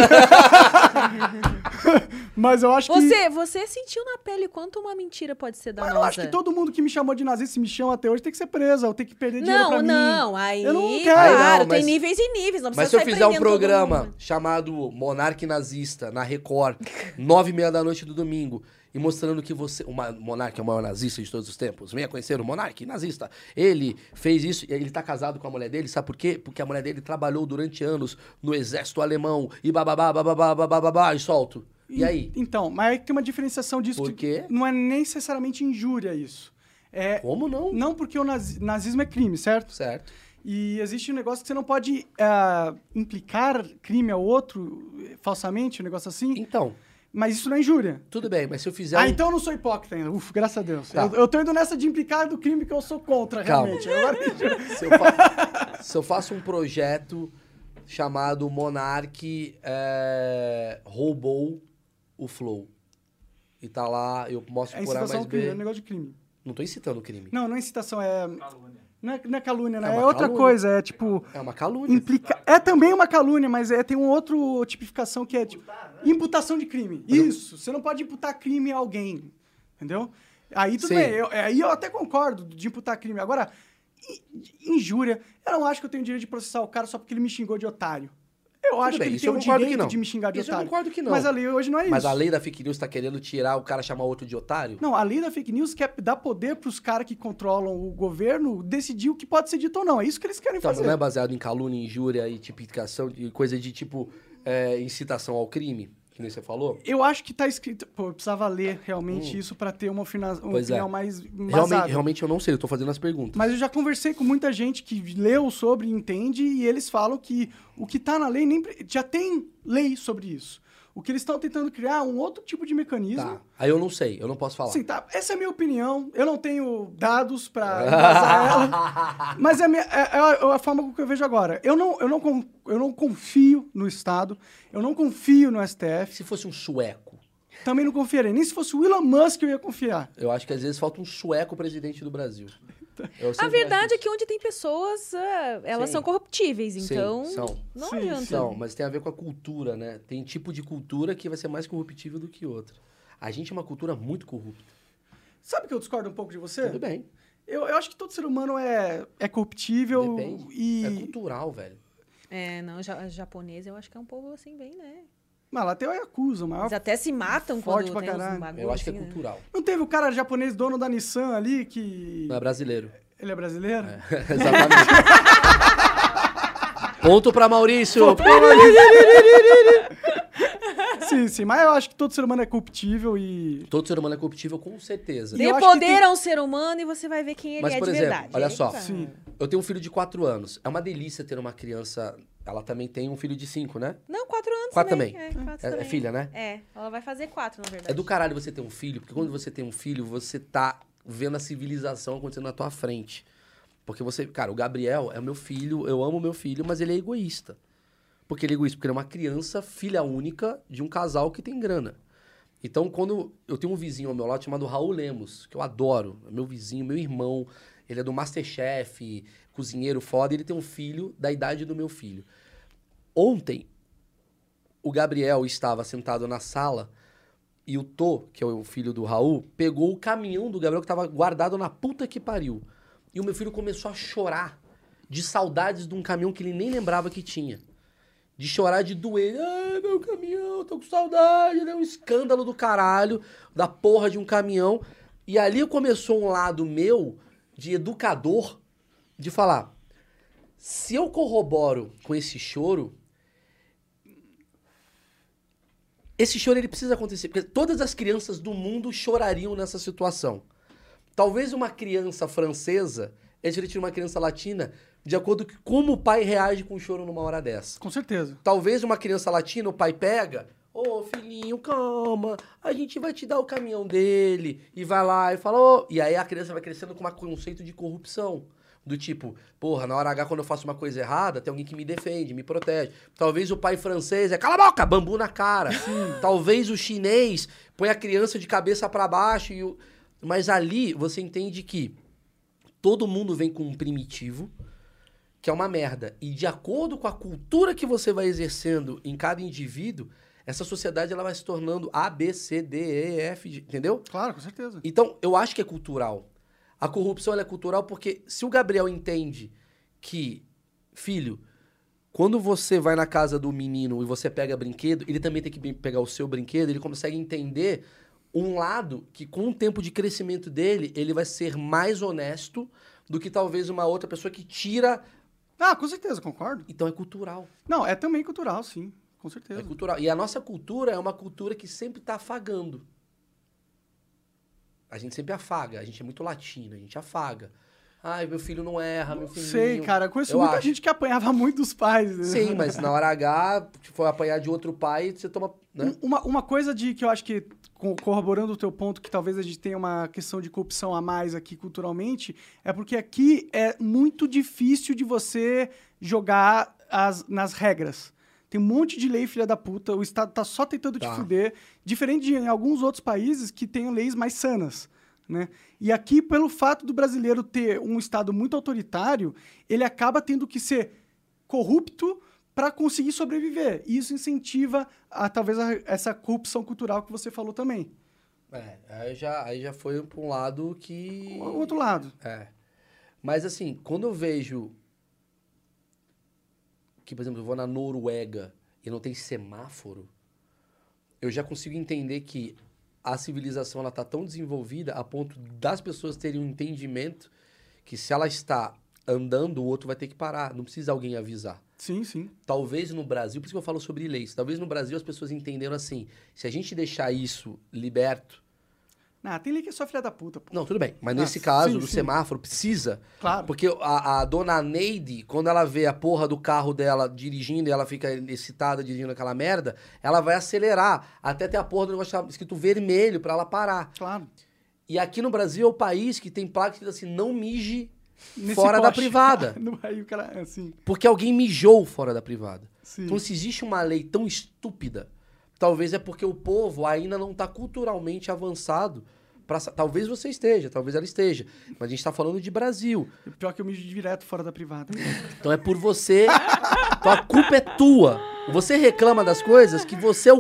mas eu acho que... Você, você sentiu na pele quanto uma mentira pode ser Mas danosa? eu acho que todo mundo que me chamou de nazista e me chama até hoje tem que ser preso, ou tem que é perder dinheiro pra Não, mim. não, aí. Eu não quero. Claro, Não, mas- tem níveis e níveis. Não precisa Mas se eu sair fizer um prendendo todo programa mundo. chamado Monarque Nazista na Record, nove e meia da noite do domingo, e mostrando que você. O ma- Monarque é o maior nazista de todos os tempos. Venha conhecer o Monarque, nazista. Ele fez isso, e ele tá casado com a mulher dele, sabe por quê? Porque a mulher dele trabalhou durante anos no exército alemão e bababá, bababá, bababá, e solto. E aí? Então, mas aí tem uma diferenciação disso. Por que quê? Não é nem necessariamente injúria isso. É, Como não? não porque o nazi- nazismo é crime, certo? Certo. E existe um negócio que você não pode ah, implicar crime ao outro eh, falsamente, um negócio assim, Então, mas isso não é injúria. tudo bem, mas se eu fizer. Ah, um- então eu não sou hipócrita ainda. Ufa, graças a Deus. Tá. Eu, eu tô indo nessa de implicar do crime que eu sou contra, Calma. realmente. Agora- é Se eu, fa- se eu faço um projeto chamado Monark é, roubou o Flow. E tá lá, eu mostro é por A incitação ao mais crime, é um B. negócio de crime. Não tô incitando o crime. Não, não é incitação, é. Calúnia. Não é, não é calúnia, né? É É, uma outra calúnia. coisa, é tipo. É uma calúnia. Implica... É também uma calúnia, mas é, tem um outro tipificação que é tipo, né? imputação de crime. Isso. Você não pode imputar crime a alguém. Entendeu? Aí tudo Sim. bem. eu- aí eu até concordo de imputar crime. Agora, in- injúria. Eu não acho que eu tenho direito de processar o cara só porque ele me xingou de otário. Eu acho bem, que ele isso tem eu o concordo que direito não. de me xingar de Isso eu otário. concordo que não. Mas a lei hoje não é isso. Mas a lei da fake news tá querendo tirar o cara chamar outro de otário? Não, a lei da fake news quer dar poder pros caras que controlam o governo decidir o que pode ser dito ou não. É isso que eles querem Então, fazer. não é baseado em calúnia, injúria e tipificação, e coisa de tipo é, incitação ao crime, que nem você falou? Eu acho que tá escrito. Pô, eu precisava ler realmente isso pra ter uma opinião, uma Hum. Pois é. opinião mais. Realmente, Realmente, realmente eu não sei, eu tô fazendo as perguntas. Mas eu já conversei com muita gente que leu sobre, entende, e eles falam que o que tá na lei nem. pre- Já tem lei sobre isso. O que eles estão tentando criar é um outro tipo de mecanismo. Tá. Aí eu não sei, eu não posso falar. Sim, tá. Essa é a minha opinião. Eu não tenho dados [LAUGHS] pra embasar ela. Mas é [LAUGHS] a, minha- é- é a- é a forma que eu vejo agora. Eu não, eu, não, con- eu não confio no Estado, eu não confio no STF, Se fosse um sueco, também não confiarei. Nem se fosse o Elon Musk eu ia confiar. Eu acho que às vezes falta um sueco presidente do Brasil. Eu sempre A verdade acho é que onde tem pessoas, ah, elas Sim. são corruptíveis, Sim, então são. não Sim, adianta. isso. Não, mas tem a ver com a cultura, né? Tem tipo de cultura que vai ser mais corruptível do que outra. A gente é uma cultura muito corrupta. Sabe que eu discordo um pouco de você? Tudo bem. Eu, eu acho que todo ser humano é, é corruptível Depende. e... É cultural, velho. É, não, ja japonês eu acho que é um povo assim bem, né? Mas lá tem o Yakuza, o maior... Eles até se matam Ah, Forte pra quando tem caralho. uns bagulho Eu acho que é assim, né? cultural. Não teve o cara japonês dono da Nissan ali que... Não é brasileiro. [LAUGHS] Ele é brasileiro? Exatamente. Ponto pra Maurício. [LAUGHS] Sim, sim. Mas eu acho que todo ser humano é corruptível e... Todo ser humano é corruptível, com certeza. E eu Dê acho que poder tem- a um ser humano e você vai ver quem ele Mas, é por de exemplo, verdade. olha só. Eita. Sim. Eu tenho um filho de 4 anos. É uma delícia ter uma criança. Ela também tem um filho de 5, né? Não, quatro anos Quatro também. também. É, quatro É- é também. filha, né? É, ela vai fazer quatro, na verdade. É do caralho você ter um filho, porque quando você tem um filho, você tá vendo a civilização acontecendo na tua frente. Porque você, cara, o Gabriel é o meu filho, eu amo meu filho, mas ele é egoísta. Porque ele é egoísta, porque ele é uma criança, filha única de um casal que tem grana. Então, quando eu tenho um vizinho ao meu lado chamado Raul Lemos, que eu adoro, é meu vizinho, meu irmão, ele é do Masterchef, cozinheiro foda, e ele tem um filho da idade do meu filho. Ontem, o Gabriel estava sentado na sala e o Tô, que é o filho do Raul, pegou o caminhão do Gabriel que estava guardado na puta que pariu. E o meu filho começou a chorar de saudades de um caminhão que ele nem lembrava que tinha. De chorar de doer. Ai, meu né? caminhão, tô com saudade. É um escândalo do caralho, da porra de um caminhão. E ali começou um lado meu de educador de falar: se eu corroboro com esse choro, esse choro ele precisa acontecer, porque todas as crianças do mundo chorariam nessa situação. Talvez uma criança francesa é diferente de uma criança latina, de acordo com como o pai reage com o choro numa hora dessa. Com certeza. Talvez uma criança latina, o pai pega. Ô, filhinho, calma, a gente vai te dar o caminhão dele. E vai lá e fala, ô. E aí a criança vai crescendo com um conceito de corrupção. Do tipo, porra, na hora H, quando eu faço uma coisa errada, tem alguém que me defende, me protege. Talvez o pai francês é cala a boca, bambu na cara. Talvez o chinês põe a criança de cabeça pra baixo. E o... Mas ali você entende que todo mundo vem com um primitivo que é uma merda. E de acordo com a cultura que você vai exercendo em cada indivíduo, essa sociedade ela vai se tornando A, B, C, D, E, F, G, entendeu? Claro, com certeza. Então, eu acho que é cultural. A corrupção ela é cultural porque se o Gabriel entende que, filho, quando você vai na casa do menino e você pega brinquedo, ele também tem que be- pegar o seu brinquedo, ele consegue entender um lado que com o tempo de crescimento dele, ele vai ser mais honesto do que talvez uma outra pessoa que tira Ah, com certeza, concordo. então é cultural. Não, é também cultural, sim. Com É certeza. cultural. E a nossa cultura é uma cultura que sempre está afagando. A gente sempre afaga. A gente é muito latino, a gente afaga. Ai, meu filho não erra, meu filho. Sei, cara. Eu conheço Eu muita acho. gente que apanhava [LAUGHS] muito dos pais. né? Sim, mas na hora H, se for apanhar de outro pai, você toma. Né? Um- Uma, uma coisa de que eu acho que, co- corroborando o teu ponto, que talvez a gente tenha uma questão de corrupção a mais aqui culturalmente, é porque aqui é muito difícil de você jogar as, nas regras. Tem um monte de lei, filha da puta, o Estado tá só tentando Tá. te fuder, diferente de em alguns outros países que têm leis mais sanas. Né? E aqui, pelo fato do brasileiro ter um Estado muito autoritário, ele acaba tendo que ser corrupto para conseguir sobreviver. E isso incentiva a, talvez a- essa corrupção cultural que você falou também. É, aí já, aí já foi para um lado que. O outro lado. É. Mas assim, quando eu vejo que, por exemplo, eu vou na Noruega e não tem semáforo, eu já consigo entender que a civilização ela tá tão desenvolvida a ponto das pessoas terem um entendimento que se ela está andando, o outro vai ter que parar, não precisa alguém avisar. Sim, sim. Talvez no Brasil, por isso que eu falo sobre leis, talvez no Brasil as pessoas entenderam assim, se a gente deixar isso liberto, Ah, tem lei que é só filha da puta, pô. não, tudo bem, mas Ah, nesse caso sim, do sim. semáforo precisa, Claro. porque a, a dona Neide, quando ela vê a porra do carro dela dirigindo e ela fica excitada dirigindo aquela merda, ela vai acelerar até ter a porra do negócio escrito vermelho pra ela parar. Claro. E aqui no Brasil é o país que tem placa que diz assim, não mije Nesse fora da poste. privada. [LAUGHS] No- Aí o cara, é assim, Porque alguém mijou fora da privada. sim. Então se existe uma lei tão estúpida, talvez é porque o povo ainda não tá culturalmente avançado. Pra, sa- talvez você esteja, talvez ela esteja. Mas a gente tá falando de Brasil. Pior que eu mijo direto fora da privada. Então é por você. Então a culpa é tua. Você reclama das coisas que você é o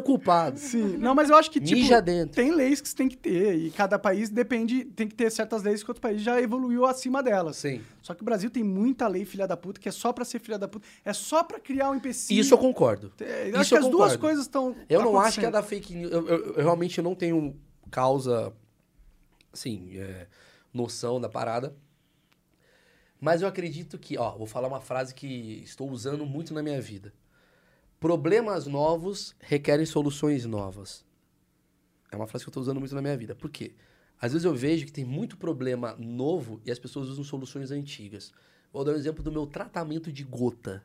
[LAUGHS] culpado. Sim. Não, mas eu acho que, tipo, Mija dentro. tem leis que você tem que ter. E cada país depende, tem que ter certas leis que outro país já evoluiu acima delas. Sim. Só que o Brasil tem muita lei filha da puta, que é só pra ser filha da puta. É só pra criar um empecilho. Isso eu concordo. É, eu isso acho que eu as duas concordo. coisas estão Eu não acho que é da fake news. Eu, eu- eu realmente não tenho causa, assim, é, noção da parada. Mas eu acredito que, ó, vou falar uma frase que estou usando muito na minha vida. Problemas novos requerem soluções novas. É uma frase que eu estou usando muito na minha vida. Por quê? Às vezes eu vejo que tem muito problema novo e as pessoas usam soluções antigas. Vou dar um exemplo do meu tratamento de gota.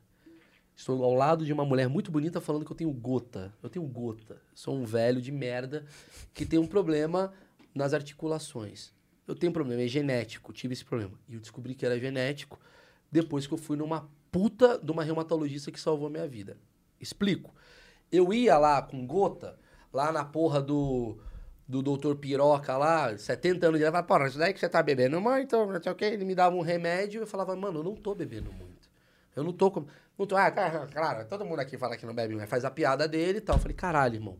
Estou ao lado de uma mulher muito bonita falando que eu tenho gota. Eu tenho gota. Sou um velho de merda que tem um problema nas articulações. Eu tenho problema, é genético, tive esse problema. E eu descobri que era genético depois que eu fui numa puta de uma reumatologista que salvou a minha vida. Explico. Eu ia lá com gota, lá na porra do, do doutor Piroca lá, 70 anos de idade, eu falava, porra, isso daí que você tá bebendo muito, não sei o quê. Ele me dava um remédio e eu falava, mano, eu não tô bebendo muito. Eu não tô com. Não tô, ah, [LAUGHS] tá, claro, todo mundo aqui fala que não bebe, mas faz a piada dele e tal. Eu falei, caralho, irmão.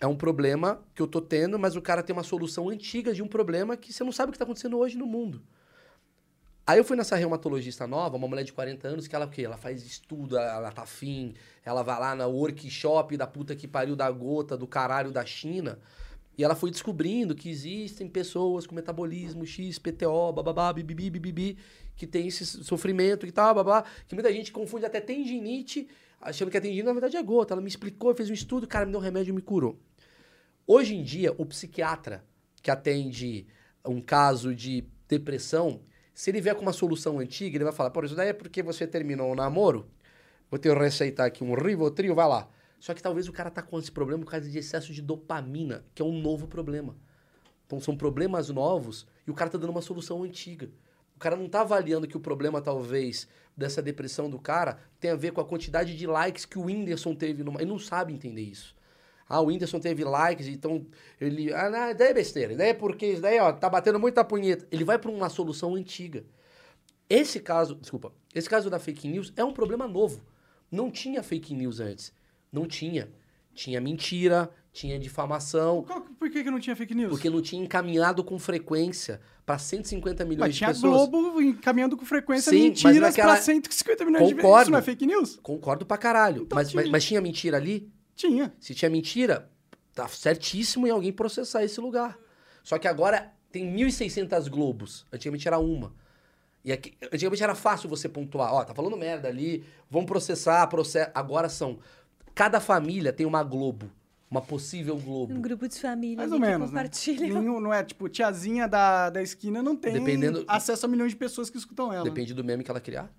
É um problema que eu tô tendo, mas o cara tem uma solução antiga de um problema que você não sabe o que tá acontecendo hoje no mundo. Aí eu fui nessa reumatologista nova, uma mulher de 40 anos, que ela é o quê? Ela faz estudo, ela, ela tá afim, ela vai lá na workshop da puta que pariu da gota, do caralho da China. E ela foi descobrindo que existem pessoas com metabolismo X, PTO, bababá, bibibi, bibibi, que tem esse sofrimento e tal, babá, que muita gente confunde até tendinite, achando que a tendinite na verdade é gota. Ela me explicou, fez um estudo, cara, me deu um remédio e me curou. Hoje em dia, o psiquiatra que atende um caso de depressão, se ele vier com uma solução antiga, ele vai falar, por isso daí é porque você terminou o namoro, vou te receitar aqui um Rivotril, vai lá. Só que talvez o cara tá com esse problema por causa de excesso de dopamina, que é um novo problema. Então são problemas novos e o cara tá dando uma solução antiga. O cara não tá avaliando que o problema, talvez, dessa depressão do cara tem a ver com a quantidade de likes que o Whindersson teve. Numa... Ele não sabe entender isso. Ah, o Whindersson teve likes, então ele. Ah, não, daí é besteira. Daí é porque isso daí, ó, tá batendo muita punheta. Ele vai pra uma solução antiga. Esse caso, desculpa, esse caso da fake news é um problema novo. Não tinha fake news antes. Não tinha. Tinha mentira, tinha difamação, Qual que- por que, que não tinha fake news? porque não tinha encaminhado com frequência para 150 milhões Mas de tinha a pessoas. Globo encaminhando com frequência Sim, mas mentiras naquela- pra 150 milhões de vezes. Concordo. Isso não é fake news? Concordo pra caralho. Então mas, mas, tinha. mas tinha mentira ali? Tinha. Se tinha mentira, tá certíssimo em alguém processar esse lugar. Só que agora tem 1.600 globos. Antigamente era uma. E aqui- antigamente era fácil você pontuar. Ó, tá falando merda ali, vamos processar, processa. Agora são. Cada família tem uma globo. Uma possível globo. Um grupo de família Mais ali ou que menos, né? compartilha. Nenhum, não é, tipo, tiazinha da, da esquina não tem Dependendo- acesso a milhões de pessoas que escutam ela. né? Depende do meme que ela criar.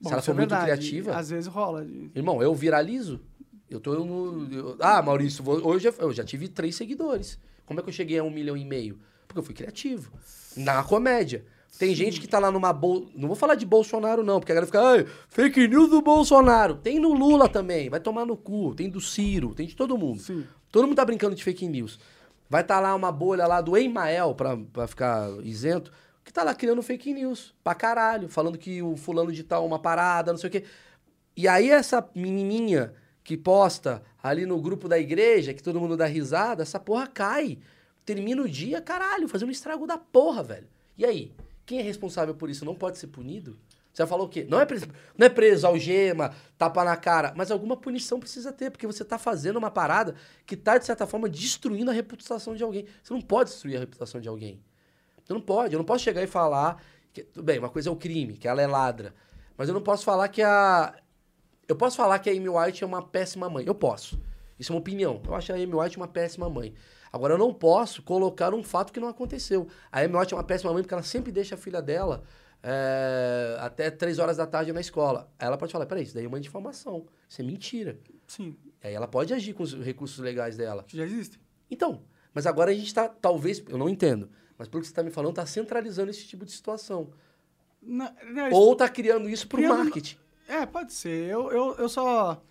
Bom, Se ela isso é for muito verdade. criativa. Às vezes rola. de- Irmão, eu viralizo. Eu tô no. eu- ah, Maurício, vou- hoje eu, eu já tive três seguidores. Como é que eu cheguei a um milhão e meio? Porque eu fui criativo. Na comédia. Tem gente que tá lá numa bol... Não vou falar de Bolsonaro, não, porque a galera fica. Ai, fake news do Bolsonaro. Tem no Lula também. Vai tomar no cu. Tem do Ciro. Tem de todo mundo. Sim. Todo mundo tá brincando de fake news. Vai estar lá uma bolha lá do Emael, pra, pra ficar isento, que tá lá criando fake news pra caralho, falando que o fulano de tal é uma parada, não sei o quê. E aí essa menininha que posta ali no grupo da igreja, que todo mundo dá risada, essa porra cai. Termina o dia, caralho, fazendo estrago da porra, velho. E aí? Quem é responsável por isso não pode ser punido? Você vai falar o quê? Não é, preso, não é preso, algema, tapa na cara, mas alguma punição precisa ter, porque você tá fazendo uma parada que tá, de certa forma, destruindo a reputação de alguém. Você não pode destruir a reputação de alguém. Você não pode. Eu não posso chegar e falar. Que, tudo bem, uma coisa é o crime, que ela é ladra. Mas eu não posso falar que a. Eu posso falar que a Amy White é uma péssima mãe. Eu posso. Isso é uma opinião. Eu acho a Amy White uma péssima mãe. Agora, eu não posso colocar um fato que não aconteceu. A Amy White é uma péssima mãe porque ela sempre deixa a filha dela é, até três horas da tarde na escola. Aí ela pode falar: peraí, isso daí é uma difamação. Isso é mentira. Sim, Aí ela pode agir com os recursos legais dela. já existe. Então, mas agora a gente está, talvez, eu não entendo, mas pelo que você está me falando, está centralizando esse tipo de situação. Na- na- Ou está criando isso para o Criando- marketing. É, pode ser. Eu, eu, eu só.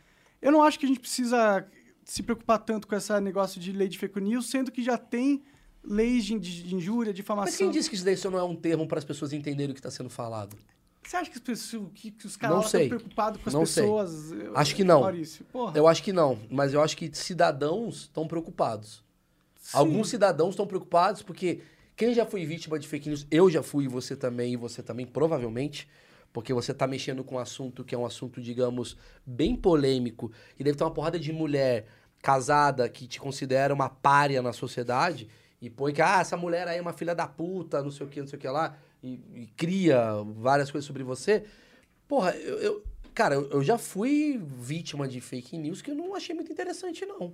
Eu não acho que a gente precisa se preocupar tanto com esse negócio de lei de fake news, sendo que já tem leis de, de- de injúria, difamação. Mas quem disse que isso daí só não é um termo para as pessoas entenderem o que está sendo falado? Você acha que, as pessoas- que- que os Não caras estão sei. preocupados com as Não sei. pessoas? Eu- Acho que não. Maurício, porra. Eu acho que não, mas eu acho que cidadãos estão preocupados. Sim. Alguns cidadãos estão preocupados porque quem já foi vítima de fake news, eu já fui, e você também, e você também, provavelmente, porque você está mexendo com um assunto que é um assunto, digamos, bem polêmico, e deve ter uma porrada de mulher casada que te considera uma párea na sociedade e põe que, ah, essa mulher aí é uma filha da puta, não sei o que, não sei o que lá, e, e cria várias coisas sobre você. Porra, eu. eu- cara, eu, eu já fui vítima de fake news que eu não achei muito interessante, não.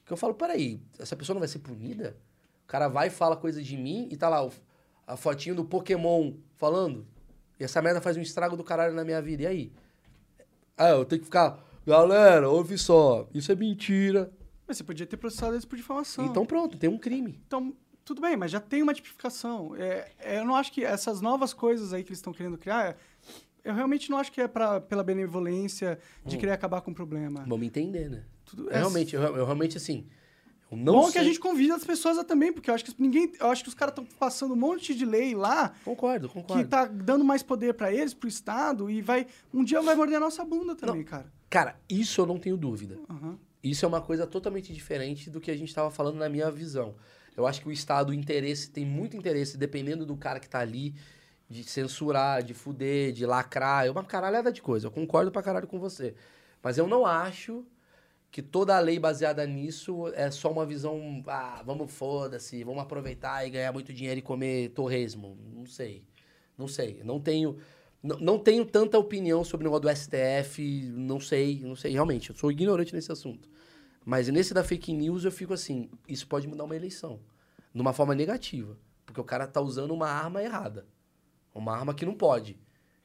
Porque eu falo, peraí, essa pessoa não vai ser punida? O cara vai e fala coisa de mim e tá lá o- a fotinho do Pokémon falando. E essa merda faz um estrago do caralho na minha vida. E aí? Ah, eu tenho que ficar. Galera, ouve só, isso é mentira. Mas você podia ter processado eles por difamação. Então pronto, tem um crime. Então, tudo bem, mas já tem uma tipificação. É, é, eu não acho que essas novas coisas aí que eles estão querendo criar, eu realmente não acho que é pra, pela benevolência de querer acabar com o problema. Vamos entender, né? Tudo- Eu Hum. realmente, eu, eu realmente assim. Eu não É. Bom sei. que a gente convida as pessoas a também, porque eu acho que ninguém, eu acho que os caras estão passando um monte de lei lá Concordo, concordo. que tá dando mais poder pra eles, pro estado e vai um dia vai morder a nossa bunda também, cara. Cara, isso eu não tenho dúvida. Aham. Isso é uma coisa totalmente diferente do que a gente estava falando na minha visão. Eu acho que o Estado, o interesse, tem muito interesse, dependendo do cara que tá ali, de censurar, de fuder, de lacrar. É uma caralhada de coisa. Eu concordo pra caralho com você. Mas eu não acho que toda a lei baseada nisso é só uma visão, ah, vamos foda-se, vamos aproveitar e ganhar muito dinheiro e comer torresmo. Não sei. Não sei. Não tenho não, não tenho tanta opinião sobre o negócio do STF, não sei, não sei realmente. Eu sou ignorante nesse assunto. Mas nesse da fake news eu fico assim, isso pode mudar uma eleição de uma forma negativa, porque o cara tá usando uma arma errada. Uma arma que não pode,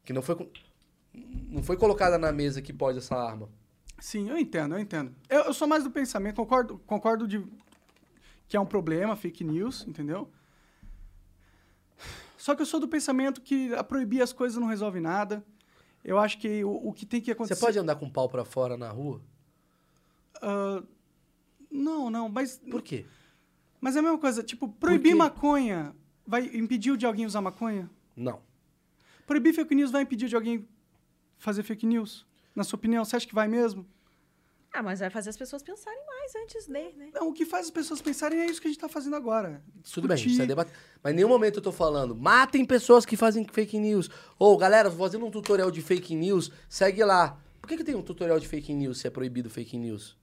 que não foi co- não foi colocada na mesa que pode essa arma. Sim, eu entendo, eu entendo. Eu, eu sou mais do pensamento, concordo, concordo de que é um problema, fake news, entendeu? Só que eu sou do pensamento que a proibir as coisas não resolve nada. Eu acho que o, o que tem que acontecer. Você pode andar com um pau pra fora na rua? Ah, não, não, mas, Por quê? mas é a mesma coisa. Tipo, proibir quê? maconha vai impedir de alguém usar maconha? Não. Proibir fake news vai impedir de alguém fazer fake news? Na sua opinião, você acha que vai mesmo? Ah, mas vai fazer as pessoas pensarem mais antes de, né? Não, o que faz as pessoas pensarem é isso que a gente tá fazendo agora. Tudo bem, a gente tá Discutir. precisa debater. Mas em nenhum momento eu tô falando, matem pessoas que fazem fake news. Ou, galera, vou fazendo um tutorial de fake news, segue lá. Por que, que tem um tutorial de fake news se é proibido fake news?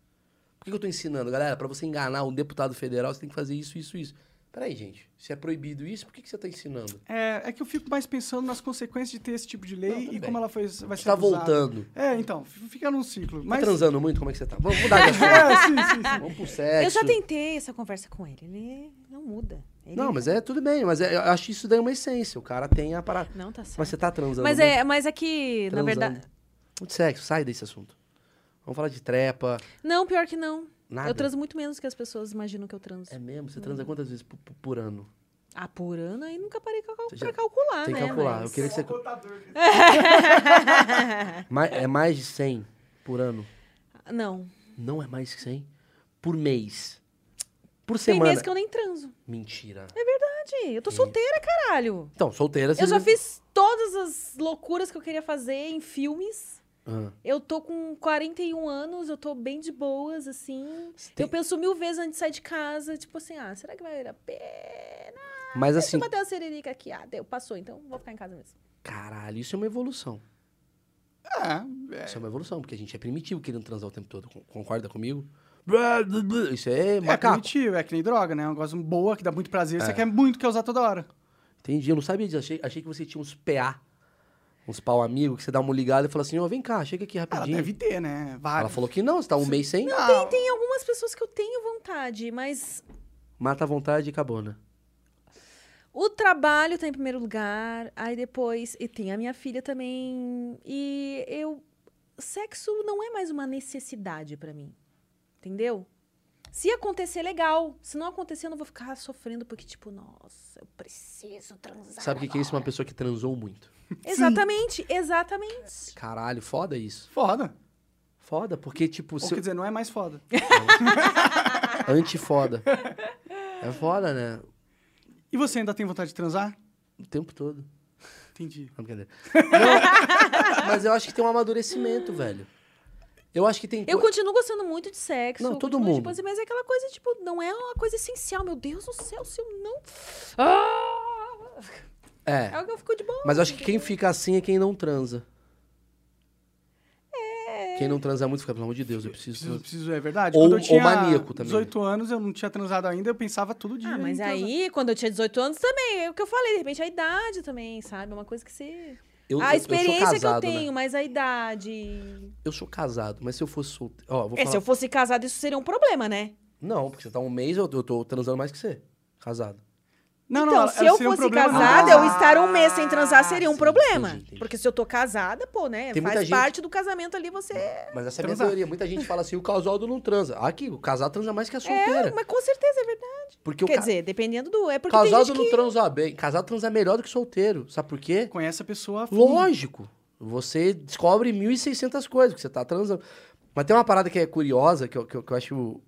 Por que, que eu tô ensinando, galera? Pra você enganar um deputado federal, você tem que fazer isso, isso, isso. Peraí, gente. Se é proibido isso, por que, que você tá ensinando? É, é que eu fico mais pensando nas consequências de ter esse tipo de lei Não, e tudo bem. como ela foi, vai ser Você tá abusada. voltando. É, então, f- fica num ciclo. Tá Mas... transando muito? Como é que você tá? Vamos mudar de assunto. [LAUGHS] É, sim, sim, sim. Vamos pro sexo. eu já tentei essa conversa com ele. Ele não muda. Ele- Não, mas é tudo bem. Mas é- eu acho isso daí uma essência. O cara tem a parada. Não, tá certo. Mas você tá transando Mas muito? é, mas é que, na Transando. verdade. Muito sexo, sai desse assunto. Vamos falar de trepa, Não, pior que não. nada. Eu transo muito menos que as pessoas imaginam que eu transo. É mesmo? Você transa quantas vezes por, por- por ano? Ah, por ano aí nunca parei cal- Você pra já- calcular, tem que né? calcular. Mas- [LAUGHS] Eu queria que Só você... um contador. Ma- é mais de 100 por ano? Não. Não é mais que 100? Por mês? Por Tem semana? meses que eu nem transo. Mentira. Tadinho, eu tô solteira, caralho. Então, solteira... você Eu já fiz todas as loucuras que eu queria fazer em filmes. Ah, Eu tô com 41 anos, eu tô bem de boas, assim. você tem- Eu penso mil vezes antes de sair de casa. Tipo assim, ah, será que vai valer a pena? Mas Deixa assim, eu bater a sererica aqui. Ah, deu, passou, então vou ficar em casa mesmo. caralho, isso é uma evolução. É, é. Isso é uma evolução, porque a gente é primitivo querendo transar o tempo todo. Con- Concorda comigo? Blá, blá, blá. Isso é É macaco. primitivo, é que nem droga, né? É um negócio boa, que dá muito prazer, É. você quer muito, quer usar toda hora. Entendi, eu não sabia disso. Achei, achei que você tinha uns PA, uns pau amigo, que você dá uma ligada e fala assim, ó, vem cá, chega aqui Ela rapidinho. deve ter, né? Vários. Ela falou que não, você tá um mês sem, Ah, Tem algumas pessoas que eu tenho vontade, mas mata a vontade e acabou, né? o trabalho tá em primeiro lugar. Aí depois. E tem a minha filha também. E eu. Sexo não é mais uma necessidade pra mim. Entendeu? Se acontecer, legal. Se não acontecer, eu não vou ficar sofrendo porque, tipo, nossa, eu preciso transar. Sabe o que, é? que é isso? Uma pessoa que transou muito. Exatamente, exatamente. Caralho, foda isso. foda. Foda, porque, tipo, Ou se... quer dizer, não é mais foda. anti-foda. É foda, né? E você ainda tem vontade de transar? O tempo todo. Entendi. Não, brincadeira. Não, mas eu acho que tem um amadurecimento, velho. Eu acho que tem... Eu coi- continuo gostando muito de sexo. Não, eu todo continuo, mundo. tipo assim, mas é aquela coisa, tipo, não é uma coisa essencial. Meu Deus do céu, se eu não. Ah! É É, o que eu fico de boa. né? mas eu acho que quem fica assim é quem não transa. É. Quem não transa muito fica, pelo amor de Deus, eu preciso... Preciso, transar. preciso é verdade. Hum. Ou- Quando eu ou tinha maníaco também. 18 anos, eu não tinha transado ainda, eu pensava todo dia. Ah, mas em transar. aí, quando eu tinha 18 anos também, é o que eu falei, de repente a idade também, sabe? É Uma coisa que você. Eu- eu- a eu experiência sou casado, que eu tenho, Né? mas a idade. Eu sou casado, mas se eu fosse solteiro... Ó, eu vou É, falar... se eu fosse casada, isso seria um problema, né? Não, porque você tá um mês, eu, eu tô transando mais que você. Casado. Não, não, então, ela- se ela eu seria um fosse problema, não. casada, eu Ah, estar um mês sem transar seria um sim, problema. entendi, entendi. Porque se eu tô casada, pô, né? Tem muita faz gente- parte do casamento ali, você. Mas essa é a minha Transar. teoria. Muita gente fala assim, o casado não transa. Aqui, o casado transa mais que a solteira. Mas com certeza é verdade. Porque o Quer ca- dizer, dependendo do. É porque tem casado gente não que. transa bem. Casado transa melhor do que solteiro. Sabe por quê? Conhece a pessoa a fundo. Lógico. Você descobre 1.600 coisas que você tá transando. Mas tem uma parada que é curiosa, que eu, que eu, que eu acho...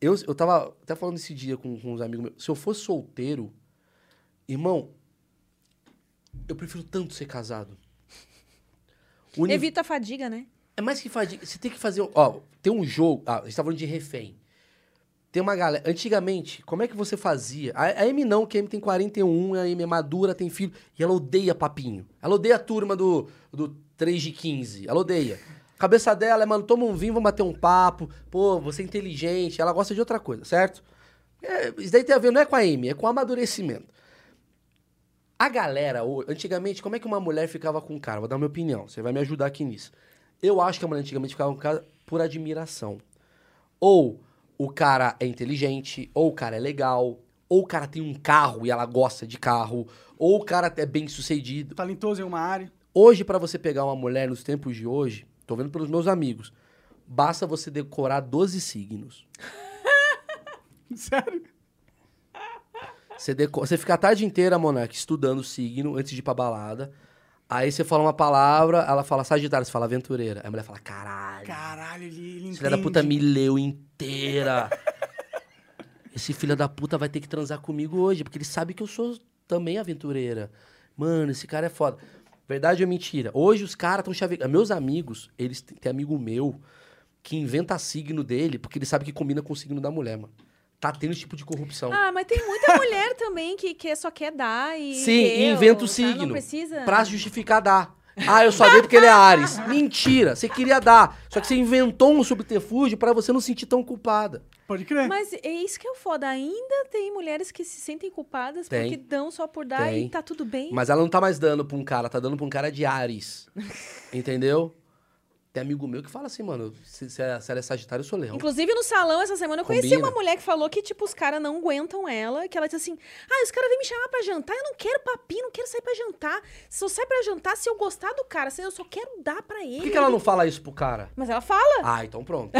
Eu, eu tava até falando esse dia com, com uns amigos meus. Se eu fosse solteiro, irmão, eu prefiro tanto ser casado. O uni- Evita a fadiga, né? É mais que fadiga. Você tem que fazer. Ó, tem um jogo. Ah, a gente tá falando de refém. Tem uma galera. Antigamente, como é que você fazia? A, a Amy não, que a Amy tem 41, a Amy é madura, tem filho. E ela odeia papinho. Ela odeia a turma do, do 3 de 15. Ela odeia. Cabeça dela é, mano, toma um vinho, vamos bater um papo. Pô, você é inteligente. Ela gosta de outra coisa, certo? É, isso daí tem a ver, não é com a Amy, é com o amadurecimento. A galera, ho- antigamente, como é que uma mulher ficava com um cara? Vou dar minha opinião, você vai me ajudar aqui nisso. Eu acho que a mulher antigamente ficava com o cara por admiração. Ou o cara é inteligente, ou o cara é legal, ou o cara tem um carro e ela gosta de carro, ou o cara é bem sucedido. Talentoso em uma área. [LAUGHS] Hoje, pra você pegar uma mulher nos tempos de hoje, tô vendo pelos meus amigos, basta você decorar 12 signos. Sério? Você, deco- você fica a tarde inteira, Monark, estudando o signo antes de ir pra balada. Aí você fala uma palavra, ela fala Sagitário, você fala aventureira. Aí a mulher fala, caralho. Caralho, ele, ele Esse filho da entende. puta me leu inteira. [LAUGHS] Esse filho da puta vai ter que transar comigo hoje, porque ele sabe que eu sou também aventureira. Mano, esse cara é foda. Verdade ou mentira? Hoje os caras estão chave... Meus amigos, eles têm tem amigo meu que inventa signo dele, porque ele sabe que combina com o signo da mulher, mano. Tá tendo esse tipo de corrupção. Ah, mas tem muita mulher também que, que só quer dar e. Sim, e deu, inventa o tá? signo. Não precisa. Pra justificar dar. Ah, eu só dei porque ele é Ares. Mentira, você queria dar. Só que você inventou um subterfúgio pra você não sentir tão culpada. Pode crer. Mas é isso que é o foda. Ainda tem mulheres que se sentem culpadas Tem. porque dão só por dar Tem. e tá tudo bem. Mas ela não tá mais dando pra um cara, tá dando pra um cara de Ares. Entendeu? Tem amigo meu que fala assim, mano, se, se ela se ela é Sagitário, eu sou Leão. Inclusive, no salão, essa semana, eu conheci Combina. uma mulher que falou que, tipo, os caras não aguentam ela. Que ela disse assim, ah, os caras vêm me chamar pra jantar, eu não quero papinho, não quero sair pra jantar. Se eu sair pra jantar, se eu gostar do cara, se eu só quero dar pra ele. Por que, que ela não fala isso pro cara? Mas ela fala. Ah, então pronto.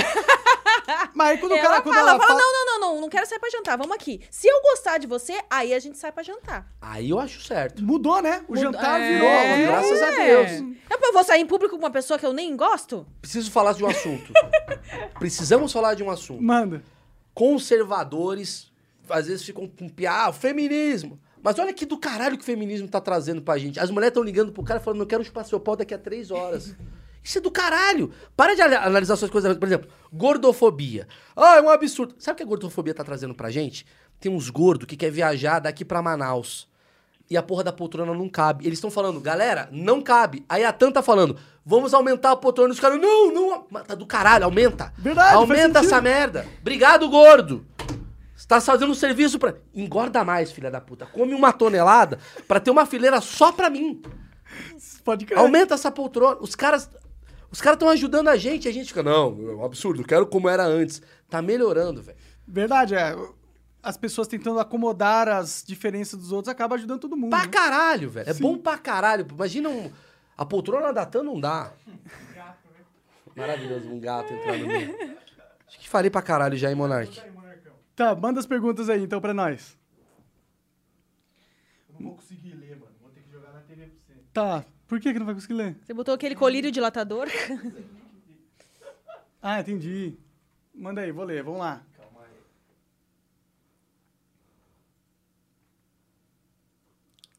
Mas aí quando o cara. ela fala, Quando ela fala. fala, não, não, não, não, não quero sair pra jantar, vamos aqui. Se eu gostar de você, aí a gente sai pra jantar. Aí eu acho certo. Mudou, né? O jantar É. virou. Pô, graças a Deus. Eu, eu vou sair em público com uma pessoa que eu nem gosto? Preciso falar de um assunto. Precisamos falar de um assunto. Manda. conservadores às vezes ficam com piada, ah, o feminismo. Mas olha que do caralho que o feminismo tá trazendo pra gente. As mulheres estão ligando pro cara falando, eu quero chupar seu pau daqui a [LAUGHS] três horas. Isso é do caralho. Para de ala- analisar suas coisas. Por exemplo, gordofobia. Ah, é um absurdo. Sabe o que a gordofobia tá trazendo pra gente? Tem uns gordos que quer viajar daqui pra Manaus. E a porra da poltrona não cabe. Eles estão falando, galera, não cabe. Aí a Tan tá falando, vamos aumentar a poltrona. Os caras, não, não. Mas Tá do caralho, aumenta. Verdade, faz Aumenta sentido. essa merda. Obrigado, gordo. Você tá fazendo um serviço pra. Engorda mais, filha da puta. Come uma tonelada pra ter uma fileira só pra mim. Pode crer. Aumenta essa poltrona. Os caras. Os caras estão ajudando a gente. A gente fica, não, é um absurdo, eu quero como era antes. Tá melhorando, velho. Verdade, é. As pessoas tentando acomodar as diferenças dos outros acaba ajudando todo mundo. Pra né? caralho, velho. É bom pra caralho. Imagina um. A poltrona da TAM não dá. Maravilhoso, um gato entrando no meio. Acho que falei pra caralho já, hein, Monark? Tá, manda as perguntas aí então pra nós. Eu não vou conseguir ler, mano. Vou ter que jogar na TV pra você. Tá, por que que não vai conseguir ler? Você botou aquele colírio dilatador? Ah, entendi. Manda aí, vou ler, vamos lá. Calma aí.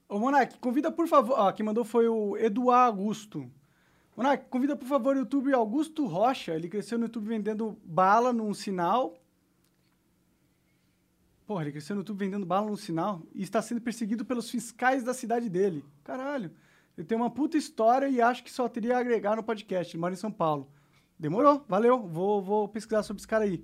Ô, Monark, convida por favor. Ó, quem mandou foi o Eduard Augusto. Monark, convida por favor o YouTube Augusto Rocha. Ele cresceu no YouTube vendendo bala num sinal. Porra, ele cresceu no YouTube tá vendendo bala num sinal e está sendo perseguido pelos fiscais da cidade dele. Caralho. Ele tem uma puta história e acho que só teria a agregar no podcast. Ele mora em São Paulo. Demorou, valeu. Vou, vou pesquisar sobre esse cara aí.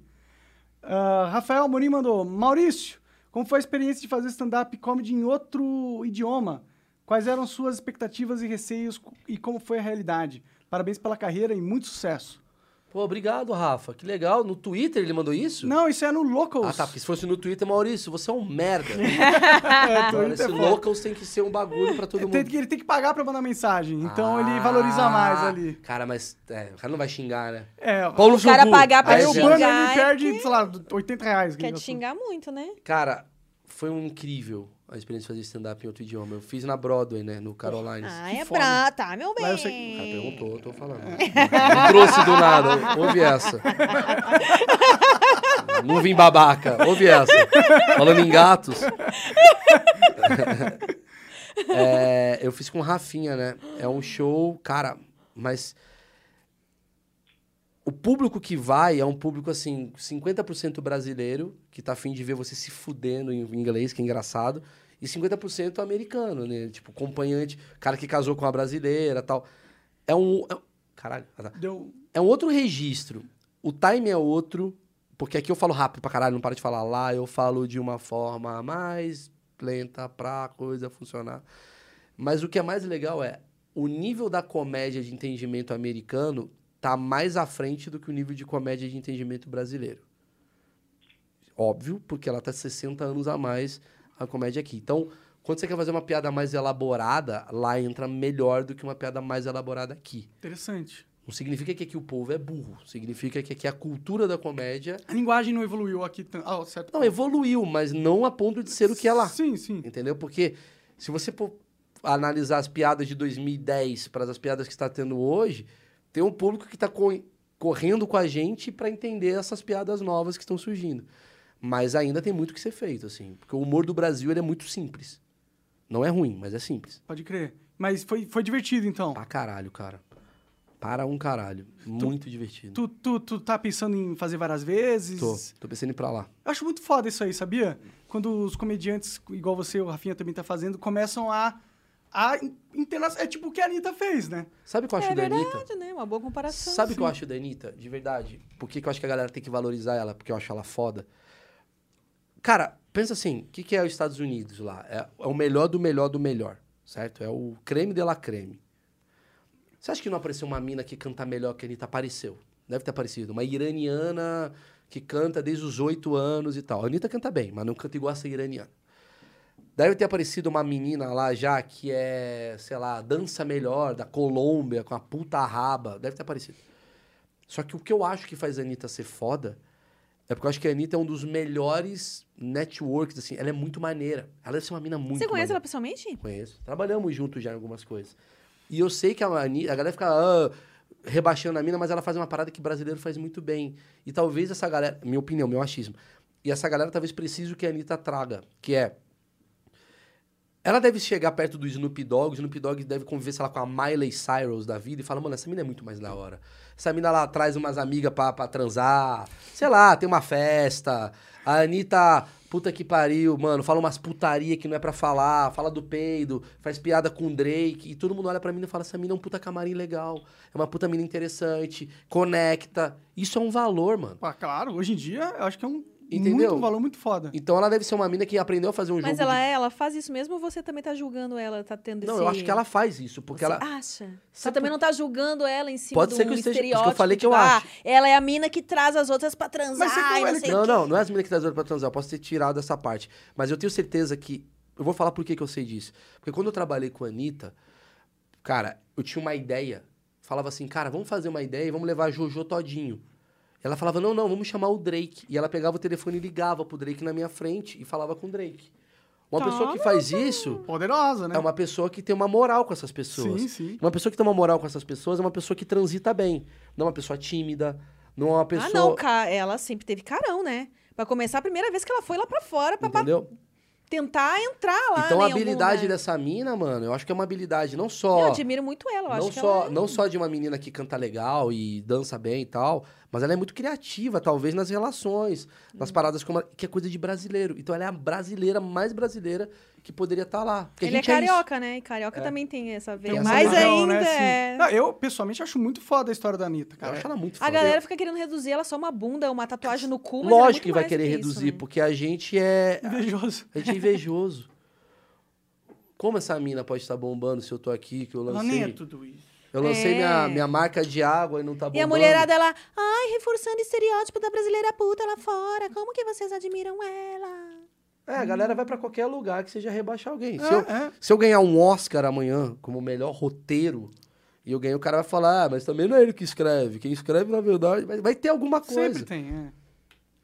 Ah, Rafael Morim mandou. Maurício, como foi a experiência de fazer stand-up comedy em outro idioma? Quais eram suas expectativas e receios co- e como foi a realidade? Parabéns pela carreira e muito sucesso. Pô, obrigado, Rafa. Que legal. No Twitter ele mandou isso? Não, isso é no Locals. Ah, tá. Porque tá se fosse no Twitter, Maurício, você é um [LAUGHS] merda. É, tô- Agora, esse Locals tem que ser um bagulho pra todo ele, É, tem, mundo. que- ele tem que pagar pra mandar mensagem, então ele Ah, valoriza mais ali. Cara, mas é, o cara não vai xingar, né? É, Paulo O cara Zubu. pagar pra aí o xingar banner ele é perde, sei lá, 80 reais. que Quer ele te gastou. xingar muito, né? Cara, foi um incrível a experiência de fazer stand-up em outro idioma. Eu fiz na Broadway, né? No Carolines. Ah, que é foda. pra, tá, meu Lá eu sei- O bem. cara perguntou, eu tô falando. Não trouxe do nada, ouve essa. Não vim babaca, ouve essa. Falando em gatos. [LAUGHS] É, eu fiz com o Rafinha, né? É um show, cara, mas. O público que vai é um público, assim, 50% brasileiro, que tá afim de ver você se fudendo em inglês, que é engraçado, e 50% americano, né? Tipo, acompanhante, cara que casou com a brasileira tal. É um. é um- caralho. ah, tá. Deu É um outro registro. O time é outro, porque aqui eu falo rápido pra caralho, não para de falar lá, eu falo de uma forma mais lenta pra coisa funcionar. Mas o que é mais legal é o nível da comédia de entendimento americano tá mais à frente do que o nível de comédia de entendimento brasileiro. Óbvio, porque ela tá 60 anos a mais a comédia aqui. Então, quando você quer fazer uma piada mais elaborada, lá entra melhor do que uma piada mais elaborada aqui. Interessante. Não significa que aqui o povo é burro. Significa que aqui a cultura da comédia A linguagem não evoluiu aqui tanto. Ah, certo. não evoluiu, mas não a ponto de ser o que é lá. Sim, sim. Entendeu? Porque se você for analisar as piadas de 2010 para as piadas que está tendo hoje, tem um público que está co- correndo com a gente para entender essas piadas novas que estão surgindo. Mas ainda tem muito que ser feito, assim. Porque o humor do Brasil ele é muito simples. Não é ruim, mas é simples. Pode crer. Mas foi, foi divertido, então. Pra caralho, cara. Para um caralho. Muito divertido. Tu, tu, tu tá pensando em fazer várias vezes? Tô, tô pensando em ir pra lá. Eu acho muito foda isso aí, sabia? Quando os comediantes, igual você e o Rafinha também tá fazendo, começam a. a interna... É tipo o que a Anitta fez, né? Sabe o que eu acho É da Anitta? verdade, assim. né? Uma boa comparação. Sabe o que eu acho da Anitta? De verdade. Por que, que eu acho que a galera tem que valorizar ela? Porque eu acho ela foda. Cara, pensa assim: o que, que é os Estados Unidos lá? É, é o melhor do melhor do melhor, certo? É o creme de la creme. Você acha que não apareceu uma mina que canta melhor que a Anitta? Apareceu. Deve ter aparecido. Uma iraniana que canta desde os oito anos e tal. A Anitta canta bem, mas não canta igual essa iraniana. Deve ter aparecido uma menina lá já que é, sei lá, dança melhor, da Colômbia, com a puta raba. Deve ter aparecido. Só que o que eu acho que faz a Anitta ser foda é porque eu acho que a Anitta é um dos melhores networks, assim. Ela é muito maneira. Ela deve ser uma mina muito Você conhece maneira. ela pessoalmente? Conheço. Trabalhamos juntos já em algumas coisas. E eu sei que a, Ani- a galera fica ah, rebaixando a mina, mas ela faz uma parada que brasileiro faz muito bem. E talvez essa galera, minha opinião, meu achismo, e essa galera talvez precise o que a Anitta traga, que é. Ela deve chegar perto do Snoop Dogg, o Snoop Dogg deve conviver, sei lá, com a Miley Cyrus da vida e fala, mano, essa mina é muito mais da hora. Essa mina lá traz umas amigas pra, pra transar, sei lá, tem uma festa. A Anitta, puta que pariu, mano, fala umas putaria que não é pra falar, fala do peido, faz piada com o Drake. E todo mundo olha pra mina e fala, essa mina é um puta camarim legal, é uma puta mina interessante, conecta. Isso é um valor, mano. Pá, claro, hoje em dia eu acho que é um, Entendeu? muito, um valor muito foda. Então ela deve ser uma mina que aprendeu a fazer um jogo Mas ela de... é, ela faz isso mesmo ou você também tá julgando ela, tá tendo Não, esse... eu acho que ela faz isso, porque Você ela... acha? Você Sabe também por- não tá julgando ela em cima Pode do ser que eu esteja- por isso que eu estereótipo. falei que eu tipo, ah, acho. ela é a mina que traz as outras pra transar Mas você e como não é sei o Não, quê. não, não é as meninas que trazem pra transar. Eu posso ter tirado essa parte. Mas eu tenho certeza que. Eu vou falar por que, que eu sei disso. Porque quando eu trabalhei com a Anitta, cara, eu tinha uma ideia. Falava assim, cara, vamos fazer uma ideia e vamos levar a Jojo todinho. Ela falava, não, não, vamos chamar o Drake. E ela pegava o telefone e ligava pro Drake na minha frente e falava com o Drake. Uma pessoa que faz isso Poderosa, né? é uma pessoa que tem uma moral com essas pessoas. Sim, sim. Uma pessoa que tem uma moral com essas pessoas é uma pessoa que transita bem. Não é uma pessoa tímida, não é uma pessoa. Ah, não, ca- ela sempre teve carão, né? Pra começar, a primeira vez que ela foi lá pra fora tá pra, pra Entendeu? tentar entrar lá Então né, a em algum habilidade lugar. dessa mina, mano, eu acho que é uma habilidade não Eu só. admiro muito ela, não eu acho que só, ela... é não só de uma menina que canta legal e dança bem e tal, mas ela é muito criativa, talvez nas relações, Hum. nas paradas como ela- que é coisa de brasileiro. Então ela é a brasileira mais brasileira que poderia estar lá. Porque Ele a é gente É. isso. carioca, né? E carioca também tem essa veia. essa Mais visão, ainda, assim. Sim. é... Não, eu, pessoalmente, acho muito foda a história da Anitta, Cara, eu cara. acho ela muito A foda. galera fica querendo reduzir ela só uma bunda, uma tatuagem no cu, mas ela é muito Lógico que vai mais querer isso, reduzir, né? porque a gente é. Invejoso. A gente é invejoso. Como essa mina pode estar bombando se eu tô aqui, que eu Ela nem é lancei. tudo isso. Eu lancei É. minha, minha marca de água e não tá bombando. E a mulherada, ela, ai, reforçando o estereótipo da brasileira puta lá fora, como que vocês admiram ela? É, a galera vai pra qualquer lugar que seja rebaixar alguém. Ah, Se, É, eu, é. se eu ganhar um Oscar amanhã como melhor roteiro, e eu ganhei, o cara vai falar, ah, mas também não é ele que escreve. Quem escreve, na verdade, vai, vai ter alguma coisa. Sempre tem, é.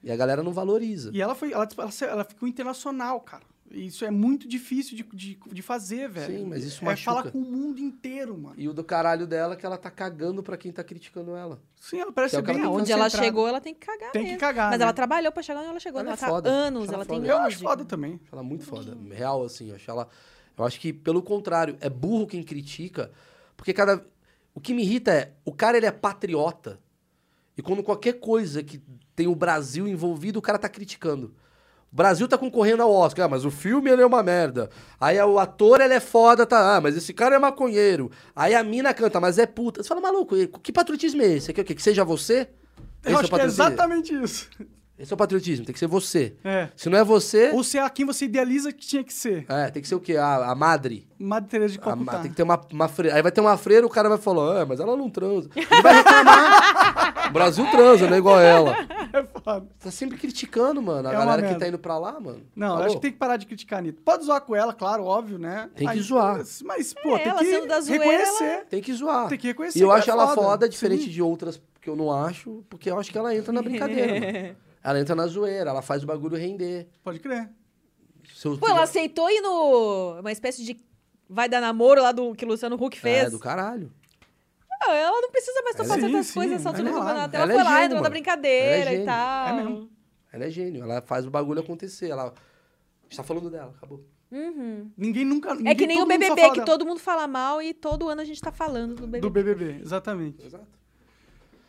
E a galera não valoriza. E ela foi. Ela, tipo, ela, ela ficou internacional, cara. Isso é muito difícil de, de, de fazer, velho. Sim, mas isso é machuca. falar com o mundo inteiro, mano. E o do caralho dela é que ela tá cagando pra quem tá criticando ela. Sim, ela parece Que é ser o que ela bem Ah, tá onde ela concentrada. chegou, ela tem que cagar Tem que mesmo. cagar. Mas né? ela trabalhou pra chegar onde ela chegou. Ela Ela, é tá foda. anos, Ela é ela, tem foda. Eu anos. acho de- [LAUGHS] foda também. Acho ela muito foda. Real, assim. Eu acho ela. Eu acho que, pelo contrário, é burro quem critica. Porque cada. O que me irrita é. O cara, ele é patriota. E quando qualquer coisa que tem o Brasil envolvido, o cara tá criticando. Brasil tá concorrendo ao Oscar, ah, mas o filme ele é uma merda. Aí o ator ele é foda, tá? Ah, mas esse cara é maconheiro. Aí a mina canta, mas é puta. Você fala, maluco, que patriotismo é esse? Que, que, que seja você? Eu acho que é patriotismo? exatamente isso. Esse é o patriotismo, tem que ser você. É. Se não é você, Ou se é a quem você idealiza que tinha que ser. é, tem que ser o quê? A, a madre. Madre Teresa de A ma- Calcutá. [LAUGHS] tem que ter uma, uma freira. Aí vai ter uma freira, o cara vai falar, ah, mas ela não transa. Ele vai reclamar. [LAUGHS] o Brasil transa, não é igual ela. É foda. Tá sempre criticando, mano, a É uma galera que merda. tá indo pra lá, mano. Não, eu Alô? acho que tem que parar de criticar a Anitta. Pode zoar com ela, claro, óbvio, né? Tem que Aí- zoar. Mas, pô, tem É, ela que sendo da zoeira, reconhecer. Tem que zoar. Tem que reconhecer. E eu que é acho ela foda, Sim. diferente de outras que eu não acho, porque eu acho que ela entra na [LAUGHS] brincadeira. mano. Ela entra na zoeira, ela faz o bagulho render. Pode crer. Se eu Pô, ela aceitou ir no. Uma espécie de. Vai dar namoro lá do que o Luciano Huck fez. É, do caralho. Não, Ah, ela não precisa mais estar Ela é- fazendo Sim, essas sim, coisas só ela é sobre o campeonato. nada. Ela, Ela é foi lá, gênio, entrou na mano. brincadeira Ela é e gênio. tal. É mesmo. Ela é gênio, ela faz o bagulho acontecer. Ela... A gente tá falando dela, acabou. Uhum. Ninguém nunca. É ninguém- que nem o todo mundo só BBB, fala que da- todo mundo fala mal e todo ano a gente tá falando do BBB. Do BBB, exatamente. Exato.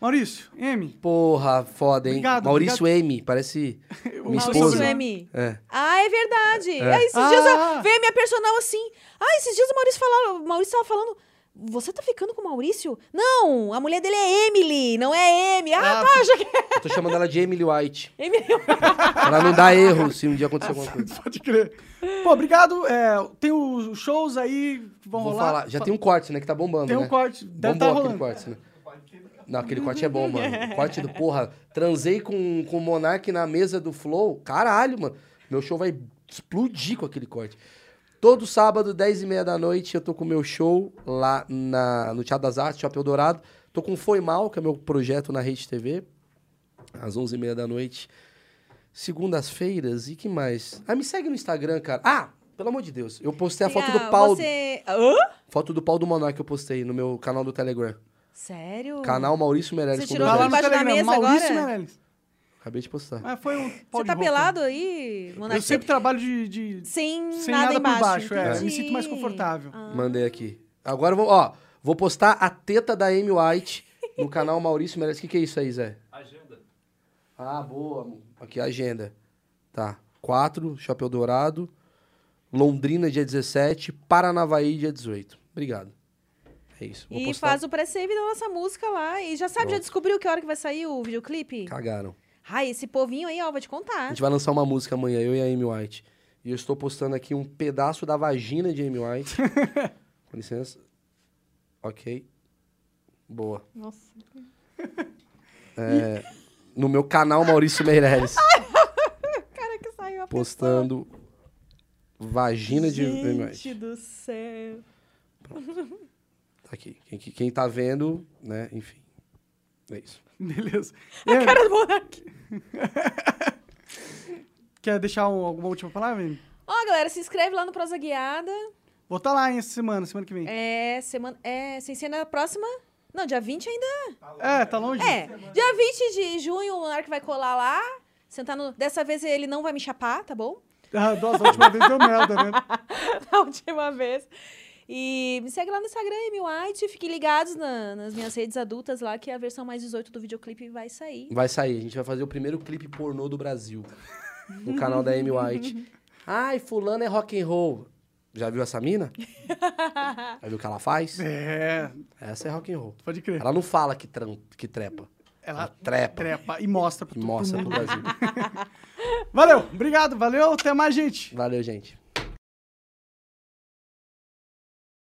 Maurício, M. Porra, foda, hein? Obrigado, Maurício M, parece. Eu- Minha Maurício esposa. M. É. Ah, é verdade. É. Aí, esses dias Ah! eu- veio a minha personal assim. Ah, esses dias o Maurício falava, o Maurício tava falando. Você tá ficando com o Maurício? Não, a mulher dele é Emily, não é M. Ah, Ah, tá, já que Eu tô chamando ela de Emily White. é Emily. Pra não dar erro se um dia acontecer [LAUGHS] alguma coisa. Pode crer. Pô, obrigado. É, tem os shows aí que vão Vou rolar. falar. Já tem um corte, né? Que tá bombando. Tem um né? corte. Deve Bombou estar aquele rolando. corte, né? Não, aquele corte é bom, [LAUGHS] mano. O Corte do porra. Transei com, com o Monark na mesa do Flow. Caralho, mano. Meu show vai explodir com aquele corte. Todo sábado, 10 e meia da noite, eu tô com o meu show lá na, no Teatro das Artes, Shopping Eldorado. Tô com Foi Mal, que é meu projeto na Rede TV. Às 11 e meia da noite. Segundas-feiras. E que mais? Ah, me segue no Instagram, cara. Ah, pelo amor de Deus. Eu postei a foto do pau. Ah, Você... Hã? Foto do pau do Monark que eu postei no meu canal do Telegram. Sério? Canal Maurício Meirelles Você com tirou dois Tá lá Embaixo no da Telegram, mesa Maurício agora? Meirelles. L's. Acabei de postar. Mas foi um pau Você de tá roupa. pelado aí, Monark? Eu sempre trabalho de, de- Sem, sem nada, nada, por embaixo. baixo. É, eu me entendi. Ah. sinto mais confortável. Mandei aqui. Agora eu vou, ó, vou postar a teta da Amy White no canal Maurício Meirelles. O que, que é isso aí, Zé? Agenda. Ah, boa, amor. Aqui a agenda. Tá. 4, Chapéu Dourado. Londrina, dia 17. Paranavaí, dia 18. Obrigado. É isso. Vou E postar. faz o pré-save da nossa música lá. E já sabe, já Pronto. descobriu que hora que vai sair o videoclipe? Cagaram. Ai, esse povinho aí, ó, vou te A contar. gente vai lançar uma música amanhã, eu e a Amy White. E eu estou postando aqui um pedaço da vagina de Amy [LAUGHS] White. Com licença. Ok. Boa. Nossa. No meu canal Maurício Meirelles. Cara, é que saiu a pessoa. postando vagina de Amy Gente White. do céu. Tá aqui. Quem, quem- quem tá vendo, né? Enfim. É isso. Beleza. Em, Cara do Monark. Quer deixar um- alguma última palavra? Em? Ó, galera, se inscreve lá no Prosa Guiada. Vou estar lá hein, essa semana, semana que vem. É, É, semana... É, sem ser na próxima... Não, dia 20 ainda tá longe? É, dia 20 de junho o Monark vai colar lá. Sentar no... Dessa vez ele não vai me chapar, tá bom? Ah, nossa, a última vez deu merda, né? [LAUGHS] da última vez. E me segue lá no Instagram, Amy White. Fiquem ligados na- nas minhas redes adultas lá, que é a versão mais 18 do videoclipe vai sair. Vai sair. A gente vai fazer o primeiro clipe pornô do Brasil. No canal da Amy White. Ai, fulano é rock and roll. Já viu essa mina? [LAUGHS] Já viu o que ela faz? É, Essa é rock and roll. pode crer. Ela não fala que, tran- que trepa. Ela trepa. trepa e mostra pra E todo mostra pro mundo. Brasil. Valeu, obrigado, valeu, até mais, gente. Valeu, gente.